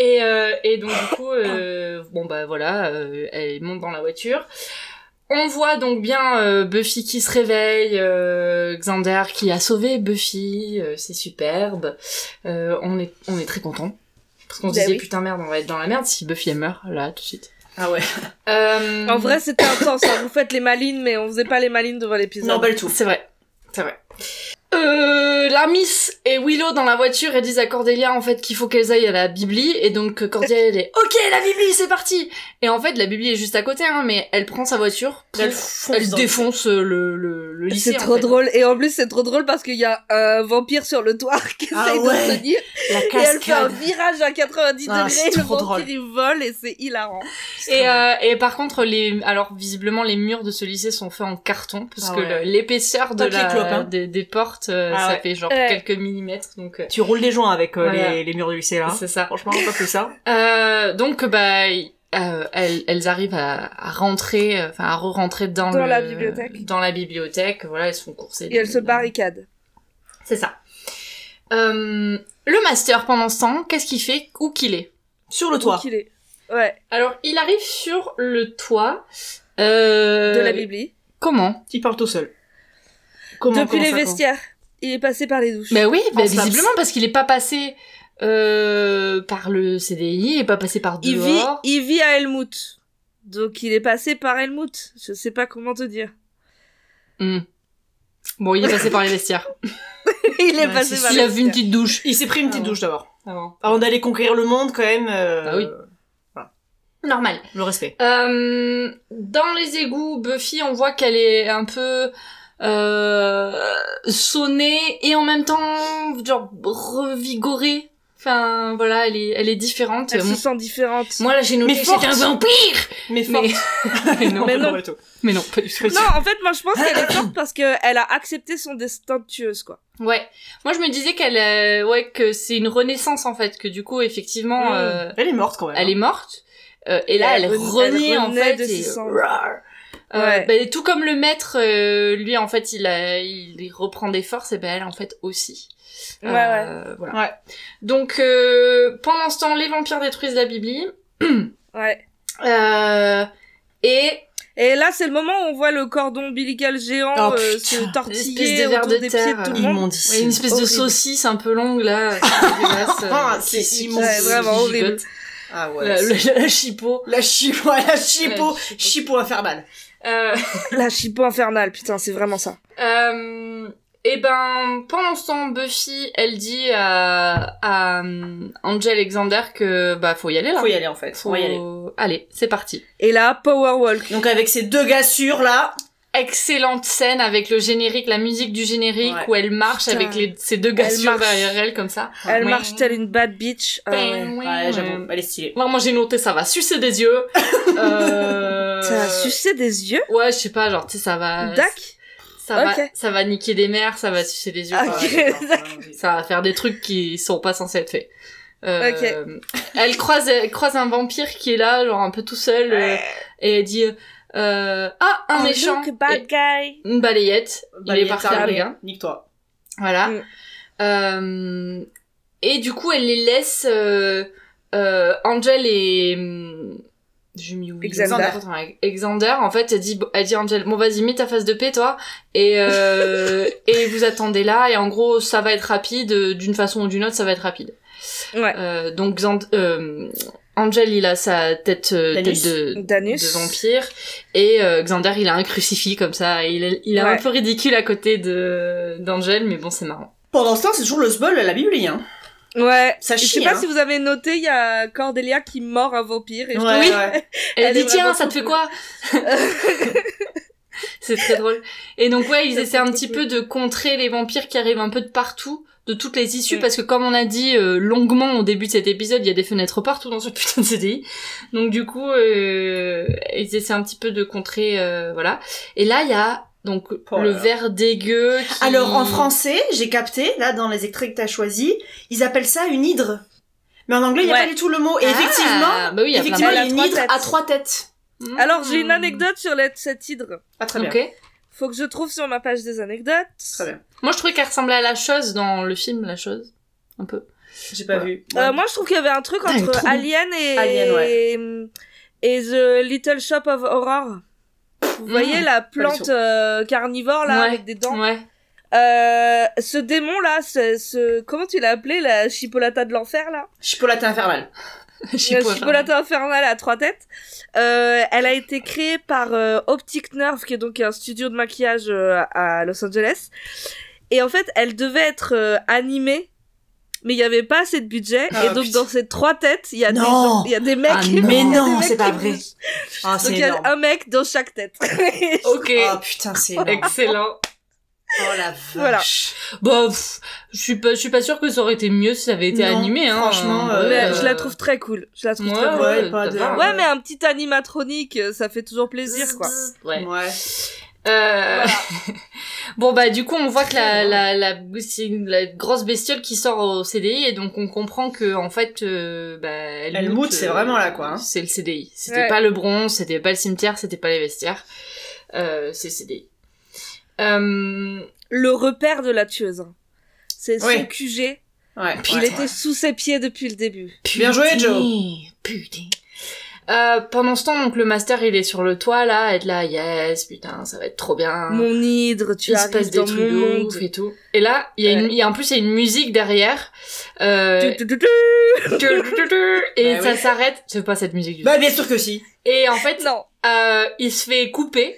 [SPEAKER 3] Et, euh, et donc du coup, euh, bon bah voilà, euh, elle monte dans la voiture. On voit donc bien euh, Buffy qui se réveille, euh, Xander qui a sauvé Buffy, euh, c'est superbe. Euh, on est on est très content parce qu'on se
[SPEAKER 2] Bah
[SPEAKER 3] disait
[SPEAKER 2] oui.
[SPEAKER 3] putain merde on va être dans la merde si Buffy elle meurt là tout de suite.
[SPEAKER 4] Ah ouais.
[SPEAKER 3] Euh,
[SPEAKER 2] En vrai, c'était intense. hein. Vous faites les malines, mais on faisait pas les malines devant l'épisode.
[SPEAKER 4] Non, bah, pas du tout.
[SPEAKER 3] c'est vrai, c'est vrai. Euh, la Miss et Willow dans la voiture et disent à Cordelia en fait qu'il faut qu'elles aillent à la Bibli et donc euh, Cordelia elle est ok la Bibli c'est parti et en fait la Bibli est juste à côté hein, mais elle prend sa voiture pour-
[SPEAKER 4] Elle
[SPEAKER 3] elle,
[SPEAKER 4] fonce dans le-
[SPEAKER 3] défonce euh, le, le, le lycée
[SPEAKER 2] C'est
[SPEAKER 3] en
[SPEAKER 2] trop
[SPEAKER 3] fait.
[SPEAKER 2] drôle. Et en plus, c'est trop drôle parce qu'il y a un vampire sur le toit qui
[SPEAKER 4] Ah
[SPEAKER 2] essaye de
[SPEAKER 4] ouais.
[SPEAKER 2] se tenir.
[SPEAKER 4] La
[SPEAKER 2] Et elle fait un
[SPEAKER 4] cascade.
[SPEAKER 2] virage à 90
[SPEAKER 4] Ah, c'est
[SPEAKER 2] degrés. Le
[SPEAKER 4] trop
[SPEAKER 2] vampire, il vole et c'est hilarant.
[SPEAKER 3] et, euh, et par contre les alors visiblement les murs de ce lycée sont faits en carton parce
[SPEAKER 4] Ah
[SPEAKER 3] que
[SPEAKER 4] ouais.
[SPEAKER 3] le- l'épaisseur de
[SPEAKER 4] Pas que les
[SPEAKER 3] la
[SPEAKER 4] clopes, hein.
[SPEAKER 3] des, des portes euh,
[SPEAKER 4] Ah
[SPEAKER 3] ça
[SPEAKER 4] ouais.
[SPEAKER 3] fait genre
[SPEAKER 2] Ouais.
[SPEAKER 3] quelques millimètres donc euh,
[SPEAKER 4] Tu roules des joints avec euh,
[SPEAKER 3] Voilà.
[SPEAKER 4] les, les murs du lycée là.
[SPEAKER 3] c'est ça
[SPEAKER 4] Franchement, pas que ça.
[SPEAKER 3] Euh, donc bah y- euh, elles, elles arrivent à, à rentrer, euh, enfin à re-rentrer dans,
[SPEAKER 2] Dans
[SPEAKER 3] le-
[SPEAKER 2] la bibliothèque.
[SPEAKER 3] Dans la bibliothèque, voilà, elles sont coursées.
[SPEAKER 2] Et elle se barricade.
[SPEAKER 3] C'est ça. Euh, le master pendant ce temps, qu'est-ce qu'il fait Où qu'il est
[SPEAKER 4] Sur le toit.
[SPEAKER 2] Donc il est. Ouais,
[SPEAKER 3] Alors il arrive sur le toit. Euh,
[SPEAKER 2] de la Bibli.
[SPEAKER 3] Comment
[SPEAKER 4] Il part tout seul. Comment,
[SPEAKER 2] Depuis
[SPEAKER 4] comment
[SPEAKER 2] les
[SPEAKER 4] ça, comment
[SPEAKER 2] vestiaires. Il est passé par les douches.
[SPEAKER 3] Ben oui, bah,
[SPEAKER 4] En slaps.
[SPEAKER 3] visiblement parce qu'il est pas passé euh, par le CDI, il est pas passé par
[SPEAKER 2] il vit,
[SPEAKER 3] dehors.
[SPEAKER 2] il vit à Helmut. Donc il est passé par Helmut. Je sais pas comment te dire.
[SPEAKER 3] Hmm. Bon, il est passé par les vestiaires.
[SPEAKER 2] il est
[SPEAKER 4] Ouais,
[SPEAKER 2] passé
[SPEAKER 4] c'est-
[SPEAKER 2] par
[SPEAKER 3] Il
[SPEAKER 2] les
[SPEAKER 3] a vu une
[SPEAKER 2] vestiaires.
[SPEAKER 3] petite douche.
[SPEAKER 4] Il s'est pris une petite
[SPEAKER 3] Ah
[SPEAKER 4] douche d'abord.
[SPEAKER 3] Avant.
[SPEAKER 4] Avant d'aller conquérir le monde quand même. euh,
[SPEAKER 3] Bah oui. Normal.
[SPEAKER 4] Le respect.
[SPEAKER 3] Euh, dans les égouts, Buffy, on voit qu'elle est un peu euh, sonnée et en même temps genre revigorée. Enfin voilà, elle est, elle est différente.
[SPEAKER 2] Elle
[SPEAKER 3] Mon-
[SPEAKER 2] se sent différente.
[SPEAKER 3] Moi là, j'ai noté
[SPEAKER 4] Mais
[SPEAKER 3] c'est
[SPEAKER 4] forte.
[SPEAKER 3] un vampire.
[SPEAKER 4] Mais
[SPEAKER 3] Mais,
[SPEAKER 4] fort.
[SPEAKER 3] mais non,
[SPEAKER 2] Mais non.
[SPEAKER 4] pas du tout.
[SPEAKER 3] mais non, pas du tout.
[SPEAKER 2] Non, en fait, moi je pense qu'elle est forte parce qu'elle a accepté son destin de tueuse, quoi.
[SPEAKER 3] Ouais, moi je me disais qu'elle, euh, ouais, que c'est une renaissance en fait, que du coup effectivement, euh,
[SPEAKER 4] Elle est morte quand même. hein.
[SPEAKER 3] elle est morte. euh, et là,
[SPEAKER 2] Hein Elle
[SPEAKER 3] elle,
[SPEAKER 2] re- elle
[SPEAKER 3] renie en
[SPEAKER 2] renaît
[SPEAKER 3] fait.
[SPEAKER 2] de
[SPEAKER 3] et-
[SPEAKER 2] ses cendres.
[SPEAKER 3] Roar. Euh,
[SPEAKER 2] Ouais.
[SPEAKER 3] ben, tout comme le maître, euh, lui en fait, il, a, il, il reprend des forces et ben elle en fait aussi. Euh,
[SPEAKER 2] Ouais, ouais.
[SPEAKER 3] Voilà. Donc euh, pendant ce temps, les vampires détruisent la Bibli
[SPEAKER 2] Ouais.
[SPEAKER 3] euh, et
[SPEAKER 2] Et là, c'est le moment où on voit le cordon ombilical géant
[SPEAKER 4] Oh,
[SPEAKER 2] euh,
[SPEAKER 4] putain.
[SPEAKER 2] se
[SPEAKER 3] L'espèce
[SPEAKER 2] tortiller
[SPEAKER 3] de ver
[SPEAKER 2] autour
[SPEAKER 3] de
[SPEAKER 2] des
[SPEAKER 3] terre.
[SPEAKER 2] pieds de euh. tout le monde.
[SPEAKER 4] Immondice.
[SPEAKER 3] une espèce de
[SPEAKER 2] horrible.
[SPEAKER 3] saucisse un peu longue là, c'est dégueulasse,
[SPEAKER 4] Ah,
[SPEAKER 3] euh, qui-
[SPEAKER 4] c'est
[SPEAKER 3] qui-
[SPEAKER 4] immonde.
[SPEAKER 3] qui
[SPEAKER 2] Ouais, vraiment
[SPEAKER 3] gigote.
[SPEAKER 2] horrible.
[SPEAKER 4] Ah ouais.
[SPEAKER 3] Euh, Le-
[SPEAKER 4] c'est-
[SPEAKER 3] le- le chipot.
[SPEAKER 4] La chipo, la chipo,
[SPEAKER 3] Ouais, chipo.
[SPEAKER 4] chipo infernale.
[SPEAKER 3] Euh,
[SPEAKER 2] La chipo infernale, putain, c'est vraiment ça.
[SPEAKER 3] Euh, et ben, pendant ce temps, Buffy, elle dit à, à euh, Angel Alexander que bah faut y aller là.
[SPEAKER 4] Faut y aller en fait. Faut y aller.
[SPEAKER 3] Allez, c'est parti.
[SPEAKER 2] Et là, Powerwalk.
[SPEAKER 4] Oh. Donc avec ces deux gars sûrs là,
[SPEAKER 3] Excellente scène avec le générique, la musique du générique
[SPEAKER 4] Ouais.
[SPEAKER 3] où elle marche
[SPEAKER 2] Putain.
[SPEAKER 3] avec les, ces deux gars
[SPEAKER 2] Elle
[SPEAKER 3] sûrs
[SPEAKER 2] marche.
[SPEAKER 3] derrière elle comme ça.
[SPEAKER 2] Elle
[SPEAKER 3] Ouais.
[SPEAKER 2] marche telle une bad bitch. Ah ouais.
[SPEAKER 3] Ouais,
[SPEAKER 4] ouais,
[SPEAKER 3] ouais.
[SPEAKER 4] j'avoue, elle est stylée.
[SPEAKER 3] Moi, moi, j'ai noté ça va sucer des yeux. euh...
[SPEAKER 2] Ça a sucé des yeux
[SPEAKER 3] Ouais, je sais pas, genre tu sais ça va.
[SPEAKER 2] Dac
[SPEAKER 3] Ça va,
[SPEAKER 2] Ok.
[SPEAKER 3] ça va niquer des mères, ça va sucer des yeux.
[SPEAKER 2] Ok.
[SPEAKER 3] ça va- ça va faire des trucs qui sont pas censés être faits. Euh, Elle croise, elle croise un vampire qui est là, genre un peu tout seul, euh, et elle dit euh, ah un
[SPEAKER 2] Oh,
[SPEAKER 3] méchant,
[SPEAKER 2] look, bad
[SPEAKER 3] Et
[SPEAKER 2] guy.
[SPEAKER 3] une balayette, il est parti
[SPEAKER 4] terminé.
[SPEAKER 3] le gars,
[SPEAKER 4] Nique-toi.
[SPEAKER 3] voilà.
[SPEAKER 2] Mm.
[SPEAKER 3] Euh, et du coup elle les laisse, euh, euh, Angel et hum, j'ai mis oui,
[SPEAKER 2] Xander.
[SPEAKER 3] Exander, en fait, elle dit, elle dit à Angel, bon vas-y, mets ta face de paix, toi, et, euh, et vous attendez là, et en gros, ça va être rapide, euh, d'une façon ou d'une autre, ça va être rapide.
[SPEAKER 2] Ouais.
[SPEAKER 3] Euh, donc Xand- euh, Angel, il a sa tête, euh,
[SPEAKER 4] D'anus.
[SPEAKER 3] tête de,
[SPEAKER 2] Danus.
[SPEAKER 3] de vampire, et euh, Xander, il a un crucifix comme ça, et il est, il est un
[SPEAKER 2] Ouais.
[SPEAKER 3] peu ridicule à côté de d'Angel, mais bon, c'est marrant.
[SPEAKER 4] Pendant ce temps, c'est toujours le sbol à la Bibli, hein.
[SPEAKER 2] Ouais.
[SPEAKER 4] Ça
[SPEAKER 2] Je
[SPEAKER 4] chie,
[SPEAKER 2] sais pas
[SPEAKER 4] hein.
[SPEAKER 2] si vous avez noté, il y a Cordelia qui mord un vampire. Et je trouve-
[SPEAKER 3] Oui.
[SPEAKER 4] ouais.
[SPEAKER 3] Elle,
[SPEAKER 2] Elle
[SPEAKER 3] dit,
[SPEAKER 2] est
[SPEAKER 3] tiens,
[SPEAKER 2] vraiment
[SPEAKER 3] ça te
[SPEAKER 2] trop
[SPEAKER 3] fait quoi C'est très drôle. Et donc, ouais, ils essaient un petit peu de contrer les vampires qui arrivent un peu de partout, de toutes les issues,
[SPEAKER 2] Mm.
[SPEAKER 3] parce que comme on a dit euh, longuement au début de cet épisode, il y a des fenêtres partout dans ce putain de CDI. Donc, du coup, euh, ils essaient un petit peu de contrer, euh, voilà. Et là, il y a Donc
[SPEAKER 4] Oh
[SPEAKER 3] le
[SPEAKER 4] là là.
[SPEAKER 3] vert dégueu qui...
[SPEAKER 4] Alors en français, j'ai capté, là dans les extraits que t'as choisis, ils appellent ça une hydre. Mais en anglais, il n'y a
[SPEAKER 2] Ouais.
[SPEAKER 4] pas du tout le mot. Et effectivement,
[SPEAKER 3] Ah, bah oui, il y a plein de- Mm.
[SPEAKER 4] effectivement, Ah, il y a
[SPEAKER 2] mots.
[SPEAKER 4] une
[SPEAKER 2] Elle a
[SPEAKER 4] hydre
[SPEAKER 2] trois
[SPEAKER 4] à
[SPEAKER 2] têtes.
[SPEAKER 4] trois têtes.
[SPEAKER 2] Alors, j'ai
[SPEAKER 3] Mmh.
[SPEAKER 2] une anecdote sur la- cette hydre.
[SPEAKER 4] Ah, très bien.
[SPEAKER 3] Ok.
[SPEAKER 2] Faut que je trouve sur ma page des anecdotes.
[SPEAKER 4] Très bien.
[SPEAKER 3] Moi, je trouvais qu'elle ressemblait à la chose dans le film, la chose. Un peu.
[SPEAKER 4] J'ai pas vu.
[SPEAKER 2] Euh, moi, je trouve qu'il y avait un truc
[SPEAKER 3] Putain, elle est
[SPEAKER 2] entre
[SPEAKER 3] trop bien.
[SPEAKER 2] Alien et...
[SPEAKER 4] Alien,
[SPEAKER 2] et The Little Shop of Horror. Vous voyez la plante
[SPEAKER 4] Mmh. tout.
[SPEAKER 2] euh, carnivore là
[SPEAKER 3] Ouais.
[SPEAKER 2] avec des dents.
[SPEAKER 3] Ouais.
[SPEAKER 2] Euh, ce démon là, ce, ce- comment tu l'as appelé la chipolata de l'enfer là
[SPEAKER 4] Chipolata infernale.
[SPEAKER 3] Je sais
[SPEAKER 2] La
[SPEAKER 3] pas.
[SPEAKER 2] chipolata
[SPEAKER 4] hein.
[SPEAKER 2] infernale à trois têtes. Euh, elle a été créée par euh, Optic Nerve, qui est donc un studio de maquillage euh, à Los Angeles. Et en fait, elle devait être euh, animée, mais il n'y avait pas assez de budget.
[SPEAKER 4] Ah,
[SPEAKER 2] et donc
[SPEAKER 4] putain.
[SPEAKER 2] dans ces trois têtes, il y a des
[SPEAKER 4] Non.
[SPEAKER 2] gens, il y a des mecs.
[SPEAKER 3] Ah,
[SPEAKER 2] il y a
[SPEAKER 4] Mais
[SPEAKER 2] des
[SPEAKER 4] non,
[SPEAKER 2] mecs
[SPEAKER 4] c'est pas
[SPEAKER 2] qui
[SPEAKER 4] vrai.
[SPEAKER 2] bougent.
[SPEAKER 4] Ah,
[SPEAKER 2] Donc
[SPEAKER 4] c'est
[SPEAKER 2] il y a
[SPEAKER 4] énorme.
[SPEAKER 2] un mec dans chaque tête.
[SPEAKER 3] Ok.
[SPEAKER 4] Oh putain, c'est énorme.
[SPEAKER 3] Excellent.
[SPEAKER 4] Oh la
[SPEAKER 2] Voilà.
[SPEAKER 4] vache.
[SPEAKER 3] Bah, pff, je suis pas, je suis pas sûre que ça aurait été mieux si ça avait été
[SPEAKER 4] Non,
[SPEAKER 3] animé, hein.
[SPEAKER 4] franchement, euh,
[SPEAKER 2] Mais
[SPEAKER 4] euh,
[SPEAKER 2] je la trouve très cool. Je la trouve
[SPEAKER 3] Ouais,
[SPEAKER 2] très cool.
[SPEAKER 4] Ouais,
[SPEAKER 3] ouais,
[SPEAKER 4] pas de-
[SPEAKER 3] ça va. hein.
[SPEAKER 2] Ouais, mais un petit animatronique, euh, ça fait toujours plaisir, quoi.
[SPEAKER 3] Ouais.
[SPEAKER 4] Ouais.
[SPEAKER 3] Euh, bon bah du coup on voit que la, la, la, c'est une- la grosse bestiole qui sort au CDI et donc on comprend que en fait euh, bah, elle, euh,
[SPEAKER 4] Elle moute, c'est vraiment là, quoi, hein.
[SPEAKER 3] C'est le CDI. C'était
[SPEAKER 2] Ouais.
[SPEAKER 3] pas le bronze, c'était pas le cimetière, c'était pas les vestiaires. Euh, c'est CDI. Euh,
[SPEAKER 2] Le repère de la tueuse. hein. C'est son
[SPEAKER 4] Ouais.
[SPEAKER 2] QG.
[SPEAKER 4] Ouais.
[SPEAKER 2] Il était sous ses pieds depuis le début.
[SPEAKER 4] Bien joué, Joe.
[SPEAKER 3] Putain. Euh, pendant ce temps donc le master il est sur le toit là, à être là yes putain ça va être trop bien.
[SPEAKER 2] Mon hydre, tu
[SPEAKER 3] il se
[SPEAKER 2] as
[SPEAKER 3] passe des
[SPEAKER 2] dans
[SPEAKER 3] trucs
[SPEAKER 2] mon
[SPEAKER 3] de
[SPEAKER 2] monde.
[SPEAKER 3] ouf et tout. Et là, il y a une, il y a, en plus, il y a une musique derrière. Euh,
[SPEAKER 2] Tu, tu, tu, tu.
[SPEAKER 3] et
[SPEAKER 4] Bah
[SPEAKER 3] ça
[SPEAKER 4] oui.
[SPEAKER 3] s'arrête. C'est pas cette musique du tout.
[SPEAKER 4] Bah bien sûr que si.
[SPEAKER 3] Et en fait,
[SPEAKER 2] Non.
[SPEAKER 3] euh, il se fait couper,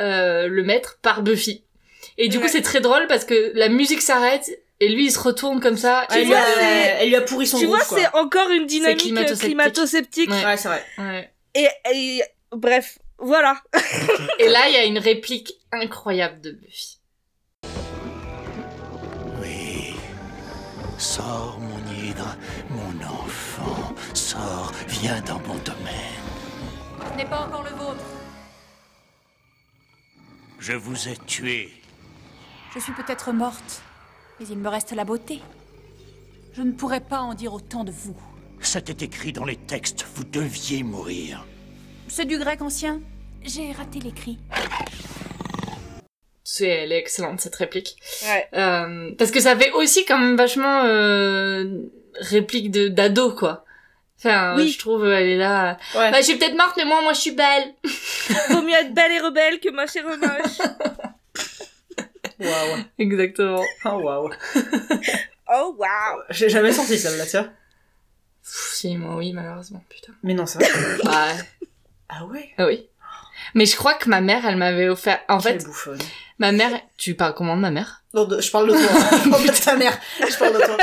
[SPEAKER 3] euh, le maître, par Buffy. Et du coup,
[SPEAKER 2] Ouais.
[SPEAKER 3] c'est très drôle parce que la musique s'arrête et lui, il se retourne comme ça.
[SPEAKER 4] Elle
[SPEAKER 3] et
[SPEAKER 4] lui,
[SPEAKER 2] vois,
[SPEAKER 4] a,
[SPEAKER 2] c'est-
[SPEAKER 4] elle lui a pourri son
[SPEAKER 2] Tu
[SPEAKER 4] groupe,
[SPEAKER 2] vois,
[SPEAKER 4] quoi.
[SPEAKER 2] c'est encore une dynamique
[SPEAKER 3] climato-sceptique.
[SPEAKER 2] climato-sceptique.
[SPEAKER 3] Ouais.
[SPEAKER 4] Ouais, c'est vrai.
[SPEAKER 3] Ouais.
[SPEAKER 2] Et, et- bref, voilà.
[SPEAKER 3] Et là, il y a une réplique incroyable de Buffy.
[SPEAKER 1] Oui. Sors, mon hydre, mon enfant. Sors, viens dans mon domaine.
[SPEAKER 6] Ce n'est pas encore le vôtre.
[SPEAKER 1] Je vous ai tué.
[SPEAKER 6] Je suis peut-être morte, mais il me reste la beauté. Je ne pourrais pas en dire autant de vous.
[SPEAKER 1] C'était écrit dans les textes, vous deviez mourir.
[SPEAKER 6] C'est du grec ancien. J'ai raté l'écrit.
[SPEAKER 3] C'est, elle est excellente, cette réplique.
[SPEAKER 2] Ouais.
[SPEAKER 3] Euh, parce que ça fait aussi quand même vachement euh, réplique de d'ado quoi. Enfin,
[SPEAKER 2] Oui.
[SPEAKER 3] je trouve elle est là.
[SPEAKER 4] Ouais.
[SPEAKER 3] Bah, je suis peut-être morte mais moi moi je suis belle.
[SPEAKER 2] Vaut mieux être belle et rebelle que moche et remoche.
[SPEAKER 4] Waouh.
[SPEAKER 3] Exactement.
[SPEAKER 4] Oh waouh.
[SPEAKER 2] Oh, wow.
[SPEAKER 4] J'ai jamais senti celle-là, tiens.
[SPEAKER 3] Si moi oui malheureusement putain.
[SPEAKER 4] Mais non, c'est vrai.
[SPEAKER 3] Ah,
[SPEAKER 4] Ah ouais.
[SPEAKER 3] ah oui. Mais je crois que ma mère elle m'avait offert. En
[SPEAKER 4] Quelle
[SPEAKER 3] fait
[SPEAKER 4] bouffonne.
[SPEAKER 3] ma mère tu parles comment de ma mère
[SPEAKER 4] Non, de- je parle de toi. hein. Je parle de ta mère. Je parle de toi.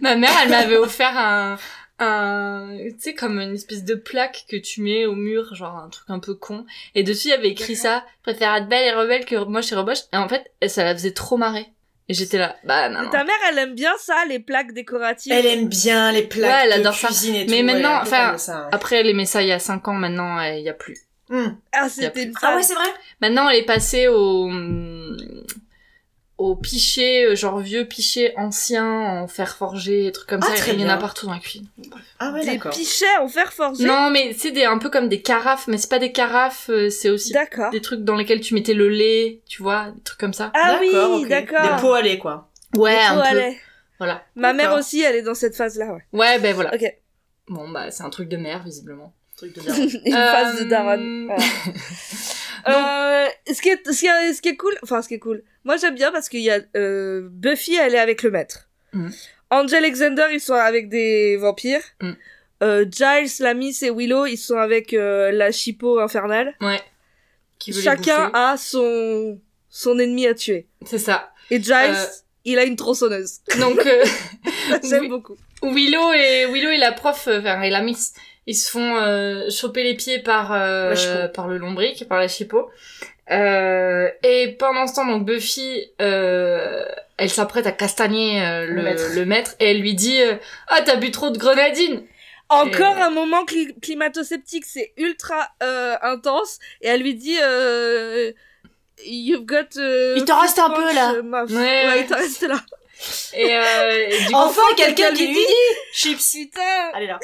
[SPEAKER 3] Ma mère elle m'avait offert un un tu sais comme une espèce de plaque que tu mets au mur genre un truc un peu con et dessus il y avait écrit ça Je préfère être belle et rebelle que moi chez Roboche et en fait ça la faisait trop marrer et j'étais là bah non, non.
[SPEAKER 2] Ta mère, elle aime bien ça, les plaques décoratives.
[SPEAKER 4] Elle aime bien les plaques
[SPEAKER 3] Ouais, elle
[SPEAKER 4] de
[SPEAKER 3] adore ça.
[SPEAKER 4] cuisine et tout.
[SPEAKER 3] Mais maintenant,
[SPEAKER 4] ouais, elle peut
[SPEAKER 3] enfin, ah,
[SPEAKER 4] parler de ça, ouais.
[SPEAKER 3] Après, elle aimait ça il y a 5 ans, maintenant, euh, il y a plus.
[SPEAKER 4] Hmm.
[SPEAKER 2] Ah,
[SPEAKER 3] y a
[SPEAKER 2] c'était
[SPEAKER 3] plus.
[SPEAKER 2] une
[SPEAKER 4] Ah ouais,
[SPEAKER 2] femme.
[SPEAKER 4] c'est vrai.
[SPEAKER 3] Maintenant, elle est passée au, mm, au pichet, euh, genre vieux pichet ancien, en fer forgé, des trucs comme
[SPEAKER 4] Ah,
[SPEAKER 3] ça.
[SPEAKER 4] très
[SPEAKER 3] il y en a
[SPEAKER 4] bien.
[SPEAKER 3] partout dans la cuisine.
[SPEAKER 4] Ah ouais,
[SPEAKER 2] Des
[SPEAKER 4] d'accord.
[SPEAKER 2] pichets en fer forgé.
[SPEAKER 3] Non, mais c'est des, un peu comme des carafes, mais c'est pas des carafes, euh, c'est aussi
[SPEAKER 2] D'accord.
[SPEAKER 3] des trucs dans lesquels tu mettais le lait, tu vois, des trucs comme ça.
[SPEAKER 2] Ah oui,
[SPEAKER 4] D'accord, ok. Des
[SPEAKER 2] d'accord.
[SPEAKER 4] pots à lait, quoi.
[SPEAKER 3] Ouais,
[SPEAKER 2] Des pots
[SPEAKER 3] un
[SPEAKER 2] à
[SPEAKER 3] peu.
[SPEAKER 2] lait.
[SPEAKER 3] Voilà.
[SPEAKER 2] Ma mère
[SPEAKER 4] D'accord.
[SPEAKER 2] aussi, elle est dans cette phase-là, ouais.
[SPEAKER 3] Ouais, ben voilà.
[SPEAKER 2] Ok.
[SPEAKER 3] Bon, bah, c'est un truc de mère, visiblement.
[SPEAKER 4] Truc de
[SPEAKER 2] Une phase de daronne.
[SPEAKER 3] Euh,
[SPEAKER 2] Voilà. Euh, ce, qui est, ce, qui est, ce qui est cool, enfin ce qui est cool, moi j'aime bien parce qu'il y a euh, Buffy, elle est avec le maître.
[SPEAKER 3] Mhm.
[SPEAKER 2] Angel et Xander, ils sont avec des vampires.
[SPEAKER 3] Mhm.
[SPEAKER 2] Euh, Giles, la Miss et Willow, ils sont avec euh, la chipot infernale.
[SPEAKER 3] Ouais. Qui veut les
[SPEAKER 2] Chacun
[SPEAKER 3] bouffer.
[SPEAKER 2] a son, son ennemi à tuer.
[SPEAKER 3] C'est ça.
[SPEAKER 2] Et Giles,
[SPEAKER 3] Euh.
[SPEAKER 2] il a une tronçonneuse.
[SPEAKER 3] Donc, euh,
[SPEAKER 2] j'aime
[SPEAKER 3] Oui.
[SPEAKER 2] beaucoup.
[SPEAKER 3] Willow et Willow et la prof, euh, enfin et la miss, ils se font euh, choper les pieds par euh,
[SPEAKER 4] La chipot.
[SPEAKER 3] par le lombric, par la chipot. Euh, et pendant ce temps, donc Buffy, euh, elle s'apprête à castagner euh, le,
[SPEAKER 4] Le maître.
[SPEAKER 3] le maître et elle lui dit euh, Ah t'as bu trop de grenadine.
[SPEAKER 2] Encore
[SPEAKER 3] Et-
[SPEAKER 2] un moment cli- climato-sceptique, c'est ultra euh, intense. Et elle lui dit euh, you've got. euh,
[SPEAKER 4] Il t'en reste un peu, là.
[SPEAKER 2] euh, meuf.
[SPEAKER 3] Ouais,
[SPEAKER 2] Ouais,
[SPEAKER 3] ouais.
[SPEAKER 2] il t'en reste là.
[SPEAKER 3] Et, euh, et du coup,
[SPEAKER 4] Enfin, quelqu'un qui lui dit
[SPEAKER 3] chips.
[SPEAKER 2] Putain.
[SPEAKER 4] Allez là.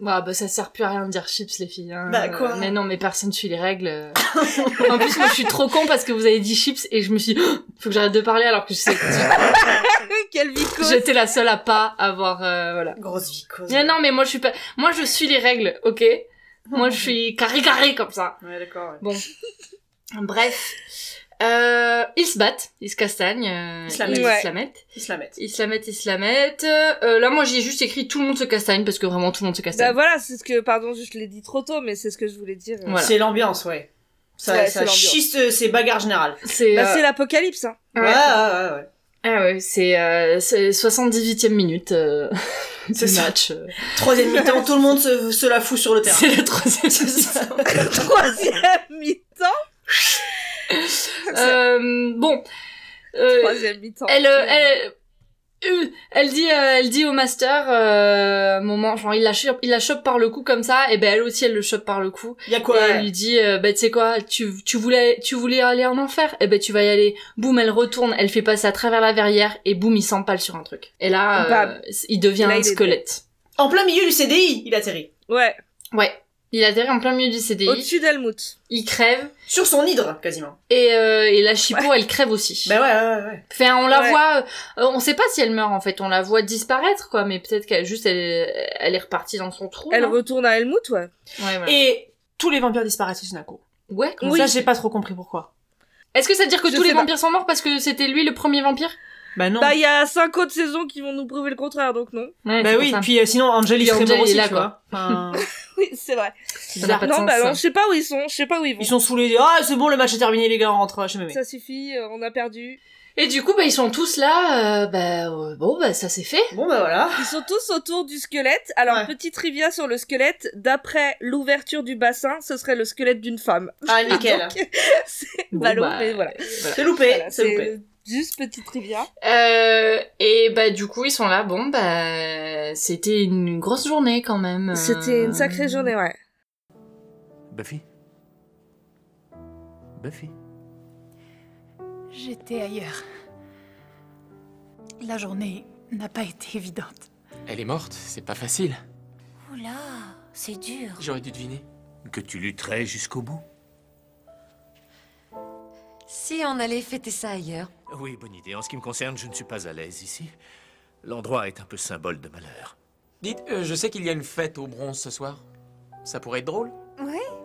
[SPEAKER 3] Bah, bah, ça sert plus à rien de dire chips, les filles. hein.
[SPEAKER 4] Bah, quoi
[SPEAKER 3] Euh, Mais non, mais personne suit les règles. en plus, moi, je suis trop con parce que vous avez dit chips et je me suis dit, Oh, faut que j'arrête de parler alors que je sais que
[SPEAKER 2] Quel vico.
[SPEAKER 3] j'étais la seule à pas avoir, euh, voilà.
[SPEAKER 4] Grosse vie, cause.
[SPEAKER 3] Mais non, mais moi, je suis pas, moi, je suis les règles, ok? Moi, je suis carré carré comme ça.
[SPEAKER 4] Ouais, d'accord.
[SPEAKER 3] Bon. Bref. Euh, ils se battent, ils se castagnent, euh,
[SPEAKER 4] Ils se la
[SPEAKER 2] mettent. Ouais.
[SPEAKER 3] se la mettent.
[SPEAKER 4] Ils se la mettent.
[SPEAKER 3] Ils se la mettent, ils se la mettent. Euh, là, moi, j'ai juste écrit tout le monde se castagne parce que vraiment tout le monde se
[SPEAKER 2] Bah
[SPEAKER 3] castagne.
[SPEAKER 2] voilà, c'est ce que, pardon, je te l'ai dit trop tôt, mais c'est ce que je voulais dire.
[SPEAKER 3] Ouais. Voilà.
[SPEAKER 4] C'est l'ambiance, ouais. Ça,
[SPEAKER 2] Ouais, c'est
[SPEAKER 4] ça
[SPEAKER 2] l'ambiance.
[SPEAKER 4] chiste, euh, c'est bagarre générale.
[SPEAKER 3] c'est
[SPEAKER 2] Bah
[SPEAKER 3] euh,
[SPEAKER 2] c'est l'apocalypse, hein.
[SPEAKER 4] Ouais,
[SPEAKER 3] Ouais.
[SPEAKER 4] ouais, ouais. ouais.
[SPEAKER 3] ah ouais, c'est euh, c'est 78e minute euh,
[SPEAKER 4] C'est
[SPEAKER 3] du
[SPEAKER 4] ça.
[SPEAKER 3] match. euh.
[SPEAKER 4] Troisième mi-temps, tout le monde se, se la fout sur le terrain.
[SPEAKER 3] C'est la troisième.
[SPEAKER 2] Troisième mi-temps.
[SPEAKER 3] euh, bon. Euh,
[SPEAKER 2] Troisième mi-temps.
[SPEAKER 3] elle, euh, elle, euh, elle dit, euh, elle dit au master, euh, moment, genre il la chope, il la chope par le cou comme ça, et ben elle aussi elle le chope par le cou.
[SPEAKER 4] Y a quoi
[SPEAKER 3] Et elle lui dit, euh, bah, tu sais quoi, tu, tu voulais, tu voulais aller en enfer, et ben tu vas y aller. Boum, elle retourne, elle fait passer à travers la verrière, et boum, il s'empale sur un truc. Et là, euh,
[SPEAKER 2] Bam.
[SPEAKER 3] il devient
[SPEAKER 2] Là, il
[SPEAKER 3] un
[SPEAKER 2] est
[SPEAKER 3] squelette.
[SPEAKER 4] En plein milieu du CDI, il atterrit.
[SPEAKER 2] Ouais,
[SPEAKER 3] Ouais. Il atterrit en plein milieu du CDI,
[SPEAKER 2] au-dessus d'Helmut.
[SPEAKER 3] il crève,
[SPEAKER 4] Sur son hydre, quasiment.
[SPEAKER 3] et, euh, et la chipot, elle crève aussi.
[SPEAKER 4] Bah ouais, ouais, ouais.
[SPEAKER 3] Enfin, on la
[SPEAKER 2] Ouais.
[SPEAKER 3] voit, euh, on sait pas si elle meurt en fait, on la voit disparaître quoi, mais peut-être qu'elle juste elle, elle est repartie dans son trou.
[SPEAKER 2] Elle
[SPEAKER 3] non
[SPEAKER 2] retourne à Helmut, ouais.
[SPEAKER 3] Ouais, voilà.
[SPEAKER 4] Et tous les vampires disparaissent aussi d'un coup.
[SPEAKER 3] Ouais, comment
[SPEAKER 2] Oui.
[SPEAKER 3] ça
[SPEAKER 4] Ça, j'ai pas trop compris pourquoi.
[SPEAKER 3] Est-ce que ça veut dire que
[SPEAKER 2] Je
[SPEAKER 3] tous les
[SPEAKER 2] sais pas.
[SPEAKER 3] vampires sont morts parce que c'était lui le premier vampire
[SPEAKER 4] Bah non.
[SPEAKER 2] Bah, il y a cinq autres saisons qui vont nous prouver le contraire, donc non.
[SPEAKER 3] ouais,
[SPEAKER 4] Bah
[SPEAKER 3] c'est
[SPEAKER 4] oui,
[SPEAKER 3] pour ça.
[SPEAKER 4] puis euh, sinon Angel il
[SPEAKER 3] Puis
[SPEAKER 4] serait
[SPEAKER 3] Angel,
[SPEAKER 4] mort
[SPEAKER 3] il est
[SPEAKER 4] aussi,
[SPEAKER 3] là,
[SPEAKER 4] tu vois. Enfin,
[SPEAKER 2] Oui, c'est vrai.
[SPEAKER 3] Ça n'a pas de
[SPEAKER 2] non,
[SPEAKER 3] sens,
[SPEAKER 2] bah non,
[SPEAKER 3] ça.
[SPEAKER 2] je sais pas où ils sont, je sais pas où ils vont.
[SPEAKER 4] ils sont saoulés. Ah, c'est bon, le match est terminé, les gars, on rentre chez mémé.
[SPEAKER 2] Ça suffit, euh, on a perdu.
[SPEAKER 3] Et du coup, bah ils sont tous là, euh, bah euh, bon, bah ça c'est fait.
[SPEAKER 4] Bon, bah voilà.
[SPEAKER 2] Ils sont tous autour du squelette. Alors,
[SPEAKER 4] Ouais.
[SPEAKER 2] petite trivia sur le squelette. D'après l'ouverture du bassin, ce serait le squelette d'une femme.
[SPEAKER 4] Ah, nickel.
[SPEAKER 2] c'est
[SPEAKER 3] Bon,
[SPEAKER 2] ballot,
[SPEAKER 3] bah,
[SPEAKER 2] mais voilà.
[SPEAKER 3] voilà.
[SPEAKER 4] C'est loupé,
[SPEAKER 2] Voilà,
[SPEAKER 4] c'est loupé.
[SPEAKER 2] juste petite trivia.
[SPEAKER 3] Euh, et bah du coup, ils sont là, bon, bah c'était une grosse journée quand même. euh.
[SPEAKER 2] C'était une sacrée journée, ouais.
[SPEAKER 1] Buffy Buffy
[SPEAKER 6] J'étais ailleurs. La journée n'a pas été évidente.
[SPEAKER 8] Elle est morte, c'est pas facile.
[SPEAKER 5] Oula, c'est dur.
[SPEAKER 8] J'aurais dû deviner.
[SPEAKER 1] Que tu lutterais jusqu'au bout
[SPEAKER 7] Si on allait fêter ça ailleurs.
[SPEAKER 1] Oui, bonne idée. En ce qui me concerne, je ne suis pas à l'aise ici. L'endroit est un peu symbole de malheur.
[SPEAKER 8] Dites, euh, je sais qu'il y a une fête au bronze ce soir. Ça pourrait être drôle.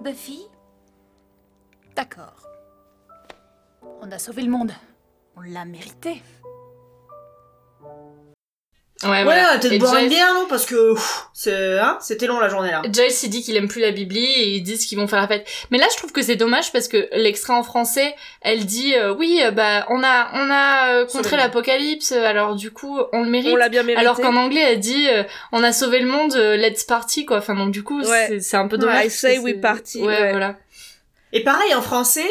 [SPEAKER 5] Buffy
[SPEAKER 6] D'accord. On a sauvé le monde. On l'a mérité.
[SPEAKER 3] Ouais,
[SPEAKER 4] Ouais,
[SPEAKER 3] Ah, voilà.
[SPEAKER 4] peut-être
[SPEAKER 3] Et
[SPEAKER 4] boire une
[SPEAKER 3] Jace-
[SPEAKER 4] bière, non Parce que pff, c'est, hein, c'était long la journée là.
[SPEAKER 3] Joyce il dit qu'il aime plus la Bibli et ils disent qu'ils vont faire la fête. Mais là je trouve que c'est dommage parce que l'extrait en français, elle dit euh, oui euh, bah on a on a euh, contré
[SPEAKER 4] Sauvé.
[SPEAKER 3] l'apocalypse euh, alors du coup on le mérite.
[SPEAKER 2] On l'a bien mérité.
[SPEAKER 3] alors qu'en anglais elle dit euh, on a sauvé le monde euh, let's party quoi. Enfin donc du coup
[SPEAKER 2] Ouais.
[SPEAKER 3] c'est- c'est un peu dommage.
[SPEAKER 2] I say
[SPEAKER 3] parce que
[SPEAKER 2] we
[SPEAKER 3] c'est-
[SPEAKER 2] party,
[SPEAKER 3] Ouais,
[SPEAKER 2] ouais.
[SPEAKER 3] voilà.
[SPEAKER 4] Et pareil en français,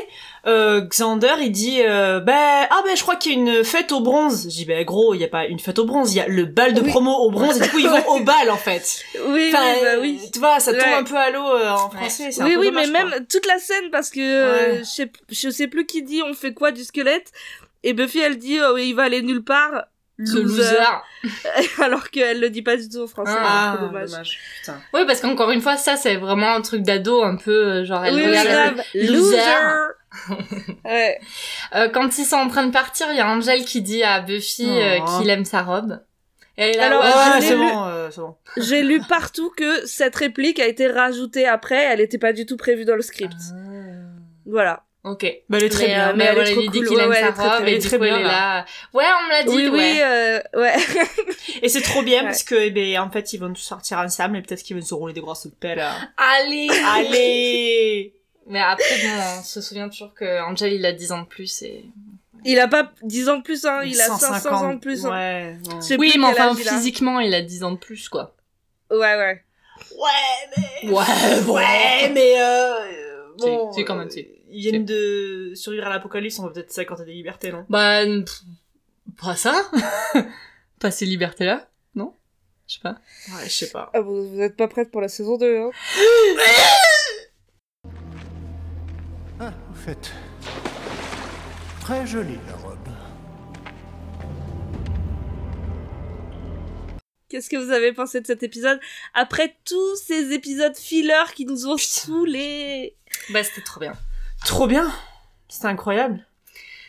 [SPEAKER 4] euh, Xander il dit euh, ben ah ben je crois qu'il y a une fête au bronze. Je dis ben gros il y a pas une fête au bronze, il y a le bal de
[SPEAKER 2] Oui.
[SPEAKER 4] promo au bronze. Et du coup ils vont au bal en fait.
[SPEAKER 2] Oui, oui, bah oui.
[SPEAKER 4] Tu vois ça tombe
[SPEAKER 2] Ouais.
[SPEAKER 4] un peu à l'eau euh, en français. c'est un
[SPEAKER 2] Oui,
[SPEAKER 4] peu
[SPEAKER 2] oui,
[SPEAKER 4] dommage,
[SPEAKER 2] mais
[SPEAKER 4] quoi.
[SPEAKER 2] même toute la scène, parce que euh,
[SPEAKER 4] Ouais.
[SPEAKER 2] je, sais, je sais plus qui dit on fait quoi du squelette, et Buffy elle dit oh, il va aller nulle part,
[SPEAKER 3] Ce
[SPEAKER 2] loser,
[SPEAKER 3] loser.
[SPEAKER 2] alors qu'elle le dit pas du tout en français,
[SPEAKER 4] Ah
[SPEAKER 2] c'est dommage.
[SPEAKER 4] dommage. Putain.
[SPEAKER 3] Ouais parce qu'encore une fois ça c'est vraiment un truc d'ado un peu euh, genre elle
[SPEAKER 2] Oui, oui,
[SPEAKER 3] regarde la-
[SPEAKER 2] grave. Loser. ouais.
[SPEAKER 3] Euh, quand ils sont en train de partir, il y a Angel qui dit à Buffy euh,
[SPEAKER 4] Oh.
[SPEAKER 3] qu'il aime sa robe. Et elle est là,
[SPEAKER 2] Bah, Alors,
[SPEAKER 3] ouais,
[SPEAKER 2] je
[SPEAKER 4] Ah,
[SPEAKER 2] l'ai
[SPEAKER 4] c'est
[SPEAKER 2] lu.
[SPEAKER 4] bon, euh, c'est bon.
[SPEAKER 2] J'ai lu partout que cette réplique a été rajoutée après, elle n'était pas du tout prévue dans le script. Voilà.
[SPEAKER 3] Ok.
[SPEAKER 4] Bah elle est très
[SPEAKER 3] mais,
[SPEAKER 4] bien.
[SPEAKER 3] euh, mais
[SPEAKER 2] elle est
[SPEAKER 3] voilà,
[SPEAKER 2] trop
[SPEAKER 3] il dit
[SPEAKER 2] cool.
[SPEAKER 3] qu'il
[SPEAKER 2] Ouais,
[SPEAKER 3] aime
[SPEAKER 2] ouais,
[SPEAKER 3] sa
[SPEAKER 2] elle est très,
[SPEAKER 3] robe
[SPEAKER 4] très-
[SPEAKER 3] et
[SPEAKER 4] elle est
[SPEAKER 3] du
[SPEAKER 4] très
[SPEAKER 3] coup, elle
[SPEAKER 4] bien,
[SPEAKER 3] est là. Ouais, on me l'a dit.
[SPEAKER 2] Oui, oui,
[SPEAKER 3] ouais.
[SPEAKER 2] euh, ouais.
[SPEAKER 4] Et c'est trop bien
[SPEAKER 2] Ouais.
[SPEAKER 4] parce que eh ben en fait ils vont tous sortir ensemble et peut-être qu'ils vont se rouler des grosses pelles. hein.
[SPEAKER 3] Allez.
[SPEAKER 4] Allez.
[SPEAKER 3] mais après, bon, on se souvient toujours que Angel, il a 10 ans de plus et.
[SPEAKER 2] Il a pas 10 ans de plus, hein, il a 500 ans de plus. hein.
[SPEAKER 4] Ouais. non.
[SPEAKER 2] Je sais
[SPEAKER 3] Oui,
[SPEAKER 2] plus
[SPEAKER 3] mais
[SPEAKER 2] quel
[SPEAKER 3] enfin,
[SPEAKER 2] âge il a.
[SPEAKER 3] physiquement, il a 10 ans de plus, quoi.
[SPEAKER 2] Ouais, ouais.
[SPEAKER 4] Ouais, mais. euh,
[SPEAKER 3] Ouais, bon.
[SPEAKER 4] Ouais, mais. Euh,
[SPEAKER 3] Si,
[SPEAKER 4] bon.
[SPEAKER 3] si, quand même,
[SPEAKER 4] euh,
[SPEAKER 3] si.
[SPEAKER 4] Ils viennent de survivre à l'apocalypse, on va peut-être s'accorder des libertés, non
[SPEAKER 3] Bah, n- pff, pas ça. pas ces libertés-là, non? Je sais pas.
[SPEAKER 4] Ouais, je sais pas.
[SPEAKER 2] Ah, vous, vous êtes pas prête pour la saison 2, hein
[SPEAKER 1] En Ah, fait, Très jolie la robe.
[SPEAKER 2] Qu'est-ce que vous avez pensé de cet épisode Après tous ces épisodes filler qui nous ont saoulés
[SPEAKER 3] Bah, c'était trop bien.
[SPEAKER 4] Trop bien. C'était incroyable.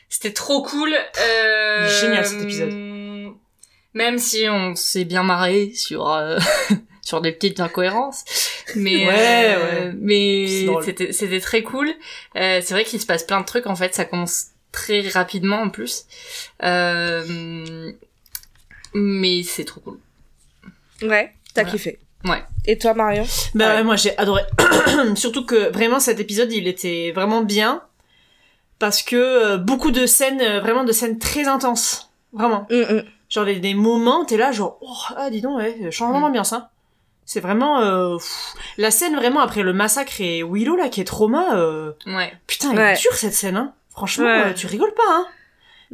[SPEAKER 3] C'était trop cool. euh,
[SPEAKER 4] Génial, cet épisode.
[SPEAKER 3] Même si on s'est bien marré sur euh, sur des petites incohérences, mais
[SPEAKER 4] Ouais,
[SPEAKER 3] euh,
[SPEAKER 4] ouais. C'est
[SPEAKER 3] mais
[SPEAKER 4] drôle.
[SPEAKER 3] c'était c'était très cool. Euh, c'est vrai qu'il se passe plein de trucs en fait. Ça commence très rapidement en plus, Euh, mais c'est trop cool.
[SPEAKER 2] Ouais, t'as
[SPEAKER 3] Voilà.
[SPEAKER 2] kiffé.
[SPEAKER 3] Ouais.
[SPEAKER 2] Et toi, Marion
[SPEAKER 4] Bah
[SPEAKER 3] Ouais.
[SPEAKER 4] ouais, moi j'ai adoré. Surtout que vraiment cet épisode il était vraiment bien parce que euh, beaucoup de scènes, euh, vraiment de scènes très intenses, vraiment.
[SPEAKER 2] Mm, mm.
[SPEAKER 4] Genre des, des moments t'es là genre oh, ah dis donc ouais changement
[SPEAKER 3] Mm.
[SPEAKER 4] d'ambiance hein. C'est vraiment euh, pff. la scène vraiment après le massacre et Willow là qui est trauma. euh,
[SPEAKER 3] Ouais.
[SPEAKER 4] Putain, elle
[SPEAKER 2] Ouais.
[SPEAKER 4] est dure cette scène, hein. Franchement,
[SPEAKER 2] Ouais. Mm.
[SPEAKER 4] euh, tu rigoles pas, hein.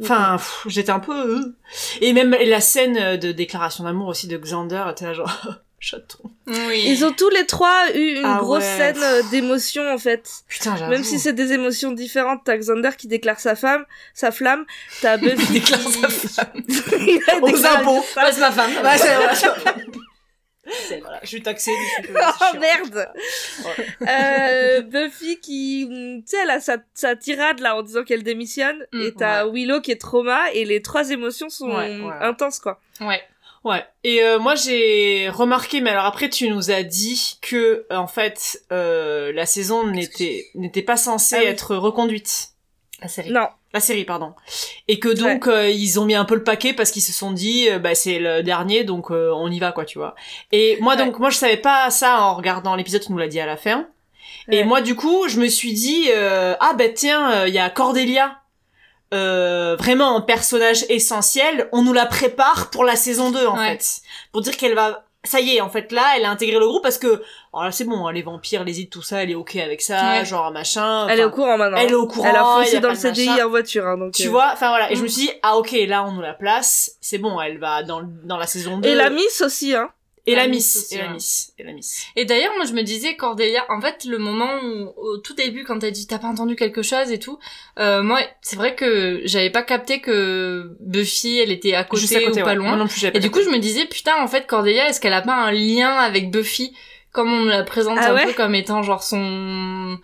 [SPEAKER 4] Enfin, pff, j'étais un peu. euh. Et même la scène euh, de déclaration d'amour aussi de Xander, t'es là genre chaton.
[SPEAKER 3] Oui.
[SPEAKER 2] Ils ont tous les trois eu une
[SPEAKER 4] Ah
[SPEAKER 2] grosse
[SPEAKER 4] ouais.
[SPEAKER 2] scène euh, d'émotion en fait.
[SPEAKER 4] Putain, j'avoue.
[SPEAKER 2] Même si c'est des émotions différentes, t'as Xander qui déclare sa femme, sa flamme, t'as Buffy qui
[SPEAKER 3] Déclare sa flamme.
[SPEAKER 2] Il a
[SPEAKER 4] aux
[SPEAKER 2] déclaré-
[SPEAKER 4] impôts.
[SPEAKER 3] Passe ma femme.
[SPEAKER 4] Ouais, c'est vrai. Voilà, je suis taxée. je suis- c'est
[SPEAKER 2] Oh
[SPEAKER 4] chiant.
[SPEAKER 2] merde Euh, Buffy qui, mm, tu sais, elle a sa, sa tirade là en disant qu'elle démissionne,
[SPEAKER 3] Mm,
[SPEAKER 2] et t'as Willow qui est trauma, et les trois émotions sont
[SPEAKER 4] Ouais, ouais.
[SPEAKER 2] intenses quoi.
[SPEAKER 3] Ouais.
[SPEAKER 4] Ouais. Et euh, moi j'ai remarqué, mais alors après tu nous as dit que en fait euh, la saison n'était n'était pas censée
[SPEAKER 2] Ah oui.
[SPEAKER 4] être reconduite.
[SPEAKER 3] La série.
[SPEAKER 2] Non,
[SPEAKER 4] La série, pardon. Et que donc euh, ils ont mis un peu le paquet parce qu'ils se sont dit euh, bah c'est le dernier donc euh, on y va quoi tu vois. Et moi donc moi je savais pas ça en regardant l'épisode tu nous l'a dit à la fin.
[SPEAKER 2] Ouais.
[SPEAKER 4] Et moi du coup je me suis dit euh, ah bah tiens euh, il y a Cordelia euh, vraiment un personnage essentiel on nous la prépare pour la saison 2 en
[SPEAKER 3] Ouais.
[SPEAKER 4] fait pour dire qu'elle va ça y est en fait là elle a intégré le groupe parce que alors là c'est bon hein, les vampires les îles tout ça elle est ok avec ça
[SPEAKER 3] Ouais.
[SPEAKER 4] genre machin
[SPEAKER 2] elle est au
[SPEAKER 4] enfin,
[SPEAKER 2] courant maintenant. hein.
[SPEAKER 4] elle est au courant
[SPEAKER 2] Elle a
[SPEAKER 4] il y
[SPEAKER 2] foncé dans
[SPEAKER 4] pas
[SPEAKER 2] le
[SPEAKER 4] de
[SPEAKER 2] CDI
[SPEAKER 4] machin.
[SPEAKER 2] en voiture, hein, donc.
[SPEAKER 4] Tu
[SPEAKER 2] euh.
[SPEAKER 4] vois, enfin voilà, et je
[SPEAKER 3] Mm.
[SPEAKER 4] me suis dit, ah ok, là on nous la place, c'est bon, elle va dans, dans la saison 2.
[SPEAKER 2] Et la Miss aussi, hein.
[SPEAKER 4] Et la
[SPEAKER 3] La Miss
[SPEAKER 4] miss,
[SPEAKER 3] aussi,
[SPEAKER 4] et la
[SPEAKER 3] ouais.
[SPEAKER 4] miss, et la miss.
[SPEAKER 3] Et d'ailleurs, moi, je me disais, Cordelia, en fait, le moment où, au tout début, quand t'as dit t'as pas entendu quelque chose et tout, euh, moi, c'est vrai que j'avais pas capté que Buffy, elle était à côté,
[SPEAKER 4] Juste à côté,
[SPEAKER 3] ou pas
[SPEAKER 4] ouais.
[SPEAKER 3] loin.
[SPEAKER 4] Moi non plus, j'avais
[SPEAKER 3] Et
[SPEAKER 4] pas
[SPEAKER 3] du coup, je me disais, putain, en fait, Cordelia, est-ce qu'elle a pas un lien avec Buffy comme on nous la présente
[SPEAKER 2] Ah
[SPEAKER 3] un
[SPEAKER 2] ouais
[SPEAKER 3] peu comme étant genre son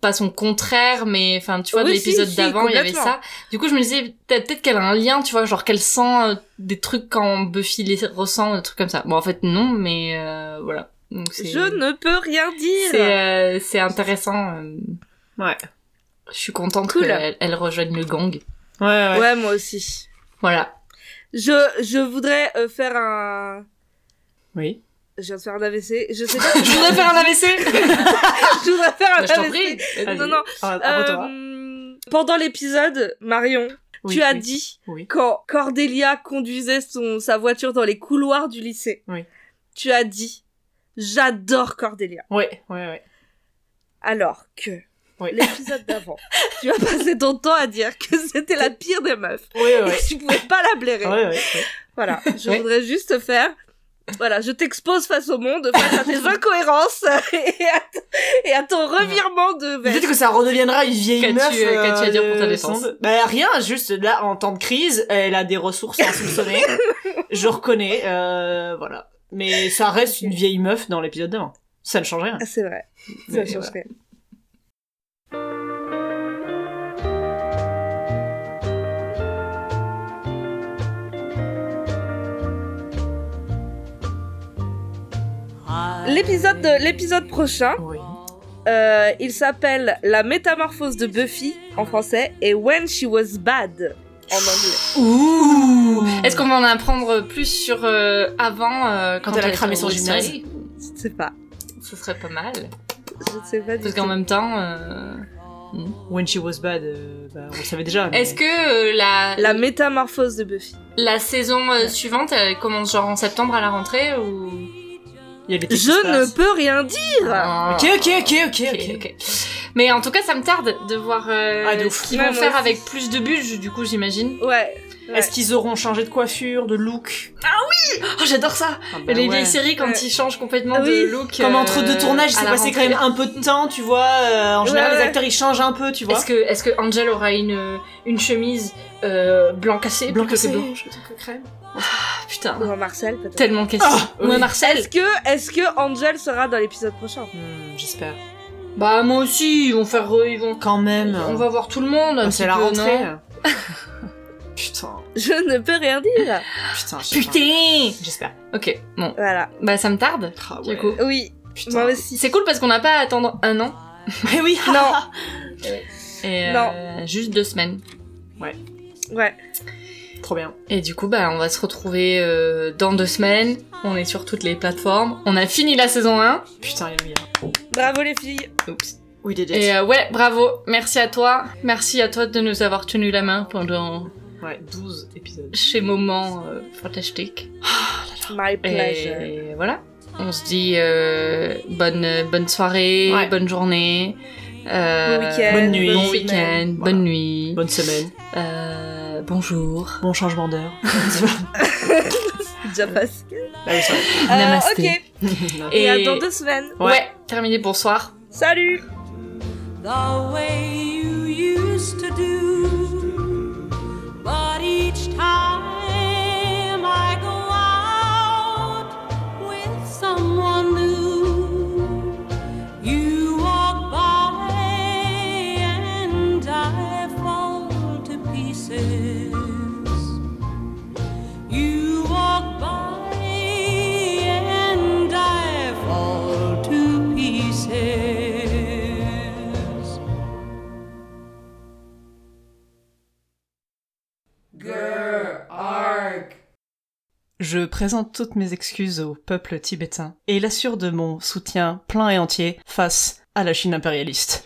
[SPEAKER 3] pas son contraire mais enfin tu vois
[SPEAKER 2] Oui,
[SPEAKER 3] de l'épisode
[SPEAKER 2] si, si,
[SPEAKER 3] d'avant il y avait
[SPEAKER 2] complètement.
[SPEAKER 3] ça du coup je me disais peut-être peut-être qu'elle a un lien tu vois genre qu'elle sent euh, des trucs quand Buffy les ressent des trucs comme ça bon en fait non mais euh, voilà donc c'est
[SPEAKER 2] Je ne peux rien
[SPEAKER 3] c'est
[SPEAKER 2] dire.
[SPEAKER 3] euh, c'est intéressant euh,
[SPEAKER 4] Ouais.
[SPEAKER 3] je suis contente
[SPEAKER 2] Cool.
[SPEAKER 3] qu'elle elle rejoigne le gang
[SPEAKER 4] Ouais, ouais.
[SPEAKER 2] Ouais, moi aussi.
[SPEAKER 3] voilà
[SPEAKER 2] Je, je voudrais euh, faire un.
[SPEAKER 4] Oui.
[SPEAKER 2] Je viens de faire un AVC. Je sais pas.
[SPEAKER 3] je voudrais faire un AVC
[SPEAKER 2] je voudrais faire un
[SPEAKER 3] Bah, je t'en
[SPEAKER 2] AVC.
[SPEAKER 3] prie
[SPEAKER 4] Vas-y.
[SPEAKER 2] Non, non.
[SPEAKER 4] Ah, à toi.
[SPEAKER 2] Euh, pendant l'épisode, Marion,
[SPEAKER 4] Oui,
[SPEAKER 2] tu as
[SPEAKER 4] oui.
[SPEAKER 2] dit
[SPEAKER 4] Oui.
[SPEAKER 2] quand Cordelia conduisait son, sa voiture dans les couloirs du lycée.
[SPEAKER 4] Oui.
[SPEAKER 2] Tu as dit J'adore Cordelia.
[SPEAKER 4] Ouais, ouais, ouais.
[SPEAKER 2] Alors que
[SPEAKER 4] Oui.
[SPEAKER 2] l'épisode d'avant, tu as passé ton temps à dire que c'était la pire des meufs.
[SPEAKER 4] Ouais,
[SPEAKER 2] et
[SPEAKER 4] ouais.
[SPEAKER 2] que tu pouvais pas la blairer.
[SPEAKER 4] Ouais, ouais, ouais.
[SPEAKER 2] Voilà, je
[SPEAKER 4] Ouais.
[SPEAKER 2] voudrais juste te faire. Voilà, je t'expose face au monde, face à tes incohérences et à, t- et à ton revirement de veste.
[SPEAKER 4] Peut-être que ça redeviendra une vieille
[SPEAKER 3] Qu'as-tu,
[SPEAKER 4] meuf.
[SPEAKER 3] euh, qu'as-tu à dire pour ta
[SPEAKER 4] de-
[SPEAKER 3] défense
[SPEAKER 4] son- Bah rien, juste là, en temps de crise, elle a des ressources insoupçonnées. je reconnais, euh, voilà. Mais ça reste une vieille meuf dans l'épisode d'avant. Ça ne change rien.
[SPEAKER 2] Ah, c'est vrai, ça
[SPEAKER 4] Mais
[SPEAKER 2] change
[SPEAKER 4] voilà.
[SPEAKER 2] rien. L'épisode de- l'épisode prochain,
[SPEAKER 4] Oui.
[SPEAKER 2] euh, il s'appelle La métamorphose de Buffy en français et When She Was Bad en anglais.
[SPEAKER 4] Ouh
[SPEAKER 3] Est-ce qu'on va en apprendre plus sur euh, avant euh, quand,
[SPEAKER 4] Quand elle a
[SPEAKER 3] est
[SPEAKER 4] cramé son
[SPEAKER 3] sortie de la
[SPEAKER 4] gymnase.
[SPEAKER 3] série
[SPEAKER 2] Je ne sais pas.
[SPEAKER 3] Ce serait pas mal.
[SPEAKER 2] Je ne sais pas du
[SPEAKER 3] Parce qu'en
[SPEAKER 2] tout.
[SPEAKER 3] même temps, euh,
[SPEAKER 4] When she was bad, euh, bah, on le savait déjà. mais-
[SPEAKER 3] est-ce que euh, la,
[SPEAKER 2] La
[SPEAKER 3] la,
[SPEAKER 2] métamorphose de Buffy.
[SPEAKER 3] saison euh, suivante elle commence genre en septembre à la rentrée ou
[SPEAKER 4] Il y a des trucs
[SPEAKER 2] Je
[SPEAKER 4] qui se
[SPEAKER 2] ne
[SPEAKER 4] passent.
[SPEAKER 2] peux rien dire
[SPEAKER 3] Ah.
[SPEAKER 4] Ok, ok, ok, ok,
[SPEAKER 3] Ok,
[SPEAKER 4] ok.
[SPEAKER 3] ok. Mais en tout cas, ça me tarde de voir euh,
[SPEAKER 4] Ah, de ouf.
[SPEAKER 3] ce qu'ils
[SPEAKER 2] Ouais,
[SPEAKER 3] vont
[SPEAKER 2] moi
[SPEAKER 3] faire
[SPEAKER 2] aussi.
[SPEAKER 3] avec plus de bulles, du coup, j'imagine.
[SPEAKER 2] Ouais.
[SPEAKER 4] Est-ce qu'ils auront changé de coiffure, de look
[SPEAKER 3] Oh, j'adore ça
[SPEAKER 4] Ah bah
[SPEAKER 3] Les
[SPEAKER 4] ouais.
[SPEAKER 3] vieilles séries, quand
[SPEAKER 2] Ouais.
[SPEAKER 3] ils changent complètement
[SPEAKER 2] Ah oui.
[SPEAKER 3] de look...
[SPEAKER 4] Comme
[SPEAKER 3] euh,
[SPEAKER 4] entre deux tournages, il
[SPEAKER 3] à
[SPEAKER 4] s'est
[SPEAKER 3] la
[SPEAKER 4] passé quand
[SPEAKER 3] rentrée.
[SPEAKER 4] même un peu de temps, tu vois. euh, en général,
[SPEAKER 2] Ouais,
[SPEAKER 4] les
[SPEAKER 2] ouais.
[SPEAKER 4] acteurs, ils changent un peu, tu vois.
[SPEAKER 3] Est-ce que, est-ce que Angel aura une, une chemise euh, blanc cassé plutôt
[SPEAKER 4] Blanc
[SPEAKER 3] que
[SPEAKER 4] cassé.
[SPEAKER 3] blanche plutôt que crème Ah, Putain,
[SPEAKER 2] Ou en Marcel, peut-être.
[SPEAKER 3] tellement question.
[SPEAKER 4] Ah,
[SPEAKER 3] Ou
[SPEAKER 4] oui.
[SPEAKER 3] un Marcel
[SPEAKER 2] Est-ce que, est-ce que Angel sera dans l'épisode prochain
[SPEAKER 4] Hmm, J'espère.
[SPEAKER 3] Bah moi aussi, ils vont faire... euh, Ils vont...
[SPEAKER 4] Quand même.
[SPEAKER 3] On va voir tout le monde un
[SPEAKER 4] Ah,
[SPEAKER 3] petit
[SPEAKER 4] c'est la
[SPEAKER 3] peu,
[SPEAKER 4] rentrée.
[SPEAKER 3] non
[SPEAKER 4] putain,
[SPEAKER 2] Je ne peux rien dire.
[SPEAKER 4] putain, je sais pas.
[SPEAKER 3] Putain
[SPEAKER 4] J'espère.
[SPEAKER 3] Ok, bon.
[SPEAKER 2] Voilà.
[SPEAKER 3] Bah ça me tarde.
[SPEAKER 4] Ah
[SPEAKER 3] Du
[SPEAKER 4] ouais,
[SPEAKER 3] coup. bah,
[SPEAKER 2] Oui, moi
[SPEAKER 4] Putain.
[SPEAKER 2] aussi.
[SPEAKER 3] C'est cool parce qu'on n'a pas à attendre un an.
[SPEAKER 4] Eh oui.
[SPEAKER 2] Non.
[SPEAKER 3] Et
[SPEAKER 2] Non.
[SPEAKER 3] euh, juste deux semaines.
[SPEAKER 2] Ouais.
[SPEAKER 4] Trop bien.
[SPEAKER 3] Et du coup, bah, on va se retrouver euh, dans deux semaines. On est sur toutes les plateformes. On a fini la saison 1.
[SPEAKER 4] Putain, il est
[SPEAKER 2] Bravo les filles.
[SPEAKER 3] Oups.
[SPEAKER 4] Oui, did it.
[SPEAKER 3] Et euh, ouais, bravo. Merci à toi. Merci à toi de nous avoir tenu la main pendant
[SPEAKER 4] Ouais, 12 épisodes.
[SPEAKER 3] ces moments euh, fantastiques.
[SPEAKER 2] My pleasure.
[SPEAKER 3] Et voilà. On se dit euh, bonne, bonne soirée,
[SPEAKER 4] Ouais.
[SPEAKER 3] bonne journée. euh,
[SPEAKER 2] Bon week-end,
[SPEAKER 4] bonne nuit.
[SPEAKER 3] Bon
[SPEAKER 2] bonne
[SPEAKER 3] week-end,
[SPEAKER 2] semaine.
[SPEAKER 3] bonne
[SPEAKER 4] Voilà.
[SPEAKER 3] nuit.
[SPEAKER 4] Bonne semaine.
[SPEAKER 3] Euh, bonjour.
[SPEAKER 4] Bon changement d'heure.
[SPEAKER 2] Déjà passé.
[SPEAKER 4] Bah oui, ça
[SPEAKER 2] Euh,
[SPEAKER 3] Namasté.
[SPEAKER 2] ok.
[SPEAKER 4] va.
[SPEAKER 2] Et à
[SPEAKER 3] Et-
[SPEAKER 2] dans deux semaines.
[SPEAKER 3] Ouais,
[SPEAKER 4] Ouais.
[SPEAKER 3] terminé pour soir.
[SPEAKER 2] Salut.
[SPEAKER 9] the way you used to do. But each time I go out with someone new, you walk by and I fall to pieces. You walk by and I fall to pieces.
[SPEAKER 4] Je présente toutes mes excuses au peuple tibétain et l'assure de mon soutien plein et entier face à la Chine impérialiste.